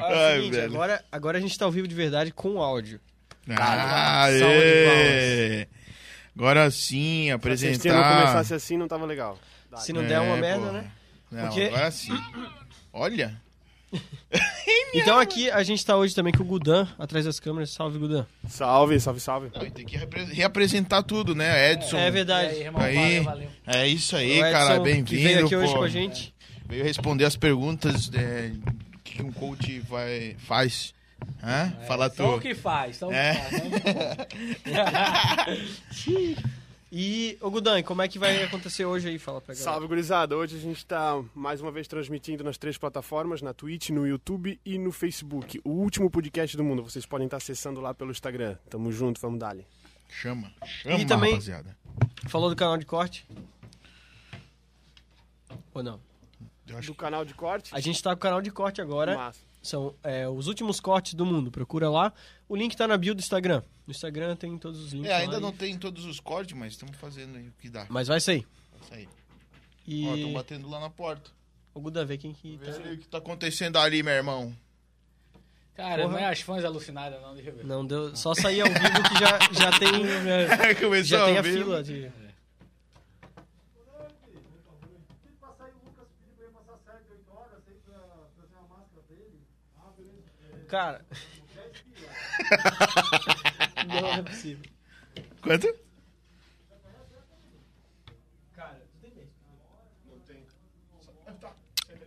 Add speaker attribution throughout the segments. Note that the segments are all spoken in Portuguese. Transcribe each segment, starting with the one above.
Speaker 1: Olha, é o seguinte, agora, tá, agora a gente tá ao vivo de verdade com áudio.
Speaker 2: Ah, Caralho.
Speaker 3: Salve
Speaker 2: Agora sim,
Speaker 3: Se você não
Speaker 2: apresentar.
Speaker 3: começasse assim, não tava legal. Dá,
Speaker 1: Se não der uma
Speaker 2: É,
Speaker 1: merda,
Speaker 2: porra.
Speaker 1: né?
Speaker 2: Não,
Speaker 1: Porque-
Speaker 2: agora sim. Olha.
Speaker 1: Então aqui a gente tá hoje também com o Gudan, atrás das câmeras. Salve, Gudan.
Speaker 3: Salve, salve, salve.
Speaker 2: Não, Tem que repre- reapresentar tudo, né, Edson?
Speaker 1: É
Speaker 4: E aí,
Speaker 1: verdade.
Speaker 4: irmão,
Speaker 2: Aí.
Speaker 4: valeu, valeu.
Speaker 2: É isso
Speaker 1: O
Speaker 2: aí,
Speaker 1: Edson,
Speaker 2: cara.
Speaker 1: que
Speaker 2: Bem-vindo.
Speaker 1: veio aqui hoje
Speaker 2: pô.
Speaker 1: com a gente.
Speaker 2: Veio responder as perguntas é, que um coach vai, faz. Hã?
Speaker 1: É,
Speaker 2: Fala tu.
Speaker 4: Só o que faz, só o que
Speaker 2: tá É.
Speaker 4: faz. né?
Speaker 1: E, ô Gudan, como é que vai acontecer hoje aí? Fala pra galera.
Speaker 3: Salve, gurizada. Hoje a gente está mais uma vez transmitindo nas três plataformas, na Twitch, no YouTube e no Facebook. O último podcast do mundo. Vocês podem estar acessando lá pelo Instagram. Tamo junto, vamos dar
Speaker 2: Chama. Chama,
Speaker 1: E também-
Speaker 2: rapaziada.
Speaker 1: Falou do canal de corte? Ou não?
Speaker 2: Eu acho
Speaker 3: Do canal de corte,
Speaker 1: A gente tá com o canal de corte agora.
Speaker 3: massa.
Speaker 1: São é, os últimos cortes do mundo. Procura lá. O link tá na bio do Instagram. No Instagram tem todos os links.
Speaker 2: É,
Speaker 1: lá
Speaker 2: ainda
Speaker 1: e-
Speaker 2: não tem todos os cortes, mas estamos fazendo aí o que dá.
Speaker 1: Mas vai sair.
Speaker 2: Isso aí.
Speaker 1: E.
Speaker 2: Ó, estão batendo lá na porta.
Speaker 1: O Gudan vê quem que tá.
Speaker 2: Vê aí o que tá acontecendo ali, meu irmão.
Speaker 4: Cara,
Speaker 1: Porra.
Speaker 4: não é as fãs alucinadas, não, deixa eu ver.
Speaker 1: Não, deu. Só sair ao vivo que já, já tem.
Speaker 2: Começou
Speaker 1: Já tem a
Speaker 2: ouvir.
Speaker 1: fila de. Cara. Não, não é possível.
Speaker 2: Quanto?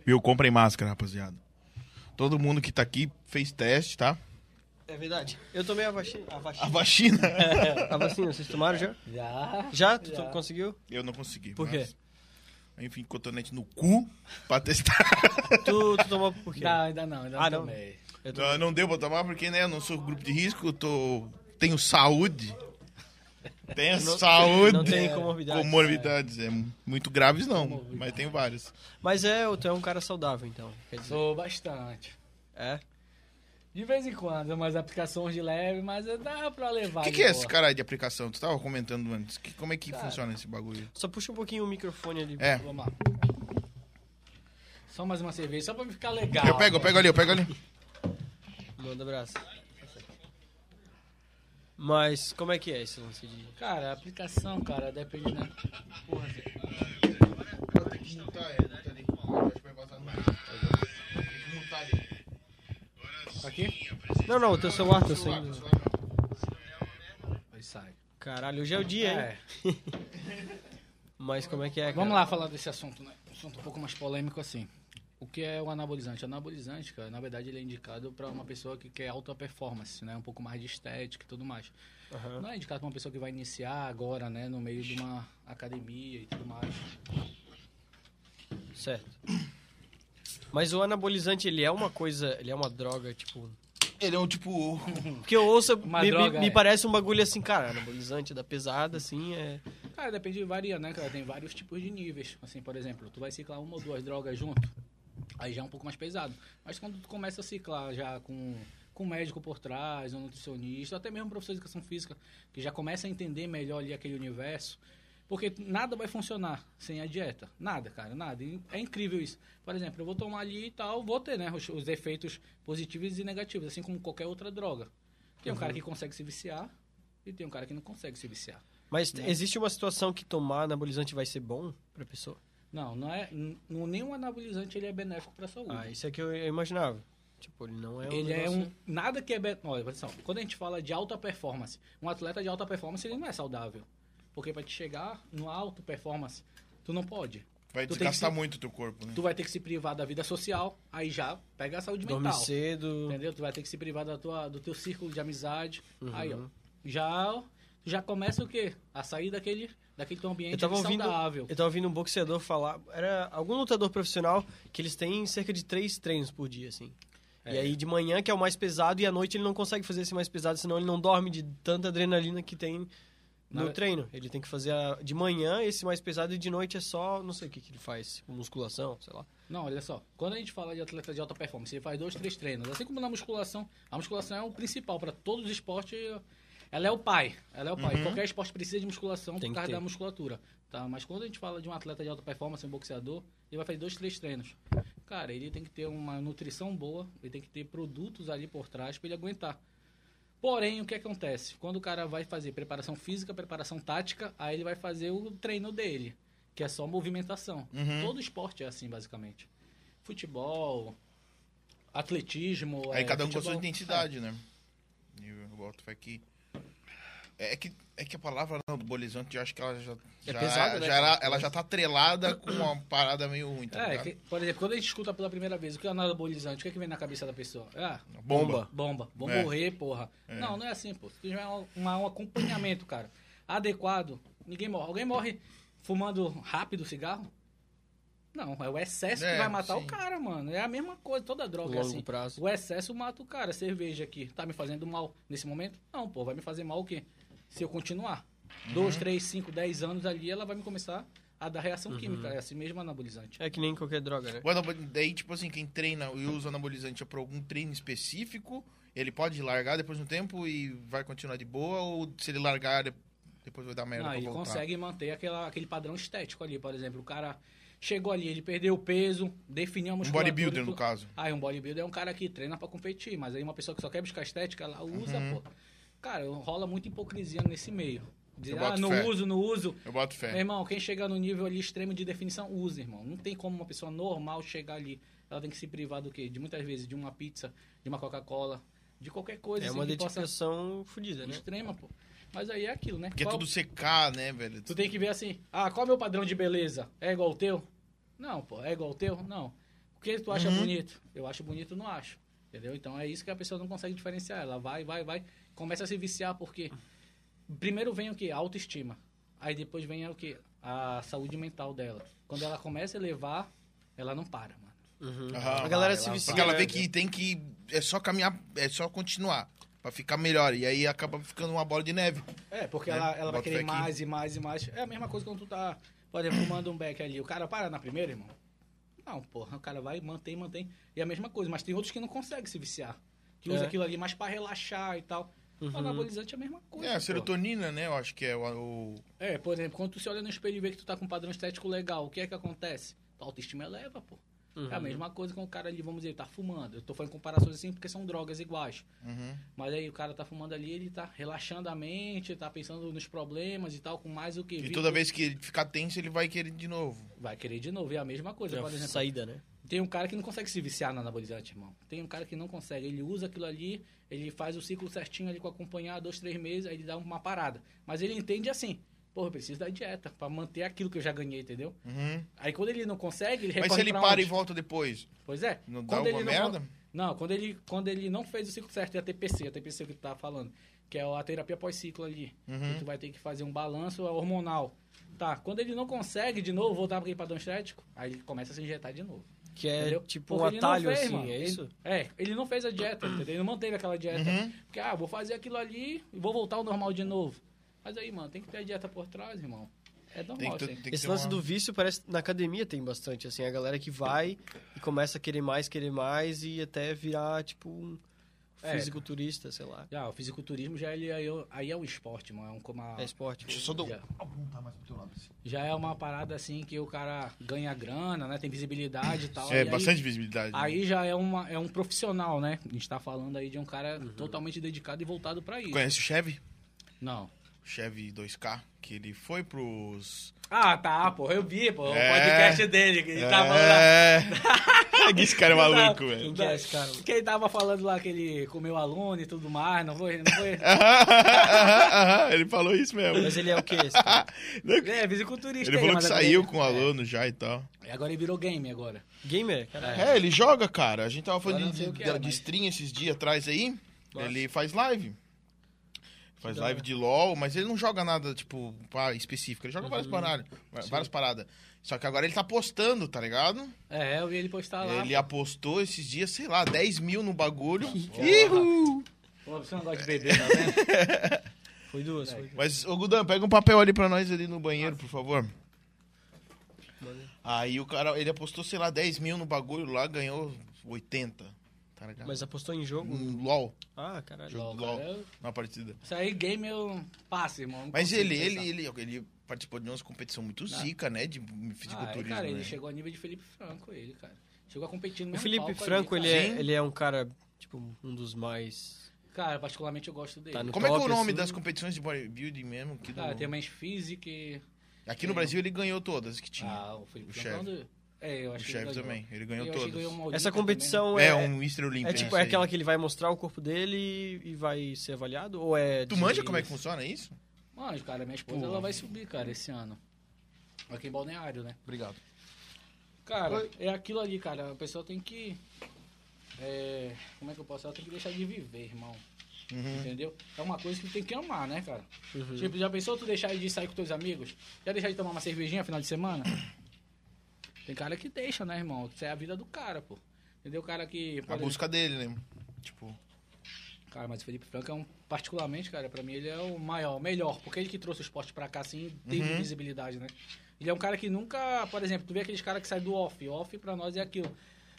Speaker 2: Viu? Comprem máscara, rapaziada. Todo mundo que tá aqui fez teste, tá?
Speaker 1: É verdade. Eu tomei a vacina. A
Speaker 2: A
Speaker 1: vacina.
Speaker 2: vacina.
Speaker 1: A vacina, vocês tomaram já?
Speaker 4: Já.
Speaker 1: Já? Tu
Speaker 4: Já.
Speaker 1: to- conseguiu?
Speaker 2: Eu não consegui.
Speaker 1: Por quê?
Speaker 2: mas- Enfim, cotonete no cu pra testar.
Speaker 1: Tu, tu tomou por quê?
Speaker 4: Não, ainda não, ainda
Speaker 1: Ah, não.
Speaker 4: não tomei.
Speaker 1: Eu tomei.
Speaker 2: Não, não deu pra tomar porque, né? Eu não sou grupo de risco, eu tô... tenho saúde. Tenho saúde.
Speaker 1: não tem comorbidades.
Speaker 2: Comorbidades, é. Muito graves não, mas tenho vários.
Speaker 1: Mas é, tu é um cara saudável, então. Quer dizer,
Speaker 4: Sou bastante.
Speaker 1: é.
Speaker 4: De vez em quando, umas aplicações de leve, mas dá pra levar.
Speaker 2: O que,
Speaker 4: de
Speaker 2: que é
Speaker 4: boa.
Speaker 2: esse cara de aplicação? Tu tava comentando antes. Que- como é que
Speaker 4: Cara.
Speaker 2: funciona esse bagulho?
Speaker 1: Só puxa um pouquinho o microfone ali.
Speaker 2: É.
Speaker 4: Vamos lá. Só mais uma cerveja, só pra ficar legal. né?
Speaker 2: Eu pego, eu pego ali, eu pego ali.
Speaker 1: Manda abraço. Mas como é que é esse lance de.
Speaker 4: Cara, a aplicação, cara, depende, né? Porra, Zé. aqui?
Speaker 1: Não, não, o teu celular tá saindo.
Speaker 4: Aí sai.
Speaker 1: Caralho, hoje é o dia, hein?
Speaker 4: É.
Speaker 1: Mas como é que é?
Speaker 4: Vamos
Speaker 1: cara?
Speaker 4: lá falar desse assunto, né? Um assunto um pouco mais polêmico assim. O que é o anabolizante? O anabolizante, cara, na verdade ele é indicado para uma pessoa que quer alta performance, né? Um pouco mais de estética e tudo mais.
Speaker 1: Aham.
Speaker 4: Não é indicado para uma pessoa que vai iniciar agora, né? No meio de uma academia e tudo mais.
Speaker 1: Certo. Mas o anabolizante, ele é uma coisa. Ele é uma droga, tipo.
Speaker 2: Ele é um tipo.
Speaker 1: Porque eu ouço.
Speaker 4: Uma
Speaker 1: me,
Speaker 4: droga,
Speaker 1: me- me
Speaker 4: é.
Speaker 1: parece um bagulho assim, cara, anabolizante da pesada, assim, é.
Speaker 4: Cara, depende, varia, né, cara? Tem vários tipos de níveis. Assim, por exemplo, tu vai ciclar uma ou duas drogas junto, aí já é um pouco mais pesado. Mas quando tu começa a ciclar já com, com um médico por trás, um nutricionista, até mesmo um professor de educação física, que já começa a entender melhor ali aquele universo, porque nada vai funcionar sem a dieta. Nada, cara, nada. E É incrível isso. Por exemplo, eu vou tomar ali e tal, vou ter, né, os, os efeitos positivos e negativos, assim como qualquer outra droga. Tem um cara que consegue se viciar e tem um cara que não consegue se viciar.
Speaker 1: Mas
Speaker 4: Não.
Speaker 1: existe uma situação que tomar anabolizante vai ser bom pra pessoa?
Speaker 4: Não, não é. n- n- Nenhum anabolizante ele é benéfico para a saúde.
Speaker 1: Ah, isso é que eu eu imaginava. Tipo, ele não é um.
Speaker 4: ele é
Speaker 1: negócio-
Speaker 4: um. Nada que é. be- Olha, atenção. Quando a gente fala de alta performance, um atleta de alta performance ele não é saudável. Porque para te chegar no alto performance, tu não pode.
Speaker 2: Vai
Speaker 4: Tu tem
Speaker 2: desgastar
Speaker 4: que-
Speaker 2: muito o teu corpo, né?
Speaker 4: Tu vai ter que se privar da vida social, aí já pega a saúde
Speaker 1: Dorme
Speaker 4: mental.
Speaker 1: cedo.
Speaker 4: Entendeu? Tu vai ter que se privar da tua, do teu círculo de amizade.
Speaker 1: Uhum.
Speaker 4: Aí, ó. Já, já começa o quê? A sair daquele, daquele teu ambiente
Speaker 1: Eu tava ouvindo-
Speaker 4: saudável.
Speaker 1: Eu tava ouvindo um boxeador falar, era algum lutador profissional que eles têm cerca de três treinos por dia, assim. E
Speaker 4: É.
Speaker 1: aí de manhã que é o mais pesado e à noite ele não consegue fazer esse mais pesado, senão ele não dorme de tanta adrenalina que tem no
Speaker 4: Na-
Speaker 1: treino. Ele tem que fazer a- de manhã esse mais pesado e de noite é só, não sei o que que ele faz, tipo, musculação, sei lá.
Speaker 4: Não, olha só. Quando a gente fala de atleta de alta performance, ele faz dois, três treinos. Assim como na musculação, a musculação é o principal para todos os esportes. Ela é o pai. Ela é o pai. Qualquer esporte precisa de musculação
Speaker 1: Uhum. Tem que
Speaker 4: por causa
Speaker 1: ter.
Speaker 4: da musculatura. Tá? Mas quando a gente fala de um atleta de alta performance, um boxeador, ele vai fazer dois, três treinos. Cara, ele tem que ter uma nutrição boa, ele tem que ter produtos ali por trás pra ele aguentar. Porém, o que acontece? Quando o cara vai fazer preparação física, preparação tática, aí ele vai fazer o treino dele, que é só movimentação.
Speaker 2: Uhum.
Speaker 4: Todo esporte é assim, basicamente. Futebol, atletismo.
Speaker 2: Aí
Speaker 4: é,
Speaker 2: cada um com a
Speaker 4: futebol-
Speaker 2: sua identidade, né? E eu boto fé que. É que, é que a palavra anabolizante, eu acho que ela já,
Speaker 4: É
Speaker 2: já,
Speaker 1: pesada, né,
Speaker 2: já era- ela já tá atrelada com uma parada meio ruim, tá
Speaker 4: É,
Speaker 2: ligado?
Speaker 4: que- por exemplo, quando a gente escuta pela primeira vez o que é anabolizante, o que, é que vem na cabeça da pessoa? Ah,
Speaker 2: Bomba.
Speaker 4: bomba, vou
Speaker 2: É.
Speaker 4: morrer, porra. Não, não é assim, pô. Se tiver um, um- um acompanhamento, cara, adequado, ninguém morre. Alguém morre fumando rápido cigarro? Não, é o excesso
Speaker 2: É,
Speaker 4: que vai matar
Speaker 2: sim.
Speaker 4: o cara, mano. É a mesma coisa, toda droga é
Speaker 1: Longo
Speaker 4: assim.
Speaker 1: prazo.
Speaker 4: O excesso mata o cara. Cerveja aqui, tá me fazendo mal nesse momento? Não, pô, vai me fazer mal o quê? Se eu continuar. Dois,
Speaker 2: Uhum.
Speaker 4: três, cinco, dez anos ali, ela vai me começar a dar
Speaker 1: Uhum.
Speaker 4: reação química. É assim mesmo anabolizante.
Speaker 1: É que nem qualquer droga, né?
Speaker 2: O anabol- Daí, tipo assim, quem treina e usa anabolizante é por algum treino específico, ele pode largar depois de um tempo e vai continuar de boa, ou se ele largar, de- depois vai dar merda
Speaker 4: Não,
Speaker 2: pra
Speaker 4: ele
Speaker 2: voltar.
Speaker 4: Ah, consegue manter aquela, aquele padrão estético ali, por exemplo. O cara chegou ali, ele perdeu o peso, definiu a
Speaker 2: Um
Speaker 4: musculatura.
Speaker 2: bodybuilder,
Speaker 4: e tu-
Speaker 2: no caso.
Speaker 4: Ah, um bodybuilder é um cara que treina pra competir, mas aí uma pessoa que só quer buscar estética, ela usa,
Speaker 2: Uhum.
Speaker 4: pô. Cara, rola muita hipocrisia nesse meio. Dizer,
Speaker 2: Eu
Speaker 4: ah,
Speaker 2: boto
Speaker 4: não
Speaker 2: fé. É.
Speaker 4: uso, não uso.
Speaker 2: Eu boto
Speaker 4: Meu
Speaker 2: fé.
Speaker 4: irmão, quem chega no nível ali extremo de definição, usa, irmão. Não tem como uma pessoa normal chegar ali. Ela tem que se privar do quê? De muitas vezes, de uma pizza, de uma Coca-Cola, de qualquer coisa.
Speaker 1: É
Speaker 4: assim,
Speaker 1: uma
Speaker 4: que possa-
Speaker 1: dedicação fodida, né?
Speaker 4: extrema, pô. Mas aí é aquilo, né?
Speaker 2: Porque é
Speaker 4: Qual-
Speaker 2: tudo secar, né, velho?
Speaker 4: Tu tem que ver assim, ah, qual é o meu padrão de beleza? É igual o teu? Não, pô, é igual o teu? Não. O que tu acha bonito? Eu acho bonito, não acho. Entendeu? Então é isso que a pessoa não consegue diferenciar. Ela vai, vai, vai, começa a se viciar, porque primeiro vem o que? A autoestima. Aí depois vem o que? A saúde mental dela. Quando ela começa a elevar, ela não para, mano.
Speaker 2: Aham.
Speaker 1: a galera
Speaker 2: Vai
Speaker 1: se
Speaker 2: lá,
Speaker 1: vicia.
Speaker 2: Porque ela vê
Speaker 1: né?
Speaker 2: que tem que. É só caminhar, é só continuar. Pra ficar melhor. E aí acaba ficando uma bola de neve.
Speaker 4: É, porque
Speaker 2: Né?
Speaker 4: ela, ela vai
Speaker 2: Bota
Speaker 4: querer
Speaker 2: fé aqui.
Speaker 4: mais e mais e mais. É a mesma coisa quando tu tá, por exemplo, fumando um beck ali. O cara para na primeira, irmão? Não, porra. O cara vai, mantém, mantém. E é a mesma coisa. Mas tem outros que não conseguem se viciar. Que usa
Speaker 1: É.
Speaker 4: aquilo ali mais pra relaxar e tal. O anabolizante é a mesma
Speaker 2: Uhum.
Speaker 4: coisa.
Speaker 2: É, a
Speaker 4: porra.
Speaker 2: serotonina, né? Eu acho que é o. o-
Speaker 4: É, por exemplo, quando tu se olha no espelho e vê que tu tá com um padrão estético legal, o que é que acontece? Tua autoestima eleva, pô. É a mesma coisa com o cara ali, vamos dizer, tá fumando. Eu tô fazendo comparações assim porque são drogas iguais.
Speaker 2: Uhum.
Speaker 4: Mas aí o cara tá fumando ali, ele tá relaxando a mente, tá pensando nos problemas e tal, com mais o que
Speaker 2: E
Speaker 4: vi-
Speaker 2: toda vez que ele ficar tenso, ele vai querer de novo.
Speaker 4: Vai querer de novo, é a mesma coisa.
Speaker 1: É
Speaker 4: Por
Speaker 1: a
Speaker 4: exemplo,
Speaker 1: saída, né?
Speaker 4: tem um cara que não consegue se viciar na anabolizante, irmão. Tem um cara que não consegue. Ele usa aquilo ali, ele faz o ciclo certinho ali com acompanhar, dois, três meses, aí ele dá uma parada. Mas ele entende assim, porra, eu preciso da dieta pra manter aquilo que eu já ganhei, entendeu?
Speaker 2: Uhum.
Speaker 4: Aí quando ele não consegue, ele
Speaker 2: Mas
Speaker 4: recorre
Speaker 2: se ele
Speaker 4: pra
Speaker 2: para
Speaker 4: onde?
Speaker 2: e volta depois,
Speaker 4: Pois é.
Speaker 2: Não dá
Speaker 4: quando
Speaker 2: alguma
Speaker 4: ele
Speaker 2: merda?
Speaker 4: con- Não, quando ele, quando ele não fez o ciclo certo, é a TPC, a TPC que tu tava falando, que é a terapia pós-ciclo ali.
Speaker 2: Uhum.
Speaker 4: Que tu vai ter que fazer um balanço hormonal. Tá, quando ele não consegue de novo voltar para aquele padrão estético, aí ele começa a se injetar de novo.
Speaker 1: Que é
Speaker 4: entendeu?
Speaker 1: tipo um
Speaker 4: Porque ele não
Speaker 1: atalho,
Speaker 4: fez,
Speaker 1: assim,
Speaker 4: mano.
Speaker 1: é
Speaker 4: Ele-
Speaker 1: isso?
Speaker 4: é, ele não fez a dieta, entendeu? Ele não manteve aquela dieta. Porque, ah, vou fazer aquilo ali e vou voltar ao normal de novo. Mas aí, mano, tem que ter a dieta por trás, irmão. É
Speaker 2: tem
Speaker 4: normal,
Speaker 2: que, ter-
Speaker 4: assim.
Speaker 2: tem que
Speaker 1: Esse
Speaker 2: ter
Speaker 1: lance
Speaker 2: uma-
Speaker 1: do vício parece na academia tem bastante, assim, a galera que vai e começa a querer mais, querer mais e até virar tipo um
Speaker 4: É.
Speaker 1: fisiculturista, sei lá.
Speaker 4: Ah, o fisiculturismo já ele, aí, é- aí é um esporte, mano. É um, como a-
Speaker 1: É esporte.
Speaker 2: Deixa eu só dar um-
Speaker 4: Já. já é uma parada assim que o cara ganha grana, né? Tem visibilidade e tal.
Speaker 2: É,
Speaker 4: E aí-
Speaker 2: bastante visibilidade. né?
Speaker 4: Aí já é, uma, é um profissional, né? A gente tá falando aí de um cara totalmente dedicado e voltado pra isso.
Speaker 2: Conhece o Chevy?
Speaker 4: Não.
Speaker 2: O Chevy 2K, que ele foi pros.
Speaker 4: Ah, tá, porra, eu vi, pô,
Speaker 2: É.
Speaker 4: o podcast dele, que ele tá né? tava lá.
Speaker 2: é... Esse cara é maluco,
Speaker 4: Tá.
Speaker 2: velho.
Speaker 1: que é esse cara?
Speaker 4: Que ele tava falando lá que ele comeu aluno e tudo mais, não foi? Não foi?
Speaker 2: Aham, aham, ele falou isso mesmo.
Speaker 1: Mas ele é o quê? esse cara?
Speaker 4: é, fisiculturista.
Speaker 2: Ele
Speaker 4: aí,
Speaker 2: falou que
Speaker 4: mas
Speaker 2: saiu
Speaker 4: agora-
Speaker 2: com o aluno já e tal.
Speaker 4: É, agora ele virou game agora.
Speaker 1: Gamer? Caralho.
Speaker 2: É, ele joga, cara. A gente tava falando
Speaker 4: não
Speaker 2: de,
Speaker 4: sei o
Speaker 2: de,
Speaker 4: que era,
Speaker 2: de
Speaker 4: mas-
Speaker 2: stream esses dias atrás aí.
Speaker 1: Nossa.
Speaker 2: Ele faz live. Faz
Speaker 1: Da
Speaker 2: live
Speaker 1: hora.
Speaker 2: de LOL, mas ele não joga nada, tipo, pá, específico. Ele joga várias paradas. Várias paradas. Só que agora ele tá postando, tá ligado?
Speaker 4: É, eu vi ele postar lá.
Speaker 2: ele apostou esses dias, sei lá, 10 mil no bagulho.
Speaker 4: Porra. Pô, você não gosta de beber, tá vendo?
Speaker 2: É.
Speaker 1: Foi duas, foi.
Speaker 2: Mas, ô Gudan, pega um papel ali pra nós ali no banheiro, por favor. Aí o cara, ele apostou, sei lá, 10 mil no bagulho lá, ganhou 80. Cara, cara.
Speaker 1: Mas apostou em jogo?
Speaker 2: tá Um LOL.
Speaker 1: Ah, caralho.
Speaker 2: Jogo do
Speaker 4: LOL,
Speaker 2: LOL.
Speaker 4: cara, eu-
Speaker 2: Uma partida.
Speaker 4: Isso aí, game eu passo, irmão. Não
Speaker 2: Mas
Speaker 4: consigo
Speaker 2: ele, é
Speaker 4: pensar.
Speaker 2: ele, ele, ele participou de umas competições muito
Speaker 4: é Não.
Speaker 2: zica, né? De
Speaker 4: Ah, é,
Speaker 2: fisiculturismo.
Speaker 4: cara, ele
Speaker 2: né?
Speaker 4: chegou a nível de Felipe Franco, ele, cara. Chegou a competir no
Speaker 1: O
Speaker 2: é um
Speaker 4: mesmo
Speaker 1: Felipe
Speaker 4: palco
Speaker 1: Franco,
Speaker 4: ali,
Speaker 1: ele
Speaker 4: cara.
Speaker 1: é,
Speaker 2: Sim.
Speaker 1: ele é um cara, tipo, um dos mais.
Speaker 4: Cara, particularmente eu gosto dele.
Speaker 1: Tá no-
Speaker 2: Como é que é o
Speaker 1: top,
Speaker 2: nome
Speaker 1: assim.
Speaker 2: das competições de bodybuilding mesmo? Aqui, do-
Speaker 4: Cara, Ah, tem mais física e...
Speaker 2: aqui no Brasil ele ganhou todas que tinha.
Speaker 4: Ah, o Felipe
Speaker 2: O
Speaker 4: Franco... é um do- É, eu
Speaker 2: o
Speaker 4: acho que ele
Speaker 2: chefe
Speaker 4: ganhou.
Speaker 2: também. Ele
Speaker 4: Eu
Speaker 2: ganhou
Speaker 4: acho que
Speaker 2: todas.
Speaker 4: ganhou uma olímpica
Speaker 1: Essa
Speaker 4: também. né?
Speaker 1: competição
Speaker 2: É,
Speaker 1: é.
Speaker 2: um Easter Olímpico.
Speaker 1: é tipo, é aquela que ele vai mostrar o corpo dele e, e vai ser avaliado? Ou é.
Speaker 2: Tu
Speaker 1: de-
Speaker 2: manja como é que funciona isso?
Speaker 4: Mano, cara, minha esposa,
Speaker 2: Pô.
Speaker 4: ela vai subir, cara, esse ano. Aqui em Balneário, né?
Speaker 2: Obrigado.
Speaker 4: Cara, é aquilo ali, cara. A pessoa tem que... é, como é que eu posso? Ela tem que deixar de viver, irmão. Entendeu? É uma coisa que tem que amar, né, cara?
Speaker 1: Uhum.
Speaker 4: Tipo, já pensou tu deixar de sair com teus amigos? Já deixar de tomar uma cervejinha no final de semana? Tem cara que deixa, né, irmão? Isso é a vida do cara, pô. Entendeu? O cara que. por
Speaker 2: A
Speaker 4: exemplo,
Speaker 2: busca dele, né? Tipo,
Speaker 4: Cara, mas o Felipe Franco é um. Particularmente, cara, pra mim ele é o maior, o melhor. Porque ele que trouxe o esporte pra cá, assim, teve
Speaker 2: Uhum.
Speaker 4: visibilidade, né? Ele é um cara que nunca. Por exemplo, tu vê aqueles caras que saem do off. Off pra nós é aquilo.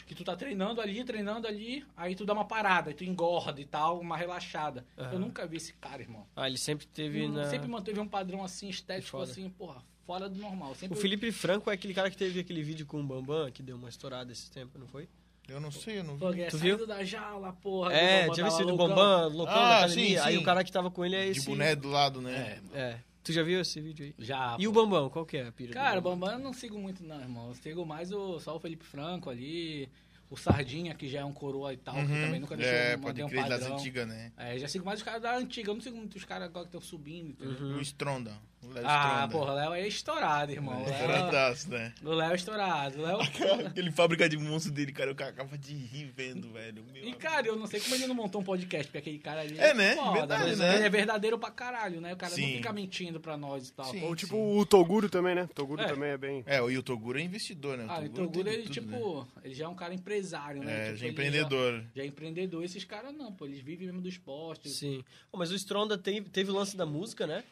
Speaker 4: Que tu tá treinando ali, treinando ali, aí tu dá uma parada, aí tu engorda e tal, uma relaxada.
Speaker 1: Aham.
Speaker 4: Eu nunca vi esse cara, irmão.
Speaker 1: Ah, ele sempre teve
Speaker 4: Hum,
Speaker 1: na.
Speaker 4: Sempre manteve um padrão assim, estético,
Speaker 1: Foda.
Speaker 4: assim, porra, fora do normal. Sempre
Speaker 1: O Felipe Franco é aquele cara que teve aquele vídeo com o Bambam, que deu uma estourada esse tempo, não foi?
Speaker 2: eu não sei, eu não vi.
Speaker 4: Pô, é
Speaker 1: Tu
Speaker 4: saindo
Speaker 1: viu?
Speaker 4: da jaula, porra.
Speaker 1: é,
Speaker 4: do Bambam
Speaker 1: tinha visto
Speaker 4: tava
Speaker 1: do
Speaker 4: loucão.
Speaker 1: Bambam, loucão
Speaker 2: tá Ah,
Speaker 1: na academia.
Speaker 2: sim, sim.
Speaker 1: Aí o cara que tava com ele é esse.
Speaker 2: De boné Ah, do lado, né?
Speaker 4: É,
Speaker 1: É. Tu já viu esse vídeo aí?
Speaker 4: já.
Speaker 1: E o
Speaker 4: pô.
Speaker 1: Bambam, qual que é a pira? do
Speaker 4: Cara, o Bambam eu não sigo muito, não, irmão. Eu sigo mais o, só o Felipe Franco ali, o Sardinha, que já é um coroa e tal, que
Speaker 2: Uhum.
Speaker 4: também nunca deixou
Speaker 2: é,
Speaker 4: manter
Speaker 2: pode
Speaker 4: um
Speaker 2: crer, das
Speaker 4: padrão.
Speaker 2: antigas, né?
Speaker 4: É, já sigo mais os caras da antiga. Eu não sigo muito os caras agora que estão subindo, entendeu?
Speaker 1: Uhum.
Speaker 2: O Stronda. O Léo
Speaker 4: Hum. Ah,
Speaker 2: Stronda.
Speaker 4: porra, o Léo é estourado, irmão. O Léo-
Speaker 2: Estouradaço, né?
Speaker 4: O Léo é estourado. O Léo...
Speaker 2: Aquele fábrica de monstro dele, cara, eu acaba de rir vendo, velho. Meu
Speaker 4: E, cara, eu não sei como ele não montou um podcast, porque aquele cara ali.
Speaker 2: É, né?
Speaker 4: Foda,
Speaker 2: Verdade,
Speaker 4: mas
Speaker 2: né?
Speaker 4: Ele é verdadeiro pra caralho, né? O cara não
Speaker 2: Sim.
Speaker 4: fica mentindo pra nós e tal.
Speaker 2: Sim.
Speaker 3: Ou tipo o Toguro também, né? Toguro
Speaker 4: É.
Speaker 3: também é bem.
Speaker 2: É, o Yotoguro é investidor, né?
Speaker 4: Ah, o
Speaker 2: Toguro
Speaker 4: Toguro,
Speaker 2: tem
Speaker 4: ele,
Speaker 2: tudo, né?
Speaker 4: tipo, ele já é um cara empresário, né?
Speaker 2: É,
Speaker 4: Tipo,
Speaker 2: já é
Speaker 4: ele
Speaker 2: empreendedor.
Speaker 4: Já, já é empreendedor. Esses caras não, pô, eles vivem mesmo do
Speaker 2: é
Speaker 4: esporte.
Speaker 1: Sim. Pô, mas o Stronda teve, teve o lance da música, né?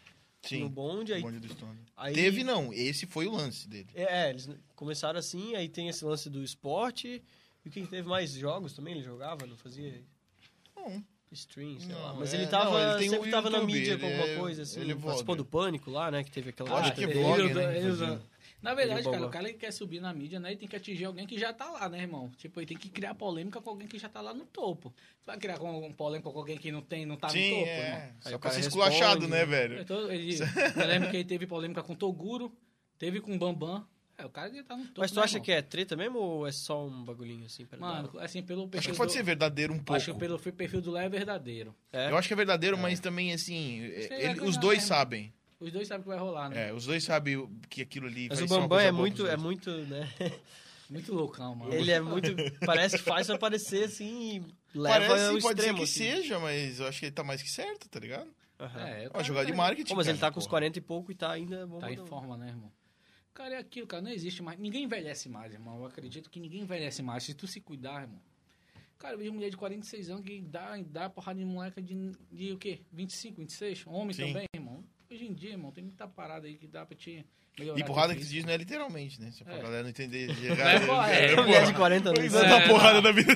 Speaker 2: Sim.
Speaker 1: No bonde, aí.
Speaker 2: Bonde do Stronda.
Speaker 1: aí-
Speaker 2: Teve, não. Esse foi o lance dele.
Speaker 1: É, é, eles começaram assim, aí tem esse lance do esporte. E o que teve mais jogos também? Ele jogava, não fazia
Speaker 2: Não,
Speaker 1: stream, sei
Speaker 2: Não,
Speaker 1: lá. Mas
Speaker 2: é,
Speaker 1: ele tava,
Speaker 2: não, ele tem
Speaker 1: sempre
Speaker 2: o
Speaker 1: tava na
Speaker 2: YouTube,
Speaker 1: mídia
Speaker 2: ele
Speaker 1: com alguma
Speaker 2: é-
Speaker 1: coisa, assim.
Speaker 2: ele é
Speaker 1: participou
Speaker 2: vlogger.
Speaker 1: do Pânico lá, né? Que teve aquela...
Speaker 2: Lógico
Speaker 1: Ah,
Speaker 2: que é
Speaker 1: teve-
Speaker 2: blog,
Speaker 4: ele-
Speaker 2: né,
Speaker 4: ele-
Speaker 2: inclusive.
Speaker 4: Na verdade,
Speaker 1: Ele bombou.
Speaker 4: cara, o cara que quer subir na mídia, né? Ele tem que atingir alguém que já tá lá, né, irmão? Tipo, ele tem que criar polêmica com alguém que já tá lá no topo. Tu vai criar com, um polêmica com alguém que não tem, não tá
Speaker 2: Sim,
Speaker 4: no topo,
Speaker 2: é.
Speaker 4: irmão?
Speaker 2: Só
Speaker 1: Aí o
Speaker 2: pra
Speaker 1: cara
Speaker 2: ser esculachado,
Speaker 1: responde,
Speaker 2: né,
Speaker 1: né?
Speaker 2: velho?
Speaker 4: Então, ele, eu lembro que ele teve polêmica com o Toguro, teve com o Bambam. É, o cara que tá no topo.
Speaker 1: Mas tu
Speaker 4: né,
Speaker 1: acha
Speaker 4: irmão?
Speaker 1: que é treta mesmo ou é só um bagulhinho assim? Pra
Speaker 4: Mano, assim, pelo
Speaker 2: Acho
Speaker 4: perfil.
Speaker 2: que pode
Speaker 4: do-
Speaker 2: ser verdadeiro um pouco.
Speaker 4: Acho que pelo fe- perfil do Léo é verdadeiro.
Speaker 1: dar? É?
Speaker 2: Eu acho que é verdadeiro, mas também, assim,
Speaker 4: Isso aí
Speaker 2: ele-
Speaker 4: vai
Speaker 2: os
Speaker 4: ganhar,
Speaker 2: dois
Speaker 4: né?
Speaker 2: sabem.
Speaker 4: Os dois sabem o que vai rolar, né?
Speaker 2: É, os dois sabem o- que aquilo ali
Speaker 1: Mas
Speaker 2: vai
Speaker 1: o
Speaker 2: ser uma
Speaker 1: Bambam
Speaker 2: coisa
Speaker 1: é
Speaker 2: boa
Speaker 1: muito,
Speaker 2: pros
Speaker 1: é
Speaker 2: dois.
Speaker 1: muito, né?
Speaker 4: Muito loucão, mano.
Speaker 1: Ele é muito... Parece que faz pra parecer, assim, e leva
Speaker 2: Parece,
Speaker 1: ao
Speaker 2: pode
Speaker 1: extremo,
Speaker 2: ser que
Speaker 1: assim.
Speaker 2: seja, mas eu acho que ele tá mais que certo, tá ligado?
Speaker 1: Aham.
Speaker 4: É, o
Speaker 2: Ó,
Speaker 4: cara
Speaker 2: jogar de
Speaker 4: tá-
Speaker 2: marketing.
Speaker 1: Pô, mas ele
Speaker 2: cara,
Speaker 1: tá com uns
Speaker 2: tipo, porra.
Speaker 1: 40 e pouco e tá ainda...
Speaker 4: Tá em
Speaker 1: bombadão.
Speaker 4: forma, né, irmão? Cara, é aquilo, cara. Não existe mais. Ninguém envelhece mais, irmão. Eu acredito que ninguém envelhece mais. Se tu se cuidar, irmão. Cara, eu vejo mulher de 46 anos que dá, dá porrada de moleca de, de o quê? 25, 26? Homem
Speaker 2: Sim.
Speaker 4: também, irmão. Hoje em dia, irmão, tem muita parada aí que dá pra te melhorar.
Speaker 2: E porrada
Speaker 1: né?
Speaker 4: teu
Speaker 2: que se
Speaker 4: físico.
Speaker 2: diz não é literalmente, né? Só pra
Speaker 4: É.
Speaker 2: galera não entender.
Speaker 4: Mas, pô, é,
Speaker 1: Uma mulher de né? 40 anos.
Speaker 2: Não dá
Speaker 4: É,
Speaker 2: porrada na vida.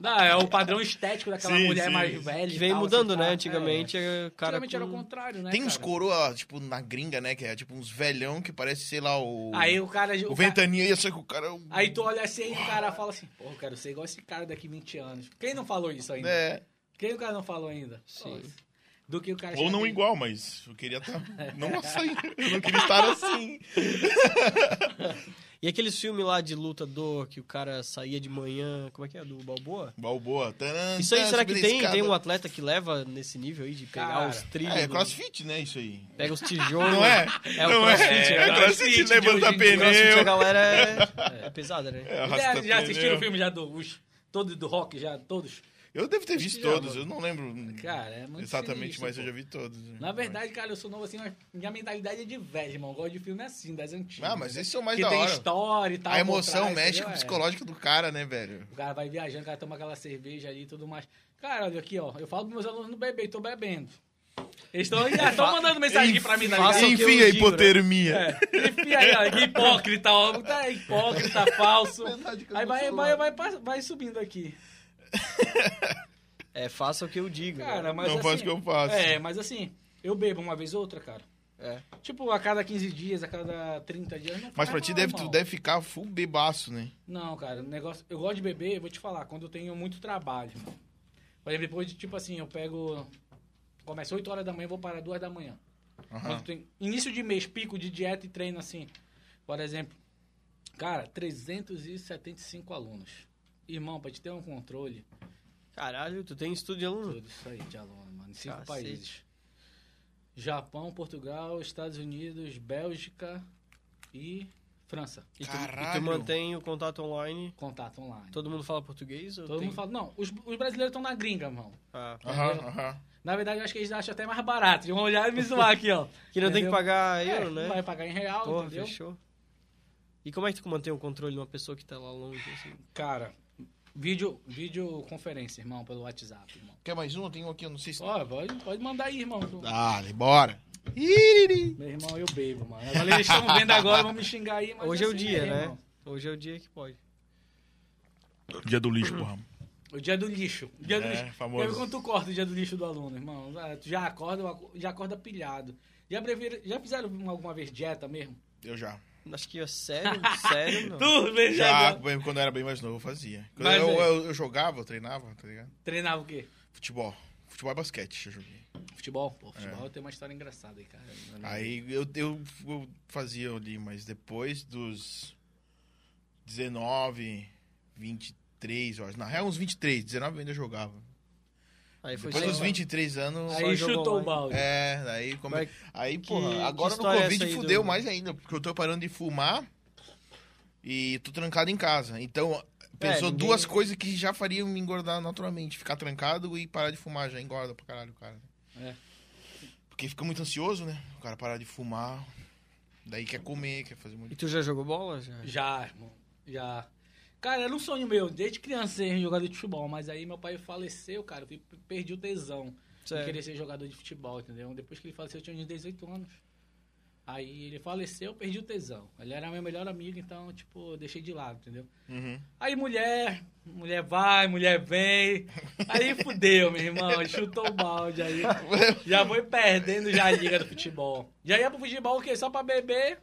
Speaker 4: Não, é o padrão estético daquela
Speaker 2: Sim,
Speaker 4: mulher
Speaker 2: sim.
Speaker 4: mais velha.
Speaker 1: Que
Speaker 4: e
Speaker 1: vem
Speaker 4: tal,
Speaker 1: mudando,
Speaker 4: assim,
Speaker 1: né?
Speaker 4: tá?
Speaker 1: Antigamente, é,
Speaker 4: É.
Speaker 1: cara.
Speaker 4: Antigamente era o
Speaker 1: com-
Speaker 4: contrário, né?
Speaker 2: Tem uns
Speaker 4: cara?
Speaker 2: coroa, tipo, na gringa, né? Que é tipo uns velhão que parece, sei lá, o.
Speaker 4: Aí o cara.
Speaker 2: o
Speaker 4: o ca-
Speaker 2: ventania ia só que o cara. é um-
Speaker 4: Aí tu olha assim e o cara fala assim: Pô, eu quero ser igual esse cara daqui 20 anos. Quem não falou isso ainda?
Speaker 2: É.
Speaker 4: Quem o cara não falou ainda?
Speaker 1: Sim.
Speaker 4: Pô, Do que o cara.
Speaker 2: Ou
Speaker 4: chega
Speaker 2: não
Speaker 4: aqui-
Speaker 2: igual, mas eu queria estar. Não assim. Eu não queria estar assim.
Speaker 1: E aqueles filmes lá de lutador que o cara saía de manhã. Como é que é? Do Balboa?
Speaker 2: Balboa. Taran,
Speaker 1: Isso aí,
Speaker 2: taran,
Speaker 1: será que
Speaker 2: subir a
Speaker 1: tem,
Speaker 2: tá escada.
Speaker 1: tem um atleta que leva nesse nível aí de pegar
Speaker 4: Cara,
Speaker 1: os trilhos?
Speaker 2: É, é
Speaker 1: do-
Speaker 2: crossfit, né? Isso aí.
Speaker 1: Pega os tijolos.
Speaker 2: Não é?
Speaker 1: É o
Speaker 2: não
Speaker 1: crossfit,
Speaker 2: é?
Speaker 1: é
Speaker 2: É
Speaker 1: o
Speaker 2: crossfit,
Speaker 4: crossfit
Speaker 2: levanta
Speaker 4: de hoje em dia.
Speaker 1: Crossfit, a
Speaker 2: pneu.
Speaker 1: galera é, é pesada, né?
Speaker 2: É, arrasta
Speaker 4: Já, já assistiram
Speaker 2: pneu.
Speaker 4: o filme já do. Os, todos do rock, já, todos?
Speaker 2: Eu devo ter visto
Speaker 4: Já,
Speaker 2: todos,
Speaker 4: mano.
Speaker 2: eu não lembro
Speaker 4: Cara, é muito
Speaker 2: exatamente,
Speaker 4: sinistro,
Speaker 2: mas
Speaker 4: pô.
Speaker 2: eu já vi todos.
Speaker 4: Na verdade, cara, eu sou novo assim, mas minha mentalidade é de velho, irmão. Eu gosto de filme assim, das antigas.
Speaker 2: Ah, mas esses são mais
Speaker 4: Que
Speaker 2: da
Speaker 4: tem tá
Speaker 2: hora.
Speaker 4: história e tal.
Speaker 2: a
Speaker 4: por
Speaker 2: emoção
Speaker 4: trás,
Speaker 2: mexe
Speaker 4: entendeu?
Speaker 2: com o
Speaker 4: É.
Speaker 2: psicológico do cara, né, velho?
Speaker 4: O cara vai viajando, o cara toma aquela cerveja ali e tudo mais. Cara, olha aqui, ó. Eu falo pros meus alunos não beber, tô bebendo. Eles estão mandando mensagem aqui pra mim, tá
Speaker 1: Faça
Speaker 4: ligado?
Speaker 1: o que
Speaker 2: Enfim,
Speaker 1: eu
Speaker 2: a
Speaker 1: digo, né?
Speaker 2: hipotermia.
Speaker 4: É. Enfim, aí, ó, que hipócrita, ó. Tá hipócrita, falso.
Speaker 2: Verdade que eu
Speaker 4: Aí
Speaker 2: não
Speaker 4: vai,
Speaker 2: sou
Speaker 4: vai,
Speaker 2: nada.
Speaker 4: vai, pass- vai subindo aqui.
Speaker 1: É, faça o que eu digo. né?
Speaker 4: Cara, mas
Speaker 2: não
Speaker 4: assim...
Speaker 2: faz o que eu faço.
Speaker 4: É, mas assim, eu bebo uma vez ou outra, cara.
Speaker 1: É.
Speaker 4: Tipo, a cada 15 dias, a cada 30 dias. Não
Speaker 2: Mas
Speaker 4: faz
Speaker 2: pra ti
Speaker 4: mal,
Speaker 2: deve,
Speaker 4: irmão.
Speaker 2: tu deve ficar full bebaço, né?
Speaker 4: Não, cara, o negócio. Eu gosto de beber, eu vou te falar, quando eu tenho muito trabalho. Por exemplo, depois de, tipo assim, eu pego. Começa 8 horas da manhã, eu vou parar 2 da manhã.
Speaker 2: Aham.
Speaker 4: Quando tem início de mês, pico de dieta e treino assim. Por exemplo, cara, 375 alunos. Irmão, pra te ter um controle,
Speaker 1: Caralho, tu tem estudo de aluno?
Speaker 4: tudo isso aí de aluno, mano. em Cinco
Speaker 1: Hum. Cacete.
Speaker 4: países. Japão, Portugal, Estados Unidos, Bélgica e França.
Speaker 1: E tu, e tu
Speaker 2: Caralho.
Speaker 1: mantém o contato online?
Speaker 4: Contato online.
Speaker 1: Todo mundo fala português? ou
Speaker 4: Todo
Speaker 1: tem-
Speaker 4: mundo fala, não, os, os brasileiros estão na gringa, irmão.
Speaker 1: Ah.
Speaker 2: Aham,
Speaker 4: Entendeu?
Speaker 2: aham.
Speaker 4: Na verdade, eu acho que eles acham até mais barato. Eles vão olhar e me zoar aqui, ó.
Speaker 1: Que não tem que
Speaker 4: Entendeu?
Speaker 1: pagar
Speaker 4: É,
Speaker 1: euro, né?
Speaker 4: Vai pagar em real,
Speaker 1: Porra,
Speaker 4: entendeu?
Speaker 1: fechou. E como é que tu mantém o controle de uma pessoa que tá lá longe, assim?
Speaker 4: Cara, vídeo, videoconferência, irmão, pelo WhatsApp, irmão.
Speaker 2: Quer mais um? Tem um aqui, eu não sei se...
Speaker 4: Ó, pode, pode mandar aí, irmão.
Speaker 2: Dale, bora. Iriri.
Speaker 4: Meu irmão, eu bebo, mano. Agora eles estão vendo agora, vão me xingar aí. Mas
Speaker 1: Hoje é o
Speaker 4: assim
Speaker 1: dia,
Speaker 4: mesmo,
Speaker 1: né?
Speaker 4: irmão.
Speaker 1: Hoje é o dia que pode.
Speaker 2: Dia do lixo, porra.
Speaker 4: O dia do lixo. O dia do
Speaker 2: É,
Speaker 4: lixo.
Speaker 2: famoso.
Speaker 4: Quer ver quando tu corta o dia do lixo do aluno, irmão? Ah, Tu já acorda, já acorda pilhado. Já, previram- já fizeram alguma vez dieta mesmo?
Speaker 2: Eu já.
Speaker 1: Acho que é sério, sério, não.
Speaker 4: Tu,
Speaker 2: Já,
Speaker 4: beijador.
Speaker 2: bem, quando eu era bem mais novo, eu fazia. Quando
Speaker 4: Mas
Speaker 2: eu,
Speaker 4: aí?
Speaker 2: eu, eu jogava, eu treinava, tá ligado?
Speaker 4: Treinava o quê?
Speaker 2: Futebol. Futebol e basquete eu joguei.
Speaker 4: Futebol? Pô, futebol tem uma história engraçada aí, cara.
Speaker 2: É. Aí eu, eu, eu fazia ali, mas depois dos 19, 23, eu acho. Na real, uns 23, 19 eu ainda jogava.
Speaker 1: Aí foi né?
Speaker 2: Depois
Speaker 1: só-
Speaker 2: dos 23 anos.
Speaker 1: Só
Speaker 4: Aí
Speaker 1: jogou
Speaker 4: chutou o
Speaker 1: online.
Speaker 4: balde.
Speaker 2: É, aí como
Speaker 1: Mas
Speaker 2: Aí,
Speaker 1: que-
Speaker 2: porra, agora
Speaker 1: que
Speaker 2: no
Speaker 1: história é
Speaker 2: Covid
Speaker 1: essa aí do-
Speaker 2: fudeu mais ainda, porque eu tô parando de fumar e tô trancado em casa. Então, pensou
Speaker 1: É, ninguém-
Speaker 2: duas coisas que já fariam me engordar naturalmente. Ficar trancado e parar de fumar já engorda pra caralho, cara. né?
Speaker 4: É.
Speaker 2: Porque fica muito ansioso, né? O cara parar de fumar, daí quer comer, quer fazer um
Speaker 1: E
Speaker 2: muito...
Speaker 1: tu já jogou bola? Já?
Speaker 4: Já, irmão. Já. Cara, era um sonho meu, desde criança ser jogador de futebol, mas aí meu pai faleceu, cara, eu fui- perdi o tesão de
Speaker 1: Sério.
Speaker 4: querer ser jogador de futebol, entendeu? Depois que ele faleceu, eu tinha uns 18 anos. Aí ele faleceu, eu perdi o tesão. Ele era meu melhor amigo, então, tipo, eu deixei de lado, entendeu?
Speaker 2: Uhum.
Speaker 4: Aí mulher, mulher vai, mulher vem. Aí fudeu, meu irmão, chutou o balde aí. Já foi perdendo já a liga do futebol. Já ia pro futebol o quê? Só pra beber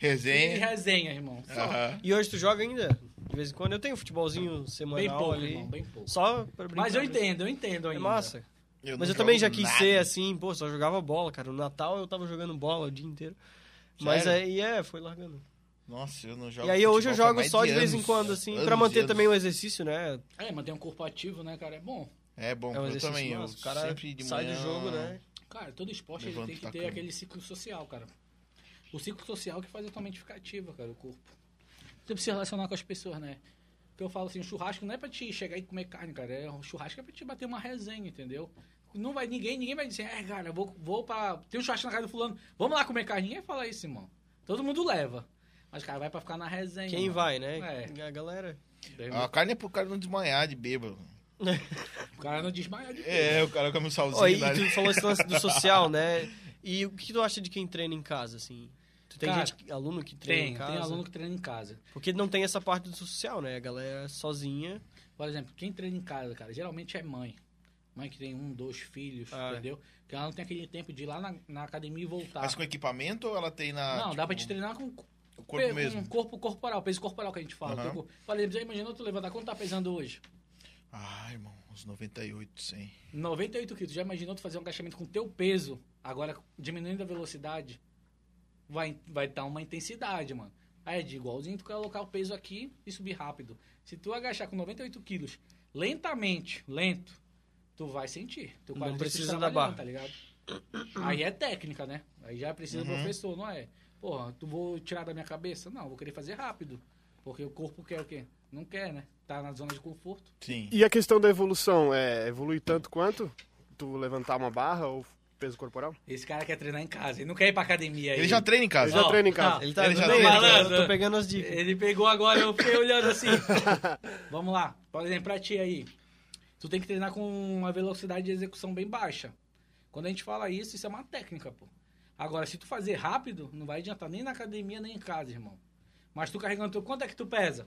Speaker 4: e
Speaker 2: Resenha.
Speaker 4: resenha, irmão.
Speaker 1: é.
Speaker 4: Só.
Speaker 2: Aham.
Speaker 1: E hoje tu joga ainda? De vez em quando eu tenho futebolzinho semanal
Speaker 4: Bem pouco,
Speaker 1: ali.
Speaker 4: irmão, bem pouco.
Speaker 1: Só pra brincar.
Speaker 4: Mas eu
Speaker 1: mesmo.
Speaker 4: entendo, eu entendo
Speaker 1: É
Speaker 4: ainda.
Speaker 1: massa.
Speaker 2: Eu
Speaker 1: Mas
Speaker 2: não
Speaker 1: eu também já
Speaker 2: jogo
Speaker 1: quis
Speaker 2: nada.
Speaker 1: ser assim, pô, só jogava bola, cara. No Natal eu tava jogando bola o dia inteiro. Mas
Speaker 2: Sério?
Speaker 1: aí é, foi largando.
Speaker 2: Nossa, eu não jogo
Speaker 1: e aí hoje eu
Speaker 2: futebol faz
Speaker 1: jogo
Speaker 2: mais
Speaker 1: só de vez em
Speaker 2: anos.
Speaker 1: quando, assim, pra
Speaker 2: Anos e
Speaker 1: manter
Speaker 2: anos.
Speaker 1: também o exercício, né?
Speaker 4: É, manter um corpo ativo, né, cara? É bom.
Speaker 2: É bom,
Speaker 1: É um
Speaker 2: eu
Speaker 1: exercício
Speaker 2: também. Eu
Speaker 1: massa. o cara
Speaker 2: sempre de
Speaker 1: sai
Speaker 2: manhã...
Speaker 1: do jogo, né?
Speaker 4: Cara, todo esporte ele
Speaker 2: Levanta tá
Speaker 4: tem que
Speaker 2: da
Speaker 4: ter
Speaker 2: cama.
Speaker 4: aquele ciclo social, cara. O ciclo social que faz a tua mente ficar ativa, cara, o corpo. Você precisa relacionar com as pessoas, né? Porque eu falo assim, o churrasco não é pra te chegar e comer carne, cara. É, o churrasco é pra te bater uma resenha, entendeu? Não vai ninguém, ninguém vai dizer, é, cara, eu vou, vou pra... Tem um churrasco na casa do fulano, vamos lá comer carne. Ninguém fala isso, irmão. Todo mundo leva. Mas, cara, vai pra ficar na resenha.
Speaker 1: Quem
Speaker 4: irmão.
Speaker 1: vai,
Speaker 2: É.
Speaker 1: né? A galera.
Speaker 4: É.
Speaker 2: A carne é pro cara não desmanhar de bêbado.
Speaker 4: O cara não desmaia de
Speaker 2: É, o cara come um
Speaker 1: Ó, e
Speaker 2: salzinho.
Speaker 1: e tu falou esse lance do social, né? E o que tu acha de quem treina em casa, assim? Tu tem
Speaker 4: Cara,
Speaker 1: gente, aluno que treina
Speaker 4: Tem,
Speaker 1: em casa?
Speaker 4: tem aluno que treina em casa.
Speaker 1: Porque não tem essa parte do social, né? A galera sozinha.
Speaker 4: Por exemplo, quem treina em casa, cara, geralmente é mãe. Mãe que tem um, dois filhos,
Speaker 1: Ah, é.
Speaker 4: entendeu? Que ela não tem aquele tempo de ir lá na, na academia e voltar.
Speaker 2: Mas com equipamento ou ela
Speaker 1: ah,
Speaker 2: treina.
Speaker 4: tá. não, dá pra te
Speaker 2: tipo,
Speaker 4: treinar com
Speaker 2: O corpo
Speaker 4: pe-
Speaker 2: mesmo.
Speaker 4: com corpo corporal, peso corporal que a gente fala. Tipo,
Speaker 2: Aham.
Speaker 4: Teu corpo- Por exemplo, já imaginou tu levantar quanto tá pesando hoje?
Speaker 2: Ai, Ah, irmão, uns 98, 100.
Speaker 4: 98 quilos. Já imaginou tu fazer um agachamento com teu peso? Agora, diminuindo a velocidade, vai vai dar uma intensidade, mano. Aí é de igualzinho tu colocar o peso aqui e subir rápido. Se tu agachar com 98 quilos, lentamente, lento, tu vai sentir. Teu
Speaker 1: Não
Speaker 4: quadríceps
Speaker 1: precisa da barra.
Speaker 4: trabalhando, Tá ligado? Aí é técnica, né? Aí já precisa do
Speaker 2: Uhum.
Speaker 4: professor, não é? Porra, tu vou tirar da minha cabeça? Não, vou querer fazer rápido. Porque o corpo quer o quê? Não quer, né? Tá na zona de conforto.
Speaker 2: Sim.
Speaker 3: E a questão da evolução, é evoluir tanto quanto? Tu levantar uma barra ou peso corporal?
Speaker 4: Esse cara quer treinar em casa, ele não quer ir pra academia.
Speaker 2: Ele já treina em
Speaker 3: Eu
Speaker 2: casa.
Speaker 3: já
Speaker 4: Ó,
Speaker 3: treino em casa.
Speaker 4: tá.
Speaker 1: Ele tá
Speaker 2: Ah, Ele já né?
Speaker 1: Não,
Speaker 2: treina em
Speaker 1: eu
Speaker 4: casa.
Speaker 1: tô pegando as dicas.
Speaker 4: Ele pegou agora, eu fiquei olhando assim. Vamos lá, por exemplo, pra ti aí. Tu tem que treinar com uma velocidade de execução bem baixa. Quando a gente fala isso, isso é uma técnica, pô. Agora, se tu fazer rápido, não vai adiantar nem na academia, nem em casa, irmão. Mas tu carregando teu... Quanto é que tu pesa?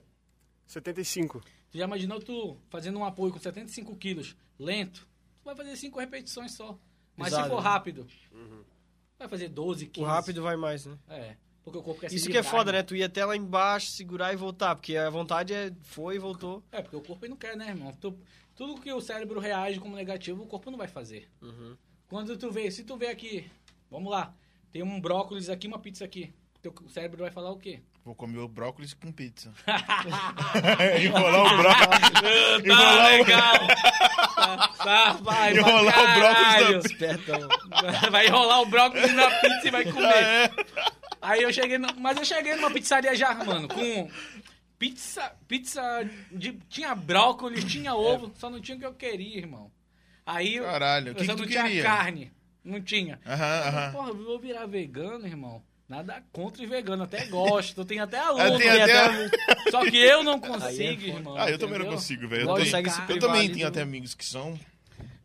Speaker 3: 75.
Speaker 4: Tu já imaginou tu fazendo um apoio com 75 quilos, lento? Tu vai fazer 5 repetições só. Mas
Speaker 1: Exato.
Speaker 4: se for rápido,
Speaker 3: Uhum.
Speaker 4: vai fazer 12, 15.
Speaker 1: né? O rápido vai mais, né?
Speaker 4: É. Porque o corpo quer se
Speaker 1: Isso que é
Speaker 4: livrar,
Speaker 1: foda, né? Tu ir até lá embaixo, segurar e voltar, porque a vontade é foi e voltou.
Speaker 4: É, porque o corpo não quer, né, irmão? Tu- tudo que o cérebro reage como negativo, o corpo não vai fazer.
Speaker 2: Uhum.
Speaker 4: Quando tu vê, se tu vê aqui, vamos lá, tem um brócolis aqui, uma pizza aqui. Teu cérebro vai falar o quê?
Speaker 2: Vou comer o brócolis com pizza. Enrolar o brócolis.
Speaker 4: Tá
Speaker 2: Enrolar o
Speaker 4: legal! tá, tá, vai, pra
Speaker 2: Enrolar o brócolis na
Speaker 4: caralho. Vai enrolar o brócolis na pizza e vai comer.
Speaker 2: É.
Speaker 4: Aí eu cheguei, no- mas eu cheguei numa pizzaria já, mano, com pizza, pizza de tinha brócolis, tinha ovo, só não tinha o que eu queria, irmão. Aí eu-
Speaker 2: Caralho, o
Speaker 4: eu
Speaker 2: que
Speaker 4: só
Speaker 2: que tu
Speaker 4: não tinha
Speaker 2: queria?
Speaker 4: carne, não tinha.
Speaker 2: Aham, aham.
Speaker 4: Porra, eu vou virar vegano, irmão. Nada contra os veganos, até gosto, tem até aluno.
Speaker 2: Ah, tem
Speaker 4: que
Speaker 2: até-
Speaker 4: até- Só que eu não consigo,
Speaker 1: é foda.
Speaker 4: irmão.
Speaker 2: Ah, eu também não
Speaker 4: entendeu?
Speaker 2: consigo, velho. Eu,
Speaker 4: Lógico,
Speaker 2: também-
Speaker 1: consegue se
Speaker 4: cara,
Speaker 2: eu também
Speaker 4: válido.
Speaker 2: tenho até amigos que são.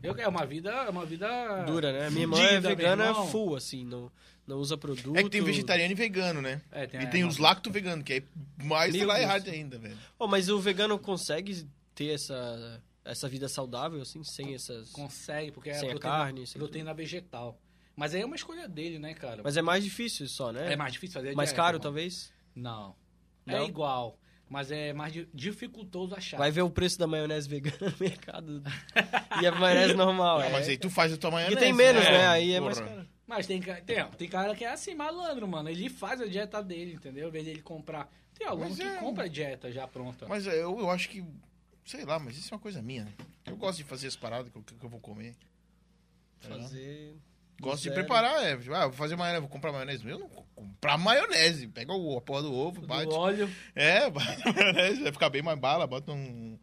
Speaker 4: Eu, é uma vida, é uma vida
Speaker 1: Dura, né? Minha irmã é
Speaker 4: fudida, meu
Speaker 1: vegana
Speaker 4: irmão.
Speaker 1: full, assim, não, não usa produto.
Speaker 2: É que tem vegetariano e vegano, né?
Speaker 4: É, tem-
Speaker 2: e tem
Speaker 4: é,
Speaker 2: os
Speaker 4: não.
Speaker 2: lacto vegano, que é mais
Speaker 1: Meu
Speaker 2: lá
Speaker 1: Deus.
Speaker 2: errado ainda, velho.
Speaker 1: Oh, mas o vegano consegue ter essa, essa vida saudável, assim, sem essas...
Speaker 4: Consegue, porque é
Speaker 1: Sem a
Speaker 4: proteína,
Speaker 1: carne, sem
Speaker 4: proteína vegetal. Mas aí é uma escolha dele, né, cara?
Speaker 1: Mas é mais difícil só, né?
Speaker 4: é mais difícil fazer a
Speaker 1: mais
Speaker 4: dieta,
Speaker 1: caro,
Speaker 4: irmão.
Speaker 1: talvez.
Speaker 4: Não.
Speaker 1: Não?
Speaker 4: É igual, mas é mais di- dificultoso achar.
Speaker 1: Vai ver o preço da maionese vegana no mercado. e a maionese normal,
Speaker 2: Ah,
Speaker 1: é.
Speaker 2: mas aí tu faz a tua manhã.
Speaker 1: E tem menos, né? Aí é mais caro.
Speaker 4: Mas tem, ca- tem, tem cara que é assim, malandro, mano. Ele faz a dieta dele, entendeu? Em vez dele comprar. Tem aluno
Speaker 2: Mas
Speaker 4: que
Speaker 2: é-
Speaker 4: compra a dieta já pronta.
Speaker 2: Mas é, eu, eu acho que. Sei lá, mas isso é uma coisa minha, né? Eu gosto de fazer as paradas que eu, que eu vou comer. tá
Speaker 1: né?
Speaker 2: ligado?
Speaker 1: Fazer...
Speaker 2: Gosto de
Speaker 1: zero.
Speaker 2: preparar, é. Ah, vou fazer maionese, vou comprar maionese. Eu não vou comprar maionese. Pega o, a porra do ovo, bate.
Speaker 4: Do óleo.
Speaker 2: É, bate a maionese, vai ficar bem mais bala, bota um.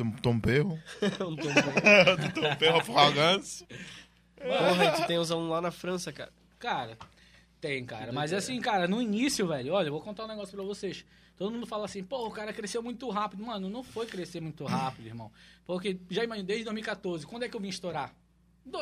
Speaker 2: Um tomperro.
Speaker 1: um tombo.
Speaker 2: um tomperro afogance.
Speaker 1: Porra, tu tem uns alunos lá na França, cara.
Speaker 4: Cara, tem, cara. Mas assim, cara, no início, velho, olha, eu vou contar um negócio pra vocês. Todo mundo fala assim, pô, o cara cresceu muito rápido. Mano, não foi crescer muito rápido, irmão. Porque, já imagino, desde 2014, quando é que eu vim estourar?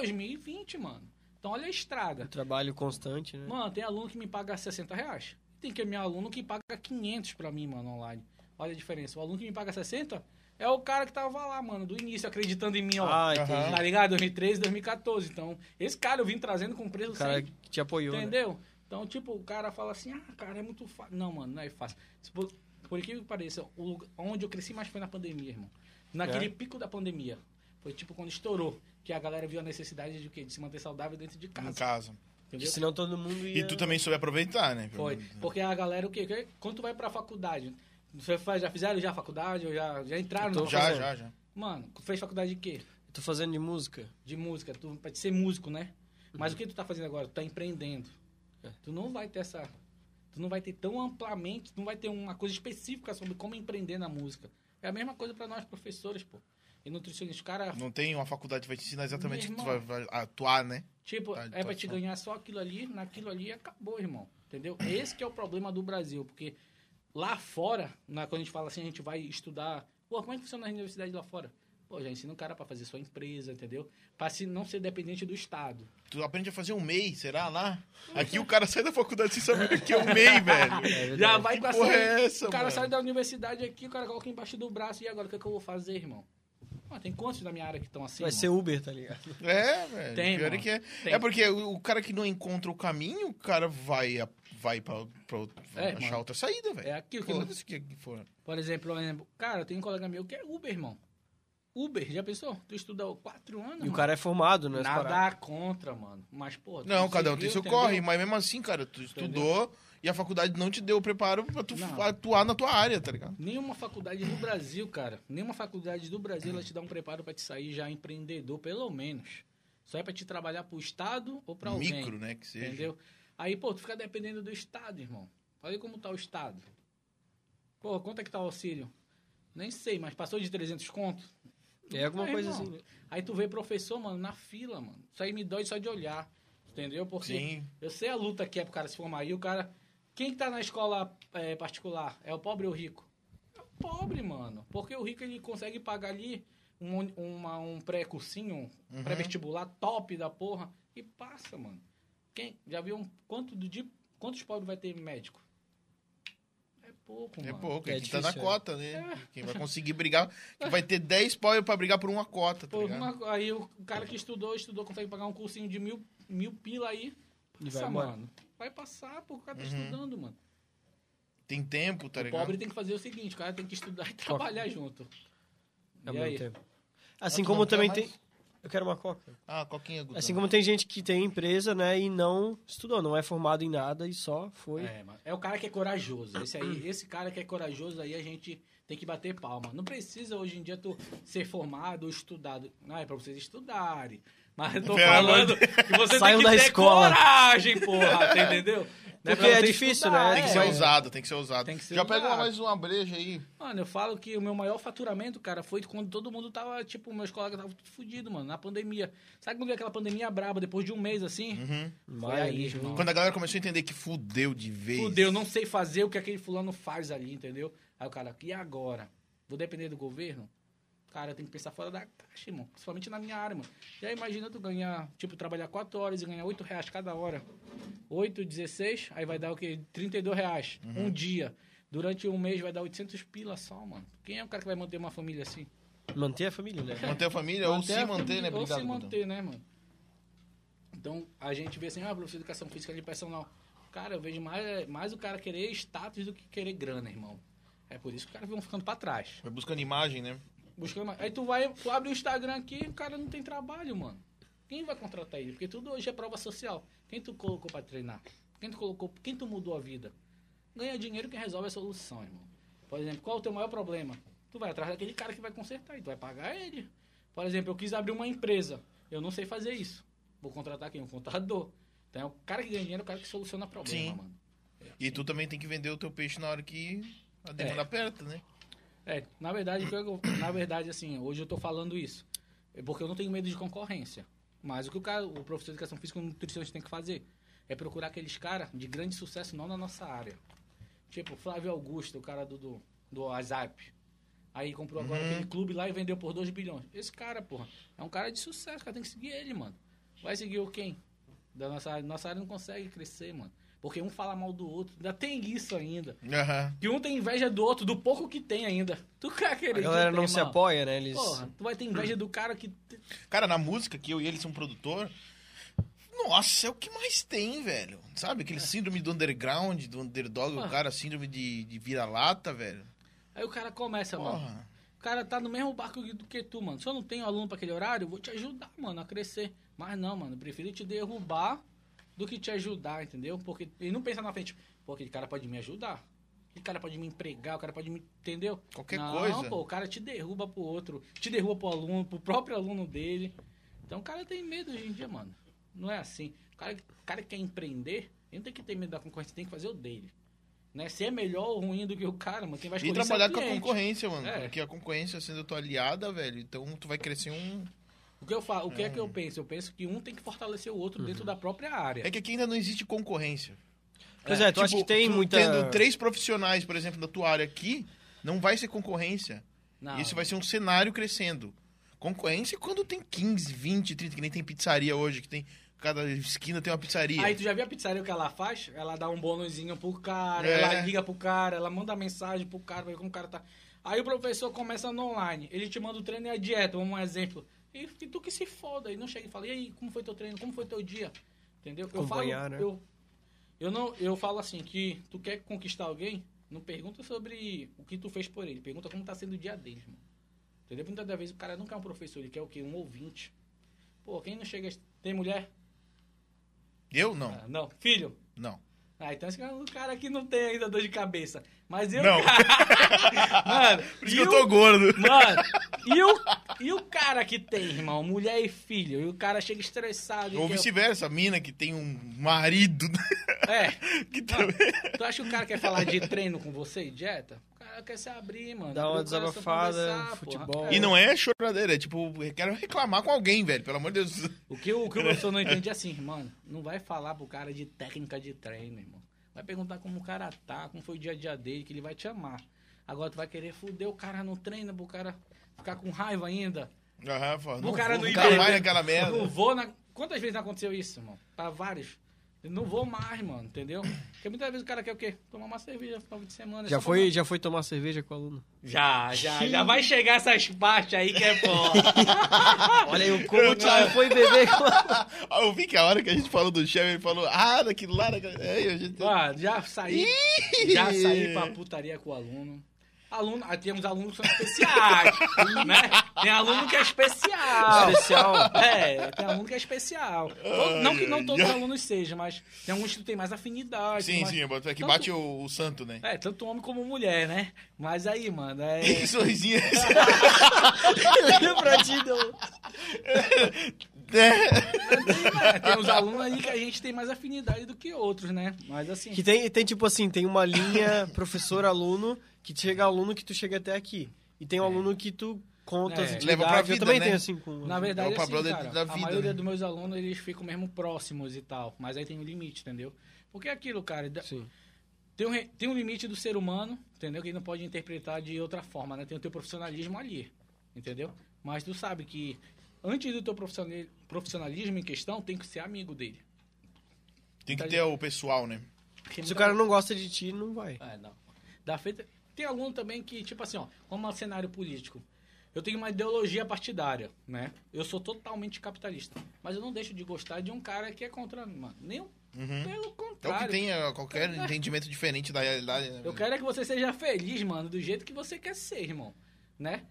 Speaker 4: 2020, mano. Então olha a
Speaker 1: O
Speaker 4: estrada.
Speaker 1: Um trabalho constante, né?
Speaker 4: Mano, tem aluno que me paga 60 reais. Tem que é meu aluno que paga 500 pra mim, mano, online. Olha a diferença. O aluno que me paga 60 é o cara que tava lá, mano, do início, acreditando em mim, ó.
Speaker 1: Ah,
Speaker 2: Aham.
Speaker 1: entendi.
Speaker 4: Tá ligado? 2013, 2014. Então, esse cara eu vim trazendo com preço
Speaker 1: O cara
Speaker 4: sem
Speaker 1: que te apoiou, né?
Speaker 4: Entendeu? Então, tipo, o cara fala assim, ah, cara, é muito fácil. Não, mano, não é fácil. Se Por, por incrível que pareça, o lugar onde eu cresci mais foi na pandemia, irmão. Naquele
Speaker 1: É?
Speaker 4: pico da pandemia. Foi tipo quando estourou, que a galera viu a necessidade de, quê? de se manter saudável dentro de
Speaker 2: Em
Speaker 4: casa.
Speaker 2: casa.
Speaker 1: Porque
Speaker 4: Entendeu?
Speaker 1: senão todo mundo ia...
Speaker 2: E tu tá- também soube aproveitar, né?
Speaker 4: Foi. Porque a galera, o quê? Que- é Quando tu vai pra faculdade, você faz- já fizeram já a faculdade? Ou já, já entraram
Speaker 1: Eu tô
Speaker 4: na
Speaker 2: Já,
Speaker 4: faculdade?
Speaker 2: Então já, já.
Speaker 4: Mano, fez faculdade de quê?
Speaker 1: Tô fazendo de música.
Speaker 4: de música, tu pra ser músico, né? Mas o que tu tá fazendo agora? Tu tá empreendendo.
Speaker 2: É.
Speaker 4: Tu não vai ter essa. Tu não vai ter tão amplamente, tu não vai ter uma coisa específica sobre como empreender na música. É a mesma coisa pra nós professores, pô. E nutricionistas, os cara,
Speaker 2: Não tem uma faculdade que vai te ensinar exatamente o que tu
Speaker 4: Meu
Speaker 2: vai, vai atuar, né?
Speaker 4: tipo,
Speaker 2: Tá,
Speaker 4: é
Speaker 2: tá
Speaker 4: pra te
Speaker 2: só.
Speaker 4: ganhar só aquilo ali, naquilo ali e acabou, irmão. Entendeu? Esse que é o problema do Brasil, porque lá fora, na, quando a gente fala assim, a gente vai estudar, pô, como é que funciona a universidade lá fora? Pô, já ensina o cara pra fazer sua empresa, entendeu? Pra se não ser dependente do Estado.
Speaker 2: Tu aprende a fazer um MEI, será lá? Aqui o cara sai da faculdade sem saber o que é um MEI, velho.
Speaker 1: verdade.
Speaker 4: Já vai com a
Speaker 2: porra
Speaker 4: sua-
Speaker 2: é essa,
Speaker 4: O cara
Speaker 2: mano?
Speaker 4: sai da universidade aqui, o cara coloca embaixo do braço. E agora, o que, é que eu vou fazer, irmão? Ó, tem quantos na minha área que estão assim?
Speaker 1: Vai
Speaker 4: irmão?
Speaker 1: ser Uber, tá ligado?
Speaker 2: É, velho.
Speaker 4: Tem,
Speaker 2: Pior é
Speaker 4: mano.
Speaker 2: que é.
Speaker 4: Tem.
Speaker 2: É porque o o cara que não encontra o caminho, o cara vai, a- vai pra, pra outro-
Speaker 4: É,
Speaker 2: achar
Speaker 4: mano.
Speaker 2: outra saída, velho.
Speaker 4: É aquilo que-
Speaker 2: Foda-se que que for.
Speaker 4: Por exemplo, eu lembro, cara, tem um colega meu que é Uber, irmão. Uber, já pensou? Tu estudou quatro anos,
Speaker 1: E o
Speaker 4: mano.
Speaker 1: cara é formado, né?
Speaker 4: Nada contra, mano. Mas, pô... tu
Speaker 2: Não, cada um tem
Speaker 4: conseguiu,
Speaker 2: seu
Speaker 4: entendeu?
Speaker 2: corre, mas mesmo assim, cara, tu estudou e a faculdade não te deu o preparo pra tu
Speaker 4: Não.
Speaker 2: atuar na tua área, tá ligado?
Speaker 4: Nenhuma faculdade do Brasil, cara. Nenhuma faculdade do Brasil ela te dá um preparo pra te sair já empreendedor, pelo menos. Só é pra te trabalhar pro Estado ou pra alguém.
Speaker 2: Micro, né? Que seja.
Speaker 4: Entendeu? Aí, pô, tu fica dependendo do Estado, irmão. Olha como tá o Estado. Pô, quanto é que tá o auxílio? Nem sei, mas passou de 300 conto.
Speaker 1: É alguma
Speaker 2: Ah,
Speaker 4: Aí,
Speaker 1: coisa
Speaker 4: irmão,
Speaker 1: assim. né?
Speaker 4: Aí tu vê professor, mano, na fila, mano. Isso aí me dói só de olhar. Entendeu? Porque
Speaker 2: Sim.
Speaker 4: eu sei a luta que é pro cara se formar. E o cara. Quem que tá na escola é, particular? É o pobre ou o rico? É o pobre, mano. Porque o rico ele consegue pagar ali um, uni- uma, um pré-cursinho, um
Speaker 2: Uhum.
Speaker 4: pré-vestibular top da porra e passa, mano. Quem já viu um, quanto do de quantos pobres vai ter médico? É pouco,
Speaker 2: É
Speaker 4: mano.
Speaker 2: pouco,
Speaker 1: É
Speaker 2: é, quem tá na
Speaker 1: difícil, é.
Speaker 2: cota, né? Quem vai conseguir brigar, que vai ter 10 pau pra brigar por uma cota, tá
Speaker 4: Pô,
Speaker 2: ligado?
Speaker 4: uma co- aí o cara que estudou, estudou, consegue pagar um cursinho de mil, mil pila aí.
Speaker 1: E
Speaker 4: Passa,
Speaker 1: vai embora. né?
Speaker 4: mano. Vai passar, pô, o cara
Speaker 2: Uhum.
Speaker 4: tá estudando, mano.
Speaker 2: Tem tempo, tá
Speaker 4: o
Speaker 2: ligado?
Speaker 4: pobre tem que fazer o seguinte, o cara tem que estudar e trabalhar junto.
Speaker 1: Ao
Speaker 4: e
Speaker 1: mesmo
Speaker 4: aí?
Speaker 1: tempo. Assim
Speaker 2: Ah, tu
Speaker 1: como
Speaker 2: não quer
Speaker 1: também
Speaker 2: mais?
Speaker 1: tem. Eu quero uma coca.
Speaker 2: Ah, coquinha, Gudão.
Speaker 1: Assim como tem gente que tem empresa, né, e não estudou, não é formado em nada e só foi.
Speaker 4: É, mano. É o cara que é corajoso. Esse aí, esse cara que é corajoso aí, a gente tem que bater palma. Não precisa hoje em dia tu ser formado ou estudado. Não, é pra vocês estudarem. Mas eu tô
Speaker 2: Pelo
Speaker 4: falando que você
Speaker 1: Saiam
Speaker 4: tem que
Speaker 1: da
Speaker 4: ter
Speaker 1: escola.
Speaker 4: coragem, porra, tá entendeu? Não
Speaker 1: Porque
Speaker 4: pra
Speaker 1: é
Speaker 4: você
Speaker 1: difícil, né?
Speaker 2: Tem que
Speaker 1: É.
Speaker 2: ser um ousado, tem que ser ousado.
Speaker 4: Tem que ser
Speaker 2: Já pega
Speaker 4: ousado.
Speaker 2: uma- mais uma breja aí.
Speaker 4: Mano, eu falo que o meu maior faturamento, cara, foi quando todo mundo tava, tipo, meus colegas estavam tudo fudido, mano, na pandemia. Sabe quando veio aquela pandemia braba, depois de um mês, assim? Foi
Speaker 1: Maio,
Speaker 4: aí,
Speaker 1: ali, junho.
Speaker 4: irmão.
Speaker 2: Quando a galera começou a entender que fudeu de vez.
Speaker 4: Fudeu, não sei fazer o que aquele fulano faz ali, entendeu? Aí o cara, e agora? Vou depender do governo? Cara, eu tenho que pensar fora da caixa, irmão. Principalmente na minha área, mano. Já imagina tu ganhar, tipo, trabalhar 4 horas e ganhar 8 reais cada hora. 8, 16, aí vai dar o quê? 32 reais. Um dia. Durante um mês vai dar 800 pila só, mano. Quem é o cara que vai manter uma família assim?
Speaker 1: Manter a família, né?
Speaker 2: Manter a família
Speaker 4: Manter
Speaker 2: ou se
Speaker 4: a
Speaker 2: manter,
Speaker 4: família,
Speaker 2: né?
Speaker 4: Ou
Speaker 2: Obrigado,
Speaker 4: se
Speaker 2: Gudão.
Speaker 4: manter, né, mano? Então, a gente vê assim, ah, professor de educação física de personal. Cara, eu vejo mais, mais o cara querer status do que querer grana, irmão. É por isso que os caras vão ficando pra trás.
Speaker 2: Vai buscando imagem, né?
Speaker 4: Buscando mais. Aí tu vai, tu abre o Instagram aqui, o cara não tem trabalho, mano. Quem vai contratar ele? Porque tudo hoje é prova social. Quem tu colocou pra treinar? Quem tu colocou, quem tu mudou a vida? Ganha dinheiro que resolve a solução, irmão. Por exemplo, qual é o teu maior problema? Tu vai atrás daquele cara que vai consertar e tu vai pagar ele. Por exemplo, eu quis abrir uma empresa. Eu não sei fazer isso. Vou contratar quem? Um contador. Então, é o cara que ganha dinheiro é o cara que soluciona problema,
Speaker 2: Sim.
Speaker 4: mano.
Speaker 2: E tu também tem que vender o teu peixe na hora que a demanda aperta, né?
Speaker 4: É, na verdade, o que eu- na verdade, assim, hoje eu tô falando isso. É Porque eu não tenho medo de concorrência. Mas o que o, cara, o professor de educação física e nutricionista tem que fazer é procurar aqueles caras de grande sucesso não na nossa área. Tipo, Flávio Augusto, o cara do, do, do WhatsApp. Aí comprou agora aquele clube lá e vendeu por 2 bilhões. Esse cara, porra, é um cara de sucesso, cara. Tem que seguir ele, mano. Vai seguir o quem? Da nossa área. Nossa área não consegue crescer, mano. Porque um fala mal do outro. Ainda tem isso ainda.
Speaker 2: Aham.
Speaker 4: Que um tem inveja do outro, do pouco que tem ainda. Tu quer
Speaker 1: A
Speaker 4: querer.
Speaker 1: galera
Speaker 4: que
Speaker 1: não
Speaker 4: tem,
Speaker 1: se
Speaker 4: irmão?
Speaker 1: apoia, né? Eles.
Speaker 4: Porra, tu vai ter inveja do cara que. te-
Speaker 2: Cara, na música, que eu e ele são produtor. Nossa, é o que mais tem, velho. Sabe? Aquele síndrome do underground, do underdog,
Speaker 4: É. Ah.
Speaker 2: o cara, síndrome de, de vira-lata, velho.
Speaker 4: Aí o cara começa, mano.
Speaker 2: Porra.
Speaker 4: O cara tá no mesmo barco que- do que tu, mano. Se eu não tenho aluno pra aquele horário, eu vou te ajudar, mano, a crescer. Mas não, mano, eu prefiro te derrubar do que te ajudar, entendeu? Porque. E não pensar na frente, pô, aquele cara pode me ajudar. Aquele cara pode me empregar, o cara pode me. Entendeu?
Speaker 2: Qualquer
Speaker 4: não,
Speaker 2: coisa.
Speaker 4: pô, o cara te derruba pro outro, te derruba pro aluno, pro próprio aluno dele. Então o cara tem medo hoje em dia, mano. Não é assim. O cara, o cara que quer empreender, ele não tem que ter medo da concorrência, tem que fazer o dele. Né? Se é melhor ou ruim do que o cara, mano, quem vai
Speaker 2: E
Speaker 4: escolher
Speaker 2: trabalhar
Speaker 4: é o
Speaker 2: com a
Speaker 4: cliente.
Speaker 2: concorrência, mano.
Speaker 4: É.
Speaker 2: Porque a concorrência sendo tua aliada, velho. Então tu vai crescer um.
Speaker 4: O que eu falo, o que é que eu penso? Eu penso que um tem que fortalecer o outro dentro da própria área.
Speaker 2: É que aqui ainda não existe concorrência. tipo,
Speaker 1: Pois é, tu acha que tem
Speaker 2: tu
Speaker 1: muita.
Speaker 2: Tendo três profissionais, por exemplo, da tua área aqui, não vai ser concorrência.
Speaker 4: Não.
Speaker 2: Isso vai ser um cenário crescendo. Concorrência é quando tem 15, 20, 30, que nem tem pizzaria hoje, que tem. Cada esquina tem uma pizzaria.
Speaker 4: Aí tu já viu a pizzaria que ela faz? Ela dá um bônusinho pro cara,
Speaker 2: É.
Speaker 4: ela liga pro cara, ela manda mensagem pro cara, pra ver como o cara tá. Aí o professor começa no online, ele te manda o treino e a dieta, vamos um exemplo. E, e tu que se foda, e não chega e fala, e aí, como foi teu treino, como foi teu dia? Entendeu? Eu falo,
Speaker 1: Acompanhar, né?
Speaker 4: eu, eu, não, eu falo assim, que tu quer conquistar alguém, não pergunta sobre o que tu fez por ele, pergunta como tá sendo o dia dele, mano. Entendeu? Muitas das vezes o cara não quer um professor, ele quer o quê? Um ouvinte. Pô, quem não chega... Tem mulher?
Speaker 2: Eu não.
Speaker 4: Ah, não. Filho?
Speaker 2: Não.
Speaker 4: Ah, então esse cara, o cara aqui não tem ainda dor de cabeça. Mas eu.
Speaker 2: Não.
Speaker 4: mano,
Speaker 2: Por isso
Speaker 4: e
Speaker 2: que eu
Speaker 4: o-
Speaker 2: tô gordo.
Speaker 4: Mano, e o, e o cara que tem, irmão? Mulher e filho. E o cara chega estressado. e
Speaker 2: Ou
Speaker 4: quer-
Speaker 2: vice-versa, a mina que tem um marido. né,
Speaker 4: É.
Speaker 2: Que
Speaker 4: Mano,
Speaker 2: também...
Speaker 4: tu acha que o cara quer falar de treino com você e dieta? O cara quer se abrir, mano.
Speaker 1: Dá uma
Speaker 4: O cara só
Speaker 1: desabafada,
Speaker 4: conversar,
Speaker 1: futebol.
Speaker 4: porra.
Speaker 2: E não é choradeira, é tipo, eu quero reclamar com alguém, velho, pelo amor de Deus.
Speaker 4: O que o, o que o professor não entende é assim, mano, não vai falar pro cara de técnica de treino, irmão. Vai perguntar como o cara tá, como foi o dia a dia dele, que ele vai te amar. Agora tu vai querer fuder o cara no treino pro cara ficar com raiva ainda.
Speaker 2: Aham, fala,
Speaker 4: O
Speaker 2: não
Speaker 4: cara né?"
Speaker 2: vou,
Speaker 4: não
Speaker 2: nunca
Speaker 4: ia-
Speaker 2: mais naquela
Speaker 1: É,
Speaker 2: merda.
Speaker 1: né?
Speaker 4: Não vou na... Quantas vezes não aconteceu isso, irmão? Pra vários. Eu não vou mais, mano, entendeu? Porque muitas vezes o cara quer o quê? Tomar uma cerveja no final de semana. é
Speaker 1: Já
Speaker 4: só
Speaker 1: foi,
Speaker 4: pra-
Speaker 1: já foi tomar cerveja com o aluno?
Speaker 4: Já, já. Já vai chegar essas partes aí que é foda.
Speaker 1: Olha aí, o como tá- tu já foi beber com
Speaker 2: Ah, eu vi que a hora que a gente falou do chefe, ele falou, ah, daquilo lá, daquilo... É, a gente...
Speaker 4: Ó, já saí. já saí pra putaria com o aluno. Aluno, ah, tem uns alunos que são especiais, né? Tem aluno que é especial.
Speaker 1: especial.
Speaker 4: É, tem aluno que é especial. Todo- não que não todos
Speaker 2: ai.
Speaker 4: os alunos sejam, mas tem alguns que tem mais afinidade.
Speaker 2: Sim,
Speaker 4: mais-
Speaker 2: sim, é que
Speaker 4: Tanto-
Speaker 2: bate o, o santo, né?
Speaker 4: É, tanto homem como mulher, né? Mas aí, mano, é.
Speaker 2: Que sorrisinho é esse?
Speaker 1: pra ti, não.
Speaker 2: É.
Speaker 4: é, Tem uns alunos aí que a gente tem mais afinidade do que outros, né? Mas assim.
Speaker 1: Que tem, tem tipo assim, tem uma linha professor-aluno, que chega aluno que tu chega até aqui. E tem um aluno que tu conta
Speaker 4: É.
Speaker 1: as atividades.
Speaker 2: Leva pra
Speaker 1: eu
Speaker 2: vida,
Speaker 1: também
Speaker 2: né?
Speaker 1: tenho assim com...
Speaker 4: Na verdade,
Speaker 2: É o
Speaker 4: assim,
Speaker 2: Pablo da-
Speaker 4: cara,
Speaker 2: da
Speaker 4: a
Speaker 2: vida,
Speaker 4: maioria
Speaker 2: né?
Speaker 4: dos meus alunos, eles ficam mesmo próximos e tal. Mas aí tem um limite, entendeu? Porque é aquilo, cara, da-
Speaker 1: Sim.
Speaker 4: tem um, re- tem um limite do ser humano, entendeu? Que ele não pode interpretar de outra forma, né? Tem o teu profissionalismo ali, entendeu? Mas tu sabe que antes do teu profissionali- profissionalismo em questão, tem que ser amigo dele.
Speaker 2: Tem
Speaker 1: Tá
Speaker 2: que ter o pessoal, né?
Speaker 4: Porque
Speaker 1: Se o
Speaker 4: muita-
Speaker 1: cara não gosta de ti, não vai.
Speaker 4: É, não. Da feita... Tem aluno também que, tipo assim, ó, como é o cenário político. Eu tenho uma ideologia partidária, né? Eu sou totalmente capitalista. Mas eu não deixo de gostar de um cara que é contra mim, mano. Nem, Pelo
Speaker 2: É o que
Speaker 4: contrário.
Speaker 2: tem é, qualquer entendimento diferente da realidade. né?
Speaker 4: Eu quero é que você seja feliz, mano, do jeito que você quer ser, irmão. Né?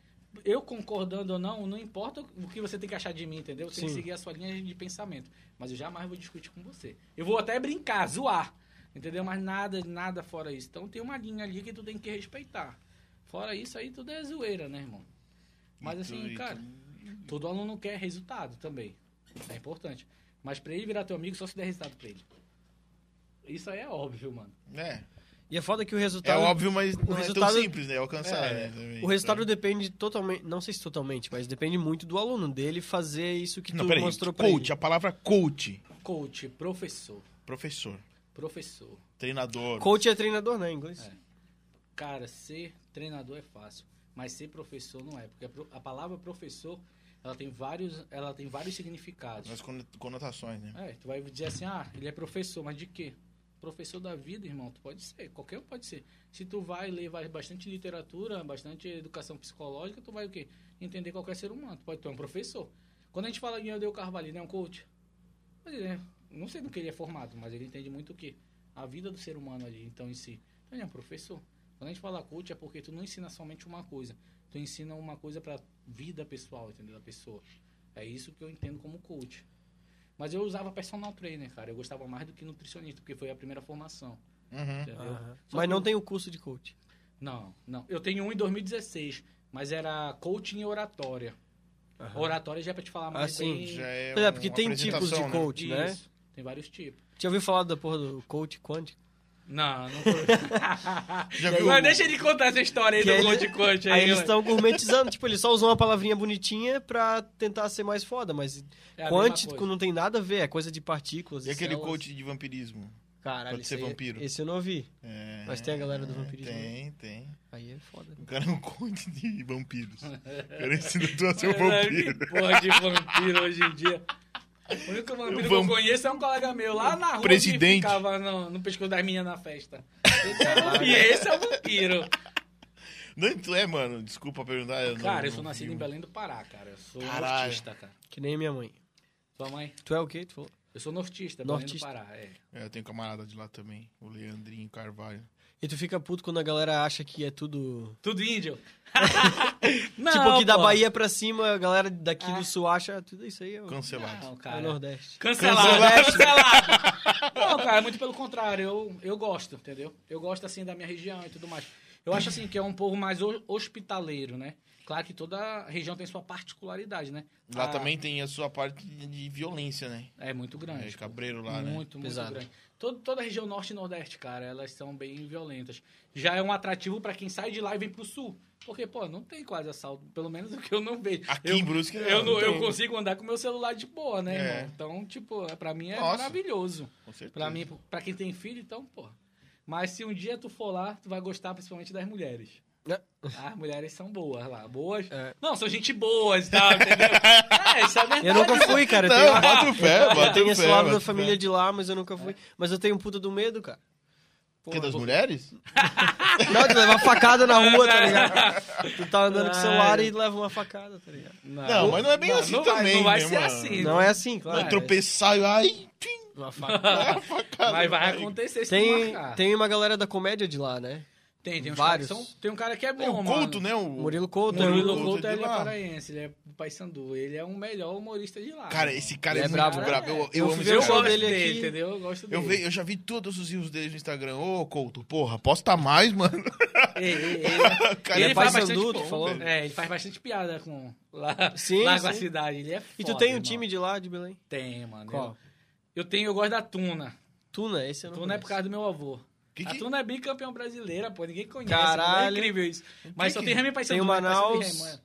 Speaker 4: Eu concordando ou não, não importa o que você tem que achar de mim, entendeu? Você tem que
Speaker 1: Sim.
Speaker 4: seguir a sua linha de pensamento. Mas eu jamais vou discutir com você. Eu vou até brincar, zoar, entendeu? Mas nada, nada fora isso. Então tem uma linha ali que tu tem que respeitar. Fora isso aí, tudo é zoeira, né, irmão? Mas
Speaker 2: E tu-
Speaker 4: assim,
Speaker 2: e tu-
Speaker 4: cara, todo aluno quer resultado também. É importante. Mas pra ele virar teu amigo, só se der resultado pra ele. Isso aí é óbvio, mano.
Speaker 2: É,
Speaker 1: E é foda que o
Speaker 2: é
Speaker 1: resultado...
Speaker 2: óbvio, mas não é
Speaker 1: resultado-
Speaker 2: tão simples, né? Alcançar,
Speaker 1: É.
Speaker 2: né? Também.
Speaker 1: O resultado depende totalmente... Não sei se totalmente, mas depende muito do aluno, dele fazer isso que
Speaker 2: Não,
Speaker 1: tu
Speaker 2: peraí.
Speaker 1: mostrou pra
Speaker 2: Coach, é
Speaker 1: ele.
Speaker 2: a palavra coach.
Speaker 4: Coach, professor.
Speaker 2: Professor,
Speaker 4: Professor.
Speaker 2: treinador.
Speaker 1: Coach é treinador, né, em inglês?
Speaker 4: É. Cara, ser treinador é fácil, mas ser professor não é, porque a, pro- a palavra professor, ela tem vários, ela tem vários significados.
Speaker 2: As cono- conotações, né?
Speaker 4: É, tu vai dizer assim: "Ah, ele é professor, mas de quê?" Professor da vida, irmão, tu pode ser, qualquer um pode ser. Se tu vai ler vai- bastante literatura, bastante educação psicológica, tu vai o quê? Entender qualquer ser humano. Tu pode ter um professor. Quando a gente fala em Eudeu Carvalho, ele é um coach. Mas ele é, não sei do que ele é formado, mas ele entende muito o quê? A vida do ser humano ali, então, em si. Então, ele é um professor. Quando a gente fala coach, é porque tu não ensina somente uma coisa. Tu ensina uma coisa pra vida pessoal, entendeu? Da pessoa. É isso que eu entendo como coach. Mas eu usava personal trainer, cara. Eu gostava mais do que nutricionista, porque foi a primeira formação.
Speaker 2: Uhum.
Speaker 4: Entendeu?
Speaker 1: Aham.
Speaker 4: Só
Speaker 1: Mas
Speaker 4: que
Speaker 1: não
Speaker 4: eu-
Speaker 1: tem o curso de coach.
Speaker 4: Não, não. Eu tenho um em 2016, mas era coaching e oratória. Oratória já é pra te falar
Speaker 1: Ah,
Speaker 4: mais
Speaker 1: sim.
Speaker 4: bem-
Speaker 2: Já é
Speaker 1: É, porque
Speaker 2: uma
Speaker 1: tem tipos
Speaker 2: apresentação,
Speaker 1: de
Speaker 2: né?
Speaker 1: coach, né?
Speaker 4: Isso. Tem vários tipos.
Speaker 1: Já ouviu falar da porra do coach quântico?
Speaker 4: Não, não foi.
Speaker 2: Já viu?
Speaker 4: Mas deixa ele contar essa história aí
Speaker 1: Que
Speaker 4: do
Speaker 1: ele-
Speaker 4: coach coach aí.
Speaker 1: Aí eles
Speaker 4: ué.
Speaker 1: estão gourmetizando, tipo, eles só usam uma palavrinha bonitinha pra tentar ser mais foda, mas
Speaker 4: É a mesma
Speaker 1: quântico
Speaker 4: coisa.
Speaker 1: não tem nada a ver, é coisa de partículas.
Speaker 2: E aquele
Speaker 1: células.
Speaker 2: coach de vampirismo?
Speaker 1: Caralho,
Speaker 2: pode ser
Speaker 1: esse aí- é-
Speaker 2: vampiro.
Speaker 1: Esse eu não ouvi.
Speaker 2: É,
Speaker 1: Mas tem a galera do vampirismo. né?
Speaker 2: Tem, tem.
Speaker 1: Aí é foda.
Speaker 2: O cara é um coach de vampiros. O cara ensina tu a ser
Speaker 1: É
Speaker 2: um
Speaker 4: Caralho,
Speaker 2: vampiro.
Speaker 4: Que porra de vampiro hoje em dia. O único vampiro que eu
Speaker 2: Vamp-
Speaker 4: conheço é um colega meu lá na rua
Speaker 2: Presidente.
Speaker 4: que ficava no, no pescoço das meninas na festa. Esse é vampiro, esse é o vampiro.
Speaker 2: Não, tu é, mano. Desculpa perguntar. Eu
Speaker 4: Cara,
Speaker 2: não,
Speaker 4: eu sou
Speaker 2: não
Speaker 4: nascido
Speaker 2: vi. um
Speaker 4: em Belém do Pará, cara. Eu sou
Speaker 2: Caralho.
Speaker 4: nortista, cara.
Speaker 1: Que nem minha mãe.
Speaker 4: Tua mãe?
Speaker 1: Tu é o quê? Tu falou?
Speaker 4: Eu sou nortista, Belém do
Speaker 1: Nortista.
Speaker 4: Pará, é.
Speaker 2: É, eu tenho camarada de lá também. O Leandrinho Carvalho.
Speaker 1: E tu fica puto quando a galera acha que é tudo.
Speaker 4: Tudo índio.
Speaker 1: tipo, que da
Speaker 4: pô.
Speaker 1: Bahia pra cima, a galera daqui
Speaker 4: Ah.
Speaker 1: do sul acha tudo isso aí. É o,
Speaker 2: Cancelado.
Speaker 4: Não,
Speaker 1: é o
Speaker 4: cara.
Speaker 1: Nordeste.
Speaker 4: Cancelado,
Speaker 2: Cancelado.
Speaker 4: cancelado. Não, cara, muito pelo contrário. Eu, eu gosto, entendeu? Eu gosto, assim, da minha região e tudo mais. Eu acho, assim, que é um povo mais ho- hospitaleiro, né? Claro que toda região tem sua particularidade, né?
Speaker 2: Lá
Speaker 4: Ah,
Speaker 2: também tem a sua parte de de violência, né?
Speaker 4: É muito grande.
Speaker 2: É, de cabreiro lá, né?
Speaker 4: muito, muito
Speaker 1: Pesado.
Speaker 4: grande. Todo- toda a região norte e nordeste, cara, elas são bem violentas. Já é um atrativo pra quem sai de lá e vem pro sul. Porque, pô, não tem quase assalto, pelo menos o que eu não vejo.
Speaker 2: Aqui
Speaker 4: eu,
Speaker 2: em Brusque,
Speaker 4: eu,
Speaker 2: não
Speaker 4: não- eu
Speaker 2: tem.
Speaker 4: consigo andar com meu celular de boa, né,
Speaker 2: É.
Speaker 4: irmão? Então, tipo, é- pra mim é
Speaker 2: Nossa.
Speaker 4: maravilhoso.
Speaker 2: Com certeza.
Speaker 4: Pra mim, pra quem tem filho, então, pô. Mas se um dia tu for lá, tu vai gostar principalmente das mulheres. As mulheres são boas lá. Boas.
Speaker 1: É.
Speaker 4: Não, são gente boas e tal, entendeu? é, isso é verdade.
Speaker 1: Eu nunca fui, cara. Eu
Speaker 2: Não,
Speaker 1: tenho,
Speaker 2: bota fé,
Speaker 1: eu tenho
Speaker 2: então. É, bota
Speaker 1: esse
Speaker 2: fé.
Speaker 1: lado
Speaker 2: bota
Speaker 1: da
Speaker 2: fé.
Speaker 1: família de lá, mas eu nunca fui. Mas eu tenho um puta do medo, cara. Pô,
Speaker 2: Que das
Speaker 1: eu-
Speaker 2: mulheres?
Speaker 1: Não, de levar facada na rua, tá ligado? Tu tá andando com o celular
Speaker 4: Ai.
Speaker 1: e leva uma facada, tá ligado?
Speaker 2: Não, mas não é bem assim
Speaker 4: não
Speaker 2: também,
Speaker 4: Vai,
Speaker 2: né,
Speaker 4: não vai ser
Speaker 2: mano?
Speaker 4: assim.
Speaker 1: Não é assim,
Speaker 4: Não,
Speaker 1: claro.
Speaker 2: Eu tropeçar e ai, tim,
Speaker 4: Uma faca.
Speaker 2: facada.
Speaker 4: mas vai acontecer se
Speaker 1: Tem,
Speaker 4: tem, tem,
Speaker 1: tem uma galera da comédia de lá, né?
Speaker 4: tem, uns
Speaker 1: vários.
Speaker 4: caras que são- tem um cara que é bom,
Speaker 2: Tem o
Speaker 4: mano.
Speaker 2: Couto, né? O...
Speaker 1: Murilo Couto.
Speaker 4: O Murilo
Speaker 2: Couto
Speaker 4: Couto
Speaker 2: é de
Speaker 4: ele é
Speaker 2: lá.
Speaker 4: paraense, ele é do Paysandu. Ele é o melhor humorista de lá.
Speaker 2: Cara,
Speaker 4: mano.
Speaker 2: esse cara é,
Speaker 1: Ele é
Speaker 2: muito
Speaker 1: brabo.
Speaker 2: brabo. Eu,
Speaker 1: Eu
Speaker 2: eu amo
Speaker 1: fui
Speaker 2: esse
Speaker 1: ver o
Speaker 2: cara.
Speaker 4: né? Eu
Speaker 1: show
Speaker 4: gosto
Speaker 1: dele
Speaker 4: dele,
Speaker 1: aqui.
Speaker 4: entendeu? Eu gosto dele.
Speaker 2: Eu, ve- eu já vi todos os rios dele no Instagram. Ô, Couto, porra, posta mais, mano.
Speaker 4: Ei, ei, ei.
Speaker 2: O cara
Speaker 1: Ele
Speaker 2: é
Speaker 1: faz
Speaker 2: bastante
Speaker 1: Sandu, tu
Speaker 2: bom,
Speaker 1: falou?
Speaker 2: velho.
Speaker 4: É, ele faz bastante piada com lá,
Speaker 1: Sim,
Speaker 4: lá
Speaker 1: sim.
Speaker 4: com a cidade. Ele é foda,
Speaker 1: E tu tem um
Speaker 4: irmão.
Speaker 1: time de lá, de Belém?
Speaker 4: Tem, mano.
Speaker 1: Qual?
Speaker 4: Eu, eu tenho, eu gosto da Tuna.
Speaker 1: Tuna, né? esse eu não
Speaker 4: Tuna é por
Speaker 1: conheço.
Speaker 4: causa do meu avô.
Speaker 2: Que
Speaker 4: A
Speaker 2: que-
Speaker 4: Tuna é bicampeão brasileira, pô. Ninguém conhece.
Speaker 1: Caralho. é?
Speaker 4: É incrível isso. Mas
Speaker 2: que
Speaker 4: só
Speaker 2: que-
Speaker 4: tem Remy Paysandu.
Speaker 1: Tem o
Speaker 4: né? Paysandu e
Speaker 1: Manaus.
Speaker 4: Remo, é.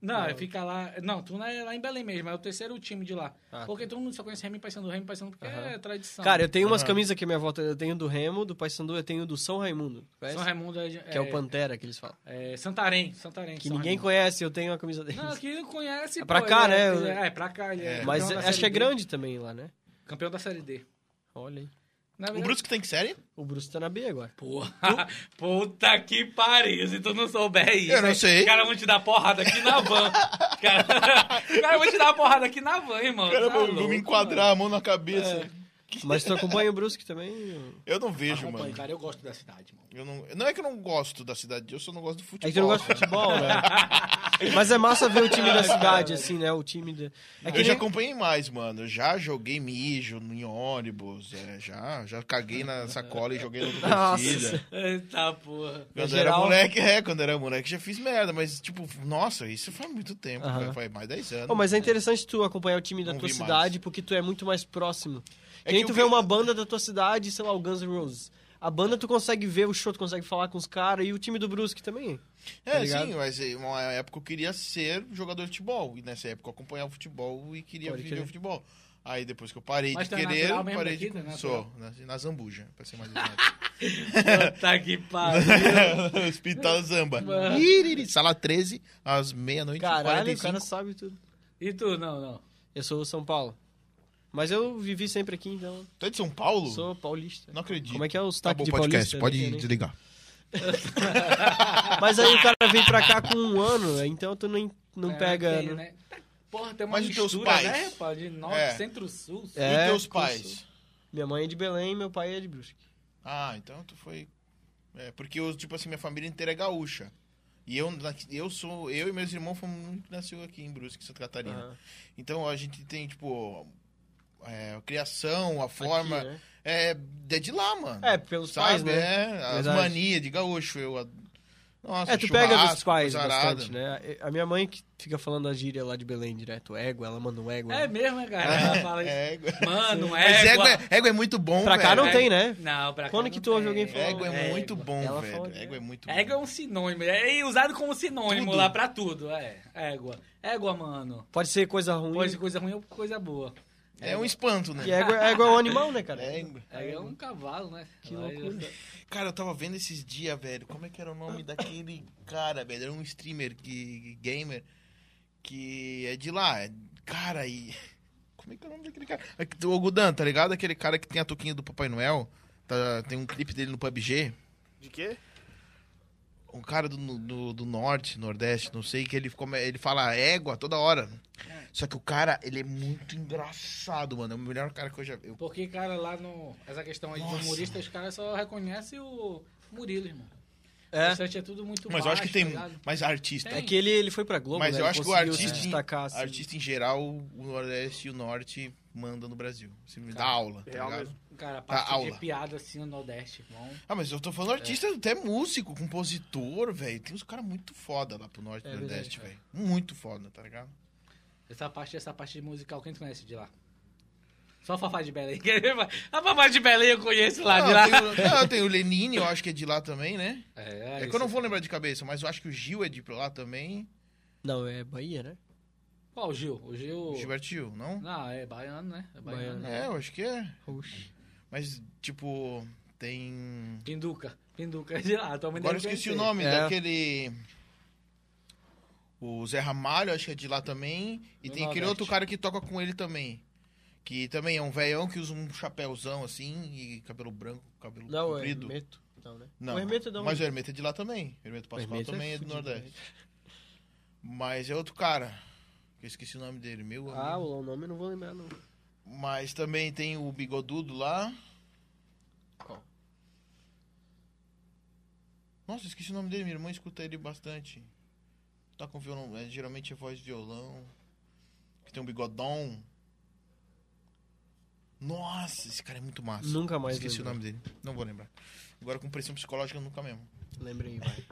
Speaker 4: Não, fica lá... Não, Tuna é lá em Belém mesmo. É o terceiro time de lá.
Speaker 1: Ah,
Speaker 4: porque todo mundo só conhece Remy Paysandu. Remy Paysandu porque é
Speaker 1: Aham.
Speaker 4: tradição.
Speaker 1: Cara, eu tenho umas
Speaker 2: Aham.
Speaker 1: camisas que minha avó tem. Eu tenho do Remo, do Paysandu, eu tenho do São Raimundo.
Speaker 4: São
Speaker 1: Conhece?
Speaker 4: Raimundo é...
Speaker 1: Que é o Pantera que eles falam.
Speaker 4: é, Santarém. Santarém.
Speaker 1: Que
Speaker 4: São
Speaker 1: ninguém
Speaker 4: Raimundo.
Speaker 1: conhece, eu tenho a camisa deles.
Speaker 4: Não, que não conhece,
Speaker 1: É pra
Speaker 4: pô,
Speaker 1: cá,
Speaker 4: ele é-
Speaker 1: né?
Speaker 4: ele É, é pra cá. Ele é campeão
Speaker 1: Mas
Speaker 4: da
Speaker 1: acho
Speaker 4: Série
Speaker 1: que é
Speaker 4: D.
Speaker 1: grande também lá, né?
Speaker 4: Campeão da Série D.
Speaker 1: Olha aí.
Speaker 2: O
Speaker 4: Na verdade-
Speaker 2: Brusque tem que série?
Speaker 1: O Bruce tá na B agora.
Speaker 4: Porra, puta que pariu. Se tu não souber isso,
Speaker 2: Eu não
Speaker 4: hein,
Speaker 2: sei.
Speaker 4: Os caras vão te dar porrada aqui na van. Os caras cara vão te dar porrada aqui na van, irmão.
Speaker 2: Cara,
Speaker 4: Tá
Speaker 2: vou, vou
Speaker 4: louco,
Speaker 2: me enquadrar a mão na cabeça.
Speaker 1: É. Mas tu acompanha o Brusque também? ou-
Speaker 2: Eu não
Speaker 4: mano.
Speaker 2: vejo,
Speaker 4: Acompanha,
Speaker 2: mano.
Speaker 4: cara, eu gosto da cidade, mano.
Speaker 2: Eu não, não é que eu não gosto da cidade, eu só não gosto do futebol.
Speaker 1: É que tu não gosta de futebol, né? Mas é massa ver o time da cidade, assim, né? O time da... É que
Speaker 2: eu já
Speaker 1: nem...
Speaker 2: acompanhei mais, mano. Eu já joguei mijo em ônibus, é, já, já caguei na sacola e joguei na
Speaker 1: Nossa.
Speaker 2: torcida.
Speaker 4: Eita porra.
Speaker 2: Quando
Speaker 1: Em geral- né?
Speaker 2: era moleque, é, quando era moleque já fiz merda, mas tipo, nossa, isso faz muito tempo,
Speaker 1: Aham.
Speaker 2: cara, faz mais 10 anos.
Speaker 1: Oh, mas é interessante tu acompanhar o time da
Speaker 2: Não
Speaker 1: tua
Speaker 2: vi mais.
Speaker 1: cidade, porque tu é muito mais próximo.
Speaker 2: É
Speaker 1: que nem
Speaker 2: que
Speaker 1: tu
Speaker 2: eu
Speaker 1: vê
Speaker 2: vi-
Speaker 1: uma banda da tua cidade, sei lá, o Guns N' Roses. A banda tu consegue ver o show, tu consegue falar com os caras, e o time do Brusque também. tá
Speaker 2: É,
Speaker 1: ligado?
Speaker 2: sim, mas em uma época eu queria ser jogador de futebol. E nessa época eu acompanhava o futebol e queria
Speaker 1: Pode
Speaker 2: viver
Speaker 1: crer.
Speaker 2: o futebol. Aí depois que eu parei
Speaker 4: Mas
Speaker 2: de
Speaker 4: tu é
Speaker 2: querer,
Speaker 4: natural mesmo
Speaker 2: parei
Speaker 4: daqui, tu é
Speaker 2: de...
Speaker 4: natural?
Speaker 2: Sou, nasci na Zambuja, pra ser mais
Speaker 4: Puta que pariu.
Speaker 2: exato. Hospital Zamba. Iriri, Sala 13, às meia-noite e
Speaker 1: Caralho, o
Speaker 2: 45.
Speaker 1: cara sabe tudo.
Speaker 4: E tu, não, não.
Speaker 1: Eu sou do São Paulo. Mas eu vivi sempre aqui, então
Speaker 2: Tu é de São Paulo?
Speaker 1: sou paulista.
Speaker 2: Não acredito.
Speaker 1: Como é que é o sotaque
Speaker 2: Tá bom,
Speaker 1: de
Speaker 2: podcast,
Speaker 1: paulista? né?
Speaker 2: pode
Speaker 1: Não sei nem.
Speaker 2: desligar.
Speaker 1: Mas aí o cara veio pra cá com um ano, então tu nem, não
Speaker 4: É,
Speaker 1: pega...
Speaker 4: tem,
Speaker 1: não-
Speaker 4: né? Porra, tem uma
Speaker 2: Mas os teus
Speaker 4: mistura,
Speaker 2: pais?
Speaker 4: né, pá? De norte,
Speaker 2: É.
Speaker 4: centro-sul.
Speaker 1: É.
Speaker 2: e teus
Speaker 1: curso.
Speaker 2: pais?
Speaker 1: Minha mãe é de Belém e meu pai é de Brusque.
Speaker 2: Ah, então tu foi... É, porque eu, tipo assim, minha família inteira é gaúcha. E eu, eu sou... Eu e meus irmãos fomos o único que nasceu aqui em Brusque, Santa Catarina.
Speaker 1: Aham.
Speaker 2: Então a gente tem, tipo, é, a criação, a
Speaker 1: Aqui,
Speaker 2: forma.
Speaker 1: né?
Speaker 2: é, é de lá, mano.
Speaker 1: É, pelos
Speaker 2: Sabe?
Speaker 1: pais, né?
Speaker 2: É, as
Speaker 1: Verdade.
Speaker 2: manias de gaúcho. Eu, a- Nossa,
Speaker 1: É, tu pega dos
Speaker 2: churrasco,
Speaker 1: pais
Speaker 2: coisa arada.
Speaker 1: bastante, né? A minha mãe que fica falando a gíria lá de Belém direto, égua, ela manda um égua.
Speaker 4: É mesmo, né, cara? Ela fala isso.
Speaker 2: É, égua.
Speaker 4: Mano,
Speaker 2: Mas
Speaker 4: égua.
Speaker 2: égua, é- égua é muito bom,
Speaker 1: pra cá
Speaker 2: velho.
Speaker 1: não tem, né?
Speaker 4: Não, pra cá
Speaker 1: Quando
Speaker 4: não
Speaker 1: que tu ouve
Speaker 4: tem.
Speaker 1: alguém falar?
Speaker 2: Égua é
Speaker 1: Égua.
Speaker 2: muito bom,
Speaker 1: Ela
Speaker 2: velho.
Speaker 1: fala que é.
Speaker 2: Égua é muito bom.
Speaker 4: Égua é um sinônimo, é usado como sinônimo
Speaker 2: Tudo.
Speaker 4: lá pra tudo, é. Égua. Égua, mano.
Speaker 1: Pode ser coisa ruim.
Speaker 4: Pode ser coisa ruim ou coisa boa.
Speaker 2: É um espanto, né?
Speaker 1: E égua, égua é um animal, né, cara?
Speaker 2: É égua.
Speaker 4: Égua é um cavalo, né?
Speaker 1: Que
Speaker 4: Vai-
Speaker 1: loucura.
Speaker 2: Cara, eu tava vendo esses dias, velho. Como é que era o nome daquele cara, velho? Era um streamer que gamer que é de lá. é- Cara, e como é que é o nome daquele cara? É que- O Ogudan, tá ligado? Aquele cara que tem a touquinha do Papai Noel. Tá- tem um clipe dele no PUBG.
Speaker 3: De quê?
Speaker 2: Um cara do, do, do norte, nordeste, não sei, que ele, come- ele fala égua toda hora. Só que o cara, ele é muito engraçado, mano. É o melhor cara que eu já vi. Eu-
Speaker 4: Porque, cara, lá no. Essa questão aí
Speaker 2: Nossa.
Speaker 4: de humorista, os caras só reconhecem o Murilo, irmão. O
Speaker 1: É.
Speaker 4: restante é tudo muito
Speaker 2: Mas eu acho que
Speaker 4: baixo,
Speaker 2: tem
Speaker 4: tá ligado?
Speaker 2: mais artista.
Speaker 1: É que ele, ele foi pra Globo,
Speaker 2: Mas
Speaker 1: né?
Speaker 2: eu
Speaker 1: Ele
Speaker 2: acho que o
Speaker 1: conseguiu se
Speaker 2: artista,
Speaker 1: destacar, assim.
Speaker 2: artista em geral, o Nordeste e o Norte mandam no Brasil. Você me dá aula, tá
Speaker 3: Real
Speaker 2: ligado?
Speaker 3: mesmo.
Speaker 4: Cara, a parte
Speaker 2: aula.
Speaker 4: de piada assim no Nordeste, irmão.
Speaker 2: Ah, mas eu tô falando artista, até músico, compositor, velho. Tem uns caras muito foda lá pro Norte e
Speaker 1: É
Speaker 2: Nordeste, velho. Muito foda, tá ligado?
Speaker 4: Essa parte, essa parte de musical, quem tu conhece de lá? Só a Fafá de Belém. A Fafá de Belém eu conheço lá de lá.
Speaker 2: Ah, tem, o- ah, tem o Lenine, eu acho que é de lá também, né?
Speaker 4: É,
Speaker 2: É que
Speaker 4: isso.
Speaker 2: eu não vou lembrar de cabeça, mas eu acho que o Gil é de lá também.
Speaker 1: Não, é Bahia, né?
Speaker 4: Qual o Gil? O Gil.
Speaker 2: O Gilberto Gil, não?
Speaker 4: Não, é baiano, né? É baiano.
Speaker 1: Baiano.
Speaker 4: né?
Speaker 2: É, eu acho que é.
Speaker 1: Oxi.
Speaker 2: Mas, tipo, tem.
Speaker 4: Pinduca. Pinduca, sei lá, tua mãe
Speaker 2: Agora eu
Speaker 4: deve
Speaker 2: esqueci o
Speaker 4: conhecer.
Speaker 2: nome
Speaker 1: É.
Speaker 2: daquele. O Zé Ramalho, acho que é de lá também. E
Speaker 4: Do
Speaker 2: tem aquele
Speaker 4: Nordeste.
Speaker 2: outro cara que toca com ele também. Que também é um velhão que usa um chapéuzão assim e cabelo branco, cabelo
Speaker 1: Não, é
Speaker 2: comprido.
Speaker 1: Hermeto. Não, né?
Speaker 2: Não,
Speaker 1: O Hermeto é da
Speaker 2: mas o Hermeto é de lá também. O Hermeto Pascoal
Speaker 1: Hermeto é
Speaker 2: também é, do
Speaker 1: fudido,
Speaker 2: Nordeste. Mas é outro cara. Que eu esqueci o nome dele, meu
Speaker 1: Ah,
Speaker 2: amigo.
Speaker 1: o nome eu não vou lembrar, não.
Speaker 2: Mas também tem o Bigodudo lá.
Speaker 1: Qual?
Speaker 2: Nossa, esqueci o nome dele. Minha irmã escuta ele bastante. Tá com violão. é, geralmente é voz de violão. Que tem um bigodão. Nossa, esse cara é muito massa.
Speaker 1: Nunca mais
Speaker 2: Esqueci
Speaker 1: lembro.
Speaker 2: o nome dele. Não vou lembrar. Agora com pressão psicológica nunca mesmo.
Speaker 1: Lembrei, vai.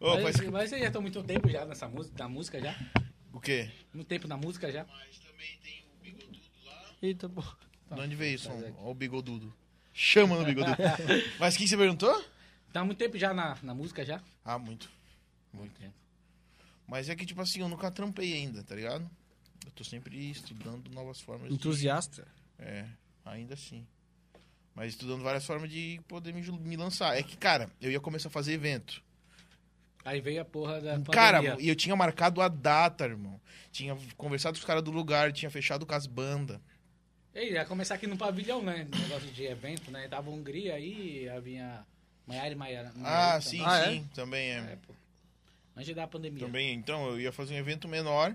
Speaker 2: Ô,
Speaker 4: mas, assim,
Speaker 2: mas-
Speaker 4: mas vocês já estão muito tempo já nessa música, da música já?
Speaker 2: O quê?
Speaker 4: Muito tempo na música já?
Speaker 2: Mas também tem o bigodudo lá.
Speaker 1: Eita, pô.
Speaker 2: De onde veio isso? Ó o bigodudo. Chama no bigodudo. mas quem você perguntou?
Speaker 4: Tá muito tempo já na, na música já?
Speaker 2: Ah, muito. Muito.
Speaker 4: tempo.
Speaker 2: Mas é que, tipo assim, eu nunca trampei ainda, tá ligado? Eu tô sempre estudando novas formas de-
Speaker 1: Entusiasta.
Speaker 2: É, ainda assim. Mas estudando várias formas de poder me, ju- me lançar. É que, cara, eu ia começar a fazer evento. Um
Speaker 4: Aí veio a porra
Speaker 1: É,
Speaker 4: da pandemia.
Speaker 2: Cara, e eu tinha marcado a data, irmão. Tinha conversado com os caras do lugar, tinha fechado com as bandas.
Speaker 4: Ei, ia começar aqui no pavilhão, né? Negócio de evento, né? Tava Hungria aí, a minha Maiara e Maiara.
Speaker 2: Ah,
Speaker 4: Maiara
Speaker 2: sim,
Speaker 1: Ah, é?
Speaker 2: sim, também é.
Speaker 4: também. É, pô. Antes da pandemia.
Speaker 2: Também, então, eu ia fazer um evento menor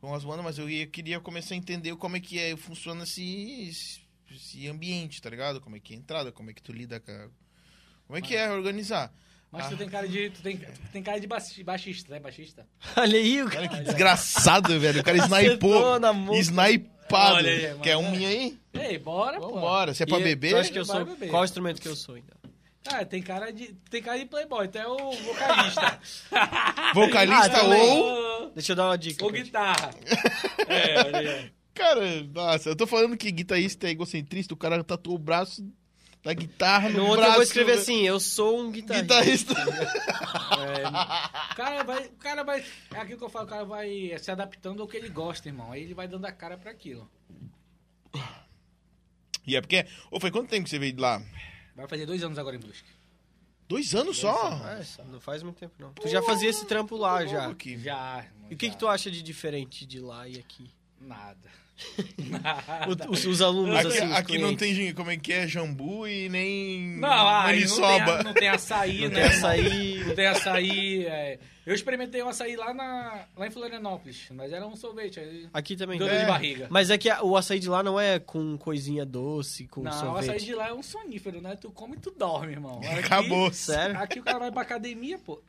Speaker 2: com as bandas, mas eu ia- queria começar a entender como é que é, funciona esse, esse- esse ambiente, tá ligado? Como é que é a entrada, como é que tu lida com a... Como é que é organizar?
Speaker 4: Mas tu
Speaker 2: Ah.
Speaker 4: tem cara de. Tu tem, tu tem cara de baixi- baixista, né? Baixista.
Speaker 1: Olha aí, o cara.
Speaker 2: Olha que desgraçado, velho. O cara snipou.
Speaker 1: Acertou na mão.
Speaker 2: Snipado.
Speaker 4: Olha aí, mano.
Speaker 2: Quer um minha aí?
Speaker 4: Ei, bora, pô.
Speaker 2: Vambora. Se é pra
Speaker 1: E
Speaker 2: beber...
Speaker 1: Tu acha que eu
Speaker 4: Vai
Speaker 1: sou...
Speaker 4: beber.
Speaker 1: Qual instrumento que eu sou então? ainda?
Speaker 4: Ah, tem cara de. tu Tem cara de playboy, tu é o vocalista.
Speaker 2: Vocalista
Speaker 1: Ah, também.
Speaker 2: ou...
Speaker 4: ou.
Speaker 1: Deixa eu dar uma dica.
Speaker 4: Ou
Speaker 1: pra ti.
Speaker 4: guitarra. é, olha aí. ó.
Speaker 2: Cara, nossa. Eu tô falando que guitarrista é egocentrista. O cara tatuou o braço da guitarra no,
Speaker 1: No outro
Speaker 2: braço.
Speaker 1: eu vou escrever
Speaker 2: do-
Speaker 1: assim, eu sou um guitarrista. É,
Speaker 2: Guitarrista.
Speaker 4: O cara vai. O cara vai. É aquilo que eu falo, o cara vai se adaptando ao que ele gosta, irmão. Aí ele vai dando a cara pra aquilo.
Speaker 2: E é porque... Ou foi quanto tempo que você veio de lá?
Speaker 4: Vai fazer dois anos agora em Brusque.
Speaker 2: Dois anos só?
Speaker 1: Ah, isso não faz muito tempo, não. Tu já fazia esse trampo lá, Ah, já.
Speaker 2: Aqui.
Speaker 4: Já, irmão.
Speaker 1: E o que,
Speaker 4: já.
Speaker 1: que tu acha de diferente de lá e aqui?
Speaker 4: Nada. Nada.
Speaker 1: O- os, os alunos,
Speaker 2: Aqui,
Speaker 1: assim, os
Speaker 2: aqui não
Speaker 1: clientes.
Speaker 2: tem gente- como é que é jambu e nem
Speaker 4: Não, ah, não, tem, a-
Speaker 2: maniçoba.
Speaker 4: não tem açaí,
Speaker 1: Não
Speaker 4: né?
Speaker 1: tem açaí.
Speaker 4: Não tem açaí. é. Eu experimentei um açaí lá, na, lá em Florianópolis, mas era um sorvete. aí
Speaker 1: Aqui também.
Speaker 4: Dor
Speaker 1: É.
Speaker 4: de barriga.
Speaker 1: Mas é que a- o açaí de lá não é com coisinha doce, com
Speaker 4: não, o açaí
Speaker 1: sorvete.
Speaker 4: de lá é um sonífero, né? Tu come e tu dorme, irmão. Aqui-
Speaker 2: Acabou.
Speaker 1: Sério?
Speaker 4: Aqui o cara vai pra academia, pô.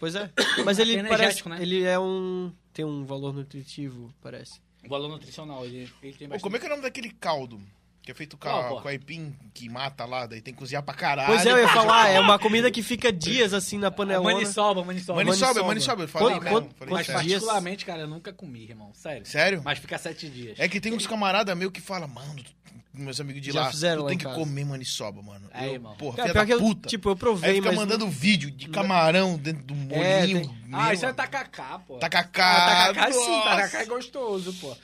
Speaker 1: Pois é. Mas ele parece...
Speaker 4: energético, né?
Speaker 1: Ele é um... Tem um valor nutritivo, parece.
Speaker 4: O valor nutricional, ele, ele tem
Speaker 2: Pô,
Speaker 4: bastante.
Speaker 2: como é que é o nome daquele caldo? Que é feito com,
Speaker 4: Qual,
Speaker 2: a,
Speaker 4: porra?
Speaker 2: com aipim, que mata lá, daí tem que cozinhar pra caralho.
Speaker 1: Pois é, eu ia falar. É uma comida que fica dias, assim, na
Speaker 4: é
Speaker 1: panelona.
Speaker 4: maniçoba, maniçoba.
Speaker 2: Maniçoba,
Speaker 1: Maniçoba.
Speaker 2: maniçoba, eu falei
Speaker 1: Quanto-
Speaker 2: mesmo.
Speaker 1: quanto-
Speaker 2: falei
Speaker 1: quantos
Speaker 4: Mas
Speaker 2: sério.
Speaker 1: dias?
Speaker 4: particularmente, cara, eu nunca comi, irmão. Sério.
Speaker 2: Sério?
Speaker 4: Mas fica sete dias.
Speaker 2: É que tem uns camarada meu que fala, mano, tu- meus amigos de
Speaker 1: Já
Speaker 2: lá,
Speaker 1: fizeram
Speaker 2: tu
Speaker 1: lá
Speaker 2: tem
Speaker 1: em
Speaker 2: que
Speaker 1: casa."
Speaker 2: comer maniçoba, mano.
Speaker 4: É,
Speaker 2: Eu,
Speaker 4: irmão.
Speaker 2: Porra,
Speaker 1: Cara,
Speaker 2: filha
Speaker 1: pior
Speaker 2: da
Speaker 1: que eu,
Speaker 2: puta.
Speaker 1: tipo, eu
Speaker 2: Aí
Speaker 1: provei,
Speaker 2: fica
Speaker 1: mas...
Speaker 2: mandando vídeo de camarão dentro do molinho.
Speaker 1: É,
Speaker 2: meu,
Speaker 4: Ah, isso é
Speaker 2: mano.
Speaker 4: tacacá, pô.
Speaker 2: Tacacá.
Speaker 4: Ah, tacacá sim, tacacá é
Speaker 2: nossa.
Speaker 4: gostoso, pô.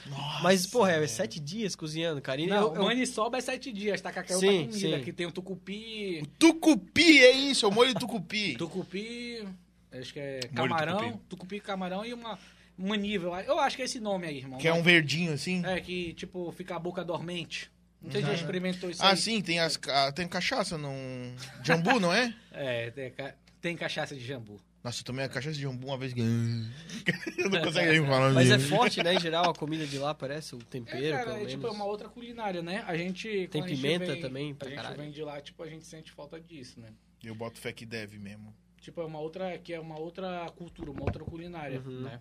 Speaker 1: Mas, porra, é sete dias cozinhando, cara. E
Speaker 4: Não,
Speaker 1: eu- eu-
Speaker 4: maniçoba é sete dias, tacacá é outra
Speaker 1: Sim,
Speaker 4: comida,
Speaker 1: sim.
Speaker 4: que tem o tucupi,
Speaker 2: Tucupi, é isso, é o molho tucupi.
Speaker 4: tucupi, acho que é
Speaker 2: Molho
Speaker 4: camarão,
Speaker 2: tucupi.
Speaker 4: tucupi. camarão e uma manível, eu acho que é esse nome aí, irmão.
Speaker 2: Que é um verdinho assim.
Speaker 4: É, que tipo, fica a boca dormente. Não sei se já experimentou isso
Speaker 2: Ah,
Speaker 4: aí.
Speaker 2: sim, tem, as, ca- tem cachaça num. Jambu, não é?
Speaker 4: É, tem, ca- tem cachaça de jambu.
Speaker 2: Nossa, eu tomei a cachaça de jambu uma vez que. Eu não consigo nem falar.
Speaker 1: Mas é
Speaker 2: disso.
Speaker 1: forte, né, em geral, a comida de lá parece, o tempero,
Speaker 4: É, cara,
Speaker 1: pelo
Speaker 4: é
Speaker 1: menos.
Speaker 4: tipo, é uma outra culinária, né? A gente...
Speaker 1: Tem
Speaker 4: quando a gente
Speaker 1: pimenta
Speaker 4: vem-
Speaker 1: também, pra
Speaker 4: A gente
Speaker 1: caralho.
Speaker 4: vem de lá, tipo, a gente sente falta disso, né?
Speaker 2: Eu boto fé que deve mesmo.
Speaker 4: Tipo, é uma outra. Que é uma outra cultura, uma outra culinária,
Speaker 1: Uhum.
Speaker 4: né?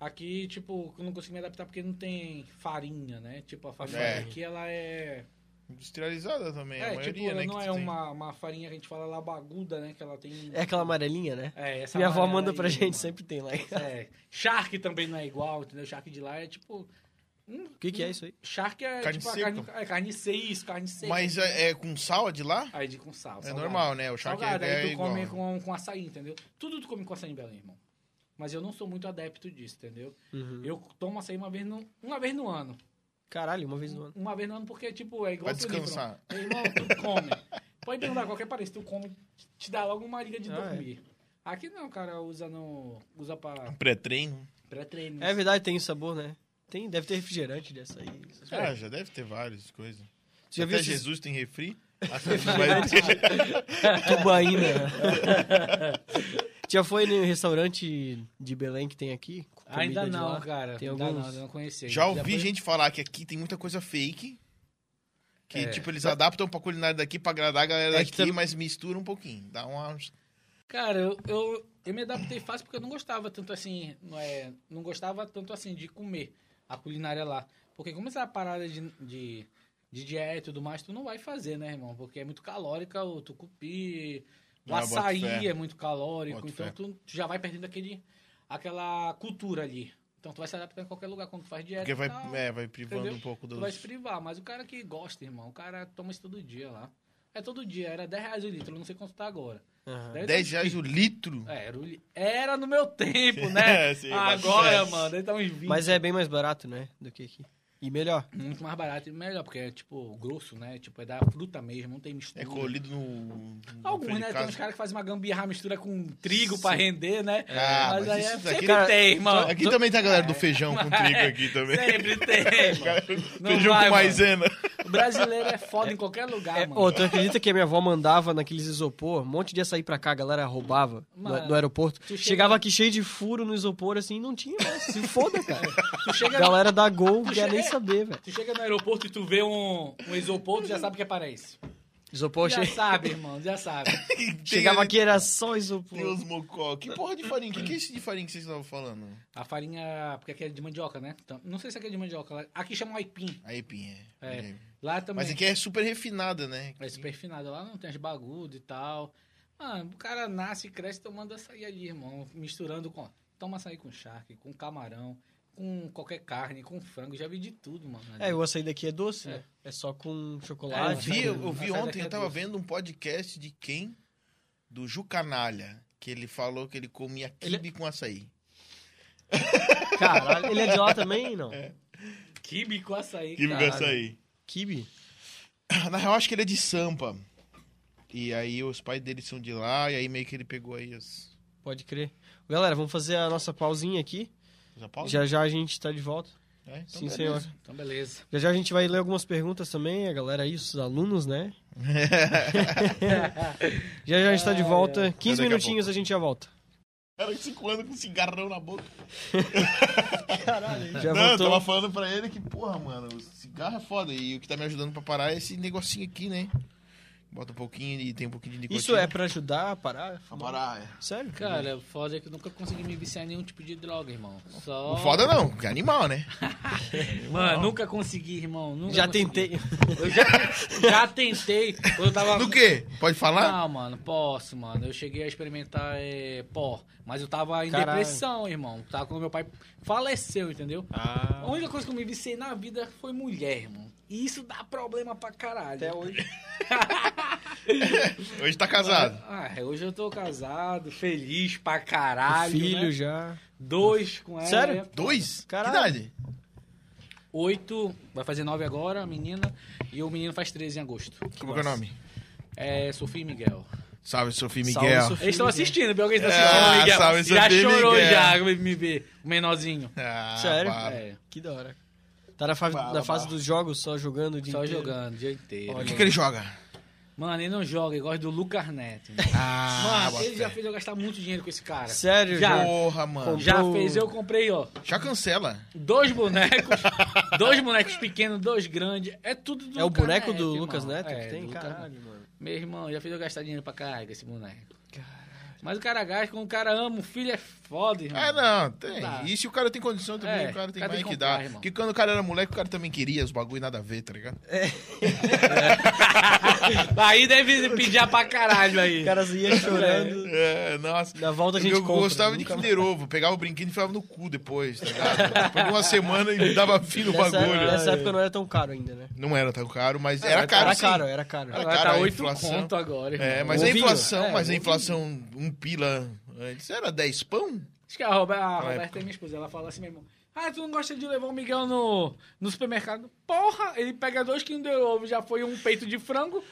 Speaker 4: Aqui, tipo, eu não consigo me adaptar porque não tem farinha, né? Tipo, a farinha
Speaker 2: É.
Speaker 4: aqui, ela é.
Speaker 2: Industrializada também, a
Speaker 4: é,
Speaker 2: maioria,
Speaker 4: tipo, ela
Speaker 2: né?
Speaker 4: não
Speaker 2: que
Speaker 4: é
Speaker 2: tu tem.
Speaker 4: uma, uma farinha que a gente fala lá baguda, né? Que ela tem.
Speaker 1: É aquela amarelinha, né?
Speaker 4: É, essa
Speaker 1: Minha avó
Speaker 4: amarela
Speaker 1: manda
Speaker 4: aí,
Speaker 1: pra gente,
Speaker 4: mano.
Speaker 1: sempre tem lá.
Speaker 4: É. Shark também não é igual, entendeu? Shark de lá é tipo.
Speaker 1: O que que é isso aí?
Speaker 4: Shark é
Speaker 2: Carne
Speaker 4: tipo a
Speaker 2: seca.
Speaker 4: carne, é, carne seca, isso, carne seca.
Speaker 2: Mas é, é com sal a de lá?
Speaker 4: Aí de com sal.
Speaker 2: É
Speaker 4: salgado.
Speaker 2: normal, né? O charque
Speaker 4: Salgado,
Speaker 2: é,
Speaker 4: aí
Speaker 2: é
Speaker 4: tu
Speaker 2: igual.
Speaker 4: come com, com açaí, entendeu? Tudo tu come com açaí em Belém, irmão. Mas eu não sou muito adepto disso, entendeu? Eu tomo açaí uma vez no, uma vez no ano.
Speaker 1: Caralho, uma vez no ano.
Speaker 4: Uma vez no ano porque, tipo, é
Speaker 2: Pra
Speaker 4: igual tu, né, irmão?
Speaker 2: descansar.
Speaker 4: Meu irmão, tu come. Pode perguntar qualquer parente, tu come, te dá logo uma liga de
Speaker 1: Ah, é.
Speaker 4: dormir. Aqui não, cara, usa não. Usa pra
Speaker 2: um Pré-treino.
Speaker 4: pré-treino.
Speaker 1: É verdade, tem sabor, né? Tem, deve ter refrigerante dessa aí. Você
Speaker 2: Ah, já deve ter várias coisas.
Speaker 1: já viu
Speaker 2: Até
Speaker 1: esses
Speaker 2: Jesus tem refri. Assim, vai ter.
Speaker 1: tubaína? já foi no restaurante de Belém que tem aqui? Comida
Speaker 4: Ainda
Speaker 1: de
Speaker 4: não,
Speaker 1: lá?
Speaker 4: cara.
Speaker 1: Tem
Speaker 4: ainda
Speaker 1: alguns?
Speaker 4: não, não conheci.
Speaker 2: Já ouvi
Speaker 4: foi-
Speaker 2: gente falar que aqui tem muita coisa fake. Que,
Speaker 4: É.
Speaker 2: tipo, eles adaptam pra culinária daqui pra agradar a galera
Speaker 1: É que
Speaker 2: daqui,
Speaker 1: tam-
Speaker 2: mas mistura um pouquinho. Dá uma...
Speaker 4: Cara, eu, eu, eu me adaptei fácil porque eu não gostava tanto assim, não, é, não gostava tanto assim de comer a culinária lá. Porque como essa parada de, de, de dieta e tudo mais, tu não vai fazer, né, irmão? Porque é muito calórica o tucupi, o
Speaker 2: Ah, boto
Speaker 4: açaí
Speaker 2: fé.
Speaker 4: é muito calórico,
Speaker 2: Boto
Speaker 4: então
Speaker 2: fé.
Speaker 4: tu, tu já vai perdendo aquele, aquela cultura ali. Então tu vai se adaptar em qualquer lugar quando tu faz dieta.
Speaker 2: Porque vai,
Speaker 4: tá?
Speaker 2: é, vai privando
Speaker 4: Entendeu?
Speaker 2: um pouco
Speaker 4: Tu vai se
Speaker 2: dos...
Speaker 4: privar, mas o cara que gosta, irmão, o cara toma isso todo dia lá. É todo dia, era 10 reais o litro, eu não sei quanto tá agora.
Speaker 1: Aham.
Speaker 2: 10 reais o litro.
Speaker 4: É, Era, o li- era no meu tempo, né?
Speaker 2: É, sim,
Speaker 4: Agora,
Speaker 2: bastante.
Speaker 4: mano, ele tá uns 20.
Speaker 1: Mas é bem mais barato, né? Do que aqui. E melhor.
Speaker 2: é
Speaker 4: Muito mais barato e melhor, porque é, tipo, grosso, né? Tipo, é da fruta mesmo, não tem mistura.
Speaker 2: É colhido no... no
Speaker 4: Alguns,
Speaker 2: freio
Speaker 4: né?
Speaker 2: de
Speaker 4: Tem
Speaker 2: casa.
Speaker 4: uns caras que fazem uma gambiarra, mistura com trigo pra render, né?
Speaker 2: Ah,
Speaker 4: mas
Speaker 2: mas
Speaker 4: aí
Speaker 2: isso
Speaker 4: é...
Speaker 2: daqui-
Speaker 4: sempre
Speaker 1: Cara,
Speaker 4: tem, irmão.
Speaker 2: Aqui também tá a galera do feijão com trigo aqui também.
Speaker 4: É. Sempre tem, mano. Não
Speaker 2: feijão
Speaker 4: vai,
Speaker 2: com maisena.
Speaker 4: mano. O brasileiro é foda em qualquer lugar,
Speaker 1: É,
Speaker 4: mano.
Speaker 1: ô, tu acredita que a minha avó mandava naqueles isopor, um monte de açaí pra cá, a galera roubava no-
Speaker 4: Mano,
Speaker 1: no aeroporto.
Speaker 4: tu chega-
Speaker 1: Chegava aqui cheio de furo no isopor, assim, não tinha mais. Se foda, cara.
Speaker 4: Tu chega- é.
Speaker 1: Galera da Gol,
Speaker 4: Tu
Speaker 1: quer nem
Speaker 4: chega-
Speaker 1: saber, velho.
Speaker 4: Tu chega no aeroporto e tu vê um, um isopor, tu já sabe que é paraíso.
Speaker 1: Isopor,
Speaker 4: Já
Speaker 1: che...
Speaker 4: sabe, irmão, já sabe.
Speaker 1: chegava
Speaker 2: Tem-
Speaker 1: aqui, era só isopor.
Speaker 2: Tem os mocó. Que porra de farinha? Que que é esse de farinha que vocês estavam falando?
Speaker 4: A farinha, porque aqui é de mandioca, né? Então, não sei se aqui é de mandioca. lá- Aqui chama aipim.
Speaker 2: Aí, pinha.
Speaker 4: É. Lá também
Speaker 2: Mas aqui é super refinada, né?
Speaker 4: é super finado. Lá não tem as bagulho e tal. Mano, o cara nasce e cresce tomando açaí ali, irmão. Misturando com... Toma açaí com charque, com camarão, com qualquer carne, com frango. Já vi de tudo, mano. ali.
Speaker 1: É, o açaí daqui é doce,
Speaker 4: É.
Speaker 1: né? É só com
Speaker 4: É,
Speaker 2: Eu
Speaker 1: chocolate.
Speaker 2: vi, eu vi
Speaker 4: Essa daqui
Speaker 2: ontem,
Speaker 4: é
Speaker 2: eu tava
Speaker 4: doce.
Speaker 2: vendo um podcast de quem? Do Ju Canalha. Que ele falou que ele comia
Speaker 1: Ele- é
Speaker 2: kibe com açaí.
Speaker 1: Caralho, ele é de lá também, não?
Speaker 2: É.
Speaker 4: Kibe com açaí, cara.
Speaker 2: açaí.
Speaker 1: Kibe?
Speaker 2: Na real, acho que ele é de Sampa. E aí os pais dele são de lá, e aí meio que ele pegou aí as...
Speaker 1: Pode crer. Galera, vamos fazer a nossa pausinha aqui.
Speaker 2: Já pausa?
Speaker 1: Já já a gente tá de volta.
Speaker 2: É, então
Speaker 1: Sim,
Speaker 2: beleza.
Speaker 1: senhor.
Speaker 4: Então, beleza.
Speaker 1: Já já a gente vai ler algumas perguntas também, a galera aí, os alunos, né? Já já a gente tá de volta. 15
Speaker 2: Daqui a
Speaker 1: minutinhos a, gente já volta.
Speaker 2: Era cinco anos com um cigarrão na boca.
Speaker 1: Já
Speaker 2: Não, eu
Speaker 1: voltou.
Speaker 2: tava falando pra ele que, porra, mano, o cigarro é foda. E o que tá me ajudando pra parar é esse negocinho aqui, né? Bota um pouquinho e tem um pouquinho de nicotina.
Speaker 1: Isso é pra ajudar a parar?
Speaker 2: Pra parar, é.
Speaker 1: Sério?
Speaker 4: Cara, foda é que eu nunca consegui me viciar em nenhum tipo de droga, irmão. Só...
Speaker 2: Não foda não, que é animal, né?
Speaker 4: Mano, nunca consegui, irmão. Nunca
Speaker 1: Já
Speaker 4: consegui.
Speaker 1: tentei.
Speaker 4: Eu já, já tentei. Quando eu tava.
Speaker 2: Do quê? Pode falar?
Speaker 4: Não, mano, posso, mano. Eu cheguei a experimentar é, pó, mas eu tava em
Speaker 1: Caralho.
Speaker 4: depressão, irmão. Tava quando meu pai faleceu, entendeu? A
Speaker 1: Ah,
Speaker 4: única coisa que eu me viciei na vida foi mulher, irmão. E isso dá problema pra caralho.
Speaker 1: até hoje.
Speaker 2: Hoje tá casado.
Speaker 4: Ah, hoje eu tô casado, feliz pra caralho.
Speaker 1: Filho
Speaker 4: né?
Speaker 1: já.
Speaker 4: Dois com ela.
Speaker 1: Sério?
Speaker 4: né?
Speaker 2: Dois?
Speaker 1: Caralho.
Speaker 2: Que idade?
Speaker 4: Oito, vai fazer nove agora, a menina. E o menino faz 13 em agosto.
Speaker 2: Como que é o nome?
Speaker 4: É Sofia e Miguel.
Speaker 2: Salve, Sofia
Speaker 1: Salve,
Speaker 2: Miguel.
Speaker 1: Sofia.
Speaker 4: Eles estão assistindo, viu? Alguém
Speaker 1: É,
Speaker 4: está
Speaker 2: Ah,
Speaker 4: assistindo.
Speaker 2: salve,
Speaker 4: já
Speaker 2: Sofia
Speaker 4: chorou
Speaker 2: Miguel.
Speaker 4: já, me ver. O menorzinho.
Speaker 2: Ah,
Speaker 1: Sério?
Speaker 2: para.
Speaker 4: É,
Speaker 1: Que da hora. Tá na, fa-
Speaker 2: Fala,
Speaker 1: na fase
Speaker 2: fala.
Speaker 1: dos jogos, só jogando de.
Speaker 4: só jogando o dia inteiro.
Speaker 2: O que, que ele joga?
Speaker 4: Mano, ele não joga, ele gosta do Lucas Neto.
Speaker 2: Ah,
Speaker 4: Mano, ele
Speaker 2: bota
Speaker 4: já
Speaker 2: fé.
Speaker 4: fez eu gastar muito dinheiro com esse cara.
Speaker 1: Sério?
Speaker 4: Já.
Speaker 2: Porra, mano.
Speaker 1: Com-
Speaker 4: Já
Speaker 1: Comprou-
Speaker 4: fez, eu comprei, ó,
Speaker 2: Já cancela.
Speaker 4: dois bonecos, dois bonecos pequenos, dois grandes, é tudo do
Speaker 1: É o
Speaker 4: Lucas
Speaker 1: boneco
Speaker 4: Neto,
Speaker 1: do
Speaker 4: irmão.
Speaker 1: Lucas Neto
Speaker 4: É,
Speaker 1: que
Speaker 4: do
Speaker 1: tem?
Speaker 4: Lucas Neto.
Speaker 1: Caralho, mano.
Speaker 4: Meu irmão, já fez eu gastar dinheiro pra caralho com esse boneco. Mas o cara gasta, quando o cara ama, o filho é foda, irmão.
Speaker 2: Ah, não, tem.
Speaker 4: dá.
Speaker 2: E se o cara tem condição também,
Speaker 4: É,
Speaker 2: o cara tem
Speaker 4: o cara
Speaker 2: mais
Speaker 4: tem
Speaker 2: que
Speaker 4: que comprar,
Speaker 2: dar.
Speaker 4: irmão.
Speaker 2: Porque quando o cara era moleque, o cara também queria os bagulho nada a ver, tá ligado?
Speaker 4: Aí deve pedir pra caralho aí.
Speaker 1: O cara ia chorando.
Speaker 2: É, nossa.
Speaker 1: Na volta a gente
Speaker 2: eu
Speaker 1: compra,
Speaker 2: gostava de
Speaker 1: nunca
Speaker 2: Kinder Ovo, pegava o brinquedo e enfiava no cu depois, tá ligado? depois de uma semana e dava fim no
Speaker 1: Nessa,
Speaker 2: bagulho.
Speaker 1: nessa época não era tão caro ainda, né?
Speaker 2: Não era tão caro, mas era caro,
Speaker 1: Era
Speaker 2: sim.
Speaker 1: caro, era caro.
Speaker 2: Era
Speaker 4: Agora
Speaker 2: cara,
Speaker 4: tá
Speaker 2: a
Speaker 4: 8
Speaker 2: inflação.
Speaker 4: conto agora, irmão.
Speaker 2: É, mas
Speaker 1: Ovinho.
Speaker 2: a inflação, é,
Speaker 4: É,
Speaker 2: mas a
Speaker 4: ovinho.
Speaker 2: inflação, um pila antes era 10 pão?
Speaker 4: Acho que a, Roba- a
Speaker 2: Vai,
Speaker 4: Roberta é minha esposa. Ela fala assim, meu irmão. Ah, tu não gosta de levar o Miguel no, no supermercado? Porra! Ele pega dois Kinder Ovo, já foi um peito de frango.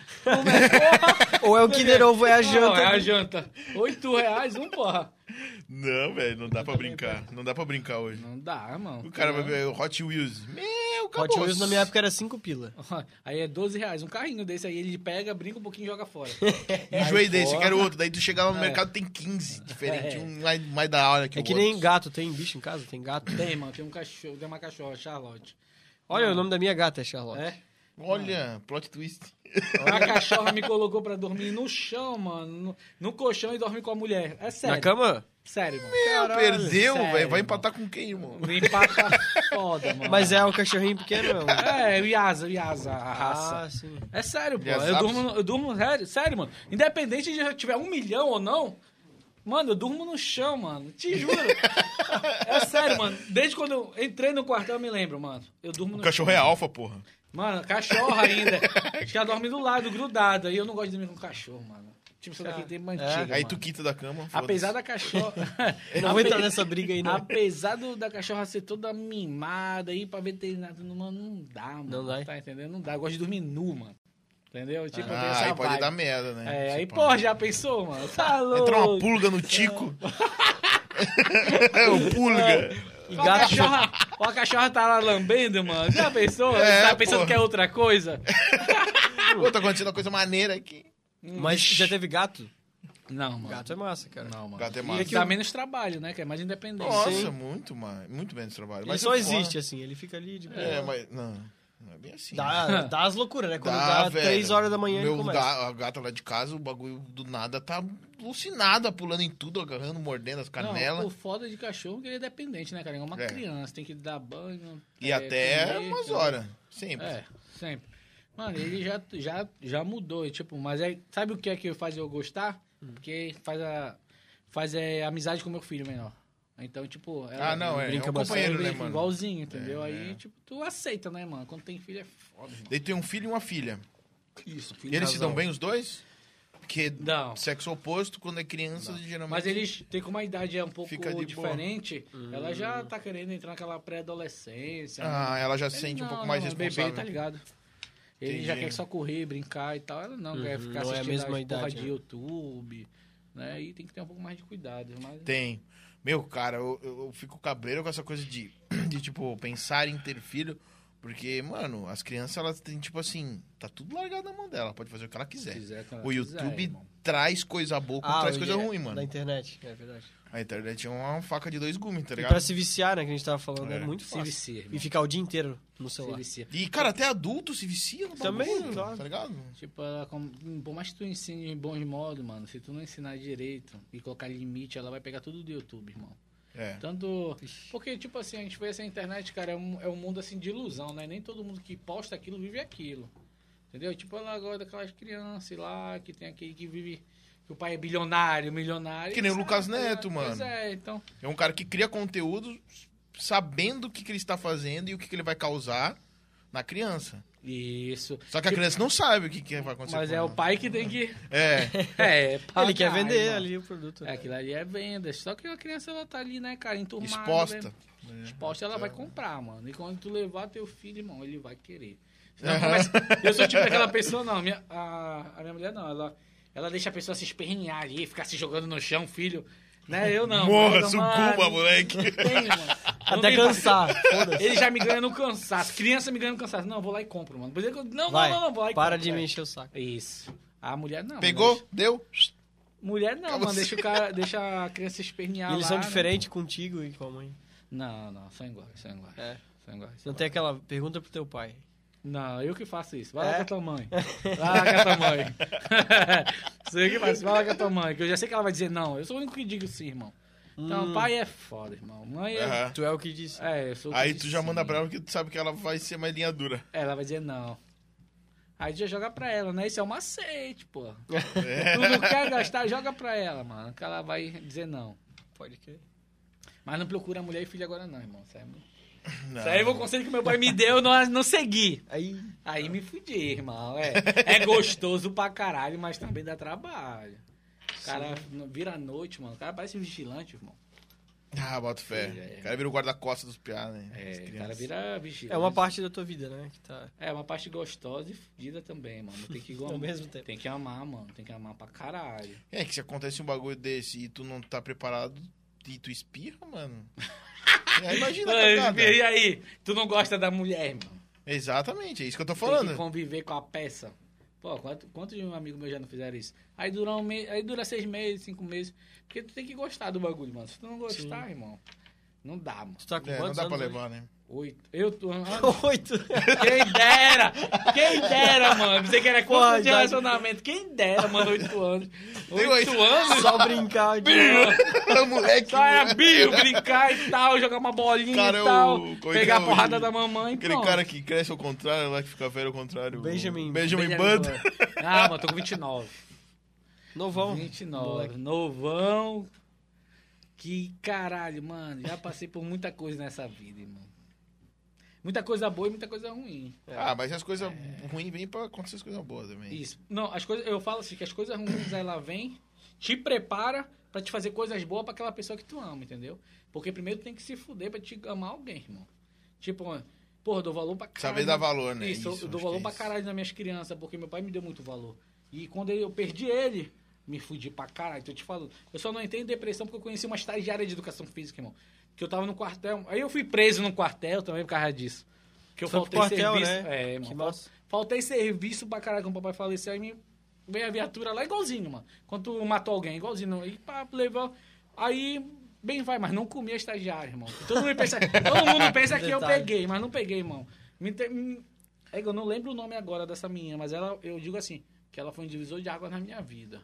Speaker 4: Porra!
Speaker 1: Ou é o Kinder Ovo, é a
Speaker 4: Não, é a
Speaker 1: janta.
Speaker 4: janta. Oito reais, um porra.
Speaker 2: Não, velho, não dá pra brincar. Não dá pra brincar hoje.
Speaker 4: Não dá, mano.
Speaker 2: O cara vai ver Hot Wheels. Meu, acabou.
Speaker 1: Hot Wheels na minha época era 5 pila.
Speaker 4: Aí é 12 reais. Um carrinho desse aí, ele pega, brinca um pouquinho e joga fora.
Speaker 2: Enjoei
Speaker 4: Aí,
Speaker 2: desse,
Speaker 4: porra.
Speaker 2: quero outro. Daí tu chega lá no
Speaker 4: É.
Speaker 2: mercado, tem 15 diferentes.
Speaker 4: É.
Speaker 2: Um mais, mais da hora que
Speaker 1: É
Speaker 2: o
Speaker 1: que
Speaker 2: outro.
Speaker 1: nem gato, tem bicho em casa? Tem gato?
Speaker 4: Tem, mano. Tem, um cachorro, tem uma cachorra, Charlotte.
Speaker 1: Olha, o nome da minha gata é Charlotte.
Speaker 4: É.
Speaker 2: Olha, plot twist.
Speaker 4: A cachorra me colocou pra dormir no chão, mano. No, no colchão e dorme com a mulher. É sério.
Speaker 1: Na cama?
Speaker 4: Sério, mano.
Speaker 2: Meu, perdeu,
Speaker 4: sério,
Speaker 2: velho. Vai
Speaker 4: mano.
Speaker 2: empatar com quem, irmão?
Speaker 4: Me empata tá foda, mano.
Speaker 1: Mas é um cachorrinho pequeno, não.
Speaker 4: É, o Yasa, o Yasa, a raça.
Speaker 1: Ah, sim.
Speaker 4: É sério, pô.
Speaker 2: Yasapes.
Speaker 4: Eu durmo, no- eu durmo sério, sério, mano. Independente de eu tiver um milhão ou não, mano, eu durmo no chão, mano. Te juro. é sério, mano. Desde quando eu entrei no quartel, eu me lembro, mano. Eu durmo
Speaker 2: O
Speaker 4: no
Speaker 2: cachorro é alfa, porra.
Speaker 4: Mano, cachorro ainda. Os caras dormem do lado, grudado. Aí eu não gosto de dormir com cachorro, mano. Tipo, isso
Speaker 1: É.
Speaker 4: daqui tem mantiga.
Speaker 2: Aí
Speaker 4: mano.
Speaker 2: tu quita da cama.
Speaker 4: Apesar
Speaker 2: foda-se.
Speaker 4: da cachorra.
Speaker 1: Eu não vou entrar nessa briga aí, não.
Speaker 4: Apesar do- da cachorra ser toda mimada, ir pra veterinário, não, mano, não dá, mano.
Speaker 1: Não dá.
Speaker 4: Tá entendendo? Não dá. Eu gosto de dormir nu, mano. Entendeu? Tipo, eu tenho
Speaker 2: Ah,
Speaker 4: essa
Speaker 2: aí pode
Speaker 4: vibe.
Speaker 2: dar merda, né?
Speaker 4: É, aí,
Speaker 2: Você
Speaker 4: pô, já pensou, mano? Tá louco.
Speaker 2: Entrar uma pulga no tico. É, o pulga.
Speaker 1: E
Speaker 4: Ó, a
Speaker 1: gato.
Speaker 4: cachorra, ó, a cachorra tá lá lambendo, mano. Já pensou?
Speaker 2: É,
Speaker 4: tá pensando
Speaker 2: porra.
Speaker 4: que é outra coisa?
Speaker 2: Pô, tá acontecendo uma coisa maneira aqui.
Speaker 1: Mas já teve gato?
Speaker 4: Não, mano.
Speaker 1: Gato é massa, cara.
Speaker 4: Não, mano.
Speaker 2: Gato é
Speaker 4: E
Speaker 2: massa.
Speaker 4: dá menos trabalho, né? Que é mais independente.
Speaker 2: Nossa,
Speaker 1: Sim.
Speaker 2: muito, mano. Muito menos trabalho.
Speaker 1: Ele
Speaker 2: Mas
Speaker 1: só
Speaker 2: eu-
Speaker 1: existe, assim. Ele fica ali de boa.
Speaker 4: né?
Speaker 2: É, mas. Não, não é bem assim.
Speaker 1: Dá, dá as loucuras, né? Quando
Speaker 2: Dá,
Speaker 1: dá,
Speaker 2: velho.
Speaker 1: 3 horas da manhã
Speaker 2: Meu
Speaker 1: ele começa.
Speaker 2: ga- a gata lá de casa, o bagulho do nada tá alucinada, pulando em tudo, agarrando, mordendo as canelas.
Speaker 4: Não, o foda de cachorro é que ele é dependente, né, cara? É uma
Speaker 2: É.
Speaker 4: criança, tem que dar banho.
Speaker 2: e
Speaker 4: é,
Speaker 2: até
Speaker 4: comer,
Speaker 2: umas
Speaker 4: tá-
Speaker 2: horas. Sempre.
Speaker 4: É, sempre. Mano, ele já, já, já mudou, e, tipo, mas é, sabe o que é que faz eu gostar?
Speaker 2: Hum.
Speaker 4: Porque faz, a, faz é, amizade com meu filho menor. Então, tipo...
Speaker 2: Ah, não, é,
Speaker 4: brinca
Speaker 2: é um
Speaker 4: bastante,
Speaker 2: companheiro, né,
Speaker 4: brinca
Speaker 2: mano?
Speaker 4: Igualzinho, entendeu?
Speaker 2: É,
Speaker 4: Aí,
Speaker 2: é.
Speaker 4: tipo, tu aceita, né, mano? Quando tem filho é foda, mano.
Speaker 2: Daí tem um filho e uma filha.
Speaker 4: Isso,
Speaker 2: E
Speaker 4: filho
Speaker 2: eles se
Speaker 4: casal.
Speaker 2: dão bem os dois? Porque
Speaker 4: Não.
Speaker 2: sexo oposto, quando é criança, geralmente.
Speaker 4: Mas eles têm como a idade é um pouco
Speaker 2: Fica de boa.
Speaker 4: diferente, ela já tá querendo entrar naquela pré-adolescência.
Speaker 2: Ah, ela já
Speaker 4: Ele
Speaker 2: se sente um
Speaker 4: não,
Speaker 2: pouco
Speaker 4: não,
Speaker 2: mais
Speaker 4: o bebê
Speaker 2: responsável.
Speaker 4: tá ligado. Ele
Speaker 2: Entendi.
Speaker 4: já quer só correr, brincar e tal. Ela não quer
Speaker 1: Uhum,
Speaker 4: ficar
Speaker 1: não é a
Speaker 4: assistindo
Speaker 1: mesma
Speaker 4: as porra
Speaker 1: idade,
Speaker 4: de
Speaker 1: né?
Speaker 4: YouTube, né? E tem que ter um pouco mais de cuidado. Mas...
Speaker 2: Tem. Meu, cara, eu, eu- eu fico cabreiro com essa coisa de, de, tipo, pensar em ter filho. Porque, mano, as crianças, elas têm, tipo assim, tá tudo largado na mão dela. Ela pode fazer o que ela
Speaker 4: Se
Speaker 2: quiser.
Speaker 4: quiser, que ela
Speaker 2: é. O
Speaker 4: quiser,
Speaker 2: YouTube
Speaker 4: irmão.
Speaker 2: traz coisa boa, como traz
Speaker 1: o-
Speaker 2: coisa
Speaker 1: é,
Speaker 2: ruim,
Speaker 1: Da
Speaker 2: mano.
Speaker 1: internet, é verdade.
Speaker 2: A internet é uma faca de dois gumes, tá
Speaker 1: E
Speaker 2: ligado?
Speaker 1: pra se viciar, né, que a gente tava falando, é,
Speaker 2: É.
Speaker 1: muito
Speaker 4: se
Speaker 1: fácil.
Speaker 4: vicia, irmão.
Speaker 1: E ficar o dia inteiro no
Speaker 4: Se
Speaker 1: celular.
Speaker 4: vicia.
Speaker 2: E, cara, até adulto se vicia no
Speaker 1: Também,
Speaker 2: bagulho,
Speaker 1: claro.
Speaker 2: tá ligado?
Speaker 4: Tipo, ela, com- por mais que tu ensine em bons modos, mano, se tu não ensinar direito e colocar limite, ela vai pegar tudo do YouTube, irmão.
Speaker 2: É.
Speaker 4: Tanto. Porque, tipo assim, a gente vê essa internet, cara, é um, é um mundo assim de ilusão, né? Nem todo mundo que posta aquilo vive aquilo. Entendeu? Tipo, ela agora daquelas crianças lá, que tem aquele que vive. Que o pai é bilionário, milionário.
Speaker 2: Que nem o
Speaker 4: sabe,
Speaker 2: Lucas
Speaker 4: tá ligado?
Speaker 2: Neto,
Speaker 4: Pois
Speaker 2: mano.
Speaker 4: é, então.
Speaker 2: É um cara que cria conteúdo sabendo o que, que ele está fazendo e o que, que ele vai causar na criança.
Speaker 4: Isso.
Speaker 2: Só que a criança não sabe o que, que vai acontecer.
Speaker 4: Mas
Speaker 2: com
Speaker 4: é
Speaker 2: ela.
Speaker 4: o pai que tem que.
Speaker 2: É,
Speaker 4: É,
Speaker 1: ele quer
Speaker 4: pagar,
Speaker 1: vender
Speaker 4: irmão.
Speaker 1: ali o produto.
Speaker 4: É, aquilo ali é venda. Só que a criança, ela tá ali, né, cara, enturmada. né?
Speaker 2: exposta.
Speaker 4: resposta ela
Speaker 2: Então-
Speaker 4: vai comprar, mano. E quando tu levar teu filho, irmão, ele vai querer.
Speaker 2: É.
Speaker 4: Senão começa- Eu sou tipo aquela pessoa, não. Minha, a, a minha mulher não, ela, ela deixa a pessoa se espernear ali, ficar se jogando no chão, filho. Né? Eu não.
Speaker 2: Morra,
Speaker 4: Eu não,
Speaker 2: sucumba,
Speaker 4: mano,
Speaker 2: moleque.
Speaker 4: não tem, mano. Não
Speaker 1: Até
Speaker 4: tem-
Speaker 1: cansar.
Speaker 4: Ele já me ganha no cansaço. Criança me ganha no cansaço. Não, eu vou lá e compro, mano. Por exemplo, eu- Não,
Speaker 1: Vai,
Speaker 4: não, não, não, vou lá e
Speaker 1: para
Speaker 4: compro,
Speaker 1: de
Speaker 4: é.
Speaker 1: me encher o saco.
Speaker 4: Isso. A mulher não.
Speaker 2: Pegou?
Speaker 4: mano.
Speaker 2: Deu?
Speaker 4: Mulher não,
Speaker 2: Acabou assim.
Speaker 4: mano. Deixa, o cara, deixa a criança se espernear
Speaker 1: E eles
Speaker 4: lá,
Speaker 1: são
Speaker 4: né?
Speaker 1: diferentes contigo e com a mãe.
Speaker 4: Não, não. São iguais, são iguais.
Speaker 1: É.
Speaker 4: São iguais.
Speaker 1: Não tem aquela pergunta pro teu pai.
Speaker 4: Não, eu que faço isso. Vai lá
Speaker 1: É?
Speaker 4: com a tua mãe. Vai lá com a tua mãe. Sei que faço. Vai lá com a tua mãe, que eu já sei que ela vai dizer não. Eu sou o único que digo sim, irmão. Então, pai é foda, irmão. Mãe é.
Speaker 2: Aham.
Speaker 1: Tu é o que disse.
Speaker 4: É, eu sou o que
Speaker 2: Aí
Speaker 4: diz
Speaker 2: tu já
Speaker 4: sim.
Speaker 2: manda pra ela porque tu sabe que ela vai ser mais linha dura.
Speaker 4: Ela vai dizer não. Aí tu já joga pra ela, né? Isso é um macete, pô.
Speaker 2: É.
Speaker 4: Tu não quer gastar, joga pra ela, mano. Que ela vai dizer não.
Speaker 1: Pode crer.
Speaker 4: Mas não procura mulher e filho agora, não, irmão. Isso aí,
Speaker 2: Não.
Speaker 4: isso aí foi o conselho que meu pai me deu, eu não, não segui.
Speaker 1: Aí,
Speaker 4: Aí me fudi, irmão. É, é gostoso pra caralho, mas também dá trabalho. O cara não- vira à noite, mano. O cara parece um vigilante, irmão.
Speaker 2: Ah, boto fé.
Speaker 4: É.
Speaker 2: O cara vira o guarda-costas dos piá, né? As
Speaker 4: É, o cara
Speaker 2: crianças.
Speaker 4: vira bicho.
Speaker 1: É uma parte da tua vida, né? Que tá...
Speaker 4: É, uma parte gostosa e fudida também, mano. Tem que
Speaker 1: Ao
Speaker 4: amar.
Speaker 1: mesmo tempo.
Speaker 4: Tem que amar, mano. Tem que amar pra caralho.
Speaker 2: É que se acontece um bagulho desse e tu não tá preparado e tu espirra, mano. É, imagina,
Speaker 4: Mas,
Speaker 2: cara.
Speaker 4: e aí? Tu não gosta da mulher, mano.
Speaker 2: Exatamente, é isso que eu tô
Speaker 4: Tem que
Speaker 2: falando.
Speaker 4: conviver com a peça. Pô, quanto- quantos de um amigo meu já não fizeram isso? Aí dura, um mês, aí dura seis meses, cinco meses. Porque tu tem que gostar do bagulho, mano. Se tu não gostar, irmão, não dá, mano.
Speaker 1: Tu tá com
Speaker 2: É, não
Speaker 1: quantos
Speaker 2: dá pra
Speaker 1: anos
Speaker 2: levar, né?
Speaker 4: Oito. Eu tô. Ah,
Speaker 1: hoje? Oito.
Speaker 4: Quem dera! Quem dera, mano. Você quer
Speaker 1: Porra,
Speaker 4: quanto de
Speaker 1: já-
Speaker 4: relacionamento? Quem dera, mano, oito anos.
Speaker 2: Tem
Speaker 4: Oito
Speaker 2: oito.
Speaker 4: anos?
Speaker 1: Só brincar. De...
Speaker 2: moleque.
Speaker 4: Só era
Speaker 2: moleque.
Speaker 4: bio, brincar e tal, jogar uma bolinha
Speaker 2: Cara, é
Speaker 4: e
Speaker 2: o-
Speaker 4: tal.
Speaker 2: como é que
Speaker 4: Pegar
Speaker 2: é
Speaker 4: a
Speaker 2: o-
Speaker 4: porrada da mamãe.
Speaker 2: Aquele
Speaker 4: pronto.
Speaker 2: cara que cresce ao contrário, lá que fica velho ao contrário.
Speaker 1: Benjamin.
Speaker 2: Benjamin,
Speaker 4: Benjamin
Speaker 2: Button.
Speaker 4: Button. Ah, mano, tô com 29.
Speaker 1: Novão.
Speaker 4: 29.
Speaker 1: Moleque.
Speaker 4: Novão. Que caralho, mano. Já passei por muita coisa nessa vida, irmão. Muita coisa boa e muita coisa ruim.
Speaker 2: Ah, mas as coisas ruins vêm pra acontecer as coisas boas também.
Speaker 4: É. Isso. Não, as coisas. Eu falo assim, que as coisas ruins ela vem, te prepara pra te fazer coisas boas pra aquela pessoa que tu ama, entendeu? Porque primeiro tu tem que se fuder pra te amar alguém, irmão. Tipo, porra, eu dou valor pra caralho.
Speaker 2: Saber dar valor, né?
Speaker 4: Isso,
Speaker 2: Isso,
Speaker 4: eu dou
Speaker 2: acho que
Speaker 4: valor
Speaker 2: é
Speaker 4: pra
Speaker 2: isso.
Speaker 4: caralho nas minhas crianças, porque meu pai me deu muito valor. E quando eu perdi ele, me fudi pra caralho, tô te falando. Eu só não entendo depressão porque eu conheci uma estagiária de educação física, irmão. Que eu tava no quartel. Aí eu fui preso no quartel também por causa disso. Que eu
Speaker 1: Foi pro
Speaker 4: faltei
Speaker 1: quartel,
Speaker 4: serviço.
Speaker 1: né?
Speaker 4: É,
Speaker 1: Que
Speaker 4: irmão,
Speaker 1: massa.
Speaker 4: Faltei serviço pra caralho quando o papai faleceu. Aí me veio a viatura lá igualzinho, mano. Quando tu matou alguém, igualzinho. E pá, levou. Aí, bem vai, mas não comi a estagiária, irmão. Todo mundo pensa, todo mundo pensa que eu
Speaker 1: Detalhe.
Speaker 4: peguei, mas não peguei, irmão. Me te- me- é que eu não lembro o nome agora dessa menina, mas ela, eu digo assim, que ela foi um divisor de água na minha vida.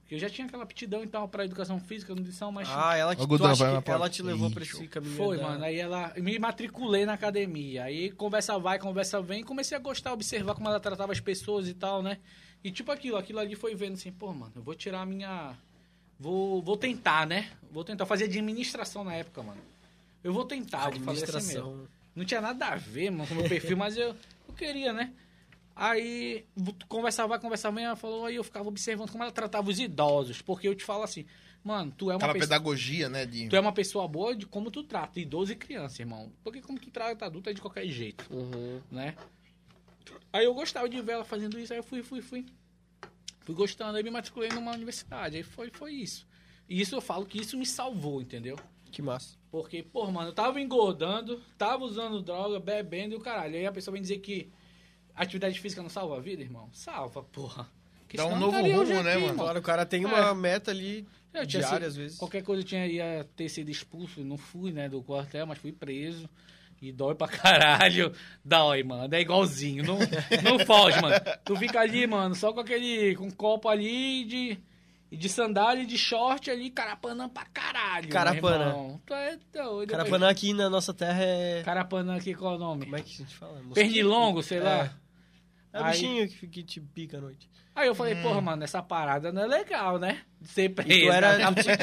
Speaker 4: Porque eu já tinha aquela aptidão e tal pra educação física, nutrição, mas...
Speaker 1: Ah, ela que, tu
Speaker 2: Algodão, vai
Speaker 1: acha
Speaker 2: na
Speaker 1: que ela
Speaker 2: porta.
Speaker 1: te levou pra
Speaker 2: Ixi.
Speaker 1: esse caminho.
Speaker 4: Foi,
Speaker 1: da-
Speaker 4: mano. é Aí ela me matriculei na academia. Aí conversa vai, conversa vem. e Comecei a gostar, observar como ela tratava as pessoas e tal, né? E tipo aquilo, aquilo ali foi vendo assim, pô, mano, eu vou tirar a minha. Vou, vou tentar, né? Vou tentar fazer administração na época, mano. Eu vou tentar, eu falei assim mesmo.
Speaker 1: Administração.
Speaker 4: Não tinha nada a ver, mano, com o meu perfil, mas eu, eu queria, né? Aí, v- conversava, conversava, ela falou, aí eu ficava observando como ela tratava os idosos. Porque eu te falo assim, mano, tu é uma
Speaker 2: Aquela
Speaker 4: pessoa...
Speaker 2: pedagogia, né? De...
Speaker 4: Tu é uma pessoa boa de como tu trata idoso e criança, irmão. Porque como tu trata adulto é de qualquer jeito,
Speaker 1: Uhum.
Speaker 4: né? Aí eu gostava de ver ela fazendo isso, aí eu fui, fui, fui. Fui gostando, aí me matriculei numa universidade, aí foi, foi isso. E isso eu falo que isso me salvou, entendeu?
Speaker 1: Que massa.
Speaker 4: Porque, pô, mano, eu tava engordando, tava usando droga, bebendo e o caralho. Aí a pessoa vem dizer que atividade física não salva a vida, irmão? Salva, porra. Porque
Speaker 2: Dá um
Speaker 4: senão eu
Speaker 2: novo
Speaker 4: estaria hoje
Speaker 2: rumo, né, mano?
Speaker 4: irmão.
Speaker 1: Claro, o cara tem uma
Speaker 4: É.
Speaker 1: meta ali
Speaker 4: Eu tinha
Speaker 1: diária,
Speaker 4: sido-
Speaker 1: às vezes.
Speaker 4: Qualquer coisa eu tinha, ia ter sido expulso, não fui, né, do quartel, mas fui preso. E dói pra caralho. Dói, mano. É igualzinho. Não, não foge, mano. Tu fica ali, mano, só com aquele. com um copo ali de. e de sandália e de short ali, carapanã pra caralho. meu
Speaker 1: Carapanã.
Speaker 4: irmão. Tu é doido.
Speaker 1: Carapanã aqui na nossa terra é...
Speaker 4: Carapanã aqui, qual é o nome?
Speaker 1: Como é que a gente fala?
Speaker 2: assim?
Speaker 1: Mosquito?
Speaker 4: Pernilongo, sei lá.
Speaker 1: É o
Speaker 4: Aí-
Speaker 1: bichinho que, que te pica à noite.
Speaker 4: Aí eu
Speaker 2: Hum.
Speaker 4: falei, porra, mano, essa parada não é legal, né? De ser preso.
Speaker 1: E tu, era,
Speaker 4: tá
Speaker 1: tu, tinha,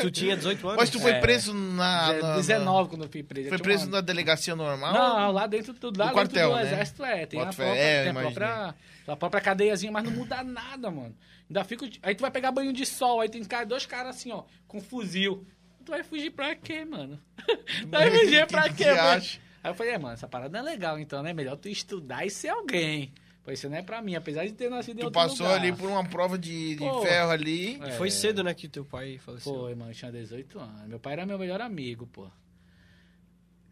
Speaker 1: tu tinha 18 anos?
Speaker 2: Mas tu foi
Speaker 4: É.
Speaker 2: preso na. na- na-
Speaker 4: 19 quando eu fui preso. Eu
Speaker 2: Ah, Foi
Speaker 4: tinha
Speaker 2: preso
Speaker 4: uma-
Speaker 2: na delegacia normal?
Speaker 4: Não, lá dentro do, lá
Speaker 2: Do
Speaker 4: dentro
Speaker 2: quartel,
Speaker 4: do
Speaker 2: né?
Speaker 4: exército é. Tem a
Speaker 2: Boto fé.
Speaker 4: própria,
Speaker 2: É, eu
Speaker 4: tem a
Speaker 2: imaginei.
Speaker 4: própria, a própria cadeiazinha, mas não muda nada, mano. Ainda fica. o di- Aí tu vai pegar banho de sol, aí tem cara- dois caras assim, ó, com fuzil. Tu vai fugir pra quê, mano? Tu vai fugir pra
Speaker 2: Né, Que
Speaker 4: quê, mano?
Speaker 2: diacho.
Speaker 4: Aí eu falei, é, mano, essa parada não é legal, então, né? Melhor tu estudar e ser alguém. Pois isso não é pra mim, apesar de ter nascido em
Speaker 2: Tu
Speaker 4: outro
Speaker 2: passou
Speaker 4: lugar.
Speaker 2: ali por uma prova de, de
Speaker 4: Pô.
Speaker 2: ferro ali.
Speaker 1: E Foi cedo, né, que teu pai faleceu.
Speaker 4: Foi, mano, eu tinha 18 anos. Meu pai era meu melhor amigo, pô.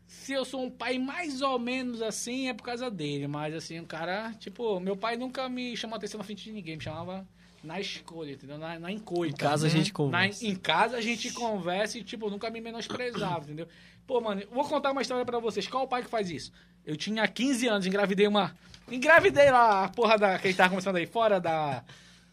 Speaker 4: Se eu sou um pai mais ou menos assim, é por causa dele. Mas assim, o cara, tipo, meu pai nunca me chamou atenção na frente de ninguém, me chamava na escolha, entendeu? Na, na encoita.
Speaker 1: Em casa a gente
Speaker 4: Na-
Speaker 1: conversa.
Speaker 4: em casa a gente conversa e, tipo, nunca me menosprezava, entendeu? Pô, mano, eu vou contar uma história pra vocês. Qual o pai que faz isso? Eu tinha 15 anos, engravidei uma. Engravidei lá a porra da. que a gente tava começando aí fora, da.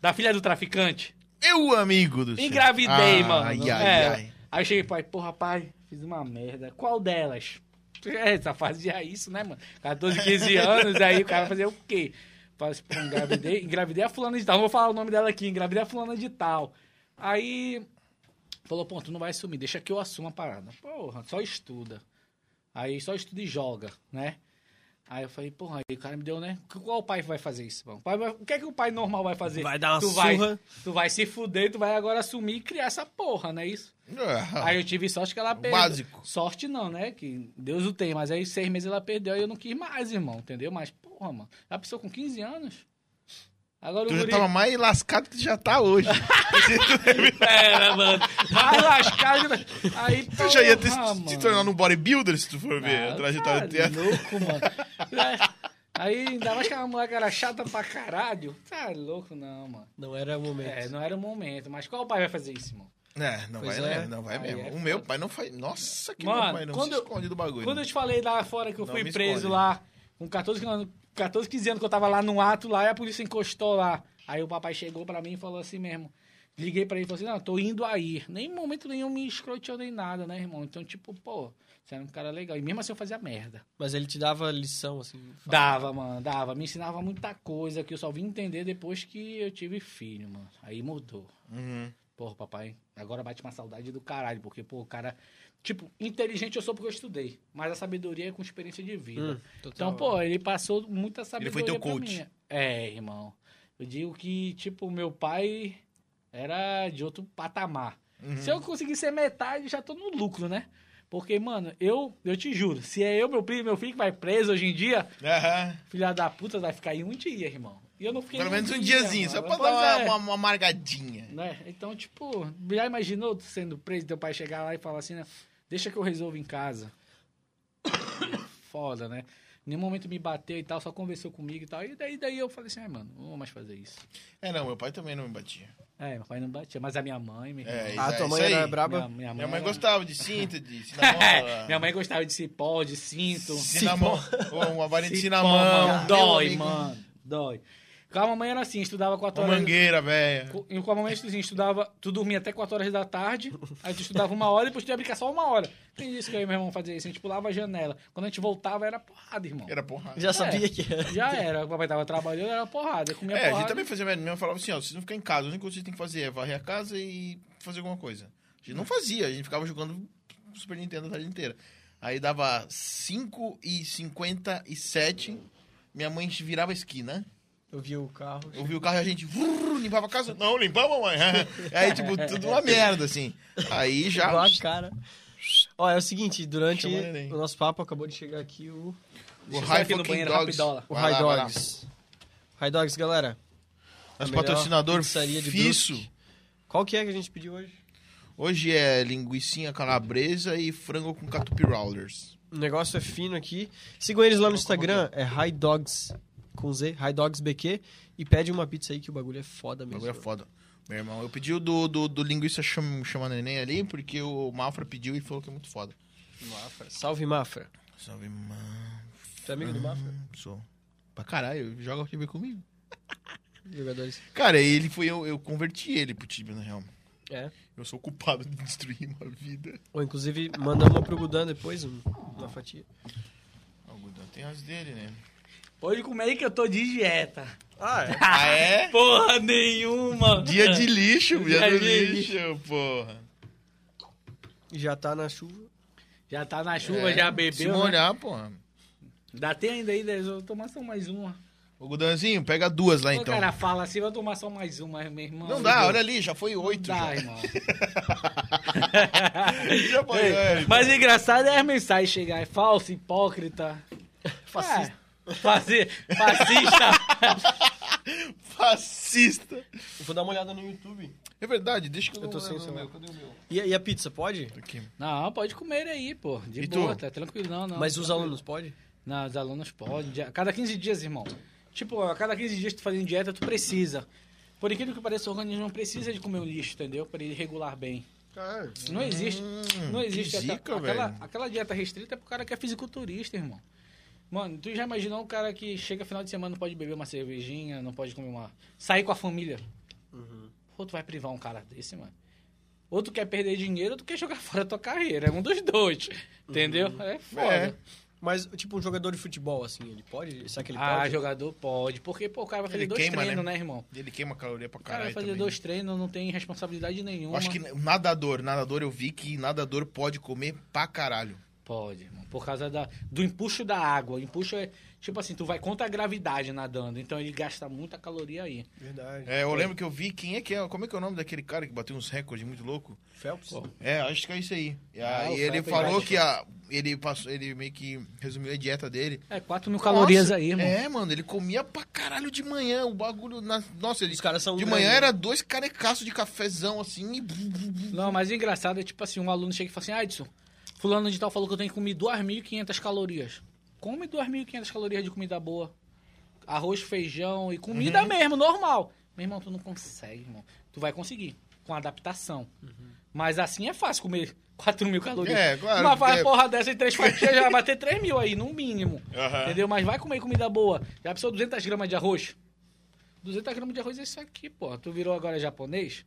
Speaker 4: Da filha do traficante.
Speaker 2: Meu amigo do céu.
Speaker 4: Engravidei,
Speaker 2: Ah,
Speaker 4: mano.
Speaker 2: Ai, ai,
Speaker 4: É.
Speaker 2: ai.
Speaker 4: Aí eu cheguei, pai, porra, pai, fiz uma merda. Qual delas? É, só fazia isso, né, mano? 14, 15 anos, aí o cara fazia o quê? Fala assim, pô, engravidei, engravidei a fulana de tal. Não vou falar o nome dela aqui, engravidei a fulana de tal. Aí falou, pô, tu não vai sumir, deixa que eu assuma a parada. Porra, só estuda. Aí só estuda e joga, né? Aí eu falei, porra, aí o cara me deu, né? Qual pai vai fazer isso, mano? O pai vai- O que é que o pai normal vai fazer?
Speaker 1: Vai dar uma
Speaker 4: tu Vai,
Speaker 1: surra.
Speaker 4: tu vai se fuder, tu vai agora assumir e criar essa porra, não é isso? Aí eu tive sorte que ela perdeu.
Speaker 2: Ah, Básico.
Speaker 4: Sorte não, né? Que Deus o tem, mas aí seis meses ela perdeu e eu não quis mais, irmão, entendeu? Mas, porra, mano, a pessoa com 15 anos. Agora
Speaker 2: Tu
Speaker 4: o
Speaker 2: já
Speaker 4: guri...
Speaker 2: tava mais lascado que tu já tá hoje.
Speaker 4: Era, É, né, mano. Vai lascar. Aí,
Speaker 2: tu já ia ter se,
Speaker 4: porra,
Speaker 2: se
Speaker 4: mano.
Speaker 2: tornado um bodybuilder se tu for ver
Speaker 4: Ah,
Speaker 2: a trajetória
Speaker 4: tá
Speaker 2: dela.
Speaker 4: louco, mano. É. Aí, ainda mais que a moleque era chata pra caralho. Tá louco, não, mano.
Speaker 1: Não era o momento.
Speaker 4: É, não era o momento. Mas qual pai vai fazer isso, irmão?
Speaker 2: É, não
Speaker 1: Pois
Speaker 2: vai,
Speaker 1: é.
Speaker 2: né? não vai
Speaker 4: Aí
Speaker 2: mesmo.
Speaker 4: é
Speaker 2: o
Speaker 4: foda.
Speaker 2: meu pai não faz. Nossa, que
Speaker 4: Mano,
Speaker 2: meu pai não
Speaker 4: quando
Speaker 2: se
Speaker 4: eu-
Speaker 2: esconde do bagulho. né?
Speaker 4: Quando eu te falei lá fora que eu
Speaker 2: Não
Speaker 4: fui
Speaker 2: me
Speaker 4: preso
Speaker 2: esconde.
Speaker 4: lá, com 14, anos- 14, 15 anos que eu tava lá no ato lá, e a polícia encostou lá. Aí o papai chegou pra mim e falou assim mesmo. Liguei pra ele e falei assim, não, tô indo aí. Nem em momento nenhum me escroteou nem nada, né, irmão? Então, tipo, pô, você era um cara legal. E mesmo assim eu fazia merda.
Speaker 1: Mas ele te dava lição, assim.
Speaker 4: Dava, mano, dava. Me ensinava muita coisa que eu só vim entender depois que eu tive filho, mano. Aí mudou.
Speaker 2: Uhum.
Speaker 4: Porra, papai, agora bate uma saudade do caralho, porque, pô, o cara. Tipo, inteligente eu sou porque eu estudei, mas a sabedoria é com experiência de vida.
Speaker 1: Hum,
Speaker 4: então,
Speaker 1: total.
Speaker 4: pô, ele passou muita sabedoria.
Speaker 2: foi teu
Speaker 4: pra
Speaker 2: coach.
Speaker 4: mim. É, irmão. Eu digo que, tipo, meu pai era de outro patamar.
Speaker 2: Uhum.
Speaker 4: Se eu conseguir ser metade, já tô no lucro, né? Porque, mano, eu, eu te juro, se é eu, meu primo, meu filho que vai preso hoje em dia,
Speaker 2: Aham.
Speaker 4: filha da puta vai ficar aí um dia, irmão. E eu não fiquei
Speaker 2: Pelo menos um diazinho, só
Speaker 4: mano.
Speaker 2: pra
Speaker 4: Pois
Speaker 2: dar
Speaker 4: é.
Speaker 2: uma, uma, uma amargadinha.
Speaker 4: Né? Então, tipo, já imaginou tu sendo preso, teu pai chegar lá e falar assim, né? Deixa que eu resolvo em casa. Foda, né? Em nenhum momento me bateu e tal, só conversou comigo e tal. E daí, daí eu falei assim, ai, mano, não vou mais fazer isso.
Speaker 2: É, não, meu pai também não me batia.
Speaker 4: É, meu pai não batia, mas a minha mãe... Minha,
Speaker 2: É,
Speaker 4: irmã-
Speaker 1: Ah,
Speaker 2: isso
Speaker 1: tua
Speaker 2: aí,
Speaker 1: mãe
Speaker 2: isso
Speaker 1: era
Speaker 2: aí.
Speaker 1: braba.
Speaker 2: Minha
Speaker 4: minha,
Speaker 2: mãe né?
Speaker 4: era-
Speaker 2: gostava de cinta, de
Speaker 4: minha
Speaker 2: cinamola.
Speaker 4: mãe um gostava de cipó, de cinto.
Speaker 2: Cinamon, uma varinha de um
Speaker 4: Cipó,
Speaker 2: cinamão.
Speaker 4: mano, Dói,
Speaker 2: Meu amigo.
Speaker 4: mano, dói. Com a mamãe era assim, estudava quatro
Speaker 2: Uma
Speaker 4: horas...
Speaker 2: mangueira, velho.
Speaker 4: Co- E com a mamãe assim, estudava, tu dormia até 4 horas da tarde, aí tu estudava uma hora e depois tu ia brincar só uma hora. Tem isso que eu e meu irmão fazia isso, a gente pulava a janela. Quando a gente voltava era porrada, irmão. É,
Speaker 2: Era porrada.
Speaker 1: Já sabia que era.
Speaker 4: Já era, o papai tava trabalhando, era porrada, eu comia
Speaker 2: É, a
Speaker 4: porrada.
Speaker 2: gente também fazia merda. Minha mãe falava assim, ó, vocês não ficam em casa, a única coisa que vocês têm que fazer é varrer a casa e fazer alguma coisa. A gente não fazia, a gente ficava jogando Super Nintendo a tarde inteira. Aí dava 5 e 57, minha mãe virava a esquina,
Speaker 1: Eu vi o carro.
Speaker 2: eu vi o carro e a gente vrrr, limpava a casa. Não, limpava, mãe. Aí, tipo, tudo uma merda, assim. Aí já...
Speaker 1: Igual a cara. Ó, é o seguinte, durante
Speaker 2: Chama ele aí.
Speaker 1: o nosso papo acabou de chegar aqui o,
Speaker 2: O
Speaker 4: Deixa eu sair aqui no
Speaker 2: Fucking
Speaker 4: banheiro,
Speaker 2: Dogs.
Speaker 4: rapidola.
Speaker 1: o
Speaker 2: Vai
Speaker 1: High
Speaker 2: lá, vai lá.
Speaker 1: Dogs. High Dogs, galera.
Speaker 2: Nosso
Speaker 1: melhor
Speaker 2: patrocinador
Speaker 1: pizzaria de
Speaker 2: Fisso.
Speaker 1: Brusque. Qual que é que a gente pediu hoje?
Speaker 2: Hoje é linguiçinha calabresa e frango com catupiry rollers.
Speaker 1: O negócio é fino aqui. Sigam eles lá no Instagram, é High Dogs com Z, High Dogs BQ. E pede uma pizza aí que o bagulho é foda
Speaker 2: O
Speaker 1: mesmo.
Speaker 2: bagulho é foda. Meu irmão, eu pedi o do, do, do linguiça cham, chamando neném ali, porque o Mafra pediu e falou que é muito foda.
Speaker 1: Mafra. Salve Mafra.
Speaker 2: Salve, mano.
Speaker 1: Tu é amigo do Mafra?
Speaker 2: Sou. Pra caralho, joga o time comigo.
Speaker 1: Jogadores.
Speaker 2: Cara, ele foi eu, eu converti ele pro time, na real.
Speaker 1: É.
Speaker 2: Eu sou o culpado de destruir uma vida.
Speaker 1: Ou inclusive manda uma pro Gudan depois, um- uma fatia.
Speaker 2: O Gudão tem as dele, né?
Speaker 4: Pode comer aí é que eu tô de dieta.
Speaker 1: Ah, é?
Speaker 2: Ah, é?
Speaker 4: Porra nenhuma.
Speaker 2: Dia de lixo, dia,
Speaker 4: Dia
Speaker 2: do
Speaker 4: de
Speaker 2: lixo, porra.
Speaker 1: Já tá na chuva.
Speaker 4: Já tá na chuva,
Speaker 2: É,
Speaker 4: já bebeu.
Speaker 2: Se
Speaker 4: né?
Speaker 2: molhar, porra.
Speaker 4: Dá tempo ainda aí, eu vou tomar só mais uma.
Speaker 2: Ô, Gudanzinho, pega duas lá,
Speaker 4: O
Speaker 2: então.
Speaker 4: cara fala assim, vou tomar só mais uma, meu irmão.
Speaker 2: Não dá, olha ali, já foi oito.
Speaker 4: Não
Speaker 2: já.
Speaker 4: dá, irmão.
Speaker 2: Já foi né,
Speaker 4: Ei,
Speaker 2: oito.
Speaker 4: Mas o engraçado é as mensagens chegar. É falso, hipócrita.
Speaker 1: Fascista.
Speaker 4: É, faci- fascista.
Speaker 2: Fascista.
Speaker 1: Eu vou dar uma olhada no YouTube.
Speaker 2: É verdade, deixa que eu,
Speaker 1: Eu tô sem o
Speaker 2: o
Speaker 1: celular.
Speaker 2: meu. Cadê o meu?
Speaker 1: E, e a pizza, pode?
Speaker 2: Tá aqui.
Speaker 4: Não, pode comer aí, pô. De
Speaker 2: E tu?
Speaker 4: boa, tá tranquilo, não, não.
Speaker 1: Mas os alunos, pode?
Speaker 4: Não, os alunos podem. dia- Cada 15 dias, irmão. Tipo, a cada 15 dias tu fazendo dieta, tu precisa. Por aquilo que parece, o organismo precisa de comer um lixo, entendeu? Pra ele regular bem. Não existe.
Speaker 2: Hum,
Speaker 4: não
Speaker 2: que
Speaker 4: existe essa-
Speaker 2: zica,
Speaker 4: aquela,
Speaker 2: velho.
Speaker 4: aquela dieta restrita é pro cara que é fisiculturista, irmão. Mano, tu já imaginou um cara que chega final de semana não pode beber uma cervejinha, não pode comer uma. sair com a família.
Speaker 2: Uhum.
Speaker 4: Ou tu vai privar um cara desse, mano. Ou tu quer perder dinheiro, ou tu quer jogar fora a tua carreira. É um dos dois. Entendeu? É foda.
Speaker 2: É.
Speaker 1: Mas, tipo, um jogador de futebol, assim, ele pode? Será que ele
Speaker 4: ah,
Speaker 1: pode?
Speaker 4: jogador pode. Porque, pô, o cara vai fazer
Speaker 2: Ele
Speaker 4: dois
Speaker 2: queima,
Speaker 4: treinos,
Speaker 2: né?
Speaker 4: né? irmão?
Speaker 2: Ele queima caloria pra
Speaker 4: O cara
Speaker 2: caralho
Speaker 4: vai fazer
Speaker 2: também. né?
Speaker 4: dois treinos, não tem responsabilidade nenhuma.
Speaker 2: Eu acho que nadador, nadador eu vi que nadador pode comer pra caralho.
Speaker 4: Pode, irmão. Por causa da, do empuxo da água. O empuxo é, tipo assim, tu vai contra a gravidade nadando. Então ele gasta muita caloria aí.
Speaker 1: Verdade.
Speaker 2: É, eu lembro que eu vi quem é que é, como é que é o nome daquele cara que bateu uns recordes muito louco?
Speaker 1: Phelps?
Speaker 2: É, acho que é isso aí. E
Speaker 4: Ah,
Speaker 2: aí
Speaker 4: o
Speaker 2: ele
Speaker 4: Phelps
Speaker 2: falou
Speaker 4: embaixo.
Speaker 2: que a, ele passou, ele meio que resumiu a dieta dele.
Speaker 4: É, 4 mil calorias
Speaker 2: Nossa,
Speaker 4: aí, irmão.
Speaker 2: É, mano, ele comia pra caralho de manhã, o bagulho na, nossa, ele
Speaker 1: Os caras
Speaker 4: é um
Speaker 1: são
Speaker 2: de
Speaker 1: grandes.
Speaker 2: manhã
Speaker 4: né?
Speaker 2: era dois carecaços de cafezão assim e blu, blu, blu.
Speaker 4: Não, mas o engraçado é tipo assim, um aluno chega e fala assim, ah, Edson, fulano de tal falou que eu tenho que comer 2.500 calorias. Come 2.500 calorias de comida boa. Arroz, feijão e comida mesmo, normal. Meu irmão, tu não consegue, irmão. Tu vai conseguir, com adaptação. Mas assim é fácil comer 4 mil calorias.
Speaker 2: É, claro,
Speaker 4: Uma vai
Speaker 2: porque-
Speaker 4: porra dessa em três fatias, já vai bater 3 mil aí, no mínimo.
Speaker 2: Aham.
Speaker 4: Entendeu? Mas vai comer comida boa. Já precisou 200 gramas de arroz? 200 gramas de arroz é isso aqui, pô. Tu virou agora japonês?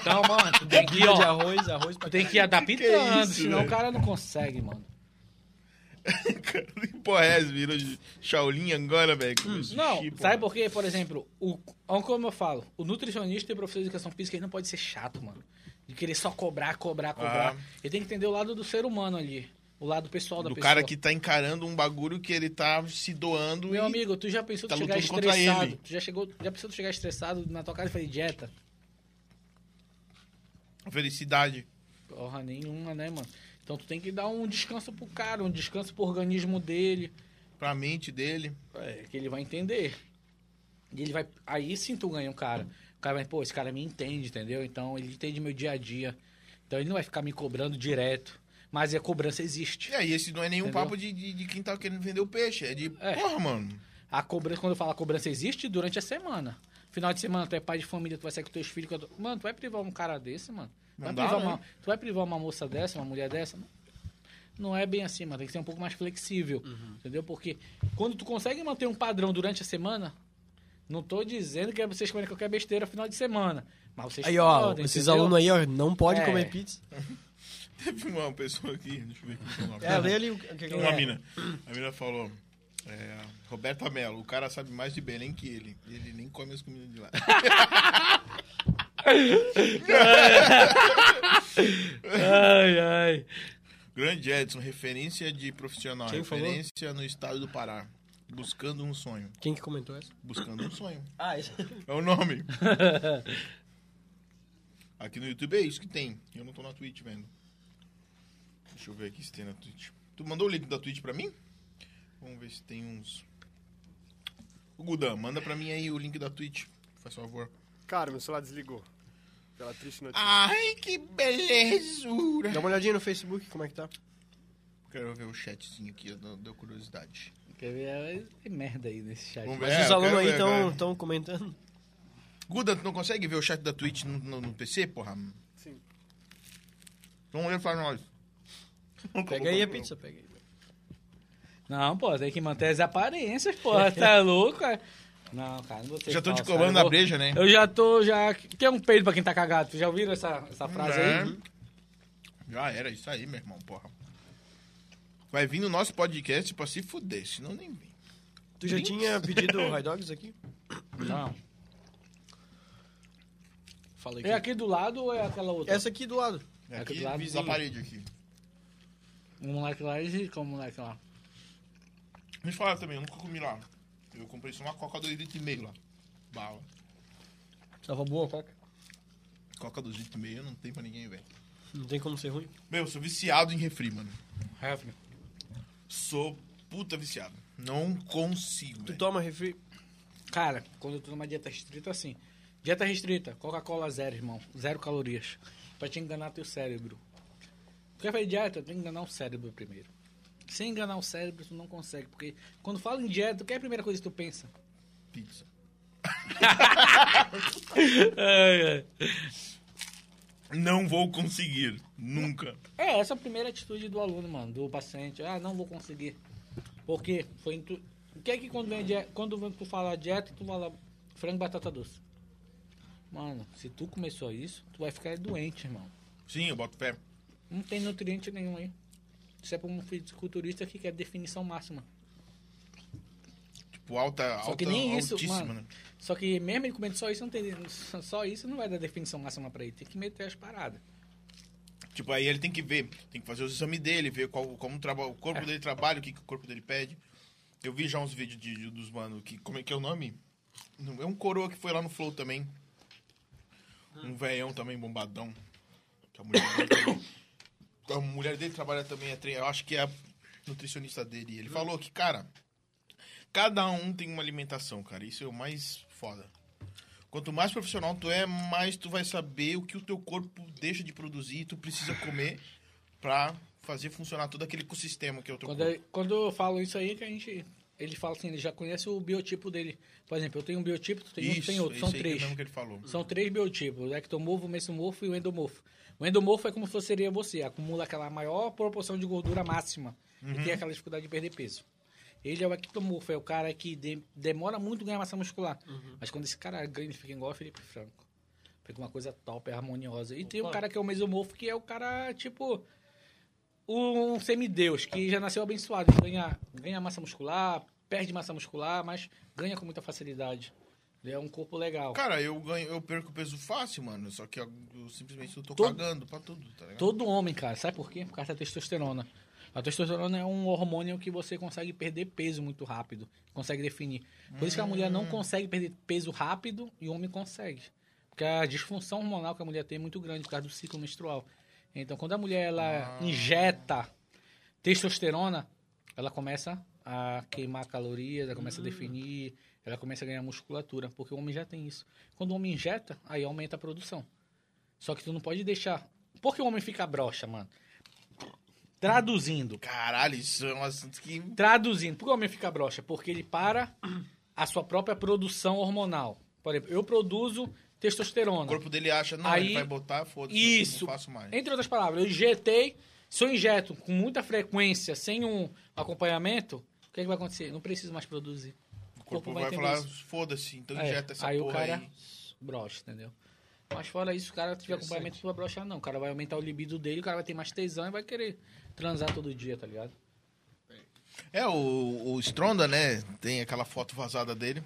Speaker 4: Então, mano, tu tem que,
Speaker 1: Guia de
Speaker 4: ó,
Speaker 1: arroz, arroz
Speaker 4: tu
Speaker 1: pra
Speaker 4: tem que ir adaptando,
Speaker 2: Que que é isso,
Speaker 4: senão
Speaker 2: velho?
Speaker 4: o cara não consegue, mano.
Speaker 2: Porrés virou é, de Shaolin agora, velho. com esse
Speaker 4: Hum, Não,
Speaker 2: chip,
Speaker 4: sabe
Speaker 2: mano.
Speaker 4: por quê? Por exemplo, o, ó como eu falo, o nutricionista e o professor de educação física ele não pode ser chato, mano. De querer só cobrar, cobrar, cobrar.
Speaker 2: Ah.
Speaker 4: Ele tem que entender o lado do ser humano ali. O lado pessoal da
Speaker 2: Do
Speaker 4: pessoa.
Speaker 2: cara que tá encarando um bagulho que ele tá se doando
Speaker 4: Meu
Speaker 2: e...
Speaker 4: amigo, tu já pensou
Speaker 2: tá
Speaker 4: tu chegar
Speaker 2: lutando contra
Speaker 4: estressado?
Speaker 2: ele.
Speaker 4: Tu já chegou, já pensou tu chegar estressado na tua casa e fazer dieta?
Speaker 2: Felicidade.
Speaker 4: Porra nenhuma, né, mano? Então tu tem que dar um descanso pro cara, um descanso pro organismo dele,
Speaker 2: Pra mente dele.
Speaker 4: é, que ele vai entender. E ele vai. Aí sim tu ganha um cara. O cara vai, pô, esse cara me entende, entendeu? Então ele entende meu dia a dia. Então ele não vai ficar me cobrando direto. Mas a cobrança existe.
Speaker 2: E aí, esse não é nenhum
Speaker 4: Entendeu?
Speaker 2: papo de, de, de quem tá querendo vender o peixe. É de,
Speaker 4: É.
Speaker 2: porra, mano.
Speaker 4: A cobrança, quando eu falo a cobrança existe, durante a semana. Final de semana, tu é pai de família, tu vai sair com teus filhos. com a tua- Mano, tu vai privar um cara desse, mano? Tu
Speaker 2: Não
Speaker 4: vai,
Speaker 2: dá,
Speaker 4: privar
Speaker 2: né?
Speaker 4: uma... tu vai privar uma moça dessa, uma mulher dessa? Não- Não é bem assim, mano. Tem que ser um pouco mais flexível.
Speaker 2: Uhum.
Speaker 4: Entendeu? Porque quando tu consegue manter um padrão durante a semana, não tô dizendo que é vocês comerem qualquer besteira final de semana. Mas vocês
Speaker 1: Aí, ó,
Speaker 4: podem,
Speaker 1: esses
Speaker 4: entendeu?
Speaker 1: alunos aí, ó, não pode
Speaker 4: É.
Speaker 1: comer pizza.
Speaker 2: Teve uma pessoa aqui, deixa eu ver aqui. Uma,
Speaker 1: É, lê ali o que que
Speaker 2: uma
Speaker 1: é.
Speaker 2: mina. A mina falou... É, Roberta Mello, o cara sabe mais de Belém que ele. Ele nem come as comidas de lá.
Speaker 4: Ai, ai.
Speaker 2: Grande Edson, referência de profissional.
Speaker 1: Quem falou?
Speaker 2: referência no estado do Pará. Buscando um sonho.
Speaker 1: Quem que comentou essa?
Speaker 2: Buscando um sonho.
Speaker 1: Ah, esse.
Speaker 2: É o nome. aqui no YouTube é isso que tem. Eu não tô na Twitch vendo. Deixa eu ver aqui se tem na Twitch. Tu mandou o link da Twitch pra mim? Vamos ver se tem uns. O Gudan, manda pra mim aí o link da Twitch, faz favor.
Speaker 3: Cara, meu celular desligou. Pela triste notícia.
Speaker 2: Ai, que belezura!
Speaker 1: Dá uma olhadinha no Facebook, como é que tá?
Speaker 2: Quero ver o chatzinho aqui, deu, deu curiosidade.
Speaker 4: Quer ver? É- é merda aí nesse chat.
Speaker 2: Vamos ver.
Speaker 1: Mas
Speaker 2: É,
Speaker 1: os
Speaker 2: eu
Speaker 1: alunos
Speaker 2: quero
Speaker 1: aí
Speaker 2: ver, cara.
Speaker 1: estão comentando.
Speaker 2: Gudan, tu não consegue ver o chat da Twitch no, no- no PC, porra?
Speaker 3: Sim.
Speaker 2: Vamos ver pra nós.
Speaker 1: Pega aí a pizza, pega aí.
Speaker 4: Não, pô, tem que manter as aparências, pô. Tá louco, cara? Não, cara, não vou ter
Speaker 2: Já tô te
Speaker 4: falso,
Speaker 2: cobrando
Speaker 4: cara. Eu
Speaker 2: a
Speaker 4: vou-
Speaker 2: breja, né?
Speaker 4: Eu já tô, já... Que é um peido pra quem tá cagado. Tu já ouviram essa, essa frase
Speaker 2: É.
Speaker 4: aí?
Speaker 2: Já era, isso aí, meu irmão, porra. Vai vir no nosso podcast pra se fuder, senão nem vem.
Speaker 1: Tu já tinha pedido o High Dogs aqui?
Speaker 4: Não.
Speaker 1: Falei
Speaker 4: É aqui do lado ou é aquela outra?
Speaker 1: Essa aqui do lado.
Speaker 2: É
Speaker 4: Aqui
Speaker 2: aqui
Speaker 4: do
Speaker 2: vizinho.
Speaker 4: lado, vizinho.
Speaker 2: na parede aqui.
Speaker 4: Um moleque lá e como um moleque lá.
Speaker 2: Me fala também, eu nunca comi lá. Eu comprei só uma coca 2 litros e meio lá. Bala.
Speaker 1: Tava boa a coca.
Speaker 2: Coca 2 litros e meio não tem pra ninguém, velho.
Speaker 1: Não tem como ser ruim.
Speaker 2: Meu, eu sou viciado em refri, mano.
Speaker 4: Refri.
Speaker 2: Sou puta viciado. Não consigo,
Speaker 1: Tu
Speaker 2: velho.
Speaker 1: toma refri?
Speaker 4: Cara, quando eu tô numa dieta restrita, assim. Dieta restrita, Coca-Cola zero, irmão. Zero calorias. Pra te enganar teu cérebro. Tu quer fazer dieta? Tem que enganar o cérebro primeiro. Sem enganar o cérebro, tu não consegue. Porque quando fala em dieta, o que é a primeira coisa que tu pensa?
Speaker 2: Pizza. Não vou conseguir. Nunca.
Speaker 4: É, essa é a primeira atitude do aluno, mano, do paciente. Ah, não vou conseguir. Porque foi. em tu- O que é que quando vem, a die- quando vem tu fala dieta, tu fala frango e batata doce? Mano, se tu começou isso, tu vai ficar doente, irmão.
Speaker 2: Sim, eu boto fé.
Speaker 4: Não tem nutriente nenhum aí. Isso é pra um fisiculturista que quer definição máxima.
Speaker 2: Tipo, alta,
Speaker 4: Só que
Speaker 2: alta-
Speaker 4: nem isso,
Speaker 2: altíssima,
Speaker 4: mano.
Speaker 2: né?
Speaker 4: Só que mesmo ele comendo só isso, não tem, só isso não vai dar definição máxima pra ele. Tem que meter as paradas.
Speaker 2: Tipo, aí ele tem que ver, tem que fazer os exames dele, ver qual, como traba, o corpo dele trabalha, o que, que o corpo dele pede. Eu vi já uns vídeos de, de- dos mano, que, como é que é o nome? Não, É um coroa que foi lá no Flow também. Um velhão também, bombadão. Que a mulher dele, também- a mulher dele trabalha também, é tre- eu acho que é a nutricionista dele. E Ele falou que, cara, cada um tem uma alimentação, cara. Isso é o mais foda. Quanto mais profissional tu é, mais tu vai saber o que o teu corpo deixa de produzir e tu precisa comer pra fazer funcionar todo aquele ecossistema que é o teu
Speaker 4: Quando,
Speaker 2: corpo.
Speaker 4: eu- quando eu falo isso aí, que a gente. Ele fala assim, ele já conhece o biotipo dele. Por exemplo, eu tenho um biotipo, tu tem um, tu tem outro. São
Speaker 2: isso aí que é
Speaker 4: três.
Speaker 2: mesmo que ele falou.
Speaker 4: São três biotipos, o ectomorfo, o mesomorfo e o endomorfo. O endomorfo é como se fosse- seria você, acumula aquela maior proporção de gordura máxima e tem aquela dificuldade de perder peso. Ele é o ectomorfo, é o cara que de- demora muito ganhar massa muscular. Mas quando esse cara ganha, ele fica igual o Felipe Franco. Fica uma coisa top, é harmoniosa. E tem o cara que é o mesomorfo, que é o cara, tipo, um semideus, que já nasceu abençoado. Ele Ganha, ganha massa muscular, perde massa muscular, mas ganha com muita facilidade. Ele é um corpo legal.
Speaker 2: Cara, eu ganho, eu perco peso fácil, mano. Só que eu, eu simplesmente eu tô
Speaker 4: Todo-
Speaker 2: cagando pra tudo, tá ligado?
Speaker 4: Todo homem, cara, sabe por quê? Por causa da testosterona. A testosterona é um hormônio que você consegue perder peso muito rápido, consegue definir. Por isso que a mulher
Speaker 2: Hum.
Speaker 4: não consegue perder peso rápido e o homem consegue. Porque a disfunção hormonal que a mulher tem é muito grande por causa do ciclo menstrual. Então, quando a mulher
Speaker 2: Ah.
Speaker 4: ela injeta testosterona, ela começa a queimar calorias, ela começa a definir, ela começa a ganhar musculatura, porque o homem já tem isso. Quando o homem injeta, aí aumenta a produção. Só que tu não pode deixar. Por que o homem fica broxa, mano? Traduzindo.
Speaker 2: Caralho, isso é um assunto que.
Speaker 4: Traduzindo. Por que o homem fica broxa? Porque ele para a sua própria produção hormonal. Por exemplo, eu produzo
Speaker 2: O
Speaker 4: testosterona.
Speaker 2: corpo dele acha, não,
Speaker 4: Aí-
Speaker 2: ele vai botar, foda-se.
Speaker 4: Isso.
Speaker 2: Não faço mais.
Speaker 4: Entre outras palavras, eu injetei. Se eu injeto com muita frequência, sem um acompanhamento, o que, é que vai acontecer? Não preciso mais produzir.
Speaker 2: O corpo
Speaker 4: corpo
Speaker 2: vai,
Speaker 4: vai ter
Speaker 2: falar,
Speaker 4: isso.
Speaker 2: foda-se, então
Speaker 4: É,
Speaker 2: injeta essa
Speaker 4: aí o
Speaker 2: porra
Speaker 4: cara-
Speaker 2: aí.
Speaker 4: brocha, entendeu? Mas fora isso, o cara tiver acompanhamento, não vai brochar, não. O cara vai aumentar o libido dele, o cara vai ter mais tesão e vai querer transar todo dia, tá ligado?
Speaker 2: É, o, o Stronda, né? Tem aquela foto vazada dele.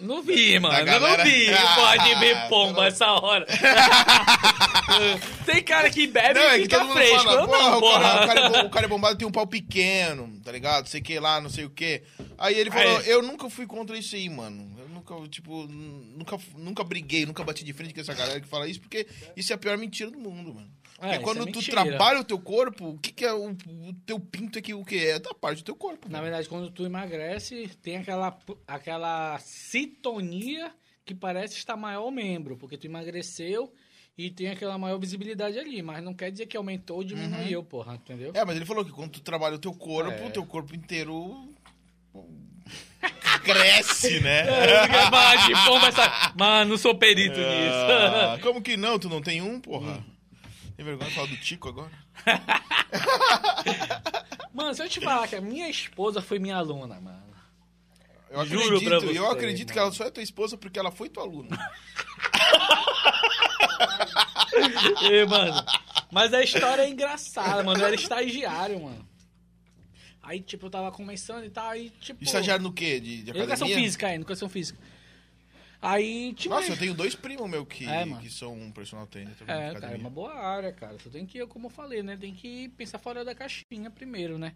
Speaker 4: Não vi, mano. eu
Speaker 2: galera-
Speaker 4: Não vi.
Speaker 2: Ah,
Speaker 4: Pode ver pomba
Speaker 2: pelo-
Speaker 4: essa hora. Tem cara que bebe
Speaker 2: Não, é
Speaker 4: e
Speaker 2: que
Speaker 4: fica
Speaker 2: todo mundo
Speaker 4: fresco.
Speaker 2: fala,
Speaker 4: eu
Speaker 2: "Porra,
Speaker 4: não,
Speaker 2: o cara, o,
Speaker 4: porra.
Speaker 2: cara é bom- o cara é bombado tem um pau pequeno, tá ligado? Sei que lá, não sei o que. Aí ele falou,
Speaker 4: Aí.
Speaker 2: eu nunca fui contra isso aí, mano. Eu nunca, tipo, n- nunca, nunca briguei, nunca bati de frente com essa galera que fala isso, porque isso é a pior mentira do mundo, mano.
Speaker 4: É,
Speaker 2: Porque
Speaker 4: isso
Speaker 2: quando
Speaker 4: é
Speaker 2: tu
Speaker 4: mentira.
Speaker 2: trabalha o teu corpo, o que que é o, o teu pinto é que o que é da parte do teu corpo.
Speaker 4: Na
Speaker 2: mano.
Speaker 4: verdade, quando tu emagrece, tem aquela, aquela sintonia que parece estar maior o membro, porque tu emagreceu e tem aquela maior visibilidade ali, mas não quer dizer que aumentou ou diminuiu, porra, entendeu?
Speaker 2: É, mas ele falou que quando tu trabalha o teu corpo, o
Speaker 4: É.
Speaker 2: teu corpo inteiro cresce,
Speaker 4: É.
Speaker 2: né?
Speaker 4: Bate, pomba essa... tá, Mano, não sou perito
Speaker 2: Ah,
Speaker 4: nisso.
Speaker 2: como que não? Tu não tem um, porra? Tem vergonha de falar do Tico agora?
Speaker 4: Mano, se eu te falar que a minha esposa foi minha aluna, mano.
Speaker 2: Eu
Speaker 4: Juro
Speaker 2: acredito,
Speaker 4: pra você,
Speaker 2: eu acredito que
Speaker 4: mano.
Speaker 2: ela só é tua esposa porque ela foi tua aluna.
Speaker 4: Ei, mano. Mas a história é engraçada, mano. Eu era estagiário, mano. Aí, tipo, eu tava começando e tal, aí, tipo...
Speaker 2: Estagiário no quê? De, de academia?
Speaker 4: Educação física, é, educação física. Aí, tipo...
Speaker 2: Nossa, eu tenho dois primos meu que,
Speaker 4: É, mano.
Speaker 2: que são um personal trainer também de
Speaker 4: É, cara, é
Speaker 2: academia.
Speaker 4: uma boa área, cara. Só tem que, como eu falei, né? Tem que pensar fora da caixinha primeiro, né?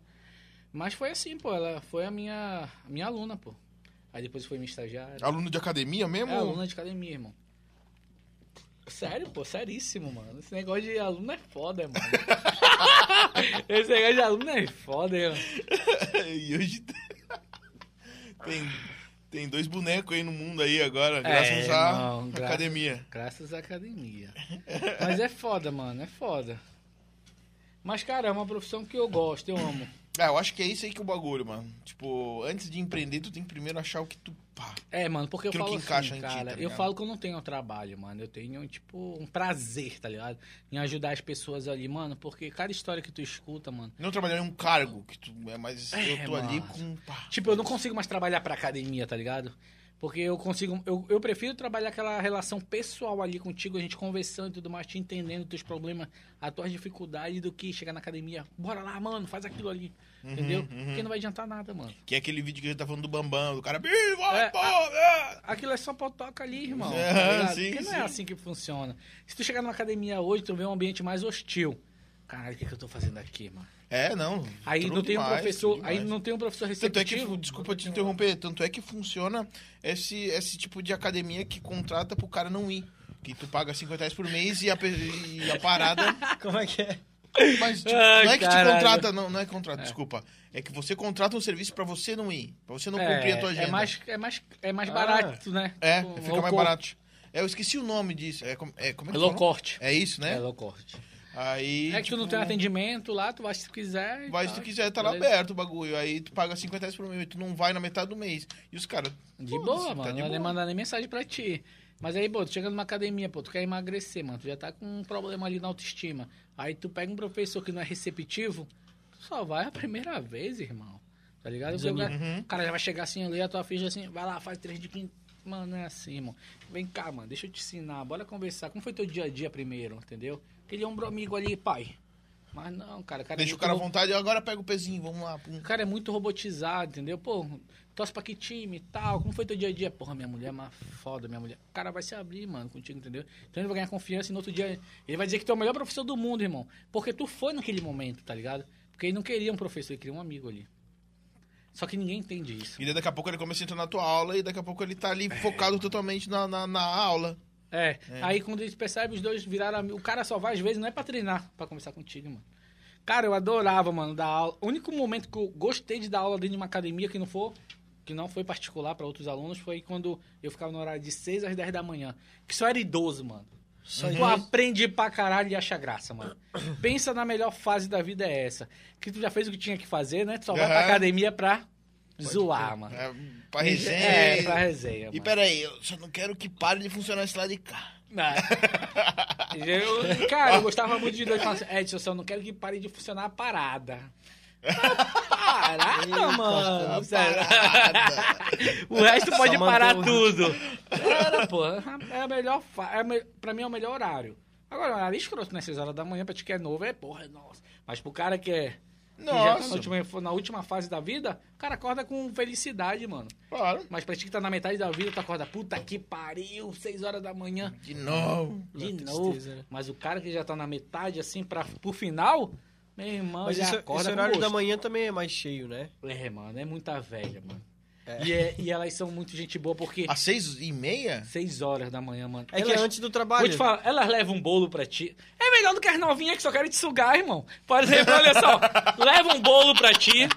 Speaker 4: Mas foi assim, pô. Ela foi a minha, a minha aluna, pô. Aí depois foi minha estagiária.
Speaker 2: Aluno de academia mesmo?
Speaker 4: É aluna de academia, irmão. Sério, pô, seríssimo, mano. Esse negócio de aluno é foda, mano. Esse negócio de aluno é foda, mano.
Speaker 2: e hoje tem, tem dois bonecos aí no mundo aí agora, graças à
Speaker 4: É, irmão, graças-
Speaker 2: academia.
Speaker 4: Graças à academia. Mas é foda, mano, é foda. Mas, cara, é uma profissão que eu gosto, eu amo.
Speaker 2: Ah, eu acho que é isso aí que é o bagulho, mano. Tipo, antes de empreender, tu tem que primeiro achar o que tu. Pá.
Speaker 4: É, mano, porque eu
Speaker 2: Aquilo
Speaker 4: falo
Speaker 2: que encaixa
Speaker 4: assim,
Speaker 2: em ti,
Speaker 4: cara,
Speaker 2: tá
Speaker 4: eu
Speaker 2: ligado?
Speaker 4: falo que eu não tenho um trabalho, mano. Eu tenho, tipo, um prazer, tá ligado? Em ajudar as pessoas ali, mano. Porque cada história que tu escuta, mano,
Speaker 2: Não trabalhar em um cargo, que tu é mais.
Speaker 4: É,
Speaker 2: eu tô ali
Speaker 4: mano.
Speaker 2: com. Pá.
Speaker 4: Tipo, eu não consigo mais trabalhar pra academia, tá ligado? Porque eu consigo. Eu, eu prefiro trabalhar aquela relação pessoal ali contigo, a gente conversando e tudo mais, te entendendo teus problemas, as tuas dificuldades, do que chegar na academia. Bora lá, mano, faz aquilo ali.
Speaker 2: Uhum,
Speaker 4: entendeu? Porque não vai adiantar nada, mano.
Speaker 2: Que é aquele vídeo que a gente tá falando do Bambam, do cara. "Ih, vai,
Speaker 4: É,
Speaker 2: pô, ah!"
Speaker 4: Aquilo é só potoca ali, irmão.
Speaker 2: É,
Speaker 4: tá ligado?
Speaker 2: sim,
Speaker 4: Porque não
Speaker 2: sim.
Speaker 4: é assim que funciona. Se tu chegar numa academia hoje, tu vê um ambiente mais hostil. Caralho, o que, que eu tô fazendo aqui, mano?
Speaker 2: É, não.
Speaker 4: Aí
Speaker 2: tudo
Speaker 4: não tem um
Speaker 2: demais,
Speaker 4: professor,
Speaker 2: tudo
Speaker 4: aí
Speaker 2: demais.
Speaker 4: não tem um professor
Speaker 2: Tanto é que,
Speaker 4: receptivo.
Speaker 2: desculpa te interromper, tanto é que funciona esse, esse tipo de academia que contrata pro cara não ir. Que tu paga 50 reais por mês e a, pe- e a parada.
Speaker 1: Como é que é?
Speaker 2: Mas tipo,
Speaker 4: Ai,
Speaker 2: não é que
Speaker 4: caralho.
Speaker 2: te contrata, não, não é contrato, desculpa. É que você contrata um serviço pra você não ir, pra você não cumprir a tua agenda.
Speaker 4: É mais, é mais, é mais
Speaker 1: Ah.
Speaker 4: barato, né?
Speaker 2: É,
Speaker 4: Com-
Speaker 2: fica
Speaker 4: low
Speaker 2: mais
Speaker 4: cost.
Speaker 2: barato. É, eu esqueci o nome disso. É, como- é, como é
Speaker 4: É
Speaker 2: que
Speaker 4: low
Speaker 2: fala?
Speaker 4: cost.
Speaker 2: É isso,
Speaker 4: É
Speaker 2: né?
Speaker 4: low cost.
Speaker 2: Aí.
Speaker 4: é que tu não tem atendimento lá, tu vai se tu quiser. e
Speaker 2: Vai se tu
Speaker 4: tal.
Speaker 2: quiser, tá lá
Speaker 4: Beleza.
Speaker 2: aberto o bagulho. Aí tu paga 50 reais por mês, tu não vai na metade do mês. E os caras.
Speaker 4: De
Speaker 2: foda-se,
Speaker 4: boa,
Speaker 2: tá de
Speaker 4: mano. não
Speaker 2: boa.
Speaker 4: vai nem mandar nem mensagem pra ti. Mas aí, pô, tu chega numa academia, pô, tu quer emagrecer, mano. Tu já tá com um problema ali na autoestima. Aí tu pega um professor que não é receptivo, tu só vai a primeira vez, irmão. Tá ligado? Porque O cara,
Speaker 2: Uhum.
Speaker 4: o cara já vai chegar assim ali, a tua ficha assim, vai lá, faz três de quinta. Mano, não é assim, irmão. Vem cá, mano, deixa eu te ensinar, bora conversar. Como foi teu dia a dia primeiro, entendeu? Aquele ombro amigo ali, pai. Mas não, cara, cara.
Speaker 2: Deixa
Speaker 4: eu
Speaker 2: o cara à
Speaker 4: tô-
Speaker 2: vontade, agora pega o pezinho, vamos lá.
Speaker 4: o
Speaker 2: pum.
Speaker 4: cara é muito robotizado, entendeu? Pô, torce pra que time e tal? Como foi teu dia a dia? Porra, minha mulher é uma foda, minha mulher. O cara vai se abrir, mano, contigo, entendeu? Então ele vai ganhar confiança e no outro dia ele vai dizer que tu é o melhor professor do mundo, irmão. Porque tu foi naquele momento, tá ligado? Porque ele não queria um professor, ele queria um amigo ali. Só que ninguém entende isso.
Speaker 2: E daí daqui a pouco ele começa a entrar na tua aula e daqui a pouco ele tá ali focado totalmente na, na, na aula.
Speaker 4: É. Aí quando eles percebem, os dois viraram amigos. O cara só vai às vezes, não é pra treinar, pra conversar contigo, mano. Cara, eu adorava, mano, dar aula. O único momento que eu gostei de dar aula dentro de uma academia que não for que não foi particular pra outros alunos foi quando eu ficava no horário de 6 às 10 da manhã, que só era idoso, mano. Só
Speaker 2: Uhum.
Speaker 4: tu aprende pra caralho e acha graça, mano. Pensa na melhor fase da vida é essa, que tu já fez o que tinha que fazer, né? Tu só vai pra
Speaker 2: Aham.
Speaker 4: academia pra zoar, mano.
Speaker 2: É, pra resenha.
Speaker 4: É, pra resenha,
Speaker 2: E
Speaker 4: mano.
Speaker 2: peraí, eu só não quero que pare de funcionar esse lado de cá.
Speaker 4: Não. Eu- cara, eu gostava muito de dois falando assim, Edson, eu só não quero que pare de funcionar a parada. A Parada, mano. sério. O resto
Speaker 1: Só
Speaker 4: pode
Speaker 1: manter
Speaker 4: parar
Speaker 1: o-
Speaker 4: tudo. Era, pô. É a melhor. fa- É a me- pra mim é o melhor horário. Agora, o horário escroto, né? 6 horas da manhã, pra ti que é novo, é porra, nossa. Mas pro cara que é. que já tá na
Speaker 2: Nossa,
Speaker 4: última, na última fase da vida, o cara acorda com felicidade, mano.
Speaker 2: claro.
Speaker 4: Mas pra ti que tá na metade da vida, tu acorda, puta que pariu, 6 horas da manhã.
Speaker 2: De novo.
Speaker 4: De
Speaker 1: Uma
Speaker 4: novo.
Speaker 1: tristeza, né?
Speaker 4: Mas o cara que já tá na metade, assim, pra, pro final, meu irmão,
Speaker 1: Mas
Speaker 4: já
Speaker 1: esse,
Speaker 4: acorda
Speaker 1: esse
Speaker 4: com
Speaker 1: horário da
Speaker 4: gosto.
Speaker 1: manhã também é mais cheio, né?
Speaker 4: É, mano, é muita velha, mano.
Speaker 1: É.
Speaker 4: E, é- e elas são muito gente boa, porque
Speaker 2: Às seis e meia?
Speaker 4: 6 horas da manhã, mano.
Speaker 1: É que
Speaker 4: elas,
Speaker 1: é antes do trabalho.
Speaker 4: Vou te falar, elas levam um bolo pra ti. É melhor do que as novinhas que só querem te sugar, irmão. Por exemplo, olha só, leva um bolo pra ti.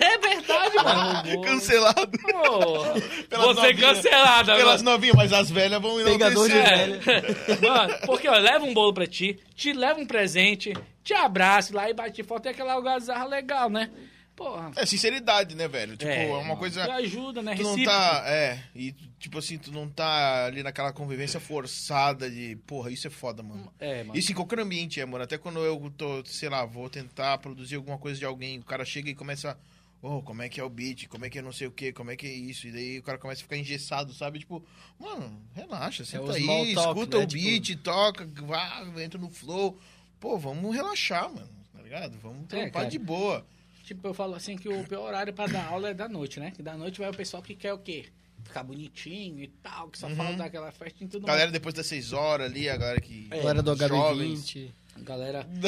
Speaker 4: É verdade, mano.
Speaker 2: Cancelado.
Speaker 4: Pô,
Speaker 2: Pelas
Speaker 4: você
Speaker 2: novinhas.
Speaker 4: cancelada, mano.
Speaker 2: Pelas novinhas, mas as velhas vão
Speaker 1: Pegador de
Speaker 2: enaltecer.
Speaker 1: velho.
Speaker 4: É. Mano, porque ó, leva um bolo pra ti, te leva um presente, te abraça lá e bate foto, é aquela algazarra legal, né? Porra.
Speaker 2: É sinceridade, né, velho? Tipo, é, uma
Speaker 4: mano,
Speaker 2: coisa.
Speaker 4: Tu ajuda, né?
Speaker 2: Tu não
Speaker 4: Recíproco.
Speaker 2: tá. É, e tipo assim, tu não tá ali naquela convivência forçada de. Porra, isso é foda, mano.
Speaker 4: É, mano.
Speaker 2: Isso em qualquer ambiente é, mano. Até quando eu tô, sei lá, vou tentar produzir alguma coisa de alguém, o cara chega e começa. Oh, como é que é o beat? Como é que é não sei o que? Como é que é isso? E daí o cara começa a ficar engessado, sabe? Tipo, mano, relaxa,
Speaker 1: É, o
Speaker 2: senta
Speaker 1: small
Speaker 2: aí,
Speaker 1: talk,
Speaker 2: escuta
Speaker 1: né?
Speaker 2: o
Speaker 1: Tipo-
Speaker 2: beat, toca, vá, entra no flow. Pô, vamos relaxar, mano, tá ligado?
Speaker 1: É,
Speaker 2: Vamos trampar
Speaker 4: cara.
Speaker 2: de boa.
Speaker 4: Tipo, eu falo assim que o pior horário pra dar aula é da noite, né? Que da noite vai o pessoal que quer o quê? Ficar bonitinho e tal, que só fala daquela festa e tudo
Speaker 2: Uhum. Galera, depois das seis horas ali, a galera que.
Speaker 4: É,
Speaker 1: Galera do
Speaker 2: jovens.
Speaker 1: HB20,
Speaker 4: mais. Galera.
Speaker 2: Hum.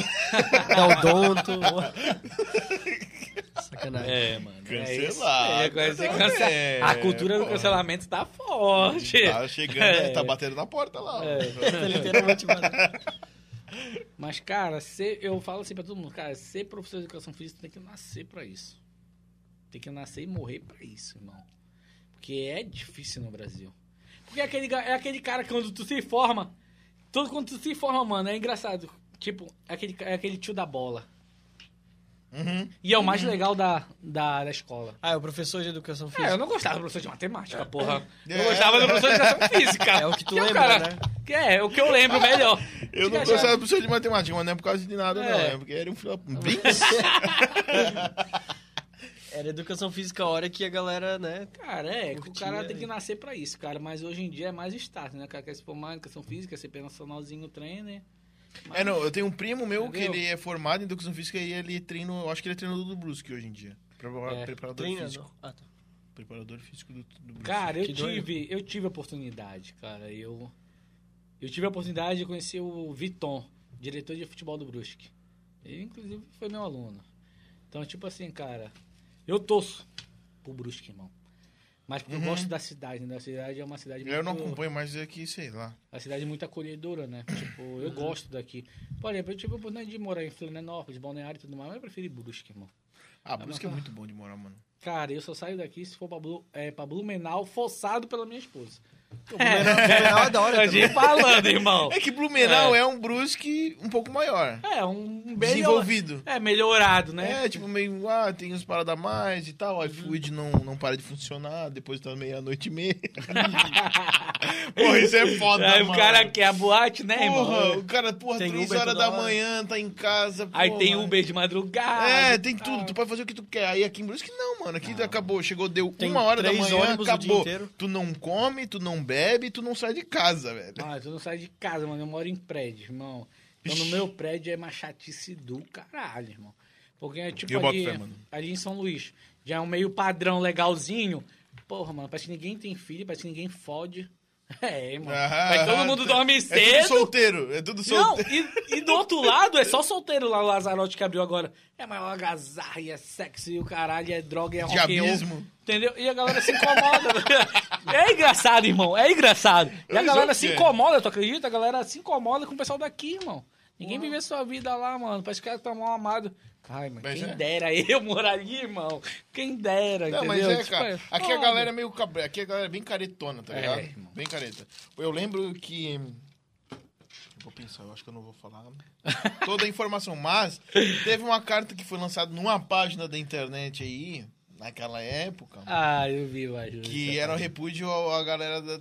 Speaker 1: da Odonto. Sacanagem.
Speaker 4: É, mano.
Speaker 2: Cancelado
Speaker 4: isso É, aí, agora você
Speaker 2: também,
Speaker 4: cancela- A cultura do
Speaker 2: pô.
Speaker 4: cancelamento tá forte.
Speaker 1: É.
Speaker 2: Tá chegando, né? tá batendo na porta lá.
Speaker 1: Tá literalmente maluco.
Speaker 4: Mas, cara, ser, eu falo assim pra todo mundo, cara, ser professor de educação física tem que nascer pra isso. Tem que nascer e morrer pra isso, irmão. Porque é difícil no Brasil. Porque é aquele, ga- é aquele cara que quando tu se forma, todo quando tu se forma, mano, é engraçado. Tipo, é aquele, ca- é aquele tio da bola.
Speaker 2: Uhum.
Speaker 4: E é o mais legal da, da, da escola.
Speaker 1: Ah, é o professor de educação
Speaker 4: É, eu
Speaker 1: física.
Speaker 4: não gostava do professor de matemática, porra. Eu
Speaker 2: É.
Speaker 4: gostava do professor de educação física.
Speaker 1: É o que tu
Speaker 4: é
Speaker 1: lembra,
Speaker 4: cara-
Speaker 1: né?
Speaker 4: que É, é o que eu lembro melhor.
Speaker 2: Eu não
Speaker 4: Tinha
Speaker 2: gostava do professor de
Speaker 1: É.
Speaker 2: é um matemática, mas não é por causa de nada,
Speaker 4: É.
Speaker 2: não. É porque era um filho da-
Speaker 1: Era educação física a hora que a galera, né?
Speaker 4: Cara, é, que o
Speaker 1: Curtia,
Speaker 4: cara tem
Speaker 1: né?
Speaker 4: que nascer pra isso, cara. Mas hoje em dia é mais status, né? O cara quer se formar em educação física, um ser personalzinho, trainer. Mas,
Speaker 2: É, não, eu tenho um primo meu
Speaker 4: Entendeu?
Speaker 2: que ele é formado em educação física e ele treina, eu acho que ele é treinador do Brusque hoje em dia. Prepara-
Speaker 4: É,
Speaker 2: Preparador
Speaker 1: Treina,
Speaker 2: físico.
Speaker 1: não. Ah, tá.
Speaker 2: Preparador físico do, do Brusque.
Speaker 4: Cara, eu
Speaker 1: Que doido.
Speaker 4: tive, eu tive a oportunidade, cara. Eu, eu tive a oportunidade de conhecer o Viton, diretor de futebol do Brusque. Ele, inclusive, foi meu aluno. Então, tipo assim, cara, eu torço pro Brusque, irmão. Mas porque eu gosto da cidade, né? A cidade é uma cidade
Speaker 2: eu não
Speaker 4: muito-
Speaker 2: acompanho mais aqui, sei lá.
Speaker 4: A cidade é muito acolhedora, né? Tipo, eu
Speaker 2: Uhum.
Speaker 4: gosto daqui. Por exemplo, eu tive a oportunidade de morar em Florianópolis, Balneário e tudo mais, mas eu preferi Brusque, irmão.
Speaker 2: Ah,
Speaker 4: mas
Speaker 2: Brusque é
Speaker 4: tá.
Speaker 2: muito bom de morar, mano.
Speaker 4: Cara, eu só saio daqui se for pra, Blu, é, pra Blumenau, forçado pela minha esposa.
Speaker 1: Blumenau é da hora
Speaker 4: Tô
Speaker 1: também.
Speaker 4: te falando, irmão.
Speaker 2: É que Blumenau é, um Brusque um pouco maior.
Speaker 4: É, um bem
Speaker 2: Desenvolvido.
Speaker 4: É, melhorado, né?
Speaker 2: É, tipo, meio, ah, tem uns paradas a mais e tal, o iFood não, não para de funcionar, depois tá meia-noite e meia. porra, isso é foda,
Speaker 4: Aí
Speaker 2: mano.
Speaker 4: o cara quer a boate, né,
Speaker 2: porra,
Speaker 4: irmão?
Speaker 2: o cara, porra,
Speaker 1: Tem
Speaker 2: três
Speaker 1: Uber
Speaker 2: horas
Speaker 1: toda
Speaker 2: da
Speaker 1: hora.
Speaker 2: manhã, tá em casa,
Speaker 4: Aí
Speaker 2: porra.
Speaker 4: tem Uber de madrugada.
Speaker 2: É, tem tudo, tu pode fazer o que tu quer. Aí aqui em Brusque não, mano, aqui acabou, chegou, deu
Speaker 1: Tem
Speaker 2: uma hora da
Speaker 1: três
Speaker 2: manhã,
Speaker 1: ônibus o dia
Speaker 2: acabou.
Speaker 1: inteiro.
Speaker 2: Tu não come, tu não bebe, tu não sai de casa, velho.
Speaker 4: Ah, tu não sai de casa, mano. Eu moro em prédio, irmão. Então no meu prédio é uma chatice do caralho, irmão. Porque é tipo
Speaker 2: Eu boto
Speaker 4: ali,
Speaker 2: fé, mano.
Speaker 4: ali em São Luís. Já é um meio padrão legalzinho. Porra, mano, parece que ninguém tem filho, parece que ninguém fode. É, mano.
Speaker 2: Ah,
Speaker 4: Mas todo mundo dorme cedo.
Speaker 2: É tudo solteiro, é tudo
Speaker 4: Não,
Speaker 2: solteiro.
Speaker 4: e, e do outro lado, é só solteiro lá, o Lazarote que abriu agora. É maior agarra e é sexy, e o caralho é droga, e é rock and roll.
Speaker 2: Diabismo.
Speaker 4: Entendeu? E a galera se incomoda. é engraçado, irmão, é engraçado. E a
Speaker 2: Mas
Speaker 4: galera
Speaker 2: o
Speaker 4: se
Speaker 2: quê?
Speaker 4: incomoda, tu acredita? A galera se incomoda com o pessoal daqui, irmão. Ninguém vive a sua vida lá, mano. Parece que o cara tá mal amado. Ai, mano,
Speaker 2: Mas
Speaker 4: quem
Speaker 2: é.
Speaker 4: dera eu morar ali, irmão. Quem dera,
Speaker 2: Não, mas
Speaker 4: entendeu?
Speaker 2: é,
Speaker 4: Tipo,
Speaker 2: cara. Aqui a
Speaker 4: foda.
Speaker 2: galera é meio cabra, aqui a galera é bem caretona, tá
Speaker 4: É,
Speaker 2: ligado?
Speaker 4: irmão.
Speaker 2: Bem careta. Eu lembro que eu vou pensar, eu acho que eu não vou falar né? toda a informação, mas teve uma carta que foi lançada numa página da internet aí, naquela época,
Speaker 4: Ah, eu vi, vai. Júlio.
Speaker 2: que era um repúdio à à galera da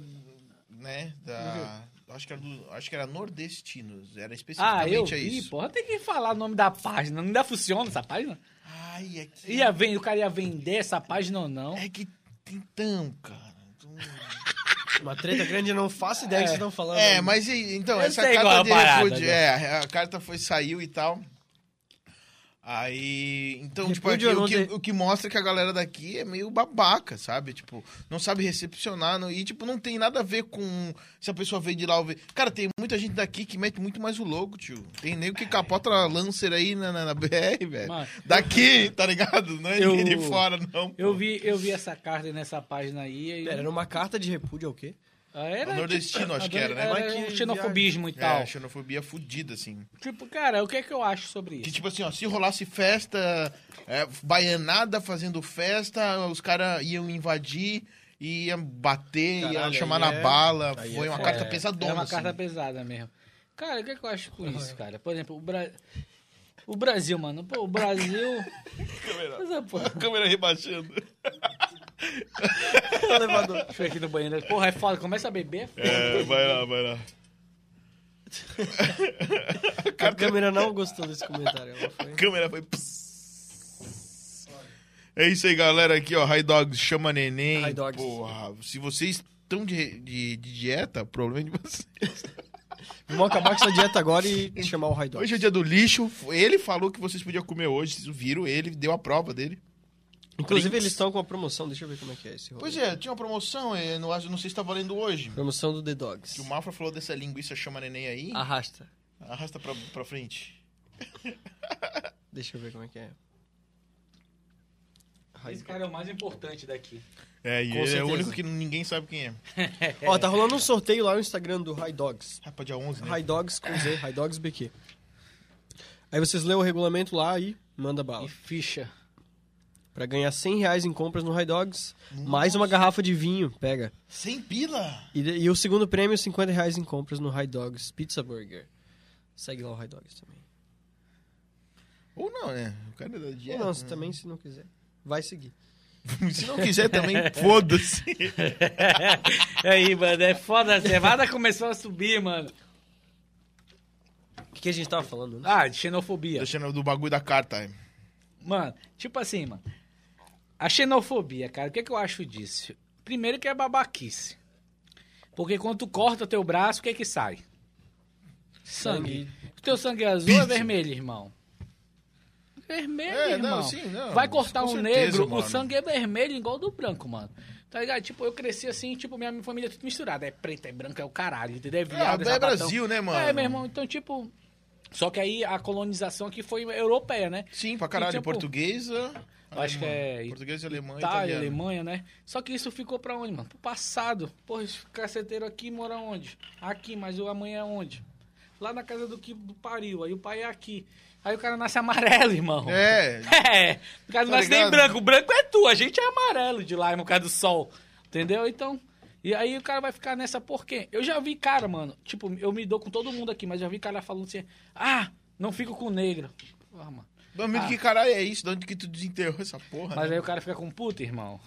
Speaker 2: né, da acho que era do, acho que era nordestinos, era
Speaker 4: Ah, eu
Speaker 2: especificamente a
Speaker 4: vi,
Speaker 2: isso.
Speaker 4: porra. Tem que falar o nome da página. Ainda funciona essa página?
Speaker 2: Ai, é que
Speaker 4: Ia ven- o cara ia vender essa página ou não?
Speaker 2: é que então, cara. tu-
Speaker 1: Uma treta grande, eu não faço ideia do que vocês estão falando.
Speaker 2: É, mas e- então,
Speaker 4: Eu
Speaker 2: essa
Speaker 4: sei qual é a
Speaker 2: carta de
Speaker 4: parada,
Speaker 2: repúdio,
Speaker 4: né?
Speaker 2: é, a carta foi, saiu e tal. Aí, então, tipo,
Speaker 1: Repúdio
Speaker 2: aqui,
Speaker 1: ou
Speaker 2: o,
Speaker 1: não
Speaker 2: que,
Speaker 1: de-
Speaker 2: o que mostra que a galera daqui é meio babaca, sabe? Tipo, não sabe recepcionar não- e, tipo, não tem nada a ver com se a pessoa veio de lá ou veio... Cara, tem muita gente daqui que mete muito mais o louco, tio. Tem nego que capota a Lancer aí na, na, na BR, velho.
Speaker 4: É. Mano,
Speaker 2: Daqui, tá ligado? Não é
Speaker 4: Eu-
Speaker 2: ninguém de fora, não.
Speaker 4: eu vi, eu vi essa carta nessa página aí. E...
Speaker 1: Pera, era uma carta de repúdio ao quê?
Speaker 4: Ah, era
Speaker 2: O nordestino, acho que era, né?
Speaker 1: Mas
Speaker 4: um
Speaker 1: que
Speaker 4: xenofobismo e tal.
Speaker 2: É, xenofobia fudida, assim.
Speaker 4: Tipo, cara, o que é que eu acho sobre
Speaker 2: Que
Speaker 4: isso?
Speaker 2: tipo assim, ó, se rolasse festa, é, baianada fazendo festa, os caras iam invadir, iam bater, iam
Speaker 1: Caralho,
Speaker 2: chamar
Speaker 1: aí
Speaker 2: na
Speaker 1: é-
Speaker 2: bala.
Speaker 1: aí é
Speaker 2: Foi uma
Speaker 1: foda.
Speaker 2: carta
Speaker 4: É,
Speaker 2: pesadona.
Speaker 4: É uma
Speaker 2: assim.
Speaker 4: carta pesada mesmo. Cara, o que é que eu acho com isso, cara? Por exemplo, o, Bra... o Brasil, mano. Pô, o Brasil. ah, Essa porra.
Speaker 2: A câmera rebaixando.
Speaker 1: um Elevador.
Speaker 4: Deixa eu ir aqui no banheiro. Porra, é foda. Começa a beber, é foda.
Speaker 2: É, vai lá, vai lá.
Speaker 1: A câmera não gostou desse comentário. Ela foi...
Speaker 2: A câmera foi. pss. É isso aí, galera. Aqui, ó. High Dogs chama neném.
Speaker 1: High Dogs.
Speaker 2: Porra, se vocês estão de, de, de dieta, o problema é de vocês.
Speaker 1: Vamos acabar com essa dieta agora e chamar o High Dog.
Speaker 2: Hoje é o dia do lixo. Ele falou que vocês podiam comer hoje. Vocês viram ele, deu a prova dele.
Speaker 1: Inclusive, eles estão com a promoção. Deixa eu ver como é que é esse rolê.
Speaker 2: Pois é, tinha uma promoção, eh, não, acho- não sei se tá valendo hoje.
Speaker 1: Promoção do The Dogs.
Speaker 2: Que o Mafra falou dessa linguiça chama neném aí,
Speaker 4: Ah.
Speaker 1: Arrasta.
Speaker 2: arrasta pra, pra frente.
Speaker 1: Deixa eu ver como é que é. High
Speaker 4: Esse cara é o mais importante daqui.
Speaker 2: É, e
Speaker 1: Com
Speaker 2: ele é o
Speaker 1: certeza.
Speaker 2: único que ninguém sabe quem é.
Speaker 1: Ó, tá rolando um sorteio lá no Instagram do High Dogs.
Speaker 2: Ah, pra dia 11, né?
Speaker 1: High Dogs com Z, High Dogs BQ. Aí vocês lêem o regulamento lá e manda bala.
Speaker 4: E ficha.
Speaker 1: Pra ganhar 100 reais em compras no High Dogs, mais uma garrafa de vinho, pega.
Speaker 2: Sem pila!
Speaker 1: E, e o segundo prêmio, 50 reais em compras no High Dogs Pizza Burger. Segue lá o High Dogs também.
Speaker 2: Ou não, né? O cara é da
Speaker 1: Ou
Speaker 2: dieta.
Speaker 1: não,
Speaker 2: né?
Speaker 1: se também se não quiser. Vai seguir.
Speaker 2: Se não quiser também, foda-se. Tá
Speaker 4: Aí, mano, é foda. A cevada começou a subir, mano.
Speaker 1: O que, que a gente tava falando? né?
Speaker 4: Ah, de xenofobia.
Speaker 2: Deixando do bagulho da carta.
Speaker 4: Mano, tipo assim, mano. A xenofobia, cara, o que, é que eu acho disso? Primeiro que é babaquice. Porque quando tu corta teu braço, o que é que sai? Sangue. O teu sangue é azul ou é vermelho, irmão? Vermelho,
Speaker 2: É, não,
Speaker 4: irmão.
Speaker 2: sim, não,
Speaker 4: Vai cortar um
Speaker 2: com certeza,
Speaker 4: negro,
Speaker 2: mano.
Speaker 4: o sangue é vermelho igual do branco, mano. Tá ligado? Tipo, eu cresci assim, tipo, minha família é tudo misturada. É preta, é branca, é o caralho, entendeu? É, viado,
Speaker 2: é
Speaker 4: sapatão.
Speaker 2: Brasil, né, mano?
Speaker 4: É, meu irmão, então, tipo... Só que aí a colonização aqui foi europeia, né?
Speaker 2: Sim, pra caralho.
Speaker 4: E, tipo,
Speaker 2: portuguesa.
Speaker 4: eu acho que é
Speaker 2: Portuguesa, alemã,
Speaker 4: Itália,
Speaker 2: italiana.
Speaker 4: Alemanha, né? Só que isso ficou pra onde, mano? Pro passado. Porra, esse caceteiro aqui mora onde? Aqui, mas o amanhã é onde? Lá na casa do que do pariu, aí o pai é aqui. Aí o cara nasce amarelo, irmão.
Speaker 2: É.
Speaker 4: É, o cara não
Speaker 2: Tá
Speaker 4: nasce nem
Speaker 2: ligado?
Speaker 4: branco, o branco é tu, a gente é amarelo de lá, irmão, por causa do sol. Entendeu? Então, e aí o cara vai ficar nessa por quê? Eu já vi cara, mano, tipo, eu me dou com todo mundo aqui, mas já vi cara falando assim, ah, não fico com negro. Porra, mano.
Speaker 2: Mas
Speaker 4: Ah.
Speaker 2: que caralho é isso? De onde que tu desenterrou essa porra?
Speaker 4: Mas
Speaker 2: né?
Speaker 4: aí o cara fica com puta, irmão.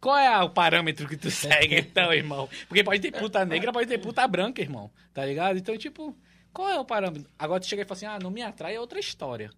Speaker 4: Qual é o parâmetro que tu segue, então, irmão? Porque pode ter puta negra, pode ter puta branca, irmão. Tá ligado? Então, tipo, qual é o parâmetro? Agora tu chega e fala assim, ah, não me atrai, é outra história.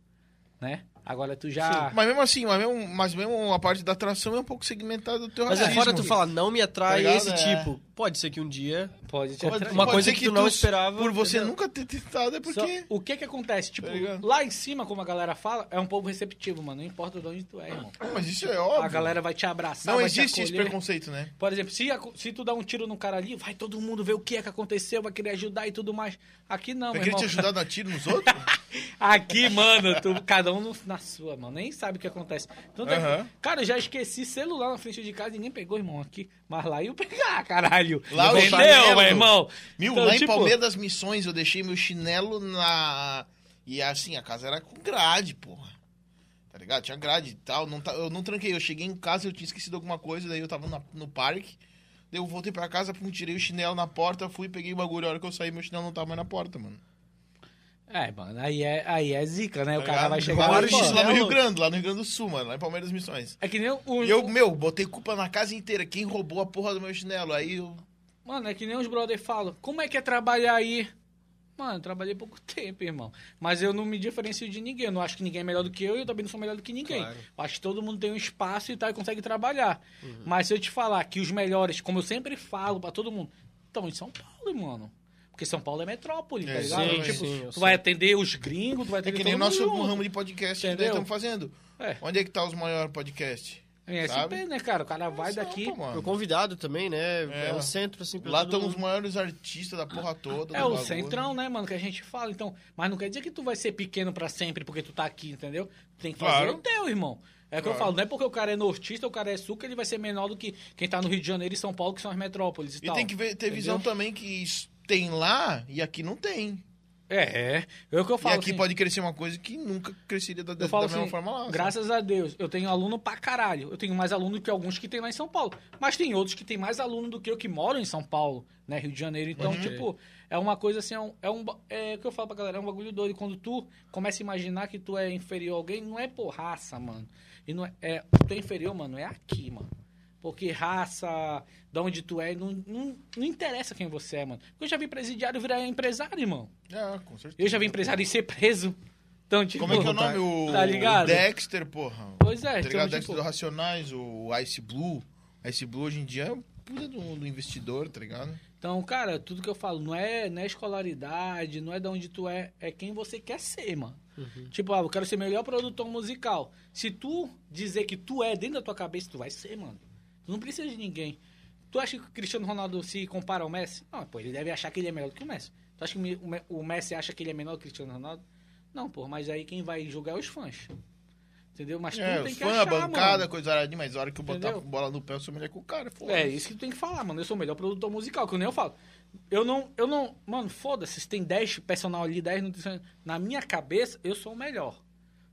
Speaker 4: Né? Agora tu já.
Speaker 2: Mas mesmo assim, mas mesmo, mas mesmo a parte da atração é um pouco segmentada do teu
Speaker 1: Mas é
Speaker 2: racismo.
Speaker 1: fora tu falar, não me atrai
Speaker 2: Tá ligado?
Speaker 1: esse
Speaker 2: É.
Speaker 1: tipo. Pode ser que um dia.
Speaker 4: Pode te
Speaker 2: Pode-
Speaker 4: atrair.
Speaker 1: Uma
Speaker 2: pode
Speaker 1: coisa
Speaker 2: ser
Speaker 1: que tu não esperava,
Speaker 2: Por você
Speaker 1: entendeu?
Speaker 2: nunca ter tentado é
Speaker 4: Só-
Speaker 2: porque.
Speaker 4: o que que acontece? Tipo,
Speaker 2: Tá ligado?
Speaker 4: lá em cima, como a galera fala, é um povo receptivo, mano. Não importa de onde tu é, irmão.
Speaker 2: Mas isso é óbvio.
Speaker 4: A galera vai te abraçar,
Speaker 2: não
Speaker 4: vai te
Speaker 2: existe esse
Speaker 4: acolher.
Speaker 2: preconceito, né?
Speaker 4: Por exemplo, se, a- se tu dá um tiro no cara ali, vai todo mundo ver o que é que aconteceu, vai querer ajudar e tudo mais. Aqui não,
Speaker 2: Vai
Speaker 4: meu
Speaker 2: querer
Speaker 4: irmão.
Speaker 2: te ajudar a dar tiro nos outros?
Speaker 4: Aqui, mano, tu- cada um no- na sua, mano. Nem sabe o que acontece. Tanto é que-
Speaker 2: Aham.
Speaker 4: cara, eu já esqueci celular na frente de casa e nem pegou, irmão, aqui. Mas lá eu pegar, caralho.
Speaker 2: Lá o
Speaker 4: Entendeu,
Speaker 2: chinelo.
Speaker 4: meu irmão?
Speaker 2: Mil,
Speaker 4: Então,
Speaker 2: lá em
Speaker 4: tipo,
Speaker 2: Palmeiras das Missões eu deixei meu chinelo na. E assim, a casa era com grade, porra. Tá ligado? Tinha grade e tal. Não tá- Eu não tranquei. Eu cheguei em casa, eu tinha esquecido alguma coisa, daí eu tava na- no parque. Daí eu voltei pra casa, pum, tirei o chinelo na porta, fui, peguei o bagulho. A hora que eu saí, meu chinelo não tava mais na porta, mano.
Speaker 4: É, mano, aí é, aí é zica, né? O
Speaker 2: Tá
Speaker 4: cara
Speaker 2: ligado?
Speaker 4: vai chegar
Speaker 2: lá,
Speaker 4: lá,
Speaker 2: no-
Speaker 4: e
Speaker 1: chinelo.
Speaker 2: lá no Rio Grande, lá no Rio Grande do Sul, mano, lá em Palmeiras das Missões.
Speaker 4: É que nem o.
Speaker 2: E eu, meu, botei culpa na casa inteira. Quem roubou a porra do meu chinelo? Aí eu.
Speaker 4: Mano, é que nem os brother falam. Como é que é trabalhar aí? Mano, eu trabalhei pouco tempo, irmão. Mas eu não me diferencio de ninguém. Eu não acho que ninguém é melhor do que eu e eu também não sou melhor do que ninguém.
Speaker 1: Claro.
Speaker 4: Eu acho que todo mundo tem um espaço e tal e consegue trabalhar.
Speaker 2: Uhum.
Speaker 4: Mas se eu te falar que os melhores, como eu sempre falo pra todo mundo, estão em São Paulo, mano. Porque São Paulo é metrópole, tá
Speaker 2: É,
Speaker 4: ligado?
Speaker 2: sim,
Speaker 4: tipo,
Speaker 1: sim, eu
Speaker 4: tu vai atender os gringos, tu vai
Speaker 2: É
Speaker 4: atender
Speaker 2: que nem o
Speaker 4: todo
Speaker 2: nosso
Speaker 4: mundo junto.
Speaker 2: ramo de podcast que nós
Speaker 4: Entendeu?
Speaker 2: estamos fazendo.
Speaker 4: É,
Speaker 2: Onde é que tá os maiores podcasts?
Speaker 4: é
Speaker 2: Sabe? É
Speaker 4: SP, né, cara? O cara vai daqui...
Speaker 2: Sampa, mano.
Speaker 1: Pro convidado também, né?
Speaker 2: É.
Speaker 1: É, um centro, assim, pra
Speaker 2: Lá
Speaker 1: todo
Speaker 2: estão os
Speaker 1: mundo.
Speaker 2: maiores artistas da porra toda.
Speaker 4: É
Speaker 2: do
Speaker 4: o
Speaker 2: bagulho.
Speaker 4: centrão, né, mano, que a gente fala. Então, mas não quer dizer que tu vai ser pequeno pra sempre porque tu tá aqui, entendeu? Tu tem que fazer
Speaker 2: Claro.
Speaker 4: o teu, irmão. É o que eu
Speaker 2: Claro.
Speaker 4: falo, não é porque o cara é nortista, o cara é sul, que ele vai ser menor do que quem tá no Rio de Janeiro e São Paulo, que são as metrópoles e,
Speaker 2: E
Speaker 4: tal.
Speaker 2: tem que ver, ter visão também que isso tem lá e aqui não tem.
Speaker 4: É, é. É o que eu
Speaker 2: E
Speaker 4: falo.
Speaker 2: aqui
Speaker 4: assim,
Speaker 2: pode crescer uma coisa que nunca cresceria da, da
Speaker 4: eu falo
Speaker 2: mesma
Speaker 4: assim,
Speaker 2: forma lá. sabe?
Speaker 4: graças a Deus, eu tenho aluno pra caralho. Eu tenho mais aluno que alguns que tem lá em São Paulo. Mas tem outros que tem mais aluno do que eu que moram em São Paulo, né? Rio de Janeiro. Então,
Speaker 1: Pode crer.
Speaker 4: tipo, é uma coisa assim, é um, é um ba- é o que eu falo pra galera, é um bagulho doido. Quando tu começa a imaginar que tu é inferior a alguém, não é por raça, mano. E não é, é- tu é inferior, mano, é aqui, mano. Porque raça, de onde tu é, não, não, não interessa quem você é, mano. Porque eu já vi presidiário virar empresário, irmão.
Speaker 2: É, com certeza.
Speaker 4: Eu já vi empresário e ser preso. Então, tipo,
Speaker 2: Como é que é o nome? O,
Speaker 4: Tá ligado?
Speaker 2: o Dexter, porra.
Speaker 4: Pois é,
Speaker 2: tá
Speaker 4: então,
Speaker 2: ligado? Dexter
Speaker 4: tipo-
Speaker 2: do Racionais, o Ice Blue. Ice Blue hoje em dia é um puta do, do investidor, tá ligado?
Speaker 4: Então, cara, tudo que eu falo não é, não é escolaridade, não é de onde tu é, é quem você quer ser, mano. Tipo, ah, eu quero ser melhor produtor musical. Se tu dizer que tu é dentro da tua cabeça, tu vai ser, mano. Tu não precisa de ninguém. Tu acha que o Cristiano Ronaldo se compara ao Messi? Não, pô, ele deve achar que ele é melhor do que o Messi. Tu acha que o Me- o Me- o Messi acha que ele é menor do que o Cristiano Ronaldo? Não, pô, mas aí quem vai julgar é os fãs. Entendeu? Mas tu
Speaker 2: é,
Speaker 4: tem
Speaker 2: os
Speaker 4: que
Speaker 2: fãs,
Speaker 4: achar,
Speaker 2: a bancada,
Speaker 4: mano.
Speaker 2: coisa aradinha, mas a hora que eu botar
Speaker 4: Entendeu?
Speaker 2: a bola no pé, eu sou melhor que o cara. foda
Speaker 4: É isso que tu tem que falar, mano. Eu sou o melhor produtor musical, que eu nem eu falo. Eu não, eu não, mano, foda-se, se tem 10 personal ali, 10 nutricionistas. Na minha cabeça, eu sou o melhor.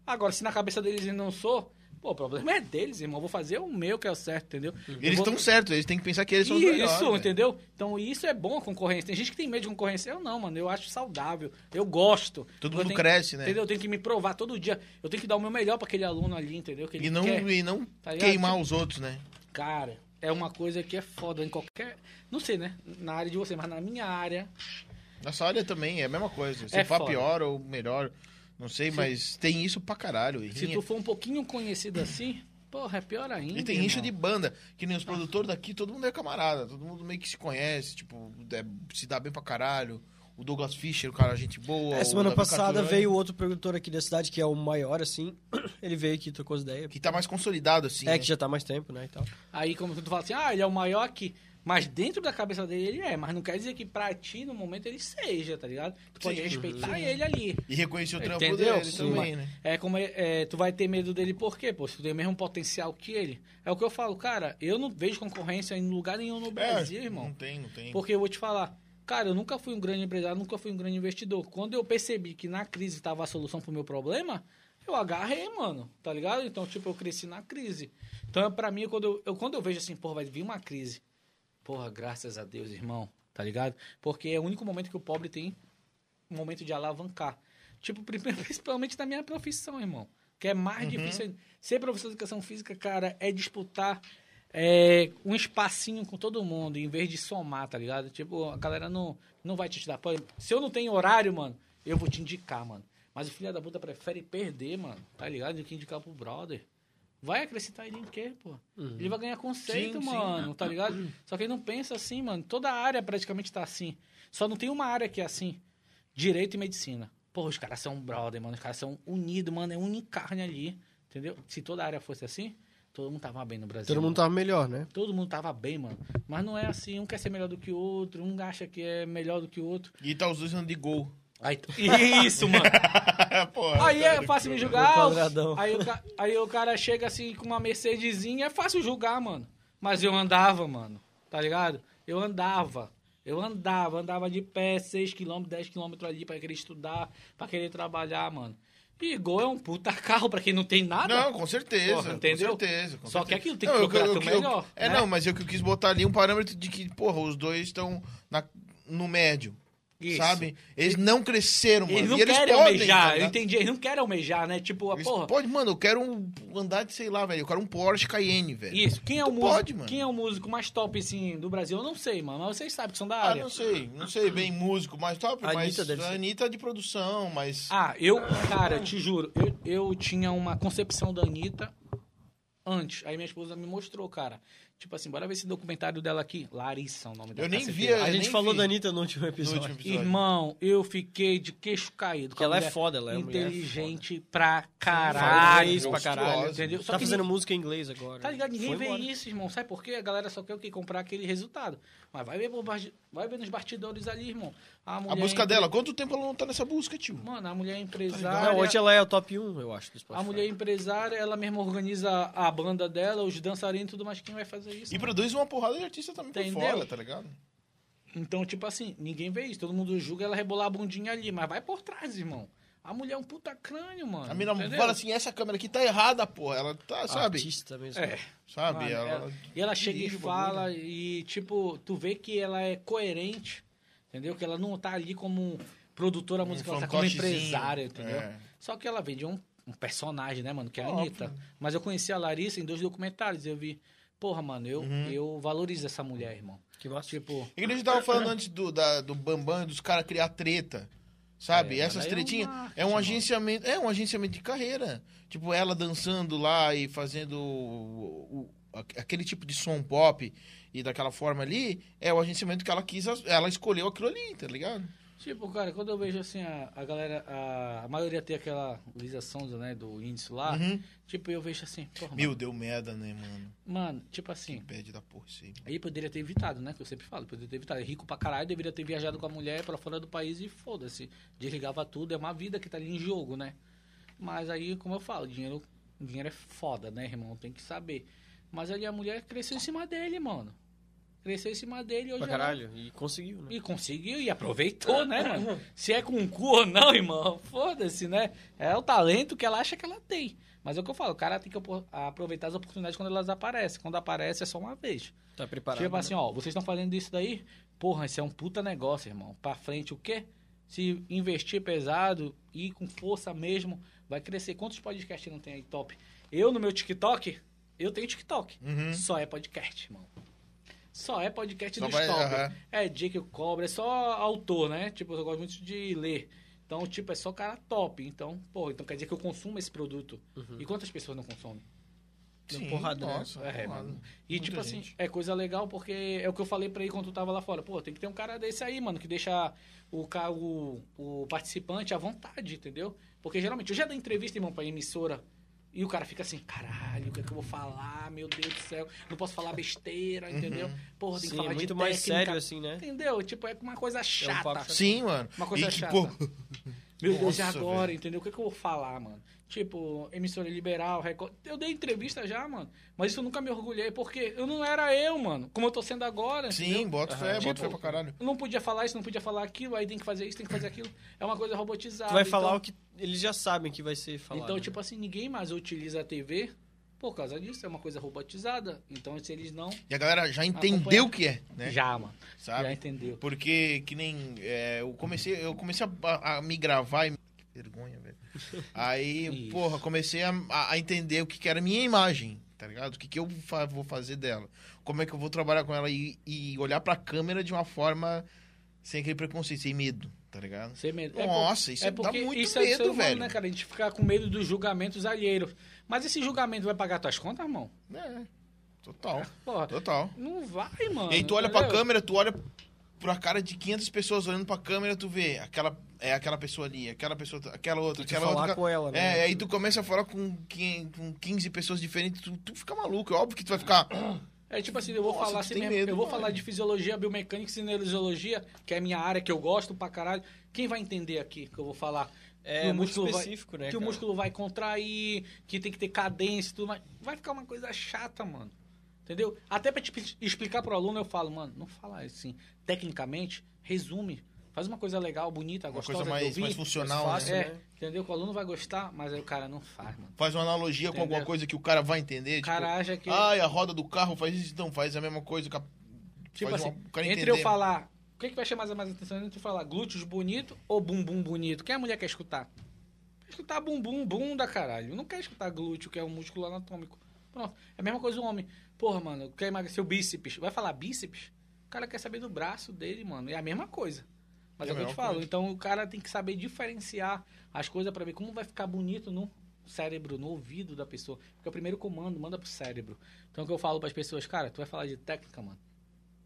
Speaker 4: Agora, se na cabeça deles eu não sou, pô, o problema é deles, irmão. Eu vou fazer o meu que é o certo, entendeu? Eu
Speaker 2: Eles
Speaker 4: vou-
Speaker 2: estão certos, eles têm que pensar que eles são os melhores. né?
Speaker 4: isso,
Speaker 2: velho.
Speaker 4: entendeu? Então, isso é bom a concorrência. Tem gente que tem medo de concorrência. Eu não, mano. Eu acho saudável. Eu gosto.
Speaker 2: Todo
Speaker 4: Eu
Speaker 2: mundo
Speaker 4: tenho-
Speaker 2: cresce, né?
Speaker 4: Entendeu? Eu tenho que me provar todo dia. Eu tenho que dar o meu melhor pra aquele aluno ali, entendeu? Que ele
Speaker 2: E não,
Speaker 4: quer.
Speaker 2: e não
Speaker 4: Tá ligado?
Speaker 2: queimar os outros, né?
Speaker 4: Cara, é uma coisa que é foda em qualquer. Não sei, né? Na área de você, mas na minha área.
Speaker 2: Nessa área também é a mesma coisa. Se
Speaker 4: É
Speaker 2: for
Speaker 4: foda.
Speaker 2: pior ou melhor, não sei, mas tem isso pra caralho.
Speaker 4: Se
Speaker 2: irrinha.
Speaker 4: tu for um pouquinho conhecido assim, Porra, é pior ainda.
Speaker 2: E tem
Speaker 4: irmão.
Speaker 2: rixa de banda, que nem os produtores daqui, todo mundo é camarada, todo mundo meio que se conhece, tipo, é- se dá bem pra caralho. O Douglas Fischer, o cara, gente boa.
Speaker 1: É,
Speaker 2: o
Speaker 1: semana
Speaker 2: Davi
Speaker 1: passada
Speaker 2: Carturani,
Speaker 4: um
Speaker 1: veio outro produtor aqui da cidade, que é o maior, assim. Ele veio aqui, trocou as ideias.
Speaker 2: Que tá mais consolidado, assim.
Speaker 1: É,
Speaker 2: né?
Speaker 1: que já tá há mais tempo, né, e tal.
Speaker 4: Aí, como tu fala assim, ah, ele é o maior aqui. Mas dentro da cabeça dele, ele é. Mas não quer dizer que pra ti, no momento, ele seja, tá ligado? Tu pode
Speaker 2: Sim,
Speaker 4: respeitar ele ali.
Speaker 2: E reconheceu o trampo
Speaker 4: Entendeu?
Speaker 2: dele
Speaker 4: Sim.
Speaker 2: também, né?
Speaker 4: É como é, é, tu vai ter medo dele por quê? Pô, se tu tem o mesmo potencial que ele. É o que eu falo, cara, eu não vejo concorrência em lugar nenhum no Brasil,
Speaker 2: É, Não
Speaker 4: irmão.
Speaker 2: tem, não tem.
Speaker 4: Porque eu vou te falar, cara, eu nunca fui um grande empresário, nunca fui um grande investidor. Quando eu percebi que na crise tava a solução pro meu problema, eu agarrei, mano, tá ligado? Então, tipo, eu cresci na crise. Então, é pra mim, quando eu, eu- quando eu vejo assim, porra, vai vir uma crise. Porra, graças a Deus, irmão, tá ligado? Porque é o único momento que o pobre tem um momento de alavancar. Tipo, pri- principalmente na minha profissão, irmão. Que é mais
Speaker 2: Uhum.
Speaker 4: difícil ainda. Ser professor de educação física, cara, é disputar é, um espacinho com todo mundo, em vez de somar, tá ligado? Tipo, a galera não, não vai te te dar apoio. Se eu não tenho horário, mano, eu vou te indicar, mano. Mas o filho da puta prefere perder, mano, tá ligado? Do que indicar pro brother. Vai acrescentar ele em quê, pô? Ele vai ganhar conceito,
Speaker 2: Uhum. Sim, sim.
Speaker 4: mano, tá ligado? Só que ele não pensa assim, mano. Toda área praticamente tá assim. Só não tem uma área que é assim. Direito e medicina. Porra, os caras são brother, mano. Os caras são unidos, mano. É unicarne ali. Entendeu? Se toda área fosse assim, todo mundo tava bem no Brasil.
Speaker 1: Todo mundo
Speaker 4: mano.
Speaker 1: tava melhor, né?
Speaker 4: Todo mundo tava bem, mano. Mas não é assim. Um quer ser melhor do que o outro. Um acha que é melhor do que o outro.
Speaker 2: E tá os dois andando de gol. tá
Speaker 4: Aí, isso, mano.
Speaker 2: Porra,
Speaker 4: Aí
Speaker 2: cara,
Speaker 4: é
Speaker 2: que
Speaker 4: fácil me
Speaker 2: problema.
Speaker 1: No
Speaker 4: julgar.
Speaker 1: quadradão.
Speaker 4: Aí o, ca- aí o cara chega assim com uma Mercedesinha, é fácil julgar, mano. Mas eu andava, mano. Tá ligado? Eu andava. Eu andava, andava de pé 6km, 10km ali pra querer estudar, pra querer trabalhar, mano. E gol é um puta carro pra quem não tem nada.
Speaker 2: Não, com certeza.
Speaker 4: Ah, tá. Porra,
Speaker 2: com
Speaker 4: entendeu?
Speaker 2: certeza, com
Speaker 4: Só
Speaker 2: certeza.
Speaker 4: que aquilo tem que
Speaker 2: Não, eu-
Speaker 4: procurar
Speaker 2: eu-
Speaker 4: teu
Speaker 2: eu-
Speaker 4: melhor,
Speaker 2: É,
Speaker 4: né?
Speaker 2: não, mas eu que quis botar ali um parâmetro de que, porra, os dois estão na- no médio.
Speaker 4: Isso.
Speaker 2: Sabe? Eles não cresceram, mano.
Speaker 4: Eles não
Speaker 2: e eles
Speaker 4: querem
Speaker 2: podem,
Speaker 4: almejar,
Speaker 2: tá
Speaker 4: eu
Speaker 2: ligado?
Speaker 4: entendi. Eles não querem almejar, né? Tipo, a
Speaker 2: Eles
Speaker 4: porra.
Speaker 2: Pode, mano, eu quero um, andar de, sei lá, velho. Eu quero um Porsche Cayenne, velho.
Speaker 4: Isso, quem é, o
Speaker 2: Tu
Speaker 4: músico,
Speaker 2: pode, mano.
Speaker 4: quem é o músico mais top, assim, do Brasil? Eu não sei, mano. Mas vocês sabem que são da
Speaker 2: Ah,
Speaker 4: área.
Speaker 2: não sei, não sei, bem músico, mas top,
Speaker 1: A
Speaker 2: mas
Speaker 1: Anitta deve
Speaker 2: a
Speaker 1: ser.
Speaker 2: Anitta é de produção, mas...
Speaker 4: Ah, eu, cara, eu te juro, eu, eu tinha uma concepção da Anitta antes. Aí minha esposa me mostrou, cara. Tipo assim, bora ver esse documentário dela aqui. Larissa, é o nome dela.
Speaker 2: Eu nem
Speaker 4: caceteira.
Speaker 2: via
Speaker 1: A
Speaker 2: Eu
Speaker 1: gente
Speaker 2: nem
Speaker 1: falou
Speaker 2: vi.
Speaker 1: da Anitta no último
Speaker 2: no
Speaker 1: episódio.
Speaker 2: último episódio.
Speaker 4: Irmão, eu fiquei de queixo caído.
Speaker 1: Porque ela é
Speaker 4: mulher
Speaker 1: foda, ela é uma mulher
Speaker 4: inteligente pra
Speaker 1: Fala
Speaker 4: caralho.
Speaker 2: é
Speaker 1: inglês pra caralho.
Speaker 4: Entendeu? Só
Speaker 1: Tá
Speaker 4: que
Speaker 1: fazendo música em inglês agora. né?
Speaker 4: Tá ligado? Ninguém
Speaker 1: Foi
Speaker 4: vê
Speaker 1: embora.
Speaker 4: isso, irmão. Sabe por quê? A galera só quer o quê? Comprar aquele resultado. Mas vai ver, pro basti- vai ver nos bastidores ali, irmão. A,
Speaker 2: A
Speaker 4: mulher
Speaker 2: busca
Speaker 4: é empre-
Speaker 2: dela, Tá quanto tempo ela não tá nessa busca, tio?
Speaker 4: Mano, a mulher é empresária.
Speaker 1: Não, hoje ela é o top 1, eu acho, do Spotify.
Speaker 4: A mulher é empresária, ela mesma organiza a banda dela, os dançarinos e tudo mais. Quem vai fazer isso?
Speaker 2: E produz uma porrada de artista também por
Speaker 4: Entendeu?
Speaker 2: fora, tá ligado?
Speaker 4: Então, tipo assim, ninguém vê isso. Todo mundo julga ela rebolar a bundinha ali, mas vai por trás, irmão. A mulher é um puta crânio, mano.
Speaker 2: A mina
Speaker 4: entendeu?
Speaker 2: fala assim, essa câmera aqui tá errada, porra. Ela tá, sabe?
Speaker 1: Artista mesmo.
Speaker 4: É.
Speaker 2: Sabe?
Speaker 4: Mano, é-
Speaker 2: ela, É
Speaker 4: ela- e ela chega e
Speaker 2: dirige o
Speaker 4: fala,
Speaker 2: bagulho.
Speaker 4: e tipo, tu vê que ela é coerente, entendeu? Que ela não tá ali como produtora musical, ela tá como
Speaker 2: fantochezinho,
Speaker 4: empresária, entendeu?
Speaker 2: Um é.
Speaker 4: Só que ela vende um, um personagem, né, mano? Que é a
Speaker 2: Óbvio.
Speaker 4: Anitta. Mas eu conheci a Larissa em dois documentários, eu vi, porra, mano, eu,
Speaker 2: Uhum.
Speaker 4: eu valorizo essa mulher, irmão.
Speaker 1: Que massa.
Speaker 4: Tipo,
Speaker 2: É que a gente tava falando antes do, da- do Bambam e dos caras criar treta. Sabe?
Speaker 4: É,
Speaker 2: Essas
Speaker 4: ela é um
Speaker 2: tretinhas.
Speaker 4: marketing,
Speaker 2: É um
Speaker 4: mano.
Speaker 2: agenciamento. É um agenciamento de carreira. Tipo, ela dançando lá e fazendo o- o- a- aquele tipo de som pop e daquela forma ali. É o agenciamento que ela quis. Ela escolheu aquilo ali, tá ligado?
Speaker 4: Tipo, cara, quando eu vejo assim a, a galera, a, a maioria tem aquela Luísa Sonza, né, do índice lá,
Speaker 2: Uhum.
Speaker 4: tipo, eu vejo assim, porra, mano,
Speaker 2: Meu, deu merda, né, mano?
Speaker 4: mano, tipo assim,
Speaker 2: Pede da porra isso aí.
Speaker 4: aí poderia ter evitado, né, que eu sempre falo, poderia ter evitado, é rico pra caralho, deveria ter viajado com a mulher pra fora do país e foda-se, desligava tudo, é uma vida que tá ali em jogo, né, mas aí, como eu falo, dinheiro, dinheiro é foda, né, irmão, tem que saber, mas ali a mulher cresceu em cima dele, mano, cresceu em cima dele, hoje
Speaker 1: Pra
Speaker 4: ela-
Speaker 1: caralho. E conseguiu, né?
Speaker 4: e conseguiu e aproveitou, né, mano? Se é com cu ou não, irmão, foda-se, né? É o talento que ela acha que ela tem. Mas é o que eu falo, o cara tem que apro- aproveitar as oportunidades quando elas aparecem. Quando aparece é só uma vez.
Speaker 1: Tá preparado.
Speaker 4: tipo
Speaker 1: né?
Speaker 4: assim, ó, vocês estão fazendo isso daí? Porra, isso é um puta negócio, irmão. Pra frente o quê? Se investir pesado, ir com força mesmo, vai crescer. Quantos podcasts não tem aí top? Eu no meu TikTok, eu tenho TikTok.
Speaker 2: Uhum.
Speaker 4: Só é podcast, irmão. Só é podcast
Speaker 2: Só
Speaker 4: do
Speaker 2: vai-
Speaker 4: top.
Speaker 2: aham.
Speaker 4: É Jake o Cobra, é só autor, né? Tipo, eu gosto muito de ler. Então, tipo, é só cara top. Então, pô, então quer dizer que eu consumo esse produto. E quantas pessoas não consomem?
Speaker 1: Deu porrada, né?
Speaker 2: nossa,
Speaker 4: É,
Speaker 2: porrada.
Speaker 4: mano. E,
Speaker 2: Muita
Speaker 4: tipo assim,
Speaker 2: gente.
Speaker 4: é coisa legal porque é o que eu falei pra ele quando tu tava lá fora. Pô, tem que ter um cara desse aí, mano, que deixa o, ca- o, o participante à vontade, entendeu? Porque geralmente, eu já dei entrevista, irmão, pra emissora. E o cara fica assim, caralho, o que é que eu vou falar? Meu Deus do céu, não posso falar besteira, entendeu? Porra, tem
Speaker 1: Sim,
Speaker 4: que falar
Speaker 1: é
Speaker 4: de
Speaker 1: muito mais
Speaker 4: técnica.
Speaker 1: sério assim, né? um
Speaker 4: Entendeu? Tipo, é uma coisa chata.
Speaker 1: papo chato.
Speaker 2: Sim, mano.
Speaker 4: Uma coisa é
Speaker 2: e que,
Speaker 4: chata.
Speaker 2: pô,
Speaker 4: Meu Deus, e
Speaker 2: Nossa,
Speaker 4: agora,
Speaker 2: velho.
Speaker 4: entendeu? O que, que eu vou falar, mano? Tipo, emissora liberal, Record. Eu dei entrevista já, mano. Mas isso eu nunca me orgulhei, porque eu não era eu, mano. Como eu tô sendo agora.
Speaker 2: Sim,
Speaker 4: entendeu?
Speaker 2: bota fé, bota
Speaker 4: Tipo,
Speaker 2: fé pra caralho.
Speaker 4: Eu não podia falar isso, não podia falar aquilo, aí tem que fazer isso, tem que fazer aquilo. É uma coisa robotizada.
Speaker 1: Tu vai
Speaker 4: então-
Speaker 1: falar o que eles já sabem que vai ser falado.
Speaker 4: Então,
Speaker 1: né?
Speaker 4: tipo assim, ninguém mais utiliza a TV por causa disso. É uma coisa robotizada. Então, se eles não.
Speaker 2: E a galera já entendeu
Speaker 4: Acompanhar.
Speaker 2: o que é, né?
Speaker 4: Já, mano. Já
Speaker 2: Sabe?
Speaker 4: entendeu.
Speaker 2: Porque que nem. é, eu comecei, eu comecei a- a, a me gravar e. Que vergonha, velho. Aí,
Speaker 4: Isso.
Speaker 2: porra, comecei a, a- a entender o que, que era a minha imagem, tá ligado? O que, que eu fa- vou fazer dela. Como é que eu vou trabalhar com ela e, e olhar pra câmera de uma forma sem aquele preconceito, sem medo, tá ligado?
Speaker 4: Sem medo. É, pô,
Speaker 2: Nossa, isso
Speaker 4: é
Speaker 2: dá
Speaker 4: porque
Speaker 2: muito
Speaker 4: isso é do
Speaker 2: medo,
Speaker 4: ser humano,
Speaker 2: velho.
Speaker 4: né, cara? A gente fica com medo dos julgamentos alheiros. Mas esse julgamento vai pagar tuas contas, irmão?
Speaker 2: É, total,
Speaker 4: Porra,
Speaker 2: total.
Speaker 4: não vai, mano.
Speaker 2: E aí tu olha pra
Speaker 4: entendeu?
Speaker 2: câmera, tu olha pra cara de 500 pessoas olhando pra câmera, tu vê aquela, é aquela pessoa ali, aquela pessoa, aquela outra,
Speaker 1: Tu
Speaker 2: aquela
Speaker 1: falar
Speaker 2: outra.
Speaker 1: com ela, né?
Speaker 2: É, aí tu começa a falar com, quem- com 15 pessoas diferentes, tu, tu fica maluco. É óbvio que tu vai ficar.
Speaker 4: É tipo assim, eu vou
Speaker 2: Nossa,
Speaker 4: falar
Speaker 2: tu
Speaker 4: assim
Speaker 2: tem
Speaker 4: mesmo.
Speaker 2: medo,
Speaker 4: eu vou
Speaker 2: mano.
Speaker 4: falar de fisiologia, biomecânica, cinesiologia, que é a minha área que eu gosto pra caralho. Quem vai entender aqui que eu vou falar?
Speaker 1: É
Speaker 4: Que o
Speaker 1: muito
Speaker 4: músculo vai-
Speaker 1: específico, né,
Speaker 4: que o
Speaker 1: cara?
Speaker 4: músculo vai contrair, que tem que ter cadência e tudo mais. Vai ficar uma coisa chata, mano. Entendeu? Até pra te pli- explicar pro aluno, eu falo, mano, não fala assim. Tecnicamente, resume. Faz uma coisa legal, bonita,
Speaker 2: Uma
Speaker 4: gostosa
Speaker 2: coisa
Speaker 4: de
Speaker 2: mais,
Speaker 4: ouvir.
Speaker 2: mais funcional,
Speaker 1: mais fácil,
Speaker 2: né?
Speaker 4: é,
Speaker 1: né?
Speaker 4: entendeu? Que o aluno vai gostar, mas aí o cara não faz, mano.
Speaker 2: Faz uma analogia com alguma
Speaker 4: Entendeu?
Speaker 2: coisa que o cara vai entender.
Speaker 4: O
Speaker 2: Tipo,
Speaker 4: cara acha que...
Speaker 2: ai, a roda do carro faz isso, então faz a mesma coisa. cap-
Speaker 4: Tipo
Speaker 2: faz
Speaker 4: assim,
Speaker 2: uma- o um cara
Speaker 4: entre
Speaker 2: entender.
Speaker 4: eu falar, o que, que vai chamar mais atenção? Entre eu falar glúteos bonito ou bumbum bonito? Quem é a mulher quer escutar? Quer escutar bumbum, bunda, caralho. Não quer escutar glúteo, que é um músculo anatômico. Pronto. É a mesma coisa o homem. Porra, mano, quer emagrecer o bíceps. Vai falar bíceps? O cara quer saber do braço dele, mano. É a mesma coisa. Mas
Speaker 2: É
Speaker 4: é
Speaker 2: a
Speaker 4: o que eu te
Speaker 2: mesma
Speaker 4: falo.
Speaker 2: coisa.
Speaker 4: Então o cara tem que saber diferenciar as coisas pra ver como vai ficar bonito no cérebro, no ouvido da pessoa. Porque é o primeiro comando, manda pro cérebro. Então o que eu falo pras pessoas, cara, tu vai falar de técnica, mano.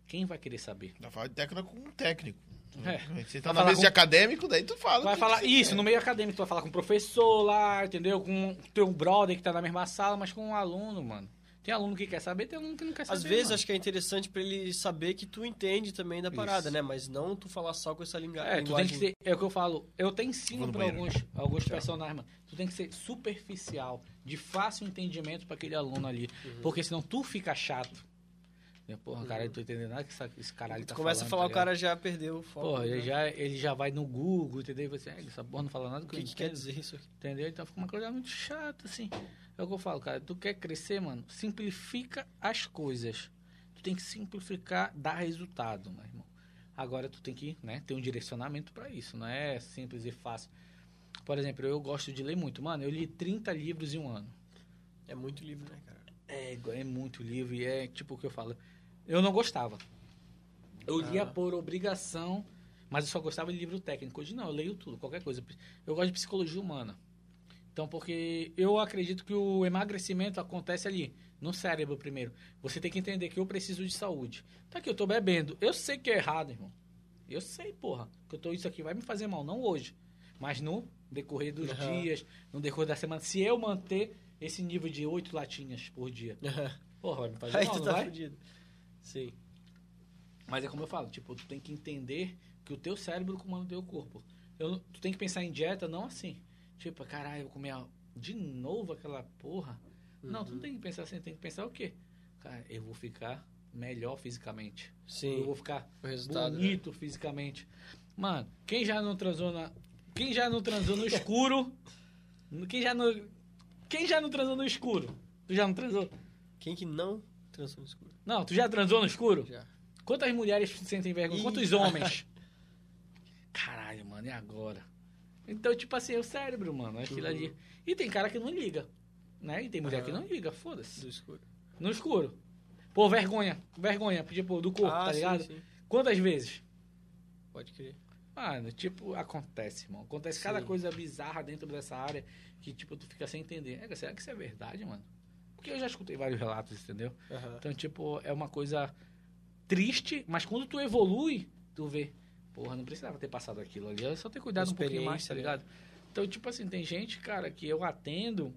Speaker 4: Quem vai querer saber?
Speaker 2: Dá pra falar de técnica com um técnico.
Speaker 4: É.
Speaker 2: Você tá
Speaker 4: Vai
Speaker 2: na
Speaker 4: falar
Speaker 2: mesa de
Speaker 4: com-
Speaker 2: acadêmico, daí tu fala.
Speaker 4: Vai
Speaker 2: tudo
Speaker 4: falar
Speaker 2: que você
Speaker 4: isso
Speaker 2: quer.
Speaker 4: no meio acadêmico, tu vai falar com o professor lá, entendeu? Com o teu brother que tá na mesma sala, mas com um aluno, mano. Tem aluno que quer saber, tem aluno que não quer saber.
Speaker 1: Às vezes
Speaker 4: mano.
Speaker 1: acho que é interessante pra ele saber que tu entende também da parada,
Speaker 4: Isso.
Speaker 1: né? Mas não tu falar só com essa linga...
Speaker 4: É, tu tem
Speaker 1: linguagem.
Speaker 4: que ser. É o que eu falo. Eu até
Speaker 2: Vou
Speaker 4: ensino
Speaker 2: no
Speaker 4: pra
Speaker 2: banheiro.
Speaker 4: alguns, alguns personagens, mano. Tu tem que ser superficial, de fácil entendimento pra aquele aluno ali.
Speaker 1: Uhum.
Speaker 4: Porque senão tu fica chato. Porra, cara, eu não tô entendendo nada que essa- esse caralho
Speaker 1: Tu
Speaker 4: tá
Speaker 1: começa
Speaker 4: falando,
Speaker 1: a falar,
Speaker 4: tá
Speaker 1: o cara já perdeu o foco.
Speaker 4: Pô, ele
Speaker 1: né?
Speaker 4: já, ele já vai no Google, entendeu? E você, é, essa porra não fala nada
Speaker 1: O
Speaker 4: que, eu
Speaker 1: que, que
Speaker 4: entendo.
Speaker 1: quer dizer isso aqui?
Speaker 4: Entendeu? Então fica uma coisa muito chata, assim. É o que eu falo, cara. Tu quer crescer, mano? Simplifica as coisas. Tu tem que simplificar, dar resultado, meu irmão. Agora tu tem que né, ter um direcionamento pra isso. Não é simples e fácil. Por exemplo, eu gosto de ler muito. Mano, eu li 30 livros em um ano.
Speaker 1: É muito livre, né, cara?
Speaker 4: É, é muito livro e é tipo o que eu falo. Eu não gostava. Eu lia
Speaker 1: Ah.
Speaker 4: por obrigação, mas eu só gostava de livro técnico. Hoje não, eu leio tudo, qualquer coisa. Eu gosto de psicologia humana. Então, porque eu acredito que o emagrecimento acontece ali, no cérebro primeiro. Você tem que entender que eu preciso de saúde. Tá aqui, eu tô bebendo. Eu sei que é errado, irmão. Eu sei, porra, que eu tô isso aqui vai me fazer mal, não hoje, mas no decorrer dos
Speaker 1: Aham.
Speaker 4: dias, no decorrer da semana, se eu manter esse nível de oito latinhas por dia, porra, vai me fazer
Speaker 1: Aí
Speaker 4: mal,
Speaker 1: tu
Speaker 4: não
Speaker 1: tá
Speaker 4: vai?
Speaker 1: fudido. Sim.
Speaker 4: Mas é como eu falo, tipo, tu tem que entender que o teu cérebro comanda o teu corpo. Eu não- tu tem que pensar em dieta não assim. Tipo, caralho, eu vou comer a- de novo aquela porra. Não,
Speaker 1: Uhum.
Speaker 4: tu não tem que pensar assim, tem que pensar o quê? Cara, eu vou ficar melhor fisicamente. Eu
Speaker 1: Sim.
Speaker 4: vou ficar
Speaker 1: O resultado. né?
Speaker 4: bonito fisicamente. Mano, quem já não transou na... Quem já não transou no escuro... Quem já não... Quem já não transou no escuro? Tu já não transou?
Speaker 1: Quem que não transforma no escuro?
Speaker 4: Não, tu já transou no escuro?
Speaker 1: Já.
Speaker 4: Quantas mulheres sentem vergonha?
Speaker 1: Ih.
Speaker 4: Quantos homens? Caralho, mano, e agora? Então, tipo assim, é o cérebro, mano, é aquilo ali. E tem cara que não liga, né? E tem mulher que
Speaker 1: Aham.
Speaker 4: não liga, foda-se.
Speaker 1: Do escuro.
Speaker 4: No escuro. Pô, vergonha, vergonha, tipo, do corpo,
Speaker 1: ah,
Speaker 4: tá
Speaker 1: sim,
Speaker 4: ligado?
Speaker 1: sim.
Speaker 4: Quantas vezes?
Speaker 1: Pode crer.
Speaker 4: Mano, tipo, acontece, irmão. Acontece cada
Speaker 1: Sim.
Speaker 4: coisa bizarra dentro dessa área que, tipo, tu fica sem entender. É, será que isso é verdade, mano? Porque eu já escutei vários relatos, entendeu?
Speaker 1: Aham.
Speaker 4: Então, tipo, é uma coisa triste, mas quando tu evolui, tu vê, porra, não precisava ter passado aquilo ali. É só ter cuidado um pouquinho mais, tá
Speaker 1: Experiência,
Speaker 4: ligado? Então, tipo assim, tem gente, cara, que eu atendo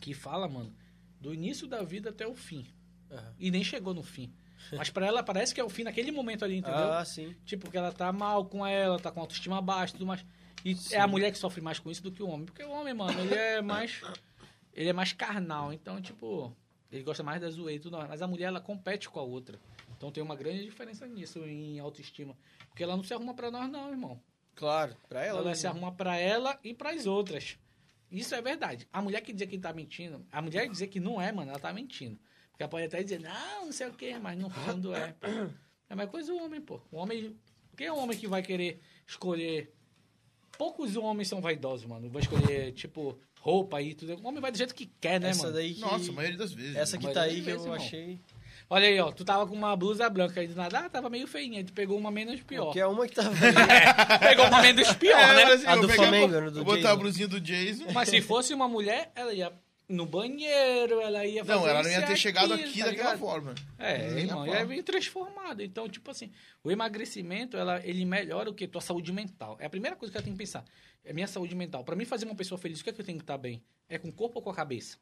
Speaker 4: que fala, mano, do início da vida até o fim.
Speaker 1: Aham.
Speaker 4: E nem chegou no fim. Mas pra ela parece que é o fim naquele momento ali, entendeu?
Speaker 1: Ah, sim.
Speaker 4: Tipo, que ela tá mal com ela, tá com autoestima baixa e tudo mais. E é a mulher que sofre mais com isso do que o homem. Porque o homem, mano, ele é mais. Ele é mais carnal. Então, tipo, ele gosta mais da zoeira e tudo mais. Mas a mulher, ela compete com a outra. Então tem uma grande diferença nisso, em autoestima. Porque ela não se arruma pra nós, não, irmão.
Speaker 1: Claro, pra ela.
Speaker 4: Ela,
Speaker 1: né?
Speaker 4: se arruma pra ela e pras outras. Isso é verdade. A mulher que dizer que tá mentindo, a mulher dizer que não é, mano, ela tá mentindo. Porque ela pode até dizer, não, não sei o quê, mas no fundo é. pô. É a mesma coisa o homem, pô. O homem. Quem é o homem que vai querer escolher? Poucos homens são vaidosos, mano. Vai escolher, tipo, roupa e tudo. O homem vai do jeito que quer, né,
Speaker 1: Essa
Speaker 4: mano?
Speaker 1: daí que...
Speaker 2: Nossa, a maioria das vezes.
Speaker 1: Essa
Speaker 2: né?
Speaker 1: que
Speaker 4: Mas
Speaker 1: tá
Speaker 4: é
Speaker 1: aí que eu
Speaker 4: difícil, irmão.
Speaker 1: achei...
Speaker 4: Olha aí, ó. Tu tava com uma blusa branca aí do nada. Ah, tava meio feinha. Tu pegou uma menos pior. É,
Speaker 1: Que é uma que tava...
Speaker 4: Pegou uma menos pior,
Speaker 2: É,
Speaker 4: né?
Speaker 2: mas assim,
Speaker 1: A
Speaker 2: eu
Speaker 1: do
Speaker 2: pegar-
Speaker 1: Flamengo, era do
Speaker 2: Eu botar
Speaker 1: Jason.
Speaker 2: a blusinha do Jason.
Speaker 4: Mas se fosse uma mulher, ela ia no banheiro, ela ia fazer
Speaker 2: Não, ela não ia
Speaker 4: isso e
Speaker 2: ter chegado
Speaker 4: aquilo,
Speaker 2: aqui
Speaker 4: tá
Speaker 2: daquela
Speaker 4: ligado?
Speaker 2: forma.
Speaker 4: É,
Speaker 2: Nem
Speaker 4: irmão,
Speaker 2: a
Speaker 4: ia
Speaker 2: pau.
Speaker 4: vir transformado. Então, tipo assim, o emagrecimento, ela, ele melhora o que? Tua saúde mental. É a primeira coisa que ela tem que pensar. É minha saúde mental. Pra mim fazer uma pessoa feliz, o que é que eu tenho que estar bem? É com o corpo ou com a cabeça?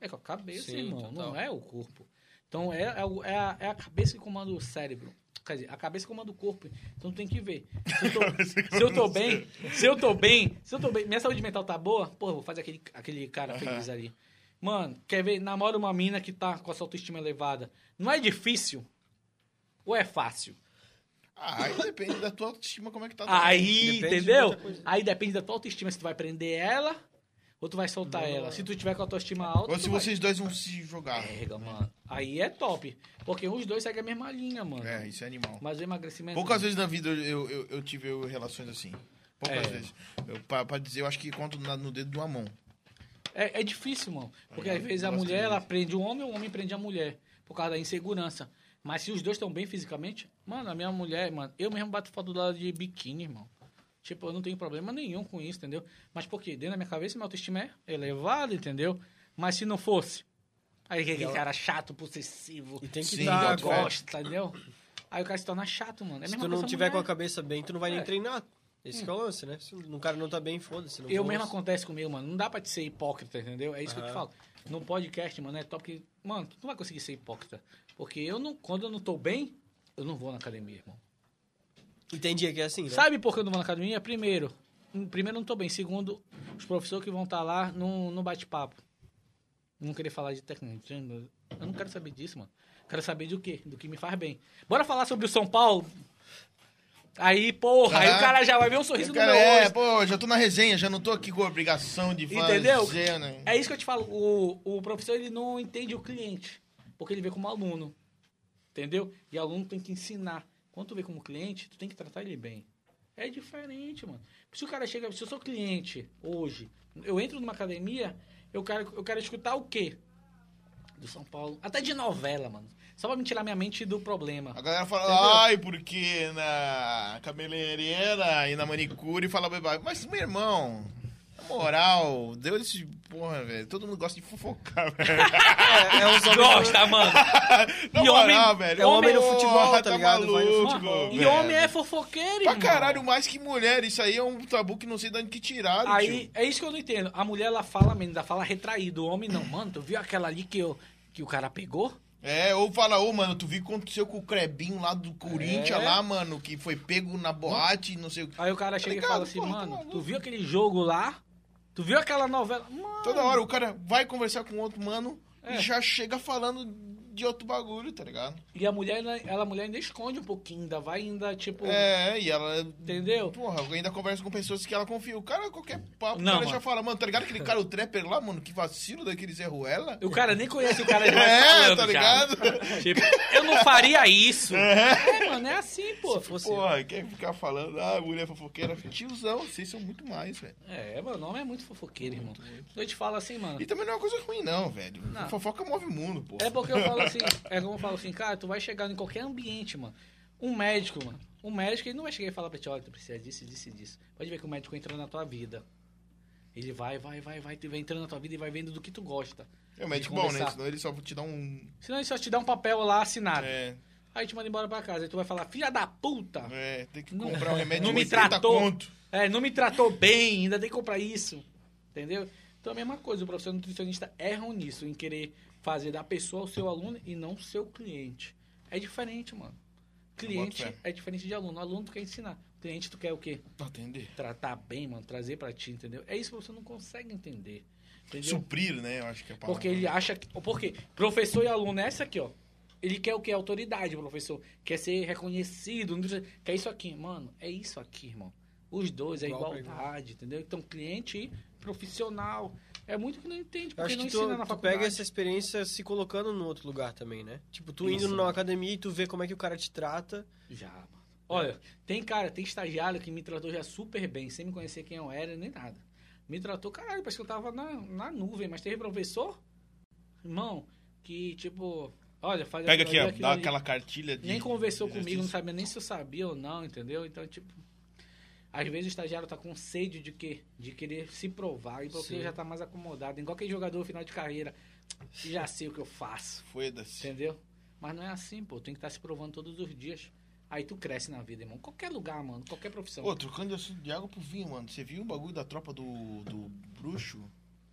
Speaker 4: É com a cabeça,
Speaker 1: Sim,
Speaker 4: irmão.
Speaker 1: total.
Speaker 4: Não é o corpo. Então, é, é, o- é a, é a cabeça que comanda o cérebro. Quer dizer, a cabeça comanda o corpo. Então, tu tem que ver. Se eu tô- se eu tô bem, se eu tô bem, se eu tô bem, minha saúde mental tá boa, pô, eu vou fazer aquele, aquele cara feliz ali. Mano, quer ver? Namora uma mina que tá com a sua autoestima elevada. Não é difícil? Ou é fácil?
Speaker 2: Ah, aí depende da tua autoestima, como é que tá.
Speaker 4: Aí,
Speaker 1: Depende de
Speaker 4: entendeu?
Speaker 1: muita coisa.
Speaker 4: Aí depende da tua autoestima, se tu vai prender ela ou tu vai soltar ela. Se tu tiver com a autoestima alta,
Speaker 2: Ou se
Speaker 4: tu vai-
Speaker 2: vocês dois vão se jogar.
Speaker 4: Pega, mano. Aí é top. Porque os dois seguem a mesma linha, mano.
Speaker 2: É, isso é animal.
Speaker 4: Mas o emagrecimento...
Speaker 2: Poucas vezes na vida eu, eu, eu- eu tive eu, relações assim. Poucas
Speaker 4: É.
Speaker 2: vezes. Eu, pra, pra dizer, eu acho que conto na- no dedo de uma mão.
Speaker 4: É, é difícil, mano. Porque
Speaker 1: É,
Speaker 4: às vezes a
Speaker 2: Gosto
Speaker 4: mulher,
Speaker 2: de
Speaker 4: ela
Speaker 2: vezes.
Speaker 4: prende o homem, o homem prende a mulher. Por causa da insegurança. Mas se os dois estão bem fisicamente, mano, a minha mulher, mano, eu mesmo bato foto do lado de biquíni, irmão. Tipo, eu não tenho problema nenhum com isso, entendeu? Mas por quê? Dentro da minha cabeça, minha autoestima é elevada, entendeu? Mas se não fosse. Aí aquele cara chato, possessivo.
Speaker 1: E tem que
Speaker 2: Sim,
Speaker 1: tá
Speaker 2: boto
Speaker 4: que
Speaker 2: fé.
Speaker 1: agora.
Speaker 4: gosta, entendeu? Aí o cara se torna chato, mano. É a
Speaker 1: Se
Speaker 4: mesma
Speaker 1: tu não
Speaker 4: coisa
Speaker 1: tiver com a
Speaker 4: mulher.
Speaker 1: cabeça bem, tu não vai
Speaker 4: É.
Speaker 1: nem treinar. Esse que é o lance, né? Se o cara não tá bem, foda-se. não
Speaker 4: Eu
Speaker 1: vou-
Speaker 4: mesmo acontece comigo, mano. Não dá pra te ser hipócrita, entendeu? É isso que eu te
Speaker 1: Aham.
Speaker 4: falo. No podcast, mano, é top que. Mano, tu não vai conseguir ser hipócrita. Porque eu não. Quando eu não tô bem, eu não vou na academia, irmão.
Speaker 1: E tem dia que é assim, né?
Speaker 4: Sabe por que eu não vou na academia? Primeiro. hum, Primeiro eu não tô bem. Segundo, os professores que vão estar lá não, não bate papo. Não querer falar de técnica. entendeu? Eu não quero saber disso, mano. Quero saber do quê? Do que me faz bem. Bora falar sobre o São Paulo? Aí, porra, aí o
Speaker 2: Aham.
Speaker 4: cara já vai ver um sorriso no
Speaker 2: Cara,
Speaker 4: meu
Speaker 2: é,
Speaker 4: rosto.
Speaker 2: pô, já tô na resenha, já não tô aqui com a obrigação de fazer,
Speaker 4: Entendeu?
Speaker 2: né?
Speaker 4: É isso que eu te falo. O, o professor ele não entende o cliente, porque ele vê como aluno. Entendeu? E aluno tem que ensinar. Quando tu vê como cliente, tu tem que tratar ele bem. É diferente, mano. Se o cara chega, se eu sou cliente hoje, eu entro numa academia, eu quero, eu quero escutar o quê? Do São Paulo. Até de novela, mano. Só pra me tirar minha mente do problema.
Speaker 2: A galera fala,
Speaker 4: Entendeu?
Speaker 2: ai, porque na cabeleireira e na manicure fala, "Bebá." mas meu irmão, na moral, deu esse. Porra, velho, todo mundo gosta de fofocar, velho.
Speaker 1: É, é os homens-
Speaker 4: Gosta, mano.
Speaker 2: Na
Speaker 4: E homem-
Speaker 2: moral, velho.
Speaker 1: é o homem no
Speaker 2: Porra,
Speaker 1: futebol, tá ligado? Vai no
Speaker 2: maluco,
Speaker 1: futebol.
Speaker 4: E
Speaker 2: velho.
Speaker 4: homem é fofoqueiro,
Speaker 2: Pra
Speaker 4: irmão.
Speaker 2: caralho, mais que mulher, isso aí é um tabu que não sei de onde que tiraram,
Speaker 4: Aí,
Speaker 2: tio.
Speaker 4: é isso que eu não entendo. A mulher, ela fala, menina, ela fala retraído. O homem, não. Mano, tu viu aquela ali que, eu, que o cara pegou?
Speaker 2: É, ou fala, ô, mano, tu viu o que aconteceu com o Crebinho lá do Corinthians,
Speaker 4: É.
Speaker 2: lá, mano, que foi pego na boate, e não sei o que.
Speaker 4: Aí o cara chega e
Speaker 2: ligado,
Speaker 4: fala assim,
Speaker 2: porra, tá
Speaker 4: mano,
Speaker 2: maluco.
Speaker 4: tu viu aquele jogo lá? Tu viu aquela novela? Mano,
Speaker 2: Toda hora o cara vai conversar com outro mano
Speaker 4: É.
Speaker 2: e já chega falando de outro bagulho, tá ligado?
Speaker 4: e a mulher, ela, ela- a mulher ainda esconde um pouquinho, ainda vai ainda, tipo...
Speaker 2: É, e ela.
Speaker 4: Entendeu?
Speaker 2: Porra, ainda conversa com pessoas que ela confia. O cara, qualquer papo,
Speaker 4: Não,
Speaker 2: o cara
Speaker 4: mano.
Speaker 2: já fala, mano, tá ligado aquele cara, o trapper lá, mano, que vacilo daquele Zé Ruela?
Speaker 4: O cara nem conhece o cara já vai
Speaker 2: É,
Speaker 4: falando
Speaker 2: tá
Speaker 4: já.
Speaker 2: ligado?
Speaker 4: Tipo, eu não faria isso. É, mano, é assim, pô.
Speaker 2: Porra, quer ficar falando, ah, mulher fofoqueira, tiozão, vocês são muito mais, velho.
Speaker 4: É, mano, o homem é muito fofoqueiro, irmão. Eu te falo assim, mano.
Speaker 2: E também não é uma coisa ruim, não, velho.
Speaker 4: Não.
Speaker 2: Fofoca move o mundo, pô.
Speaker 4: É porque eu falo assim, é como eu falo assim, cara, tu vai chegar em qualquer ambiente, mano. Um médico, mano. Um médico, ele não vai chegar e falar pra ti, olha, tu precisa disso, disso e disso. Pode ver que o médico entra na tua vida. Ele vai, vai, vai, vai, tu vai entrando na tua vida e vai vendo do que tu gosta.
Speaker 2: É um médico
Speaker 4: De
Speaker 2: bom, né?
Speaker 4: conversar.
Speaker 2: Senão ele só te dá um.
Speaker 4: Senão ele só te dá um papel lá assinado.
Speaker 2: É,
Speaker 4: Aí te manda embora pra casa. Aí tu vai falar, filha da puta!
Speaker 2: é, tem que
Speaker 4: Não-
Speaker 2: comprar um remédio
Speaker 4: não
Speaker 2: de
Speaker 4: me
Speaker 2: 80
Speaker 4: tratou.
Speaker 2: conto.
Speaker 4: É, não me tratou bem, ainda tem que comprar isso. Entendeu? Então é a mesma coisa, o professor nutricionista erra nisso, em querer fazer da pessoa o seu aluno e não o seu cliente. É diferente, mano. Cliente
Speaker 2: boto fé.
Speaker 4: é diferente de aluno. Aluno tu quer ensinar. Cliente tu quer o quê?
Speaker 2: Atender.
Speaker 4: Tratar bem, mano, trazer pra ti, entendeu? É isso que você não consegue entender. Entendeu?
Speaker 2: Suprir, né? Eu acho que é a palavra.
Speaker 4: Porque ele acha que. Porque professor e aluno, é essa aqui, ó. Ele quer o que? Autoridade, professor. Quer ser reconhecido. não sei- Quer isso aqui. Mano, é isso aqui, irmão. Os dois, é
Speaker 1: Igual pra
Speaker 4: igualdade, entendeu? Então, cliente e profissional. É muito que não
Speaker 1: Eu
Speaker 4: entende, porque
Speaker 1: acho
Speaker 4: não
Speaker 1: que
Speaker 4: ensina
Speaker 1: tu,
Speaker 4: na
Speaker 1: tu
Speaker 4: faculdade.
Speaker 1: pega essa experiência se colocando no outro lugar também, né? Tipo, tu indo
Speaker 4: Isso.
Speaker 1: numa academia e tu vê como é que o cara te trata.
Speaker 4: Já, mano. Olha, tem cara, tem estagiário que me tratou já super bem, sem me conhecer quem eu era nem nada. Me tratou, caralho, parece que eu tava na, na nuvem, mas teve professor, irmão, que tipo, olha, faz
Speaker 2: Pega
Speaker 4: aquilo
Speaker 2: aqui, ó,
Speaker 4: ali, aquilo
Speaker 2: dá
Speaker 4: ali.
Speaker 2: aquela cartilha de.
Speaker 4: Nem conversou
Speaker 2: de
Speaker 4: comigo, não
Speaker 2: exercício.
Speaker 4: sabia nem se eu sabia ou não, entendeu? Então, tipo, às vezes o estagiário tá com sede de quê? De querer se provar, e porque
Speaker 1: Sim.
Speaker 4: já tá mais acomodado. Igual aquele jogador final de carreira, já sei o que eu faço.
Speaker 2: Foda-se.
Speaker 4: Entendeu? Mas não é assim, pô. Tem que estar se provando todos os dias. Aí tu cresce na vida, irmão. Qualquer lugar, mano. Qualquer profissão.
Speaker 2: Pô, trocando de assunto de água pro vinho, mano. Você viu o bagulho da tropa do, do bruxo?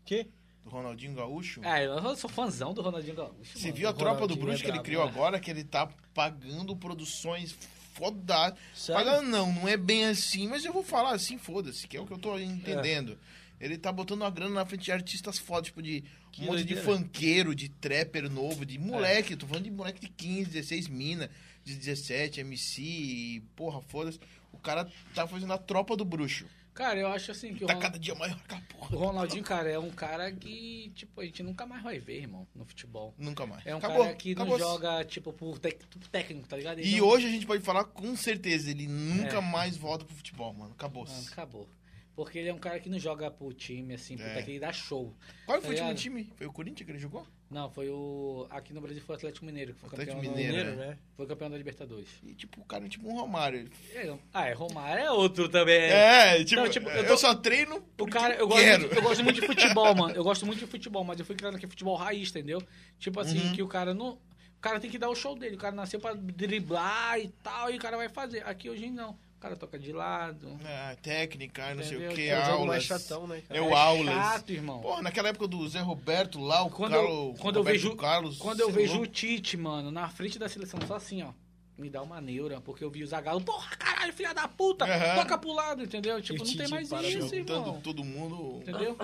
Speaker 1: Que?
Speaker 2: Do Ronaldinho Gaúcho?
Speaker 4: É, eu sou fãzão do Ronaldinho Gaúcho.
Speaker 2: Você
Speaker 4: mano.
Speaker 2: viu a
Speaker 1: o
Speaker 2: tropa do
Speaker 1: Ronaldinho
Speaker 2: bruxo
Speaker 1: é
Speaker 2: que ele
Speaker 1: brabo,
Speaker 2: criou
Speaker 1: né?
Speaker 2: agora? Que ele tá pagando produções foda.
Speaker 1: Sério?
Speaker 2: Fala, não, não é bem assim, mas eu vou falar assim, foda-se, que é o que eu tô entendendo. Ele tá botando uma grana na frente de artistas foda, tipo de
Speaker 1: Que
Speaker 2: um monte
Speaker 1: doideira.
Speaker 2: de funkeiro, de trapper novo, de moleque.
Speaker 4: É.
Speaker 2: Eu tô falando de moleque de 15, 16 mina, de 17, MC, e, porra, foda-se. O cara tá fazendo a tropa do bruxo.
Speaker 4: Cara, eu acho assim que o,
Speaker 2: Tá
Speaker 4: Ron-
Speaker 2: cada dia maior que a
Speaker 4: o
Speaker 2: porra.
Speaker 4: Ronaldinho, cara, é um cara que, tipo, a gente nunca mais vai ver, irmão, no futebol.
Speaker 2: Nunca mais.
Speaker 4: É um
Speaker 2: Acabou,
Speaker 4: cara que
Speaker 2: acabou.
Speaker 4: não joga, tipo, por, tec- por técnico, tá ligado? Ele
Speaker 2: E
Speaker 4: não-
Speaker 2: hoje a gente pode falar com certeza, ele nunca
Speaker 4: É.
Speaker 2: mais volta pro futebol, mano. Acabou.
Speaker 4: Mano, Ah, acabou. Porque ele é um cara que não joga pro time, assim, por
Speaker 2: É.
Speaker 4: técnico, ele dá show.
Speaker 2: Qual foi o último
Speaker 4: tá ligado?
Speaker 2: time? Foi o Corinthians que ele jogou?
Speaker 4: Não, foi o. Aqui no Brasil foi o Atlético Mineiro, que foi
Speaker 2: Atlético
Speaker 4: campeão. da-
Speaker 2: Mineiro.
Speaker 1: né?
Speaker 4: Foi campeão da Libertadores.
Speaker 2: E tipo, o cara é tipo um Romário. Ele
Speaker 4: É, Ah, é Romário é outro também.
Speaker 2: É, tipo,
Speaker 4: Não, tipo,
Speaker 2: eu,
Speaker 4: eu tô-
Speaker 2: só treino.
Speaker 4: O
Speaker 2: porque
Speaker 4: cara, eu gosto,
Speaker 2: quero.
Speaker 4: muito, eu gosto muito de futebol, mano. Eu gosto muito de futebol, mas eu fui criando aqui futebol raiz, entendeu? Tipo assim,
Speaker 2: Uhum.
Speaker 4: que o cara não. O cara tem que dar o show dele. O cara nasceu pra driblar e tal, e o cara vai fazer. Aqui hoje não. O cara toca de lado.
Speaker 2: Ah, técnica, não sei o
Speaker 4: Entendeu? Então,
Speaker 2: que,
Speaker 1: É um jogo
Speaker 2: aulas.
Speaker 1: mais chatão, né, cara?
Speaker 2: Eu
Speaker 4: é
Speaker 2: aulas.
Speaker 4: chato, irmão.
Speaker 2: Porra, naquela época do Zé Roberto lá, o
Speaker 4: Quando eu-
Speaker 2: Carlos.
Speaker 4: quando eu
Speaker 2: Roberto
Speaker 4: vejo-
Speaker 2: Carlos, é
Speaker 4: Quando eu
Speaker 2: sei
Speaker 4: vejo
Speaker 2: lá.
Speaker 4: o Tite, mano, na frente da seleção, só assim, ó. Me dá uma neura, porque eu vi o Zagallo, porra, caralho, filha da puta,
Speaker 2: Aham.
Speaker 4: toca pro lado, entendeu? Tipo, não
Speaker 1: Tite
Speaker 4: tem mais
Speaker 1: para
Speaker 4: isso, irmão.
Speaker 2: juntando todo mundo.
Speaker 4: Entendeu?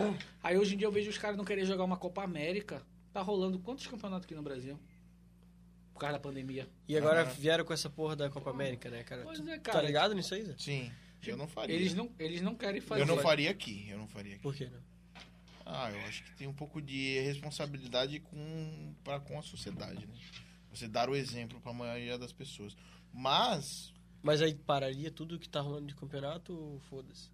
Speaker 4: Aí hoje em dia eu vejo os caras não querer jogar uma Copa América. Tá rolando quantos campeonatos aqui no Brasil? Por causa da pandemia.
Speaker 1: E agora
Speaker 2: Aham.
Speaker 1: vieram com essa porra da Copa América, né, cara?
Speaker 4: Pois
Speaker 1: Tu-
Speaker 4: é,
Speaker 1: tu
Speaker 4: cara.
Speaker 1: Tá ligado nisso aí, Zé?
Speaker 2: Sim, eu não faria.
Speaker 4: Eles não, eles não querem fazer.
Speaker 2: eu não faria aqui, eu não faria aqui.
Speaker 1: Por quê, né?
Speaker 2: Ah, eu acho que tem um pouco de responsabilidade com, pra, com a sociedade, né? Você dar o exemplo pra maioria das pessoas. Mas,
Speaker 1: Mas aí pararia tudo que tá rolando de campeonato ou foda-se?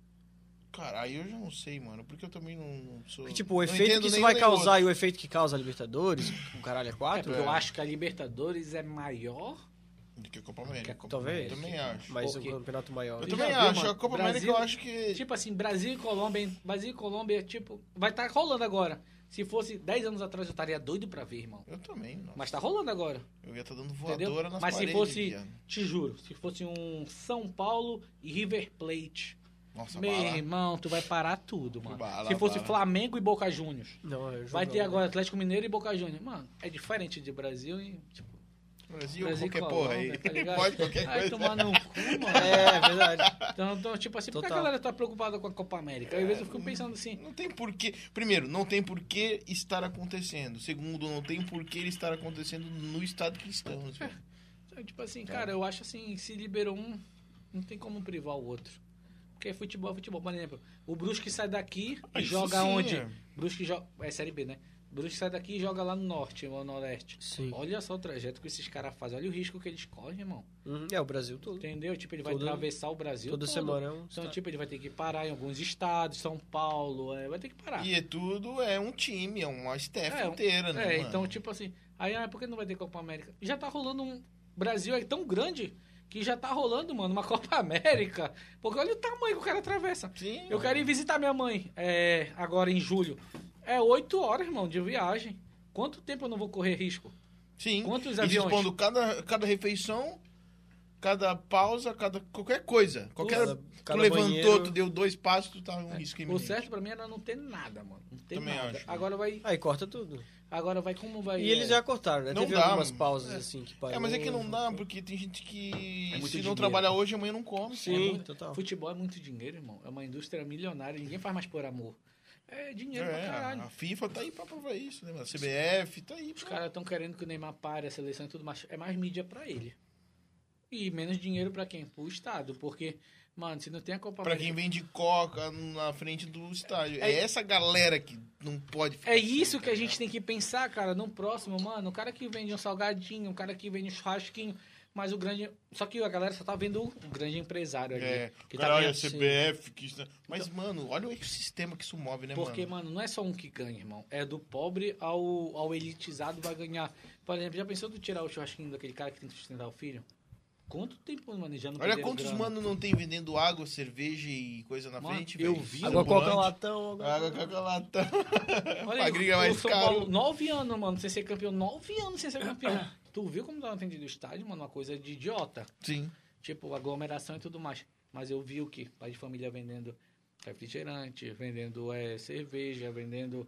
Speaker 2: cara, aí eu já não sei, mano. Porque eu também não- não sou.
Speaker 1: Porque, tipo, o
Speaker 2: não
Speaker 1: efeito
Speaker 2: entendo
Speaker 1: que isso
Speaker 2: nem
Speaker 1: vai
Speaker 2: um nem outro.
Speaker 1: causar e o efeito que causa a Libertadores, o caralho é
Speaker 4: É,
Speaker 1: 4,
Speaker 4: porque eu acho que a Libertadores é maior.
Speaker 2: Do que a Copa América.
Speaker 4: Que é a
Speaker 2: Copa
Speaker 1: talvez.
Speaker 2: América, Eu também acho.
Speaker 1: mas
Speaker 4: Por
Speaker 1: o
Speaker 4: quê?
Speaker 1: campeonato maior.
Speaker 2: Eu
Speaker 4: Tu
Speaker 2: também
Speaker 4: já viu,
Speaker 2: acho.
Speaker 4: mano?
Speaker 2: A Copa
Speaker 4: Brasil-
Speaker 2: América eu acho que.
Speaker 4: Tipo assim, Brasil e Colômbia, hein? Brasil e Colômbia, tipo, vai estar tá rolando agora. Se fosse 10 anos atrás, eu estaria doido pra ver, irmão.
Speaker 2: Eu também, nossa.
Speaker 4: Mas tá rolando agora.
Speaker 2: Eu ia estar dando
Speaker 4: Entendeu?
Speaker 2: voadora nas
Speaker 4: Mas se
Speaker 2: paredes.
Speaker 4: fosse-
Speaker 2: Guia.
Speaker 4: Te juro, se fosse um São Paulo e River Plate.
Speaker 2: Nossa,
Speaker 4: Meu
Speaker 2: bala.
Speaker 4: irmão, tu vai parar tudo, mano.
Speaker 2: Bala,
Speaker 4: se fosse
Speaker 2: bala.
Speaker 4: Flamengo e Boca Juniors.
Speaker 1: Não, é um jogão,
Speaker 4: Vai ter
Speaker 1: né?
Speaker 4: agora Atlético Mineiro e Boca Juniors. Mano, é diferente de Brasil e. Tipo,
Speaker 2: Brasil,
Speaker 4: Brasil e
Speaker 2: qualquer
Speaker 4: Colômbia,
Speaker 2: porra aí.
Speaker 4: tá ligado?
Speaker 2: Pode qualquer
Speaker 4: Vai
Speaker 2: coisa.
Speaker 4: tomar no cu, mano.
Speaker 1: É, verdade.
Speaker 4: Então, então, tipo assim, por que a
Speaker 1: Total.
Speaker 4: galera tá preocupada com a Copa América? Às vezes eu fico pensando assim.
Speaker 2: Não tem porquê. Primeiro, não tem porquê estar acontecendo. Segundo, não tem porquê ele estar acontecendo no estado que estamos. velho.
Speaker 4: Tipo
Speaker 1: É.
Speaker 4: assim, cara, eu acho assim, se liberou um, não tem como privar o outro. Porque futebol é futebol. Por exemplo, o Brusque sai daqui
Speaker 1: Ah,
Speaker 4: e
Speaker 2: Isso
Speaker 4: joga
Speaker 2: sim,
Speaker 4: onde?
Speaker 2: é.
Speaker 4: Brusque joga. É Série B, né? Brusque sai daqui e joga lá no norte ou no noroeste.
Speaker 1: Sim.
Speaker 4: Olha só o trajeto que esses caras fazem, olha o risco que eles correm, irmão.
Speaker 1: Uhum, É, o Brasil todo.
Speaker 4: Entendeu? Tipo, ele vai
Speaker 1: Todo-
Speaker 4: atravessar o Brasil.
Speaker 1: Toda
Speaker 4: todo.
Speaker 1: semana é um...
Speaker 4: Então, tipo, ele vai ter que parar em alguns estados, São Paulo, é, vai ter que parar.
Speaker 2: E é tudo é um time, é uma staff
Speaker 4: É, um-
Speaker 2: inteira, né?
Speaker 4: é,
Speaker 2: mano?
Speaker 4: então, tipo assim, aí ah, por que não vai ter Copa América? Já tá rolando um. Brasil é tão grande que já tá rolando, mano, uma Copa América. Porque olha o tamanho que o cara atravessa.
Speaker 2: Sim.
Speaker 4: Eu quero ir visitar minha mãe é, agora em julho. É oito horas, irmão, de viagem. Quanto tempo eu não vou correr risco?
Speaker 2: Sim.
Speaker 4: Quantos
Speaker 2: E
Speaker 4: aviões?
Speaker 2: dispondo cada, cada refeição, cada pausa, cada qualquer coisa. Qualquer,
Speaker 1: Cada- cada
Speaker 2: tu levantou,
Speaker 1: banheiro.
Speaker 2: tu deu dois passos, tu tá um risco
Speaker 4: O
Speaker 2: iminente.
Speaker 4: É, certo pra mim era não ter nada, mano. Não ter
Speaker 2: Também
Speaker 4: nada.
Speaker 2: acho. né?
Speaker 4: Agora vai.
Speaker 1: Aí corta tudo.
Speaker 4: Agora vai como vai.
Speaker 1: E eles
Speaker 4: é,
Speaker 1: já cortaram, né?
Speaker 2: Não
Speaker 1: Teve
Speaker 2: dá,
Speaker 1: algumas
Speaker 2: mano.
Speaker 1: pausas,
Speaker 2: É.
Speaker 1: assim, que parou.
Speaker 2: É, mas é que não dá, porque tem gente que
Speaker 5: É muito
Speaker 2: se não
Speaker 5: dinheiro.
Speaker 2: trabalhar hoje, amanhã não come.
Speaker 4: é
Speaker 1: Sim,
Speaker 4: muito-
Speaker 1: total.
Speaker 4: Futebol é muito dinheiro, irmão. É uma indústria milionária. Ninguém faz mais por amor. É dinheiro pra
Speaker 2: É,
Speaker 4: caralho.
Speaker 2: a FIFA tá aí pra provar isso, né? mano? A CBF tá aí.
Speaker 4: Os
Speaker 2: pra-
Speaker 4: caras estão querendo que o Neymar pare a seleção e tudo mais. É mais mídia pra ele. E menos dinheiro pra quem? Pro Estado. Porque, mano, se não tem a Copa
Speaker 2: Pra quem
Speaker 4: América-
Speaker 2: vende coca na frente do estádio. É, essa galera que não pode ficar
Speaker 4: É
Speaker 2: sem,
Speaker 4: isso que
Speaker 2: tá
Speaker 4: a gente
Speaker 2: ligado?
Speaker 4: tem que pensar, cara, no próximo, mano. O cara que vende um salgadinho, o cara que vende um churrasquinho. Mas o grande. Só que a galera só tá vendo o grande empresário ali.
Speaker 2: É,
Speaker 4: tá que assim.
Speaker 2: cara, olha a
Speaker 4: ganhando-
Speaker 2: CBF. Que... está- Mas, mano, olha o ecossistema que isso move, né,
Speaker 4: Então Porque,
Speaker 2: mano?
Speaker 4: mano, não é só um que ganha, irmão. É do pobre ao, ao elitizado vai ganhar. Por exemplo, já pensou tu tirar o churrasquinho daquele cara que tem que sustentar o filho? Quanto tempo, mano, já não
Speaker 2: Olha
Speaker 4: perderam
Speaker 2: quantos
Speaker 4: grana?
Speaker 2: mano não tem vendendo água, cerveja e coisa na
Speaker 4: Mano,
Speaker 2: frente,
Speaker 4: eu
Speaker 2: velho.
Speaker 4: vi- um
Speaker 1: Água
Speaker 2: Ambulante.
Speaker 1: coca um latão, água
Speaker 2: Água coca latão.
Speaker 4: Olha aí, um
Speaker 2: Magrinha
Speaker 4: o
Speaker 2: é mais
Speaker 4: São
Speaker 2: caro.
Speaker 4: Paulo, nove anos, mano, sem ser campeão. Nove anos sem ser campeão. tu viu como tava atendido o estádio, mano? Uma coisa de idiota.
Speaker 2: Sim.
Speaker 4: Tipo, aglomeração e tudo mais. Mas eu vi o que? Pai de família vendendo refrigerante, vendendo eh, cerveja, vendendo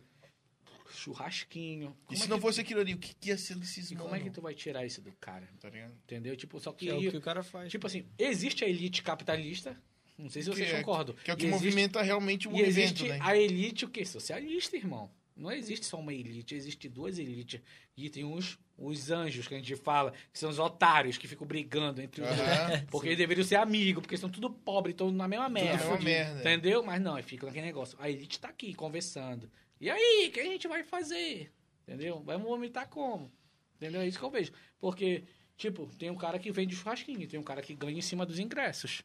Speaker 4: churrasquinho.
Speaker 2: E
Speaker 4: Como é
Speaker 2: se não
Speaker 4: que-
Speaker 2: fosse aquilo ali, o que, que ia ser desses
Speaker 4: E como é
Speaker 2: mano?
Speaker 4: que tu vai tirar isso do cara?
Speaker 2: Tá ligado?
Speaker 4: Entendeu? Tipo, só que.
Speaker 1: Que é o que o cara faz.
Speaker 4: Tipo assim, existe a elite capitalista. Não sei se vocês
Speaker 2: que é-
Speaker 4: concordam.
Speaker 2: Que é o que
Speaker 4: E existe-
Speaker 2: movimenta realmente o
Speaker 4: E
Speaker 2: evento,
Speaker 4: existe
Speaker 2: né?
Speaker 4: a elite, o quê? Socialista, irmão. Não existe só uma elite, existe duas elites. E tem uns, os anjos que a gente fala, que são os otários que ficam brigando entre os dois.
Speaker 2: Aham.
Speaker 4: né? Porque eles deveriam ser amigos, porque são tudo pobre, estão na mesma merda.
Speaker 2: mesma merda.
Speaker 4: Entendeu? Mas não, fica naquele negócio. A elite tá aqui conversando. E aí, o que a gente vai fazer? Entendeu? Vamos vomitar como? Entendeu? É isso que eu vejo. Porque, tipo, tem um cara que vende churrasquinho, tem um cara que ganha em cima dos ingressos.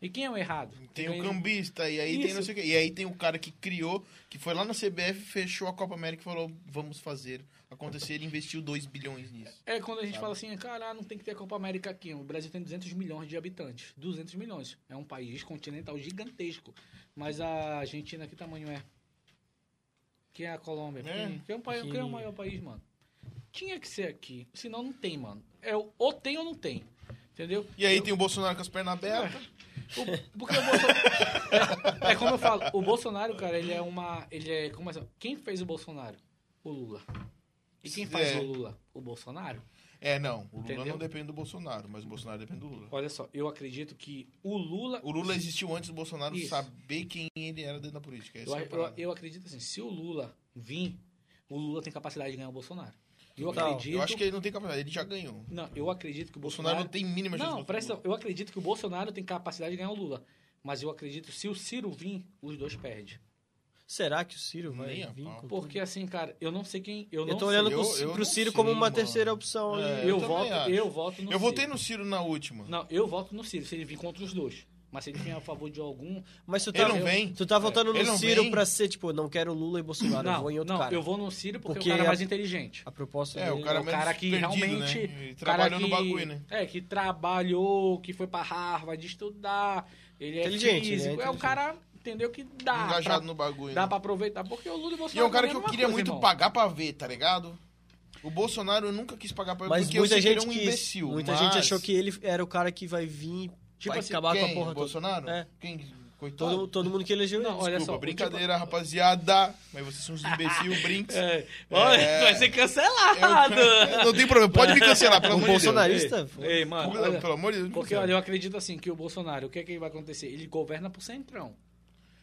Speaker 4: E quem é o errado?
Speaker 2: Tem um
Speaker 4: Quem
Speaker 2: o
Speaker 4: ganha-
Speaker 2: cambista, e aí tem
Speaker 4: Isso.
Speaker 2: não sei o quê. E aí tem o cara que criou, que foi lá na CBF, fechou a Copa América e falou: vamos fazer acontecer e investiu 2 bilhões nisso.
Speaker 4: É quando a gente fala assim, cara, não tem que ter Copa América aqui. O Brasil tem 200 milhões de habitantes. 200 milhões. É um país continental gigantesco. Mas a Argentina, que tamanho é? Que é a Colômbia?
Speaker 2: É.
Speaker 4: Que- Que é, um país, que é o maior país, mano. Tinha que ser aqui. Senão não tem, mano. É, o- ou tem ou não tem. Entendeu?
Speaker 2: E aí
Speaker 4: Eu-
Speaker 2: tem o Bolsonaro com as pernas abertas.
Speaker 4: o- porque o Bolsonaro... é, é como eu falo. O Bolsonaro, cara, ele é uma... Ele é... Como é que- Quem fez o Bolsonaro? O Lula. E quem faz
Speaker 2: É.
Speaker 4: o Lula? O Bolsonaro.
Speaker 2: É, não. O Lula
Speaker 4: Entendeu?
Speaker 2: não depende do Bolsonaro, mas o Bolsonaro depende do Lula.
Speaker 4: Olha só, eu acredito que o Lula.
Speaker 2: O Lula existiu antes do Bolsonaro
Speaker 4: Isso.
Speaker 2: saber quem ele era dentro da política. Essa
Speaker 4: eu,
Speaker 2: é a
Speaker 4: eu-
Speaker 2: parada.
Speaker 4: eu acredito assim, se o Lula vir, o Lula tem capacidade de ganhar o Bolsonaro. Eu
Speaker 1: Total.
Speaker 4: acredito.
Speaker 2: Eu acho que ele não tem capacidade, ele já ganhou. O
Speaker 4: Não, eu acredito que o
Speaker 2: Bolsonaro
Speaker 4: Bolsonaro.
Speaker 2: não tem mínima chance de
Speaker 4: Não,
Speaker 2: votar no
Speaker 4: presta
Speaker 2: Lula.
Speaker 4: atenção, eu acredito que o Bolsonaro tem capacidade de ganhar o Lula. Mas eu acredito se o Ciro vir, os dois perdem.
Speaker 1: Será que o Ciro vai
Speaker 2: Nem a
Speaker 1: vir
Speaker 2: pau.
Speaker 1: com
Speaker 4: Porque assim, cara, eu não sei quem.
Speaker 1: tudo?
Speaker 4: Eu, não
Speaker 1: Eu tô
Speaker 4: sei.
Speaker 1: olhando
Speaker 2: sei.
Speaker 1: pro,
Speaker 2: Eu- eu
Speaker 1: pro
Speaker 2: não
Speaker 1: Ciro
Speaker 2: sei,
Speaker 1: como uma
Speaker 2: mano.
Speaker 1: terceira opção ali.
Speaker 2: É,
Speaker 4: Eu,
Speaker 2: eu também
Speaker 4: voto,
Speaker 2: acho.
Speaker 4: eu voto no
Speaker 2: Eu votei
Speaker 4: Ciro.
Speaker 2: no Ciro na última.
Speaker 4: Não, eu voto no Ciro, se ele vir contra os dois. Mas se ele vier a favor de algum.
Speaker 1: Mas tu
Speaker 2: Ele
Speaker 1: tá,
Speaker 2: não vem.
Speaker 1: tu tá votando
Speaker 2: Ele
Speaker 1: no
Speaker 2: não
Speaker 1: Ciro
Speaker 2: vem.
Speaker 1: pra ser, tipo, não quero Lula e Bolsonaro, eu
Speaker 4: não,
Speaker 1: vou em outro
Speaker 4: não
Speaker 1: cara.
Speaker 4: eu vou no Ciro porque,
Speaker 1: Porque
Speaker 4: é o
Speaker 1: a-
Speaker 4: cara mais inteligente.
Speaker 1: A proposta
Speaker 2: É,
Speaker 1: dele
Speaker 2: o cara,
Speaker 4: o cara
Speaker 2: menos
Speaker 4: que
Speaker 2: perdido,
Speaker 4: realmente
Speaker 2: né? Ele
Speaker 4: o cara
Speaker 2: trabalhou no
Speaker 4: que-
Speaker 2: bagulho, né?
Speaker 4: É, que trabalhou, que foi pra Harvard estudar, ele é
Speaker 1: Inteligente,
Speaker 4: físico,
Speaker 1: né?
Speaker 4: é um
Speaker 1: Inteligente.
Speaker 4: cara, entendeu, que dá
Speaker 2: Engajado
Speaker 4: pra,
Speaker 2: no bagulho.
Speaker 4: dá
Speaker 2: né?
Speaker 4: pra aproveitar, porque o Lula e o
Speaker 2: E
Speaker 4: Bolsonaro
Speaker 2: é um cara que
Speaker 4: é a
Speaker 2: eu
Speaker 4: mesma
Speaker 2: queria
Speaker 4: coisa,
Speaker 2: muito
Speaker 4: irmão.
Speaker 2: pagar pra ver, tá ligado? O Bolsonaro eu nunca quis pagar pra ver,
Speaker 1: Mas
Speaker 2: porque
Speaker 1: muita
Speaker 2: eu sei
Speaker 1: gente
Speaker 2: que ele é um
Speaker 1: quis.
Speaker 2: imbecil.
Speaker 1: muita
Speaker 2: mas-
Speaker 1: gente achou que ele era o cara que vai vir
Speaker 4: Tipo
Speaker 1: vai
Speaker 4: assim,
Speaker 1: acabar com a
Speaker 2: Quem?
Speaker 1: porra toda.
Speaker 2: Bolsonaro?
Speaker 1: É.
Speaker 2: Quem? Coitado.
Speaker 1: Todo, todo mundo que elegeu
Speaker 4: Não,
Speaker 1: ele.
Speaker 4: olha
Speaker 2: Desculpa,
Speaker 4: só,
Speaker 2: brincadeira, rapaziada. Mas vocês são uns imbecil, brinks.
Speaker 4: É, olha, tu vai ser
Speaker 2: Eu-
Speaker 4: cancelado.
Speaker 2: não tem problema, pode me cancelar, pelo
Speaker 1: Um
Speaker 2: amor de Deus.
Speaker 1: bolsonarista. Bolsonarista,
Speaker 4: Ei, ei, mano,
Speaker 2: Pelo-
Speaker 4: olha,
Speaker 2: Pelo amor de Deus.
Speaker 4: porque olha, eu acredito assim que o Bolsonaro, o que é que vai acontecer? Ele governa pro centrão.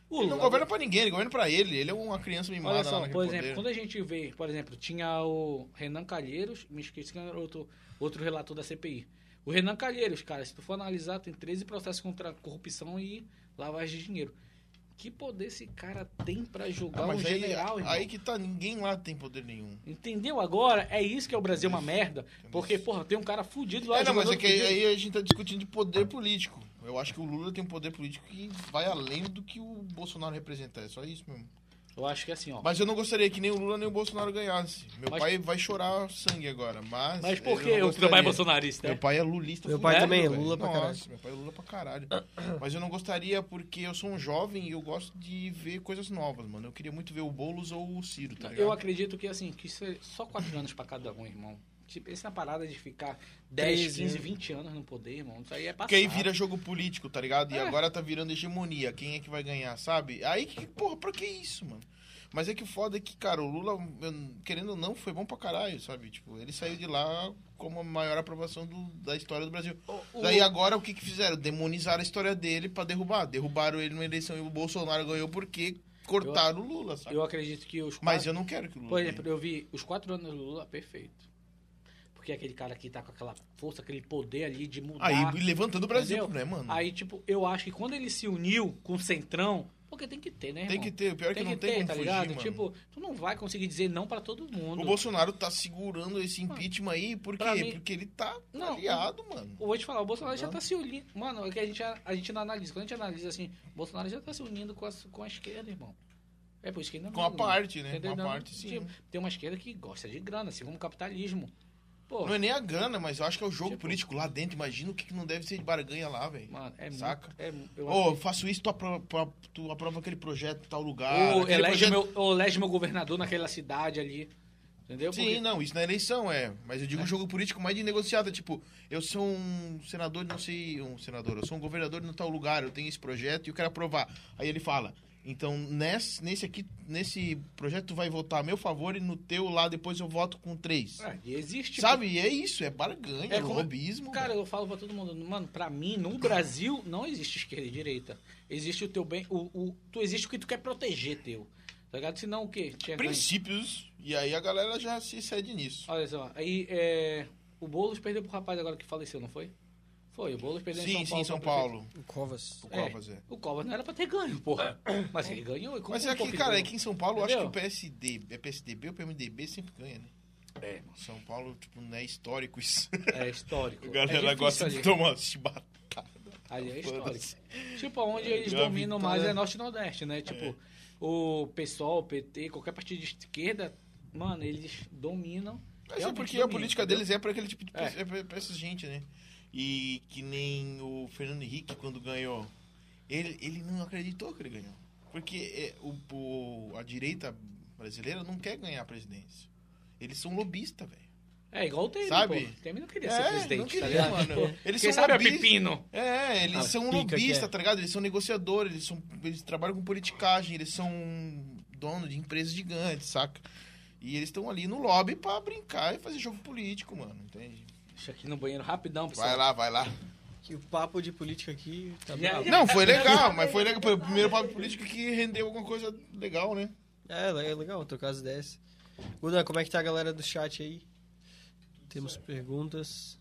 Speaker 4: O
Speaker 2: ele não
Speaker 4: Lula-
Speaker 2: governa pra ninguém, ele governa pra ele. Ele é uma criança mimada
Speaker 4: Olha
Speaker 2: lá
Speaker 4: só,
Speaker 2: naquele
Speaker 4: por
Speaker 2: poder.
Speaker 4: exemplo, quando a gente vê, por exemplo, tinha o Renan Calheiros, me esqueci que era outro, outro relator da CPI. O Renan Calheiros, cara, se tu for analisar, tem 13 processos contra corrupção e lavagem de dinheiro. Que poder esse cara tem pra julgar
Speaker 2: Ah,
Speaker 4: um
Speaker 2: mas aí,
Speaker 4: general, irmão?
Speaker 2: aí que tá, ninguém lá tem poder nenhum.
Speaker 4: Entendeu agora? É isso que é o Brasil uma merda. Porque, porra, tem um cara fudido lá.
Speaker 2: É, não, mas
Speaker 4: jogador
Speaker 2: é que aí,
Speaker 4: fudido.
Speaker 2: aí a gente tá discutindo de poder político. Eu acho que o Lula tem um poder político que vai além do que o Bolsonaro representa. É só isso mesmo.
Speaker 4: Eu acho que é assim, ó.
Speaker 2: Mas eu não gostaria que nem o Lula nem o Bolsonaro ganhasse. Meu
Speaker 4: Mas-
Speaker 2: pai vai chorar sangue agora, mas.
Speaker 4: Mas por
Speaker 2: eu
Speaker 4: que
Speaker 2: não
Speaker 4: o teu pai é
Speaker 2: gostaria.
Speaker 4: bolsonarista?
Speaker 2: Meu pai é lulista.
Speaker 1: Meu
Speaker 2: fudido,
Speaker 1: pai também é
Speaker 2: velho.
Speaker 1: lula pra
Speaker 2: Nossa,
Speaker 1: caralho.
Speaker 2: Meu pai é lula pra caralho. Mas eu não gostaria porque eu sou um jovem e eu gosto de ver coisas novas, mano. Eu queria muito ver o Boulos ou o Ciro, tá ligado?
Speaker 4: Eu acredito que, assim, que isso é só quatro anos pra cada um, irmão. Tipo, essa parada de ficar 10,
Speaker 1: 13,
Speaker 4: 15,
Speaker 1: né?
Speaker 4: 20 anos no poder, irmão, isso aí é passado.
Speaker 2: Porque aí vira jogo político, tá ligado? E
Speaker 4: É.
Speaker 2: agora tá virando hegemonia. Quem é que vai ganhar, sabe? Aí, que, porra, pra que isso, mano? Mas é que o foda é que, cara, o Lula, eu- querendo ou não, foi bom pra caralho, sabe? Tipo, ele saiu de lá como a maior aprovação do- da história do Brasil.
Speaker 4: O-
Speaker 2: Daí é agora o que que fizeram? Demonizaram a história dele pra derrubar. Derrubaram ele numa eleição e o Bolsonaro ganhou porque cortaram o Lula, sabe?
Speaker 4: Eu acredito que os
Speaker 2: Mas
Speaker 4: quatro-
Speaker 2: eu não quero que o Lula.
Speaker 4: Por
Speaker 2: ganhe.
Speaker 4: exemplo, eu vi os quatro anos do Lula, perfeito. Porque é aquele cara que tá com aquela força, aquele poder ali de mudar.
Speaker 2: Aí levantando o Brasil,
Speaker 4: entendeu?
Speaker 2: né, mano?
Speaker 4: Aí, tipo, eu acho que quando ele se uniu com o Centrão, porque tem que ter, né, irmão?
Speaker 2: tem que ter, o pior é que
Speaker 4: Tem
Speaker 2: não
Speaker 4: que
Speaker 2: tem
Speaker 4: ter,
Speaker 2: como
Speaker 4: tá
Speaker 2: fugir,
Speaker 4: ligado?
Speaker 2: mano.
Speaker 4: Tipo, tu não vai conseguir dizer não pra todo mundo.
Speaker 2: O Bolsonaro tá segurando esse impeachment aí, por
Speaker 4: Hum. pra
Speaker 2: quê?
Speaker 4: mim-
Speaker 2: Porque ele tá
Speaker 4: Não.
Speaker 2: aliado, mano.
Speaker 4: Eu vou te falar, o Bolsonaro já
Speaker 2: Não.
Speaker 4: tá se unindo. Mano, é que a gente, a gente não analisa. Quando a gente analisa assim, o Bolsonaro já tá se unindo com a, com a esquerda, irmão. É por isso que ele não
Speaker 2: Com a
Speaker 4: muda, mano.
Speaker 2: parte, né?
Speaker 4: Entendeu?
Speaker 2: Com a
Speaker 4: Não,
Speaker 2: parte, sim.
Speaker 4: tipo, tem uma esquerda que gosta de grana, assim como o capitalismo. Pô,
Speaker 2: Não é nem a grana, mas eu acho que é o jogo
Speaker 4: Tipo-
Speaker 2: político lá dentro. Imagina o que que não deve ser de barganha lá, velho.
Speaker 4: mano, é
Speaker 2: Saca?
Speaker 4: muito. É, mu- eu
Speaker 2: Ô, eu faço isso, tu aprova, pro- tu aprova aquele projeto em tal lugar.
Speaker 4: acho, ou,
Speaker 2: aquele
Speaker 4: elege
Speaker 2: projeto-
Speaker 4: meu, ou elege meu governador naquela cidade ali. Entendeu?
Speaker 2: Sim,
Speaker 4: Porque-
Speaker 2: não, isso na eleição é. Mas eu digo jogo político mais de negociada. Tipo, eu sou um senador, de não sei, um senador, eu sou um governador no tal lugar, eu tenho esse projeto e eu quero aprovar. Aí ele fala. Então, nesse, nesse aqui, nesse projeto, tu vai votar a meu favor e no teu lá depois eu voto com três.
Speaker 4: Ah, e existe. pô.
Speaker 2: Sabe? E é isso, é barganha, é
Speaker 4: É como-
Speaker 2: lobismo.
Speaker 4: Cara,
Speaker 2: velho.
Speaker 4: eu falo pra todo mundo, mano, pra mim, no Brasil, não existe esquerda e direita. Existe o teu bem, o, o- tu existe o que tu quer proteger teu. Tá ligado? Senão o quê? Tinha ganho.
Speaker 2: princípios, e aí a galera já se cede nisso.
Speaker 4: Olha só, aí é, o Boulos perdeu pro rapaz agora que faleceu, não foi? Foi, o Boulos perdeu
Speaker 2: sim,
Speaker 4: em São
Speaker 2: sim,
Speaker 4: Paulo.
Speaker 2: São
Speaker 4: pra prefeito.
Speaker 2: Paulo.
Speaker 1: O Covas.
Speaker 2: O Covas, é.
Speaker 4: O Covas não era pra ter ganho, porra. Mas ele ganhou. e como
Speaker 2: Mas
Speaker 4: um
Speaker 2: é que,
Speaker 4: pouquinho
Speaker 2: cara, é
Speaker 4: ganhou?
Speaker 2: que em São Paulo eu acho que o
Speaker 4: Entendeu?
Speaker 2: PSD, é PSDB ou PMDB sempre ganha, né?
Speaker 4: É, mano,
Speaker 2: São Paulo, tipo, não é histórico isso.
Speaker 4: é histórico.
Speaker 2: A
Speaker 4: é
Speaker 2: galera
Speaker 4: difícil
Speaker 2: gosta
Speaker 4: ali.
Speaker 2: de tomar chibatada.
Speaker 4: Ali é histórico.
Speaker 2: Foda-se.
Speaker 4: Tipo, onde eles
Speaker 2: É uma
Speaker 4: dominam
Speaker 2: vitória. É.
Speaker 4: mais é Norte e Nordeste, né? Tipo, o PSOL, o PT, qualquer partido de esquerda, mano, eles dominam.
Speaker 2: Mas é
Speaker 4: Realmente
Speaker 2: porque a
Speaker 4: dominam,
Speaker 2: política
Speaker 4: entendeu?
Speaker 2: deles é pra aquele tipo de
Speaker 4: É.
Speaker 2: é. pra- pra essa gente, né? E que nem o Fernando Henrique, quando ganhou, ele, ele não acreditou que ele ganhou. Porque é, o, o- a direita brasileira não quer ganhar a presidência. Eles são lobistas, velho.
Speaker 4: É igual o Temer,
Speaker 2: Sabe? É,
Speaker 4: pô. O Temer não queria ser presidente,
Speaker 2: não queria,
Speaker 4: tá ligado?
Speaker 2: mano. Eles
Speaker 4: Quem
Speaker 2: são
Speaker 4: sabe é
Speaker 2: lobistas.
Speaker 4: pepino.
Speaker 2: É, eles
Speaker 1: Ah,
Speaker 2: são
Speaker 1: pica que
Speaker 2: lobistas,
Speaker 1: é.
Speaker 2: tá ligado? Eles são negociadores, eles, são, eles trabalham com politicagem, eles são dono de empresas gigantes, saca? E eles estão ali no lobby pra brincar e fazer jogo político, mano, entende?
Speaker 4: Deixa aqui no banheiro rapidão, pessoal.
Speaker 2: Vai lá, vai lá.
Speaker 1: Que o papo de política aqui tá
Speaker 4: Já-
Speaker 1: bravo.
Speaker 2: Não, foi legal, mas foi legal. Foi o primeiro papo político que rendeu alguma coisa legal, né?
Speaker 1: É, é legal trocar as ideias. Gudan, como é que tá a galera do chat aí? Temos perguntas.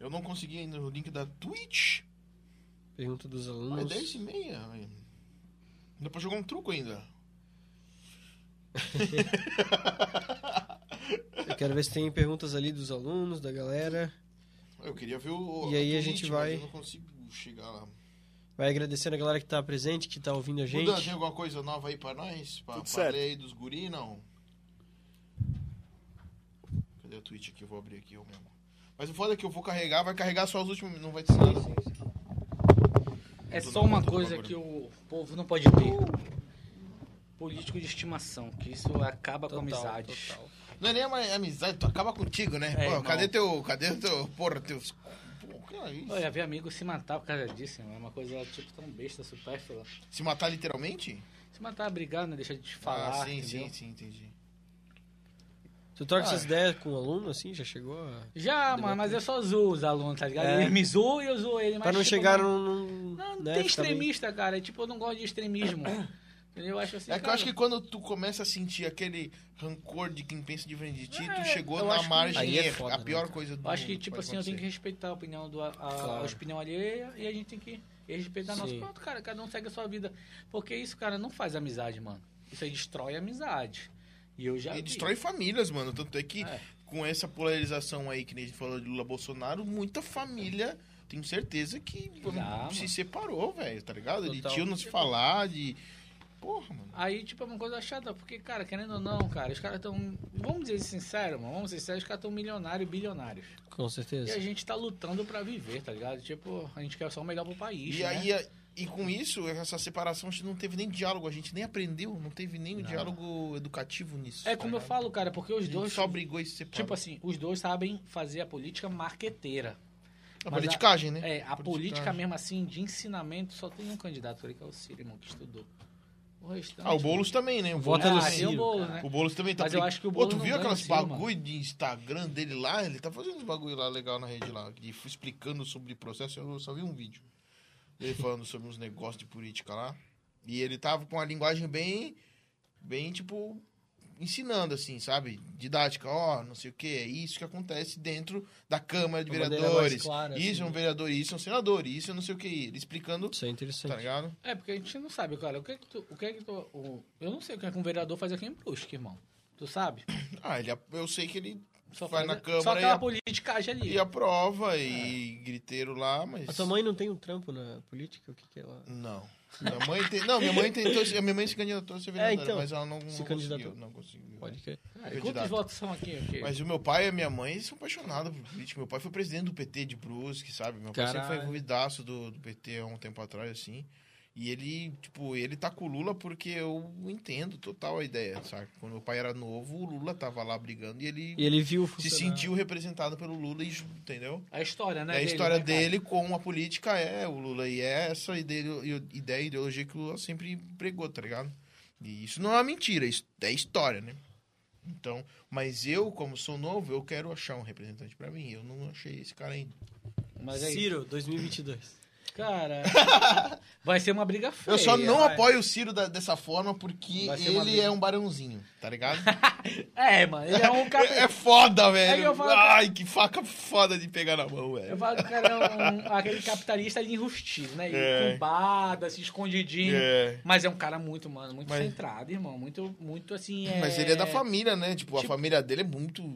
Speaker 2: Eu não consegui ainda o link da Twitch.
Speaker 1: Pergunta dos
Speaker 2: Mas é
Speaker 1: alunos.
Speaker 2: 10 e meia. velho. Dá pra jogar um truco ainda.
Speaker 1: Eu quero ver se tem perguntas ali dos alunos, da galera.
Speaker 2: Eu queria ver o.
Speaker 1: E aí a
Speaker 2: Twitch,
Speaker 1: gente
Speaker 2: mas
Speaker 1: vai-
Speaker 2: Eu não consigo chegar lá.
Speaker 1: Vai agradecendo a galera que tá presente, que tá ouvindo a
Speaker 2: Budan, tem
Speaker 1: gente.
Speaker 2: alguma coisa nova aí pra nós? Pra
Speaker 3: Tudo
Speaker 2: falei
Speaker 3: certo.
Speaker 2: aí dos guri, não? Cadê o tweet aqui? Eu vou abrir aqui eu mesmo. Mas o foda é que eu vou carregar, vai carregar só os últimos. Não vai ter nada.
Speaker 4: É só uma coisa que o povo não pode ter. Político de estimação, que isso acaba com a amizade.
Speaker 1: total.
Speaker 2: Não é nem ama- amizade, tu acaba contigo, né?
Speaker 4: É,
Speaker 2: Pô,
Speaker 4: irmão.
Speaker 2: cadê teu. Cadê teu. Porra, teus. Pô, que é isso?
Speaker 4: Eu já vi amigo se matar por causa disso, irmão. É uma coisa, tipo, tão besta, supérflua.
Speaker 2: Se matar literalmente?
Speaker 4: Se matar, brigar, né? Deixa de te falar,
Speaker 2: ah, sim,
Speaker 4: entendeu?
Speaker 2: sim, sim, entendi.
Speaker 1: Tu troca
Speaker 2: Ah.
Speaker 1: essas ideias com o aluno, assim? Já chegou a...
Speaker 4: Já, mano, mas eu só zoo os alunos, tá ligado?
Speaker 1: É.
Speaker 4: Ele me zoa e eu zoo ele. Mas,
Speaker 1: Pra não
Speaker 4: tipo,
Speaker 1: chegar
Speaker 4: mano,
Speaker 1: num... num-
Speaker 4: Não, não
Speaker 1: né,
Speaker 4: tem
Speaker 1: ficar meio-
Speaker 4: extremista, cara. Tipo, eu não gosto de extremismo. entendeu? Eu acho assim,
Speaker 2: É que eu
Speaker 4: cara,
Speaker 2: acho que quando tu começa a sentir aquele rancor de quem pensa diferente de ti,
Speaker 4: É,
Speaker 2: tu chegou
Speaker 4: eu
Speaker 2: na
Speaker 4: acho que-
Speaker 2: margem.
Speaker 1: Aí é
Speaker 2: é
Speaker 1: foda,
Speaker 2: a
Speaker 1: né,
Speaker 2: pior
Speaker 1: cara?
Speaker 2: coisa do
Speaker 4: eu acho que,
Speaker 2: mundo
Speaker 4: tipo
Speaker 2: pode
Speaker 4: assim, eu tenho que
Speaker 2: acontecer.
Speaker 4: respeitar a opinião do a, a,
Speaker 1: Claro.
Speaker 4: a opinião alheia e a gente tem que respeitar a nossa.
Speaker 1: Sim.
Speaker 4: Pronto, cara, cada um segue a sua vida. Porque isso, cara, não faz amizade, mano. Isso aí destrói a amizade. E eu já.
Speaker 2: E
Speaker 4: vi.
Speaker 2: destrói famílias, mano. Tanto é que
Speaker 4: É.
Speaker 2: com essa polarização aí que nem a gente falou de Lula Bolsonaro, muita família, tenho certeza que
Speaker 4: Ah,
Speaker 2: se
Speaker 4: mano.
Speaker 2: separou, velho, tá ligado? De
Speaker 1: Total.
Speaker 2: tio não se falar, de. Porra, mano.
Speaker 4: Aí, tipo, é uma coisa chata, porque, cara, querendo ou não, cara, os caras estão. Vamos dizer sincero, mano, vamos ser sinceros, os caras estão milionários, bilionários.
Speaker 1: Com
Speaker 4: E a
Speaker 1: certeza.
Speaker 4: gente tá lutando pra viver, tá ligado? Tipo, a gente quer só o melhor pro país.
Speaker 2: E
Speaker 4: né?
Speaker 2: aí, é a- e com isso, essa separação, a gente não teve nem diálogo, a gente nem aprendeu, não teve nem o diálogo educativo nisso.
Speaker 4: É
Speaker 2: tá
Speaker 4: como eu
Speaker 2: ligado?
Speaker 4: falo, cara, porque
Speaker 2: A
Speaker 4: os
Speaker 2: gente
Speaker 4: dois.
Speaker 2: só brigou e se separou.
Speaker 4: Tipo assim, os dois sabem fazer a política marqueteira.
Speaker 2: a
Speaker 4: assim, mas a-
Speaker 2: politicagem, né?
Speaker 4: É, a política
Speaker 2: Politicagem.
Speaker 4: mesmo assim, de ensinamento, só tem um candidato ali, que é o Ciro, irmão, que estudou. O restante.
Speaker 2: Ah, o Boulos também, né? O
Speaker 1: Vota
Speaker 2: Boulos
Speaker 1: no
Speaker 4: Ah,
Speaker 2: também.
Speaker 4: tem o
Speaker 1: Ciro,
Speaker 4: Boulos,
Speaker 1: cara.
Speaker 4: né?
Speaker 2: O Boulos também tá.
Speaker 4: Mas eu
Speaker 2: pri-
Speaker 4: acho que o
Speaker 2: Pô,
Speaker 4: Boulos
Speaker 2: tu
Speaker 4: não
Speaker 2: viu
Speaker 4: ganha
Speaker 2: aquelas
Speaker 4: no Ciro, mano.
Speaker 2: bagulho de Instagram dele lá? Ele tá fazendo uns bagulho lá legal na rede lá, de explicando sobre processo. Eu só vi um vídeo dele falando sobre uns negócios de política lá. E ele tava com uma linguagem bem. bem tipo. ensinando, assim, sabe? Didática. Ó, não sei o que, é isso que acontece dentro da Câmara de
Speaker 1: Uma maneira
Speaker 2: Vereadores.
Speaker 1: mais clara,
Speaker 2: isso é um
Speaker 1: assim, né?
Speaker 2: vereador, isso é um senador, isso é não sei o que. Ele explicando,
Speaker 1: Isso é
Speaker 2: tá
Speaker 1: interessante.
Speaker 2: ligado?
Speaker 4: É, porque a gente não sabe, cara. O que é que tu. O que é que tu o- eu não sei o que é que um vereador faz aqui em Brusque, irmão. Tu sabe?
Speaker 2: Ah, ele, eu sei que ele
Speaker 4: Só
Speaker 2: vai
Speaker 4: faz-
Speaker 2: na Câmara
Speaker 4: Só
Speaker 2: e
Speaker 4: aquela
Speaker 2: a-
Speaker 4: politicagem ali.
Speaker 2: E a prova e griteiro lá, mas.
Speaker 1: A tua mãe não tem um trampo na política? O que que ela...
Speaker 2: Não. Minha mãe tem... Não, minha mãe tentou. A minha mãe se candidatou a ser vereadora,
Speaker 1: então,
Speaker 2: mas ela não, não
Speaker 1: se
Speaker 2: conseguiu.
Speaker 1: candidatou.
Speaker 2: Não conseguiu.
Speaker 1: Pode crer.
Speaker 4: Cara,
Speaker 2: candidato.
Speaker 4: quantos votos são aqui? aqui?
Speaker 2: Mas o meu pai e a minha mãe são apaixonados por política. Meu pai foi presidente do PT de Brusque, sabe? Meu pai sempre foi
Speaker 1: Caralho.
Speaker 2: envolvidaço do, do PT há um tempo atrás, assim. E ele, tipo, ele tá com o Lula porque eu entendo total a ideia, sabe? Quando meu pai era novo, o Lula tava lá brigando e ele
Speaker 1: E ele viu
Speaker 2: se
Speaker 1: funcionar.
Speaker 2: sentiu representado pelo Lula, e, entendeu?
Speaker 4: A história, né?
Speaker 2: É a história
Speaker 4: né, cara?
Speaker 2: dele com a política é o Lula. E é essa ideia, ideia e ideologia que o Lula sempre pregou, tá ligado? E isso não é uma mentira, isso é história, né? Então, mas eu, como sou novo, eu quero achar um representante pra mim. Eu não achei esse cara ainda.
Speaker 4: Mas aí,
Speaker 1: Ciro, 2022.
Speaker 4: cara. vai ser uma briga feia.
Speaker 2: Eu só não
Speaker 1: vai.
Speaker 2: apoio o Ciro da- dessa forma porque
Speaker 4: Vai ser uma
Speaker 2: ele
Speaker 4: briga.
Speaker 2: é um barãozinho, tá ligado?
Speaker 4: É, mano, ele é um cara.
Speaker 2: é foda, velho.
Speaker 4: eu falo-
Speaker 2: Ai, que faca foda de pegar na mão,
Speaker 4: Eu
Speaker 2: velho.
Speaker 4: falo que o cara é um- aquele capitalista ali enrustido, né?
Speaker 2: É.
Speaker 4: Incubado, assim, escondidinho.
Speaker 2: É.
Speaker 4: Mas é um cara muito, mano, muito
Speaker 2: Mas-
Speaker 4: centrado, irmão. Muito, muito assim. É...
Speaker 2: Mas ele é da família, né? Tipo, a
Speaker 4: Tipo-
Speaker 2: família dele é muito
Speaker 4: É,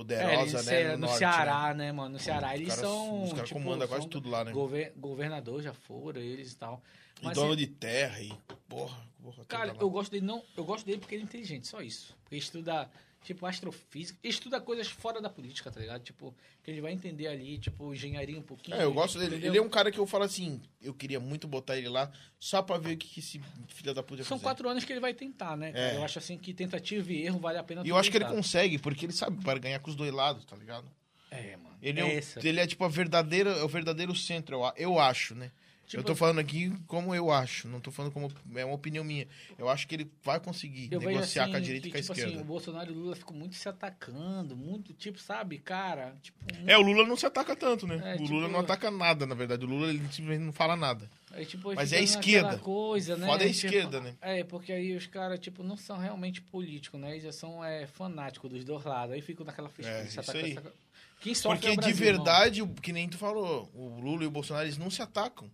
Speaker 4: ele
Speaker 2: poderosa,
Speaker 4: se-
Speaker 2: né?
Speaker 4: no
Speaker 2: norte, né?
Speaker 4: Ceará, né? mano? No Ceará
Speaker 2: Os
Speaker 4: eles
Speaker 2: caras-
Speaker 4: são.
Speaker 2: Os caras
Speaker 4: tipo,
Speaker 2: comandam quase
Speaker 4: são
Speaker 2: tudo lá, né?
Speaker 4: gover- governador já foram, eles e tal.
Speaker 2: E
Speaker 4: Mas,
Speaker 2: dono
Speaker 4: assim,
Speaker 2: de terra e porra. porra
Speaker 4: cara,
Speaker 2: toda
Speaker 4: eu
Speaker 2: lá.
Speaker 4: gosto dele não. Eu gosto dele porque ele é inteligente, só isso. Porque estuda, tipo, astrofísica, estuda coisas fora da política, tá ligado? Tipo, que ele vai entender ali, tipo, engenharia um pouquinho.
Speaker 2: É, eu gosto dele.
Speaker 4: entendeu?
Speaker 2: Ele é um cara que eu falo assim, eu queria muito botar ele lá só pra ver o que, que esse filho da puta ia
Speaker 4: São
Speaker 2: fazer.
Speaker 4: quatro anos que ele vai tentar, né? cara?
Speaker 2: É.
Speaker 4: Eu acho assim que tentativa e erro vale a pena.
Speaker 2: E eu
Speaker 4: tu
Speaker 2: acho que ele
Speaker 4: tentar.
Speaker 2: consegue, porque ele sabe para ganhar com os dois lados, tá ligado?
Speaker 4: É, mano.
Speaker 2: Ele é,
Speaker 4: é
Speaker 2: o-
Speaker 4: essa.
Speaker 2: ele é tipo a verdadeira, é o verdadeiro centro, eu, a- eu acho, né?
Speaker 4: Tipo,
Speaker 2: eu tô falando aqui como eu acho, não tô falando como é uma opinião minha. Eu acho que ele vai conseguir
Speaker 4: eu vejo
Speaker 2: negociar
Speaker 4: assim
Speaker 2: com a direita
Speaker 4: que,
Speaker 2: e com a
Speaker 4: tipo
Speaker 2: esquerda.
Speaker 4: Assim, o Bolsonaro e o Lula ficam muito se atacando, muito, tipo, sabe, cara? Tipo,
Speaker 2: É, o Lula não se ataca tanto, né?
Speaker 4: É,
Speaker 2: o Lula
Speaker 4: tipo-
Speaker 2: não ataca nada, na verdade. O Lula ele simplesmente não fala nada.
Speaker 4: aí,
Speaker 2: mas
Speaker 4: tipo,
Speaker 2: é
Speaker 4: fica
Speaker 2: a
Speaker 4: naquela
Speaker 2: esquerda.
Speaker 4: Coisa, né?
Speaker 2: Foda é a
Speaker 4: Tipo,
Speaker 2: esquerda, né?
Speaker 4: É, porque aí os caras, tipo, não são realmente políticos, né? Eles já são é, fanáticos dos dois lados. Aí ficam naquela tá frescura.
Speaker 2: É,
Speaker 4: se
Speaker 2: isso
Speaker 4: atacando,
Speaker 2: aí.
Speaker 4: se atacando. Quem sofre é
Speaker 2: Porque
Speaker 4: o
Speaker 2: de
Speaker 4: Brasil,
Speaker 2: verdade, o- que nem tu falou, o Lula e o Bolsonaro eles não se atacam.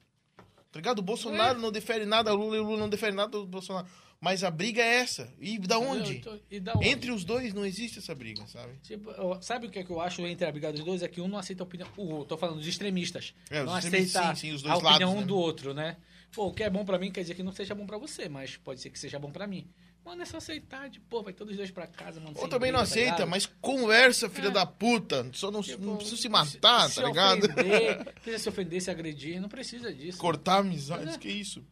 Speaker 2: Tá ligado? O
Speaker 4: É.
Speaker 2: Bolsonaro não defere nada ao Lula e o Lula não defere nada ao Bolsonaro. Mas a briga é essa. E da
Speaker 4: irmão.
Speaker 2: onde?
Speaker 4: Eu tô- E da Então, é onde?
Speaker 2: Entre os dois não existe essa briga, sabe?
Speaker 4: Tipo, eu- sabe o que, é que eu acho entre a briga dos dois? É que um não aceita a opinião. O outro, tô falando dos extremistas.
Speaker 2: É, os
Speaker 4: não
Speaker 2: extremistas,
Speaker 4: aceita
Speaker 2: sim, sim, os dois
Speaker 4: a opinião
Speaker 2: lados,
Speaker 4: um
Speaker 2: né?
Speaker 4: do outro, né? Pô, o que é bom pra mim quer dizer que não seja bom pra você, mas pode ser que seja bom pra mim. Mano, é só aceitar, de pô, vai todos os dois pra casa, mano.
Speaker 2: Ou
Speaker 4: sem
Speaker 2: também não
Speaker 4: briga, tá
Speaker 2: aceita,
Speaker 4: ligado?
Speaker 2: mas conversa, filha
Speaker 4: É.
Speaker 2: da puta. Só não,
Speaker 4: Tipo,
Speaker 2: não precisa se matar,
Speaker 4: se
Speaker 2: tá ligado?
Speaker 4: Ofender, precisa se ofender, se agredir, não precisa disso.
Speaker 2: Cortar amizades, que isso.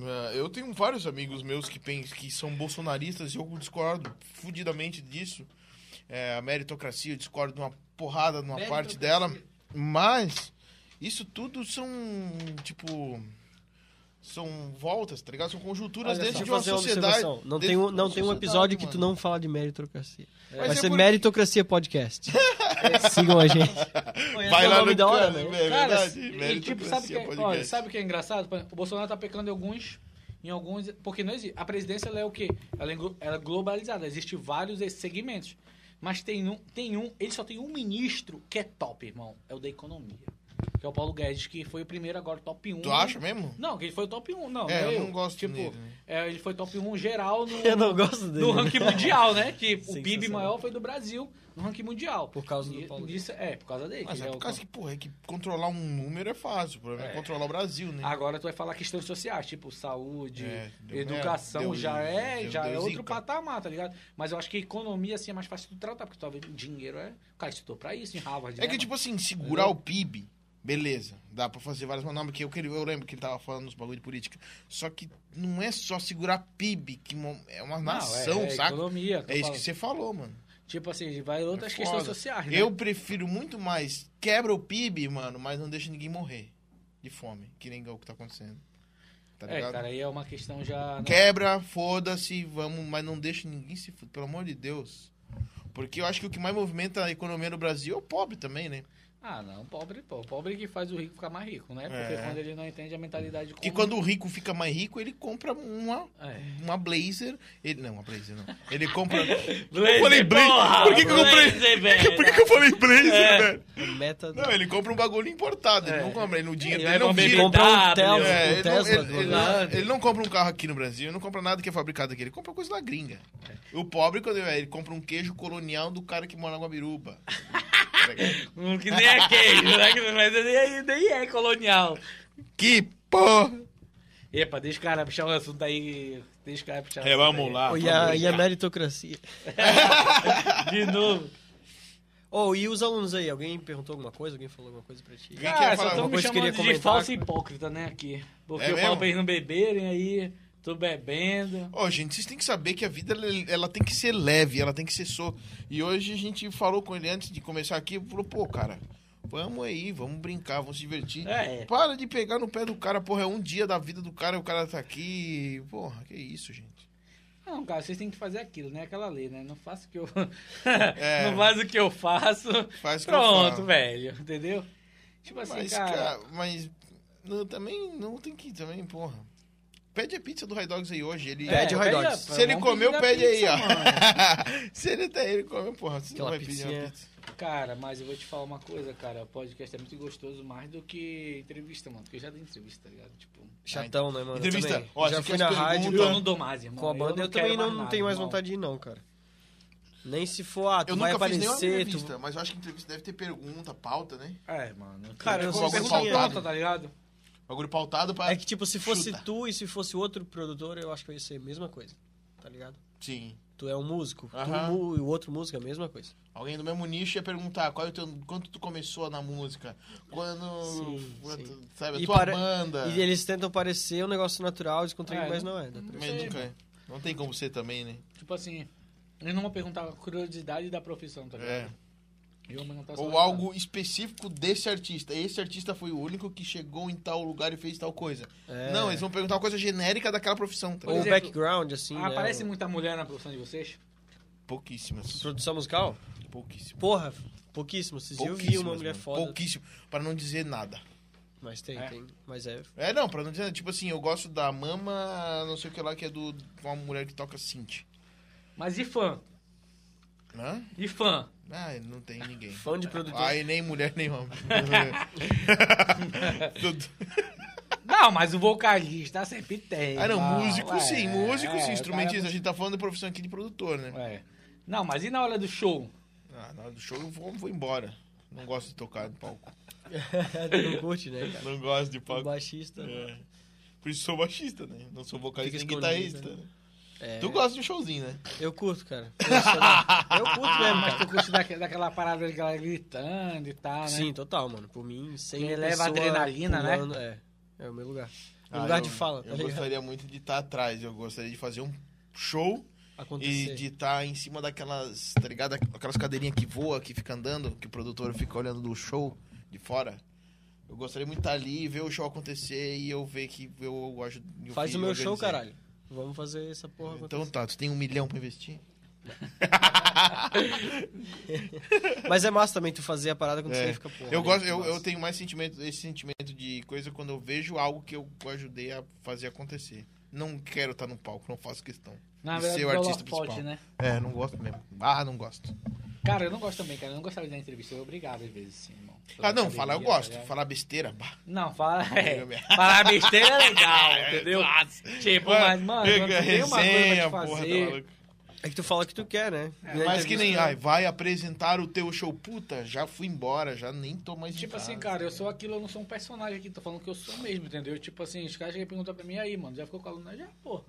Speaker 2: É, Eu tenho vários amigos meus que, pens- que são bolsonaristas e eu discordo fudidamente disso. É, a meritocracia, eu discordo de uma porrada numa parte dela. Mas isso tudo são, tipo. São voltas, tá ligado? São conjunturas
Speaker 4: Olha
Speaker 2: dentro
Speaker 4: só.
Speaker 2: de uma
Speaker 1: fazer uma
Speaker 2: sociedade.
Speaker 1: observação. Não
Speaker 2: dentro
Speaker 1: tem um,
Speaker 2: de
Speaker 1: não
Speaker 2: uma
Speaker 1: tem um
Speaker 2: sociedade,
Speaker 1: episódio que
Speaker 2: mano.
Speaker 1: tu não fala de meritocracia. Vai
Speaker 2: Mas é
Speaker 1: ser
Speaker 2: por-
Speaker 1: Meritocracia Podcast. Sigam a gente.
Speaker 2: Vai lá
Speaker 1: É o nome
Speaker 2: no
Speaker 1: da
Speaker 2: cara,
Speaker 1: hora, né?
Speaker 2: É
Speaker 4: Cara,
Speaker 2: verdade.
Speaker 4: e, tipo, sabe o que,
Speaker 2: Meritocracia
Speaker 4: é- olha,
Speaker 2: podcast.
Speaker 4: sabe o que é engraçado? Por exemplo, O Bolsonaro tá pecando em alguns. Em alguns. Porque não existe, a presidência ela é o quê? Ela é, glo- ela é globalizada. Existem vários esses segmentos. Mas tem um, tem um. Ele só tem um ministro que é top, irmão. É o da economia. que é o Paulo Guedes, que foi o primeiro agora, top 1.
Speaker 2: Tu acha mesmo?
Speaker 4: Não, que ele foi o top 1, não.
Speaker 2: É,
Speaker 4: né?
Speaker 2: eu não gosto
Speaker 4: tipo,
Speaker 2: dele, né?
Speaker 4: é, ele foi top 1 geral no,
Speaker 1: Eu não gosto dele.
Speaker 4: no ranking mundial, né? Que o PIB
Speaker 1: Sensacional.
Speaker 4: maior foi do Brasil no ranking mundial.
Speaker 1: Por causa do Paulo
Speaker 4: Guedes. É, por causa dele.
Speaker 2: Mas
Speaker 4: que
Speaker 2: é
Speaker 4: ele
Speaker 2: por
Speaker 4: o-
Speaker 2: causa que, porra, é que controlar um número é fácil. O problema é,
Speaker 4: É.
Speaker 2: controlar o Brasil, né?
Speaker 4: Agora tu vai falar questões sociais, tipo saúde,
Speaker 2: É, deu
Speaker 4: educação,
Speaker 2: merda, deu-
Speaker 4: já é,
Speaker 2: deu-
Speaker 4: já
Speaker 2: deu
Speaker 4: é outro
Speaker 2: zica.
Speaker 4: patamar, tá ligado? Mas eu acho que economia assim é mais fácil de tratar, porque talvez dinheiro é. O cara estudou pra isso em Harvard.
Speaker 2: É
Speaker 4: né,
Speaker 2: que,
Speaker 4: mano?
Speaker 2: tipo assim, segurar o PIB, beleza. Dá pra fazer várias manobras, porque eu, queria- eu lembro que ele tava falando uns bagulho de política. Só que não é só segurar PIB, que mo- é uma
Speaker 4: Não, é-
Speaker 2: nação,
Speaker 4: é,
Speaker 2: saca?
Speaker 4: Economia, tô
Speaker 2: É isso que
Speaker 4: falando.
Speaker 2: você falou, mano.
Speaker 4: Tipo assim, vai outras
Speaker 2: É
Speaker 4: questões
Speaker 2: foda.
Speaker 4: sociais, né?
Speaker 2: Eu prefiro muito mais quebra o PIB, mano, mas não deixa ninguém morrer de fome, que nem é o que tá acontecendo. Tá
Speaker 4: é,
Speaker 2: ligado?
Speaker 4: cara, aí é uma questão já.
Speaker 2: Quebra, foda-se, vamos, mas não deixa ninguém se fuder, pelo amor de Deus. Porque eu acho que o que mais movimenta a economia no Brasil é o pobre também, né?
Speaker 4: Ah, não, pobre, pô. Pobre que faz o rico ficar mais rico, né? Porque
Speaker 2: É.
Speaker 4: quando ele não entende a mentalidade
Speaker 2: Porque
Speaker 4: comum-
Speaker 2: quando o rico fica mais rico, ele compra uma,
Speaker 4: É.
Speaker 2: uma blazer. Ele, não, uma blazer não. Ele compra.
Speaker 4: Blazer,
Speaker 2: falei blazer.
Speaker 4: porra!
Speaker 2: Por que que eu comprei?
Speaker 4: Blazer, velho!
Speaker 2: Por que, que eu falei blazer,
Speaker 4: É.
Speaker 2: velho?
Speaker 1: É Meta
Speaker 2: Não, ele compra um bagulho importado. Ele não compra. Ele, no dinheiro
Speaker 4: Ele
Speaker 2: dele não
Speaker 4: vai
Speaker 2: vira.
Speaker 4: comprar
Speaker 1: compra um, tel,
Speaker 4: BMW,
Speaker 2: É,
Speaker 1: um
Speaker 2: ele, não,
Speaker 1: Tesla.
Speaker 2: ele- ele
Speaker 1: agora.
Speaker 2: não- ele não compra um carro aqui no Brasil, ele não compra nada que é fabricado aqui, ele compra coisa da gringa.
Speaker 4: É.
Speaker 2: O pobre, quando ele, ele compra um queijo colonial do cara que mora na Guabiruba. Tá
Speaker 4: Hum, que nem é queijo, né? Que- Mas nem é, nem é colonial.
Speaker 2: que porra!
Speaker 4: Epa, deixa o cara puxar o assunto aí. Deixa o cara puxar o
Speaker 2: É,
Speaker 4: assunto
Speaker 2: vamos
Speaker 4: aí.
Speaker 2: lá.
Speaker 1: e, a,
Speaker 2: Ah,
Speaker 1: e a meritocracia.
Speaker 4: De novo.
Speaker 1: Oh, e os alunos aí? Alguém perguntou alguma coisa? Alguém falou alguma coisa pra ti?
Speaker 2: Quem quer
Speaker 4: Cara,
Speaker 2: falar
Speaker 4: Ah, só
Speaker 2: alguma
Speaker 4: estão me
Speaker 1: coisa que
Speaker 4: chamando de
Speaker 1: queria comentar?
Speaker 4: falso hipócrita, né, aqui. Porque
Speaker 2: É
Speaker 4: eu
Speaker 2: mesmo?
Speaker 4: falo pra eles não beberem aí, tô bebendo.
Speaker 2: Ô, gente, vocês têm que saber que a vida ela, ela tem que ser leve, ela tem que ser só. E hoje a gente falou com ele antes de começar aqui, falou, pô, cara, vamos aí, vamos brincar, vamos se divertir.
Speaker 4: É.
Speaker 2: Para de pegar no pé do cara, porra, é um dia da vida do cara, o cara tá aqui. Porra, que isso, gente.
Speaker 4: Não, cara, vocês têm que fazer aquilo, né? Aquela lei, né? Não faça o que eu.
Speaker 2: É.
Speaker 4: não faz o que eu faço.
Speaker 2: Faz o que eu
Speaker 4: Pronto,
Speaker 2: falo.
Speaker 4: velho. Entendeu? Tipo assim,
Speaker 2: Mas,
Speaker 4: cara.
Speaker 2: cara, mas não, também não tem que ir também, porra. Pede a pizza do High Dogs aí hoje, ele...
Speaker 1: Pede o High
Speaker 4: é, pede a-
Speaker 1: Dogs.
Speaker 2: Se ele
Speaker 4: vamos
Speaker 2: comeu,
Speaker 4: pedir a
Speaker 2: pede aí,
Speaker 4: pizza, mano.
Speaker 2: ó. Se ele tá aí, ele comeu, porra. Você
Speaker 1: Aquela
Speaker 2: não vai pedir uma
Speaker 1: pizzinha.
Speaker 2: pizza.
Speaker 4: Cara, mas eu vou te falar uma coisa, cara. O podcast é muito gostoso mais do que entrevista, mano. Porque eu já dei entrevista, tá ligado? Tipo,
Speaker 1: Chatão, né, mano? Eu
Speaker 2: Entrevista.
Speaker 1: também.
Speaker 2: Ó,
Speaker 1: Já
Speaker 2: você
Speaker 1: fui
Speaker 2: quer
Speaker 1: na
Speaker 2: as
Speaker 1: rádio
Speaker 2: perguntas?
Speaker 4: eu não dou mais, irmão.
Speaker 1: com a banda. Eu,
Speaker 4: quero
Speaker 1: também não,
Speaker 4: mais
Speaker 1: não
Speaker 4: nada,
Speaker 1: tenho mais
Speaker 4: irmão.
Speaker 1: vontade de ir, não, cara. Nem se for, ah, tu
Speaker 2: Eu
Speaker 1: vai
Speaker 2: nunca fiz nenhuma
Speaker 1: aparecer, tu...
Speaker 2: entrevista, mas eu acho que entrevista deve ter pergunta, pauta, né?
Speaker 4: É, mano.
Speaker 1: Cara,
Speaker 4: Cara,
Speaker 1: eu
Speaker 4: eu
Speaker 1: sou
Speaker 4: vou pergunta
Speaker 2: pautado.
Speaker 4: pronta, tá ligado?
Speaker 2: Bagulho pautado pra...
Speaker 1: É que, tipo, se fosse
Speaker 2: Chuta.
Speaker 1: tu e se fosse outro produtor, eu acho que ia ser a mesma coisa, tá ligado?
Speaker 2: Sim.
Speaker 1: Tu é um músico, tu
Speaker 2: Aham.
Speaker 1: mu- e o outro músico é a mesma coisa.
Speaker 2: Alguém do mesmo nicho ia perguntar qual é o teu, quanto tu começou na música, quando,
Speaker 1: Sim,
Speaker 2: quanto-
Speaker 1: sim.
Speaker 2: sabe, a
Speaker 1: E
Speaker 2: tua
Speaker 1: para-
Speaker 2: banda.
Speaker 1: E eles tentam parecer um negócio natural, descontraído,
Speaker 4: É,
Speaker 1: mas
Speaker 4: não-
Speaker 1: não é. dá pra-
Speaker 2: Mas nunca é. Não tem como ser também, né?
Speaker 4: Tipo assim, eles não vão perguntar a curiosidade da profissão, tá
Speaker 2: É.
Speaker 4: ligado? Eu vou perguntar só
Speaker 2: Ou
Speaker 4: da-
Speaker 2: algo específico desse artista. Esse artista foi o único que chegou em tal lugar e fez tal coisa.
Speaker 1: É.
Speaker 2: Não, eles vão perguntar uma coisa genérica daquela profissão. Tá
Speaker 1: Ou o
Speaker 2: ligado?
Speaker 4: exemplo,
Speaker 1: background, assim,
Speaker 4: Ah,
Speaker 1: né?
Speaker 4: aparece
Speaker 1: o-
Speaker 4: muita mulher na profissão de vocês?
Speaker 1: é.
Speaker 2: Pouquíssimas.
Speaker 1: Produção musical?
Speaker 2: Pouquíssimas.
Speaker 1: Porra, pouquíssimo. Vocês eu vi uma
Speaker 2: Pouquíssimas,
Speaker 1: mulher
Speaker 2: mano.
Speaker 1: foda.
Speaker 2: Pouquíssimo. Pra não dizer nada.
Speaker 1: Mas tem,
Speaker 4: É.
Speaker 1: tem. Mas é.
Speaker 2: É, não, pra não dizer nada. Tipo assim, eu gosto da Mama, não sei o que lá, que é do uma mulher que toca synth.
Speaker 4: Mas e fã?
Speaker 2: Hã?
Speaker 4: E fã?
Speaker 2: Ah, não tem ninguém.
Speaker 1: Fã de produtor.
Speaker 2: Aí nem mulher nem homem. Tudo.
Speaker 4: Não, mas o vocalista sempre tem.
Speaker 2: ah, não,
Speaker 4: mano.
Speaker 2: músico
Speaker 4: É,
Speaker 2: sim, músico
Speaker 4: é, o
Speaker 2: sim,
Speaker 4: cara-
Speaker 2: instrumentista. A gente tá falando da profissão aqui de produtor, né?
Speaker 4: É. Não, mas e na hora do show?
Speaker 2: Ah, na hora do show eu vou, vou embora. Não gosto de tocar no palco.
Speaker 1: tu não curte, né, cara?
Speaker 2: Não gosto de
Speaker 1: O
Speaker 2: palco.
Speaker 1: baixista.
Speaker 2: É. Por isso sou baixista, né? Não sou vocalista
Speaker 1: Fica
Speaker 2: nem guitarrista. né?
Speaker 1: É,
Speaker 2: Tu gosta de um showzinho, né?
Speaker 1: Eu curto, cara. Eu curto
Speaker 2: Ah,
Speaker 1: mesmo,
Speaker 4: é, Mas
Speaker 1: cara.
Speaker 4: tu curte daque- daquela parada que ela gritando e
Speaker 2: tá,
Speaker 4: tal, né?
Speaker 1: Sim, total, mano. Por mim, sem
Speaker 4: Que eleva a adrenalina, né?
Speaker 1: né? É, é o meu lugar. Meu
Speaker 2: Ah,
Speaker 1: lugar
Speaker 2: eu-
Speaker 1: de fala, tá
Speaker 2: Eu
Speaker 1: ligado?
Speaker 2: gostaria muito de estar atrás. Eu gostaria de fazer um show
Speaker 1: Acontecer.
Speaker 2: e de estar em cima daquelas, tá ligado? Aquelas cadeirinhas que voa, que fica andando, que o produtor fica olhando do show de fora. Eu gostaria muito de estar ali e ver o show acontecer e eu ver que eu ajudo. eu
Speaker 1: Faz
Speaker 2: que
Speaker 1: o meu show,
Speaker 2: organizei.
Speaker 1: caralho. Vamos fazer essa porra
Speaker 2: Então
Speaker 1: acontecer.
Speaker 2: tá, tu tem um milhão pra investir?
Speaker 1: Mas é massa também tu fazer a parada acontecer
Speaker 2: É.
Speaker 1: e fica porra.
Speaker 2: eu
Speaker 1: né?
Speaker 2: gosto, eu,
Speaker 1: Massa.
Speaker 2: eu tenho mais sentimento, esse sentimento de coisa quando eu vejo algo que eu ajudei a fazer acontecer. Não quero estar no palco, não faço questão.
Speaker 4: Na
Speaker 2: de
Speaker 4: verdade,
Speaker 2: ser o
Speaker 4: o
Speaker 2: artista
Speaker 4: holofote,
Speaker 2: principal.
Speaker 4: né?
Speaker 2: É, não gosto mesmo. Ah, não gosto.
Speaker 4: Cara, eu não gosto também, cara. Eu não gostava de dar entrevista. Eu obrigado às vezes, sim, irmão.
Speaker 2: Ah, não,
Speaker 4: Academia,
Speaker 2: falar eu gosto.
Speaker 4: tá ligado?
Speaker 2: Falar besteira, bah.
Speaker 4: Não, fala, é, falar besteira é legal, entendeu? Tipo, mas, mano, quando tu tem uma coisa pra te fazer...
Speaker 2: tá maluco.
Speaker 1: É que tu fala o que tu quer, né?
Speaker 4: É,
Speaker 1: Na
Speaker 2: Mas que
Speaker 1: entrevista,
Speaker 2: nem,
Speaker 1: né?
Speaker 2: ai, vai apresentar o teu show. Puta, já fui embora, já nem tô mais em
Speaker 4: Tipo
Speaker 2: casa.
Speaker 4: assim, cara, eu sou aquilo, eu não sou um personagem aqui, tô falando que eu sou mesmo, entendeu? Tipo assim, os caras chegam e perguntam pra mim, "E aí, mano, já ficou com a aluna? Já, porra.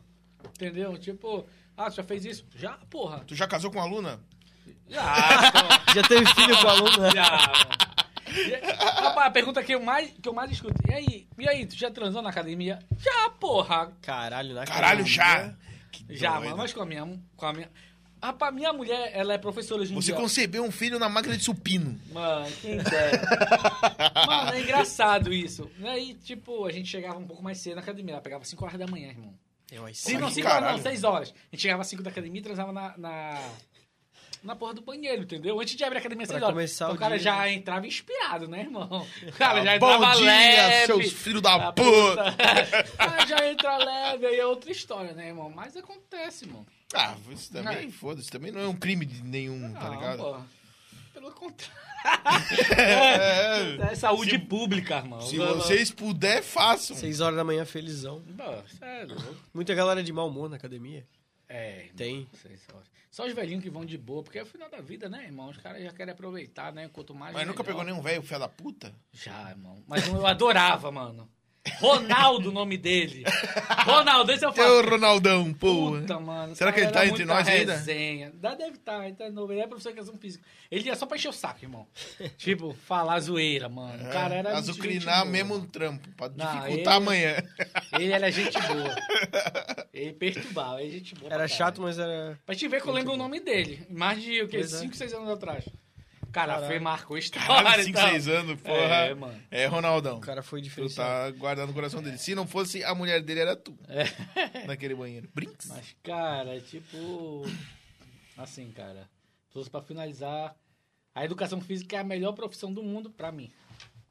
Speaker 4: Entendeu? Tipo, ah, tu já fez isso? Já, porra.
Speaker 2: Tu já casou com a aluna?
Speaker 4: Já, então, porra.
Speaker 1: Já teve filho com aluno, né?
Speaker 4: já, mano. Já- Rapaz, a pergunta que eu mais, que eu mais escuto, e aí, e aí, tu já transou na academia? Já, porra.
Speaker 1: Caralho, né? na
Speaker 2: Caralho, já! Que
Speaker 4: Já,
Speaker 2: doido.
Speaker 4: mano, mas com a minha... Com a minha... Rapaz, minha mulher, ela é professora hoje em
Speaker 2: Você
Speaker 4: dia.
Speaker 2: concebeu um filho na máquina de supino.
Speaker 4: Mano, que ideia. Mano, é engraçado isso. E aí, tipo, a gente chegava um pouco mais cedo na academia. Ela pegava 5 horas da manhã, irmão.
Speaker 1: Eu aí
Speaker 4: Sim,
Speaker 1: sim.
Speaker 2: Mas
Speaker 4: não,
Speaker 2: que
Speaker 4: 5 horas não,
Speaker 2: caralho.
Speaker 4: 6 horas. A gente chegava às 5 da academia e transava na, na, na porra do banheiro, entendeu? Antes de abrir a academia às
Speaker 1: Pra
Speaker 4: 6 horas.
Speaker 1: começar
Speaker 4: então
Speaker 1: o
Speaker 4: o cara
Speaker 1: dia,
Speaker 4: já entrava inspirado, né, irmão? O cara já
Speaker 2: Ah, Bom
Speaker 4: entrava
Speaker 2: dia,
Speaker 4: leve.
Speaker 2: seus filhos da
Speaker 4: Ah,
Speaker 2: puta!
Speaker 4: O cara já entra leve, aí é outra história, né, irmão? Mas acontece, irmão.
Speaker 2: Ah, isso também, foda-se, também não é um crime de nenhum, tá
Speaker 4: Não,
Speaker 2: ligado?
Speaker 4: pô. Pelo contrário.
Speaker 2: É,
Speaker 4: É saúde pública, irmão.
Speaker 2: se vocês puder, façam.
Speaker 1: Seis horas da manhã, felizão.
Speaker 4: Pô, cê é louco.
Speaker 1: Muita galera de mau humor na academia.
Speaker 4: É, irmão.
Speaker 1: Tem.
Speaker 4: Seis horas. Só os velhinhos que vão de boa, porque é o final da vida, né, irmão? Os caras já querem aproveitar, né? Quanto mais.
Speaker 2: Mas nunca
Speaker 4: melhor.
Speaker 2: pegou nenhum velho fé da puta?
Speaker 4: Já, irmão. Mas um eu adorava, mano. Ronaldo, o nome dele. Ronaldo, esse é o
Speaker 2: Teu Ronaldão, pô.
Speaker 4: Puta, mano.
Speaker 2: Será que ele tá entre nós ainda?
Speaker 4: ainda? Dá, deve estar, ele tá novo. Ele é professor de educação física. Ele ia só pra encher o saco, irmão. tipo, falar zoeira, mano. O cara era. muito gente
Speaker 2: É, Azucrinar
Speaker 4: boa,
Speaker 2: mesmo
Speaker 4: mano.
Speaker 2: um trampo, pra
Speaker 4: Não,
Speaker 2: dificultar
Speaker 4: ele- é
Speaker 2: amanhã.
Speaker 4: Ele era gente boa. Ele perturbava, ele é gente boa. pra
Speaker 1: Era
Speaker 4: caralho.
Speaker 1: chato, mas era.
Speaker 4: Pra te ver que eu lembro o nome dele. Mais de o que?
Speaker 1: Pois é.
Speaker 4: 5, 6 anos atrás. Cara,
Speaker 1: Caralho.
Speaker 4: foi marcou história.
Speaker 2: Caralho, 5,
Speaker 4: então.
Speaker 2: 6 anos, porra.
Speaker 4: É,
Speaker 2: É,
Speaker 4: mano.
Speaker 2: Ronaldão.
Speaker 1: O cara foi
Speaker 2: Tu
Speaker 1: diferenciado.
Speaker 2: tá guardando o
Speaker 4: É.
Speaker 2: coração dele. Se não fosse a mulher dele, era tu. Naquele banheiro. Brinks.
Speaker 4: Mas, cara, tipo. Assim, cara. Se fosse pra finalizar. A educação física é a melhor profissão do mundo pra mim.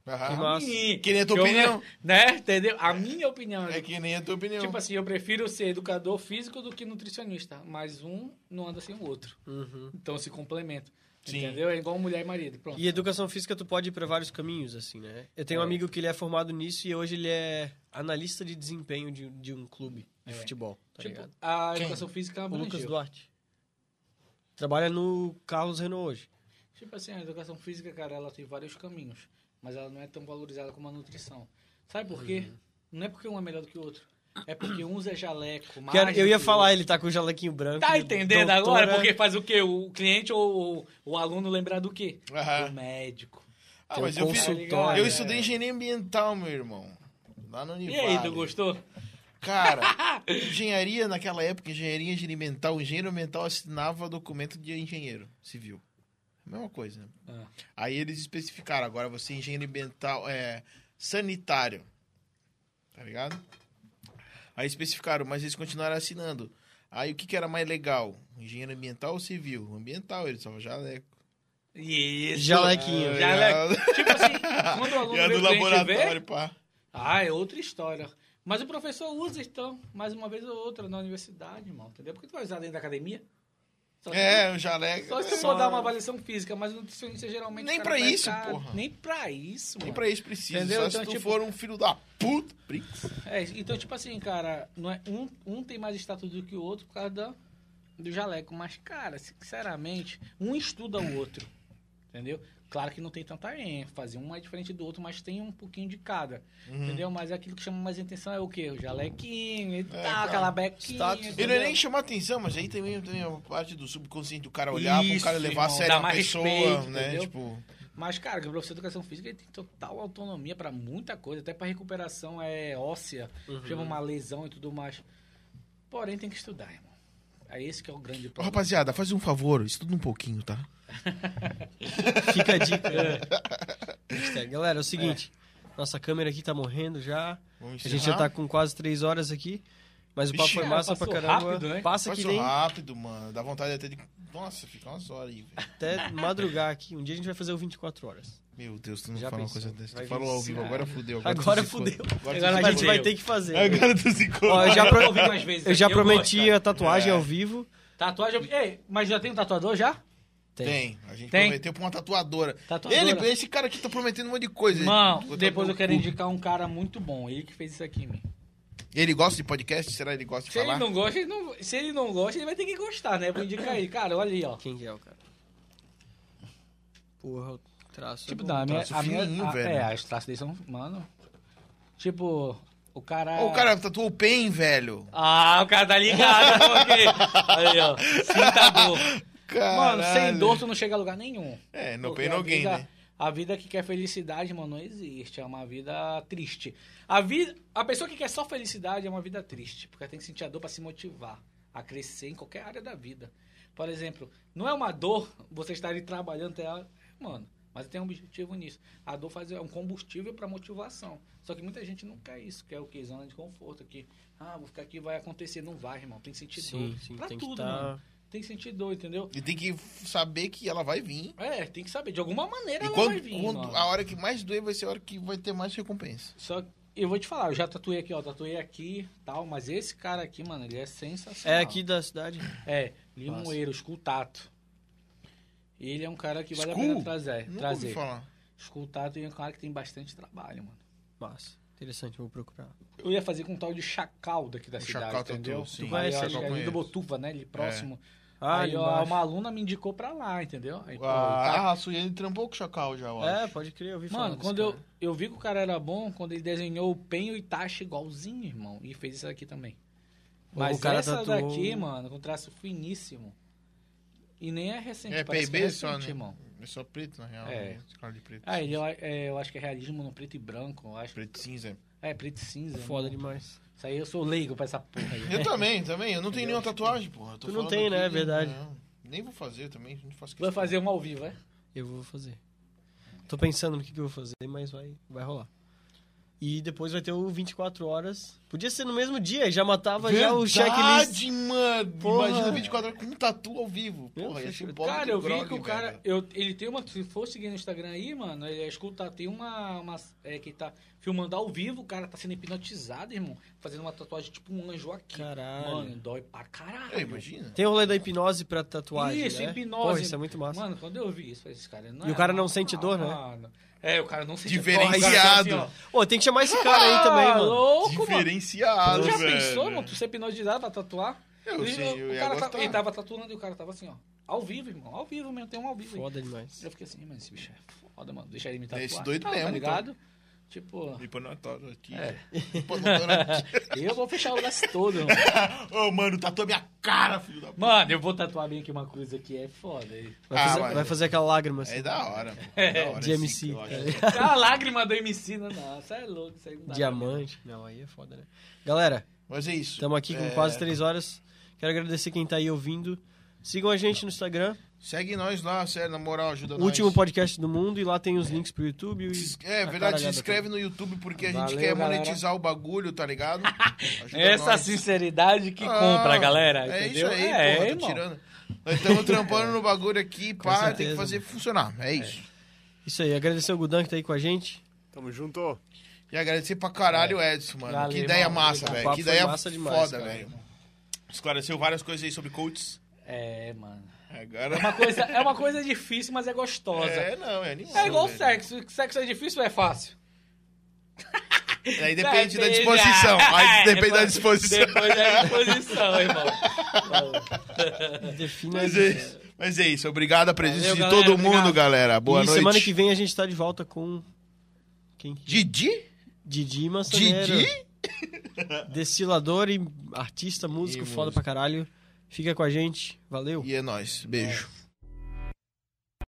Speaker 2: Aham.
Speaker 1: Irmão. Nossa.
Speaker 4: Mim.
Speaker 2: Ah, Que nem a tua
Speaker 4: Eu-
Speaker 2: opinião.
Speaker 4: Né? Entendeu? A minha opinião.
Speaker 2: É que nem a tua opinião.
Speaker 4: Tipo assim, eu prefiro ser educador físico do que nutricionista. Mas um não anda sem o outro.
Speaker 1: Uhum.
Speaker 4: Então se complementa.
Speaker 2: Sim.
Speaker 4: Entendeu? É igual mulher e marido. Pronto.
Speaker 1: E educação física tu pode ir pra vários caminhos, assim, né? Eu tenho um
Speaker 4: É.
Speaker 1: amigo que ele é formado nisso e hoje ele é analista de desempenho de, de um clube de
Speaker 4: É.
Speaker 1: futebol, tá
Speaker 4: tipo,
Speaker 1: ligado?
Speaker 4: a
Speaker 2: Quem?
Speaker 4: educação física
Speaker 1: O Lucas
Speaker 4: abrangeu.
Speaker 1: Duarte. Trabalha no Carlos Renault hoje.
Speaker 4: Tipo assim, a educação física, cara, ela tem vários caminhos, mas ela não é tão valorizada como a nutrição. Sabe por quê?
Speaker 1: Uhum.
Speaker 4: Não é porque um é melhor do que o outro. É porque uns é jaleco, mais
Speaker 1: Quero-
Speaker 4: do
Speaker 1: eu ia
Speaker 4: que
Speaker 1: falar,
Speaker 4: outro.
Speaker 1: ele tá com o jalequinho branco.
Speaker 4: Tá entendendo
Speaker 1: doutora-
Speaker 4: agora? Porque faz o quê? O cliente ou o, o aluno lembrar do quê?
Speaker 2: Aham.
Speaker 4: Do médico.
Speaker 2: Ah,
Speaker 1: Tem
Speaker 2: mas
Speaker 1: um
Speaker 2: eu, fiz,
Speaker 1: consultório.
Speaker 2: eu estudei engenharia ambiental, meu irmão. Lá no
Speaker 4: né? E
Speaker 2: Univale.
Speaker 4: aí, tu gostou?
Speaker 2: Cara, engenharia naquela época, engenharia ambiental, o engenheiro ambiental assinava documento de engenheiro civil. Mesma coisa. né?
Speaker 4: Ah.
Speaker 2: Aí eles especificaram, agora você é engenheiro ambiental, é sanitário. Tá ligado? Aí especificaram, mas eles continuaram assinando. Aí o que, que era mais legal? Engenheiro ambiental ou civil? Ambiental, eles só já é.
Speaker 4: Isso.
Speaker 1: Jalequinho.
Speaker 4: Ah, jaleco. tipo assim, quando o aluno
Speaker 2: E a
Speaker 4: vê
Speaker 2: é do
Speaker 4: o cliente ver...
Speaker 2: laboratório, pá.
Speaker 4: Ah, é outra história. Mas o professor usa, então, mais uma vez ou outra na universidade, irmão, entendeu? Porque tu vai usar dentro da academia. Só que-
Speaker 2: É, o jaleco.
Speaker 4: Só se tu for dar uma avaliação física, mas o nutricionista geralmente.
Speaker 2: Nem
Speaker 4: o cara
Speaker 2: pra
Speaker 4: vai
Speaker 2: isso,
Speaker 4: ficar-
Speaker 2: porra.
Speaker 4: Nem pra isso,
Speaker 2: E
Speaker 4: mano.
Speaker 2: pra isso precisa.
Speaker 4: Entendeu?
Speaker 2: Só
Speaker 4: Então,
Speaker 2: se tu
Speaker 4: tipo-
Speaker 2: for um filho da puta. Brinks.
Speaker 4: É, então, tipo assim, cara, não é, um, um tem mais status do que o outro por causa da- do jaleco. Mas, cara, sinceramente, um estuda o outro. Entendeu? Claro que não tem tanta ênfase, um é diferente do outro, mas tem um pouquinho de cada.
Speaker 2: Uhum.
Speaker 4: Entendeu? Mas é aquilo que chama mais atenção é o quê? O jalequinho e tal,
Speaker 2: É, cara.
Speaker 4: aquela bequinha.
Speaker 1: Status.
Speaker 2: Ele não é nem
Speaker 4: entendeu?
Speaker 2: chamar atenção, mas aí também tem a parte do subconsciente, do cara olhar pra um
Speaker 4: Isso,
Speaker 2: cara levar
Speaker 4: irmão,
Speaker 2: a sério
Speaker 4: dá
Speaker 2: uma
Speaker 4: mais
Speaker 2: pessoa,
Speaker 4: respeito,
Speaker 2: né?
Speaker 4: entendeu?
Speaker 2: Tipo,
Speaker 4: Mas, cara, que o professor de educação física ele tem total autonomia pra muita coisa, até pra recuperação é óssea, chama uma lesão e tudo mais. Porém, tem que estudar, irmão. É esse que é o grande
Speaker 2: "Ó,
Speaker 4: problema.
Speaker 2: rapaziada, faz um favor, estuda um pouquinho, tá?
Speaker 1: Fica a dica. né? Hashtag. Galera, é o seguinte. Nossa câmera aqui tá morrendo já.
Speaker 2: Vamos
Speaker 1: A gente já tá com quase três horas aqui. Mas o papo
Speaker 2: Vixe.
Speaker 1: foi massa
Speaker 4: Cara,
Speaker 1: pra
Speaker 4: é, passou
Speaker 1: caramba.
Speaker 4: rápido, né?
Speaker 1: Passa que
Speaker 2: Passou
Speaker 1: nem
Speaker 2: rápido, mano. Dá vontade até de. Nossa, fica umas horas aí, velho.
Speaker 1: até madrugar aqui. Um dia a gente vai fazer o 24 horas.
Speaker 2: Meu Deus, tu não
Speaker 1: Já
Speaker 2: fala uma
Speaker 1: pensou.
Speaker 2: coisa dessa.
Speaker 1: Vai
Speaker 2: Tu falou
Speaker 1: vir
Speaker 2: ao vivo,
Speaker 4: sim.
Speaker 2: agora fudeu. tu
Speaker 1: Agora
Speaker 2: zicou.
Speaker 1: fudeu.
Speaker 2: Agora,
Speaker 4: Agora
Speaker 2: tu
Speaker 1: a
Speaker 4: vai
Speaker 1: gente
Speaker 2: zicou.
Speaker 1: vai
Speaker 4: eu.
Speaker 1: ter que fazer.
Speaker 2: Agora tu zicou.
Speaker 1: Ó, eu já, pro-
Speaker 4: Eu ouvi mais vezes
Speaker 1: eu já
Speaker 4: aqui, eu
Speaker 1: prometi
Speaker 4: gosto,
Speaker 1: a tatuagem
Speaker 2: É.
Speaker 1: ao vivo.
Speaker 4: Tatuagem. Ei, mas já tem um tatuador já?
Speaker 2: Tem. A gente
Speaker 4: Tem?
Speaker 2: prometeu pra uma tatuadora.
Speaker 4: Tatuadora?
Speaker 2: Ele, esse cara aqui tá prometendo um monte de coisa.
Speaker 4: Irmão,
Speaker 2: Ele-
Speaker 4: depois eu quero
Speaker 2: Ele-
Speaker 4: indicar um cara muito bom. Ele que fez isso aqui, mim.
Speaker 2: Ele gosta de podcast? Será que ele gosta de
Speaker 4: Se ele
Speaker 2: falar?
Speaker 4: não gosta, ele não, se ele não gosta, ele vai ter que gostar, né? Vou indicar ele. Cara, olha ali, ó.
Speaker 1: Quem que é o cara? Porra, o traço. é
Speaker 4: Tipo,
Speaker 1: bom.
Speaker 4: não, a minha.
Speaker 2: traço
Speaker 4: A minha
Speaker 2: um fininho,
Speaker 4: a,
Speaker 2: velho.
Speaker 4: é, as traças dele são. Mano. Tipo, o cara.
Speaker 2: Ô, o cara tatuou o PEN, velho.
Speaker 4: Ah, o cara tá ligado, ok. Aí, ó. Sinta a dor. Mano, sem
Speaker 2: Caralho.
Speaker 4: dor tu não chega a lugar nenhum.
Speaker 2: É, no
Speaker 4: Porque
Speaker 2: pain, no
Speaker 4: a
Speaker 2: gain,
Speaker 4: vida-
Speaker 2: né?
Speaker 4: A vida que quer felicidade, mano, não existe. É uma vida triste. A, vida, a pessoa que quer só felicidade é uma vida triste. Porque ela tem que sentir a dor pra se motivar a crescer em qualquer área da vida. Por exemplo, não é uma dor você estar ali trabalhando até ela. Mano, mas tem um objetivo nisso. A dor faz, é um combustível pra motivação. Só que muita gente não quer isso, quer o que? Zona de conforto. Que, ah, vou ficar aqui, vai acontecer. Não vai, irmão. Tem que sentir
Speaker 1: Sim,
Speaker 4: dor.
Speaker 1: sim,
Speaker 4: tipo, pra
Speaker 1: tem que tá-
Speaker 4: tudo,
Speaker 1: estar.
Speaker 4: mano. Tem que sentir dor, entendeu?
Speaker 2: E tem que saber que ela vai vir.
Speaker 4: É, tem que saber. De alguma maneira
Speaker 2: E
Speaker 4: ela
Speaker 2: quando,
Speaker 4: vai vir.
Speaker 2: quando
Speaker 4: mano.
Speaker 2: a hora que mais doer vai ser a hora que vai ter mais recompensa.
Speaker 4: Só que eu vou te falar, eu já tatuei aqui, ó, tatuei aqui tal, mas esse cara aqui, mano, ele é sensacional.
Speaker 1: É aqui da cidade?
Speaker 4: É, Limoeiro, Escultato. Ele é um cara que vale a
Speaker 2: Skull?
Speaker 4: pena trazer.
Speaker 2: Nunca ouvi
Speaker 4: É, trazer.
Speaker 2: falar.
Speaker 4: Escultato é um cara que tem bastante trabalho, mano.
Speaker 1: Massa. Interessante, vou procurar.
Speaker 4: Eu ia fazer com um tal de Chacal daqui da
Speaker 2: O
Speaker 4: cidade,
Speaker 2: Chacal tatuou,
Speaker 4: entendeu?
Speaker 2: sim.
Speaker 4: Tu vai,
Speaker 1: Esse
Speaker 4: ó,
Speaker 1: eu
Speaker 4: acho que é ali
Speaker 2: conheço.
Speaker 4: do Botuva, né, ali próximo.
Speaker 1: Ah,
Speaker 4: Aí,
Speaker 1: ali
Speaker 4: ó, é
Speaker 1: embaixo.
Speaker 4: uma aluna me indicou pra lá, entendeu? Aí, É, pô, tá o cara-
Speaker 2: Ah, a Suiane trampou com o Chacal já, eu
Speaker 1: É,
Speaker 2: acho.
Speaker 1: pode crer, eu vi falar
Speaker 4: Mano,
Speaker 1: desse
Speaker 4: quando eu,
Speaker 1: cara.
Speaker 4: eu vi que o cara era bom, quando ele desenhou o Pen e o Itachi igualzinho, irmão, e fez isso aqui também.
Speaker 1: O
Speaker 4: Mas
Speaker 1: cara
Speaker 4: essa
Speaker 1: tatuou-
Speaker 4: daqui, mano, com traço finíssimo. E nem é recente,
Speaker 2: É,
Speaker 4: parece que
Speaker 2: PB só,
Speaker 4: recente,
Speaker 2: né?
Speaker 4: irmão.
Speaker 2: É só preto, na real.
Speaker 4: É.
Speaker 2: né? Esse cara de preto.
Speaker 4: Ah, ele é, é, eu acho que é realismo no preto e branco, eu acho.
Speaker 2: Preto cinza.
Speaker 4: É, preto e cinza.
Speaker 1: Foda
Speaker 4: irmão.
Speaker 1: demais.
Speaker 4: Isso aí eu sou leigo pra essa porra aí.
Speaker 2: Eu também, também. Eu não tenho nenhuma tatuagem, porra. Eu tô
Speaker 1: Tu não
Speaker 2: falando
Speaker 1: tem, né?
Speaker 2: aqui,
Speaker 1: Verdade.
Speaker 2: não. Nem vou fazer também. Não faço questão.
Speaker 4: É Vai fazer uma ao vivo, é?
Speaker 1: Eu vou fazer. Tô pensando no que, que eu vou fazer, mas vai, vai rolar. E depois vai ter o 24 horas. Podia ser no mesmo dia, já matava já o checklist.
Speaker 2: Verdade, mano.
Speaker 1: Porra.
Speaker 2: Imagina 24 horas com um tatu ao vivo.
Speaker 1: Meu,
Speaker 2: Porra, ia ser
Speaker 1: fechou.
Speaker 2: bola
Speaker 4: cara,
Speaker 2: do
Speaker 4: eu vi
Speaker 2: grog,
Speaker 4: que o
Speaker 2: velho.
Speaker 4: cara. Eu, ele tem uma. Se for seguir no Instagram aí, mano, ele escuta, tem uma. uma é, que tá filmando ao vivo, o cara tá sendo hipnotizado, irmão. Fazendo uma tatuagem tipo um anjo aqui.
Speaker 1: Caralho.
Speaker 4: Mano, dói pra caralho.
Speaker 2: É, imagina.
Speaker 1: Tem o rolê da hipnose pra tatuagem,
Speaker 4: Isso,
Speaker 1: né?
Speaker 4: hipnose.
Speaker 1: Porra, isso é muito massa.
Speaker 4: Mano, quando eu vi isso, eu falei, esse cara não
Speaker 1: E o
Speaker 4: é
Speaker 1: cara não
Speaker 4: normal,
Speaker 1: sente dor, né?
Speaker 4: mano. É, o cara não sente
Speaker 2: Diferenciado.
Speaker 4: dor.
Speaker 1: Ô, tem que chamar esse cara aí também,
Speaker 4: ah,
Speaker 1: mano.
Speaker 4: louco, mano.
Speaker 2: Diferenciado,
Speaker 4: Tu já
Speaker 2: velho.
Speaker 4: pensou, mano? Tu ser hipnotizado pra tatuar?
Speaker 2: Eu
Speaker 4: Ele-
Speaker 2: sei, eu
Speaker 4: o
Speaker 2: ia
Speaker 4: cara
Speaker 2: gostar.
Speaker 4: tá- ele tava tatuando e o cara tava assim, ó. Ao vivo, irmão. Ao vivo mesmo, tem um ao vivo aí.
Speaker 1: Foda demais.
Speaker 4: Eu fiquei assim, mano, esse bicho é foda, mano. Deixa ele me tatuar.
Speaker 2: Esse doido
Speaker 4: Ah,
Speaker 2: mesmo, então.
Speaker 4: Tá ligado? Tipo,
Speaker 2: Hipnotório aqui.
Speaker 4: É.
Speaker 2: Hipnotório aqui.
Speaker 4: eu vou fechar o laço todo, mano.
Speaker 2: Ô, mano, tatuou minha cara, filho da puta.
Speaker 4: Mano, eu vou tatuar bem aqui uma coisa que é foda. aí.
Speaker 1: Vai,
Speaker 2: Ah,
Speaker 1: fazer,
Speaker 2: mano.
Speaker 1: vai fazer aquela lágrima assim.
Speaker 2: É da hora, pô. É da hora
Speaker 1: de
Speaker 2: esse
Speaker 1: MC,
Speaker 2: que eu acho.
Speaker 1: tá
Speaker 4: A lágrima do MC, não, não. Isso é louco, isso aí não dá pra
Speaker 1: Diamante. Não, aí é foda, né? Galera,
Speaker 2: Mas é isso.
Speaker 1: estamos aqui com
Speaker 2: É,
Speaker 1: quase três horas. Quero agradecer quem tá aí ouvindo. Sigam a gente no Instagram,
Speaker 2: Segue nós lá, sério, na moral, ajuda nós.
Speaker 1: Último Podcast do Mundo, e lá tem os links pro YouTube. e-
Speaker 2: Se- É
Speaker 1: a
Speaker 2: verdade, se
Speaker 1: caralhada
Speaker 2: inscreve no YouTube porque a gente
Speaker 4: Valeu,
Speaker 2: quer
Speaker 4: galera.
Speaker 2: monetizar o bagulho, tá ligado? Ajuda
Speaker 4: Essa
Speaker 2: nós.
Speaker 4: sinceridade que
Speaker 2: Ah,
Speaker 4: compra, galera.
Speaker 2: É
Speaker 4: entendeu?
Speaker 2: isso aí,
Speaker 4: é,
Speaker 2: porra, tô
Speaker 4: irmão. É.
Speaker 2: tirando. Nós estamos trampando no bagulho aqui, pá, tem que
Speaker 1: certeza,
Speaker 2: fazer funcionar. É isso.
Speaker 1: toda. Isso aí, agradecer o Gudan que tá aí com a gente.
Speaker 2: Ah.
Speaker 3: Tamo junto.
Speaker 2: E agradecer pra caralho o Edson, mano.
Speaker 4: Valeu,
Speaker 2: que ideia
Speaker 4: irmão.
Speaker 2: massa,
Speaker 1: O
Speaker 2: velho.
Speaker 1: papo
Speaker 2: Que
Speaker 1: foi
Speaker 2: ideia
Speaker 1: massa demais,
Speaker 2: foda,
Speaker 1: cara.
Speaker 2: velho. Esclareceu várias coisas aí sobre coaches.
Speaker 4: É, mano. É
Speaker 2: Agora.
Speaker 4: uma, coisa, é uma coisa difícil, mas é gostosa. É,
Speaker 2: É, não, é animal.
Speaker 4: igual
Speaker 2: velho.
Speaker 4: sexo. Sexo é difícil ou é fácil?
Speaker 2: Aí depende da
Speaker 4: Depende,
Speaker 2: disposição.
Speaker 4: ah,
Speaker 2: Aí depende da
Speaker 4: depois-
Speaker 2: disposição.
Speaker 4: Depois da disposição, irmão.
Speaker 1: Defina
Speaker 2: Mas é isso. Mas é isso. Obrigado a presença
Speaker 4: Valeu,
Speaker 2: de
Speaker 4: galera,
Speaker 2: todo mundo,
Speaker 4: obrigado.
Speaker 2: galera. Boa
Speaker 1: e
Speaker 2: noite.
Speaker 1: semana que vem a gente tá de volta com. Quem?
Speaker 2: Didi?
Speaker 1: Didi Massaneiro.
Speaker 2: Didi?
Speaker 1: Destilador e artista, músico,
Speaker 2: E
Speaker 1: foda pra caralho. Fica com a gente. Valeu.
Speaker 2: E é nóis. Beijo.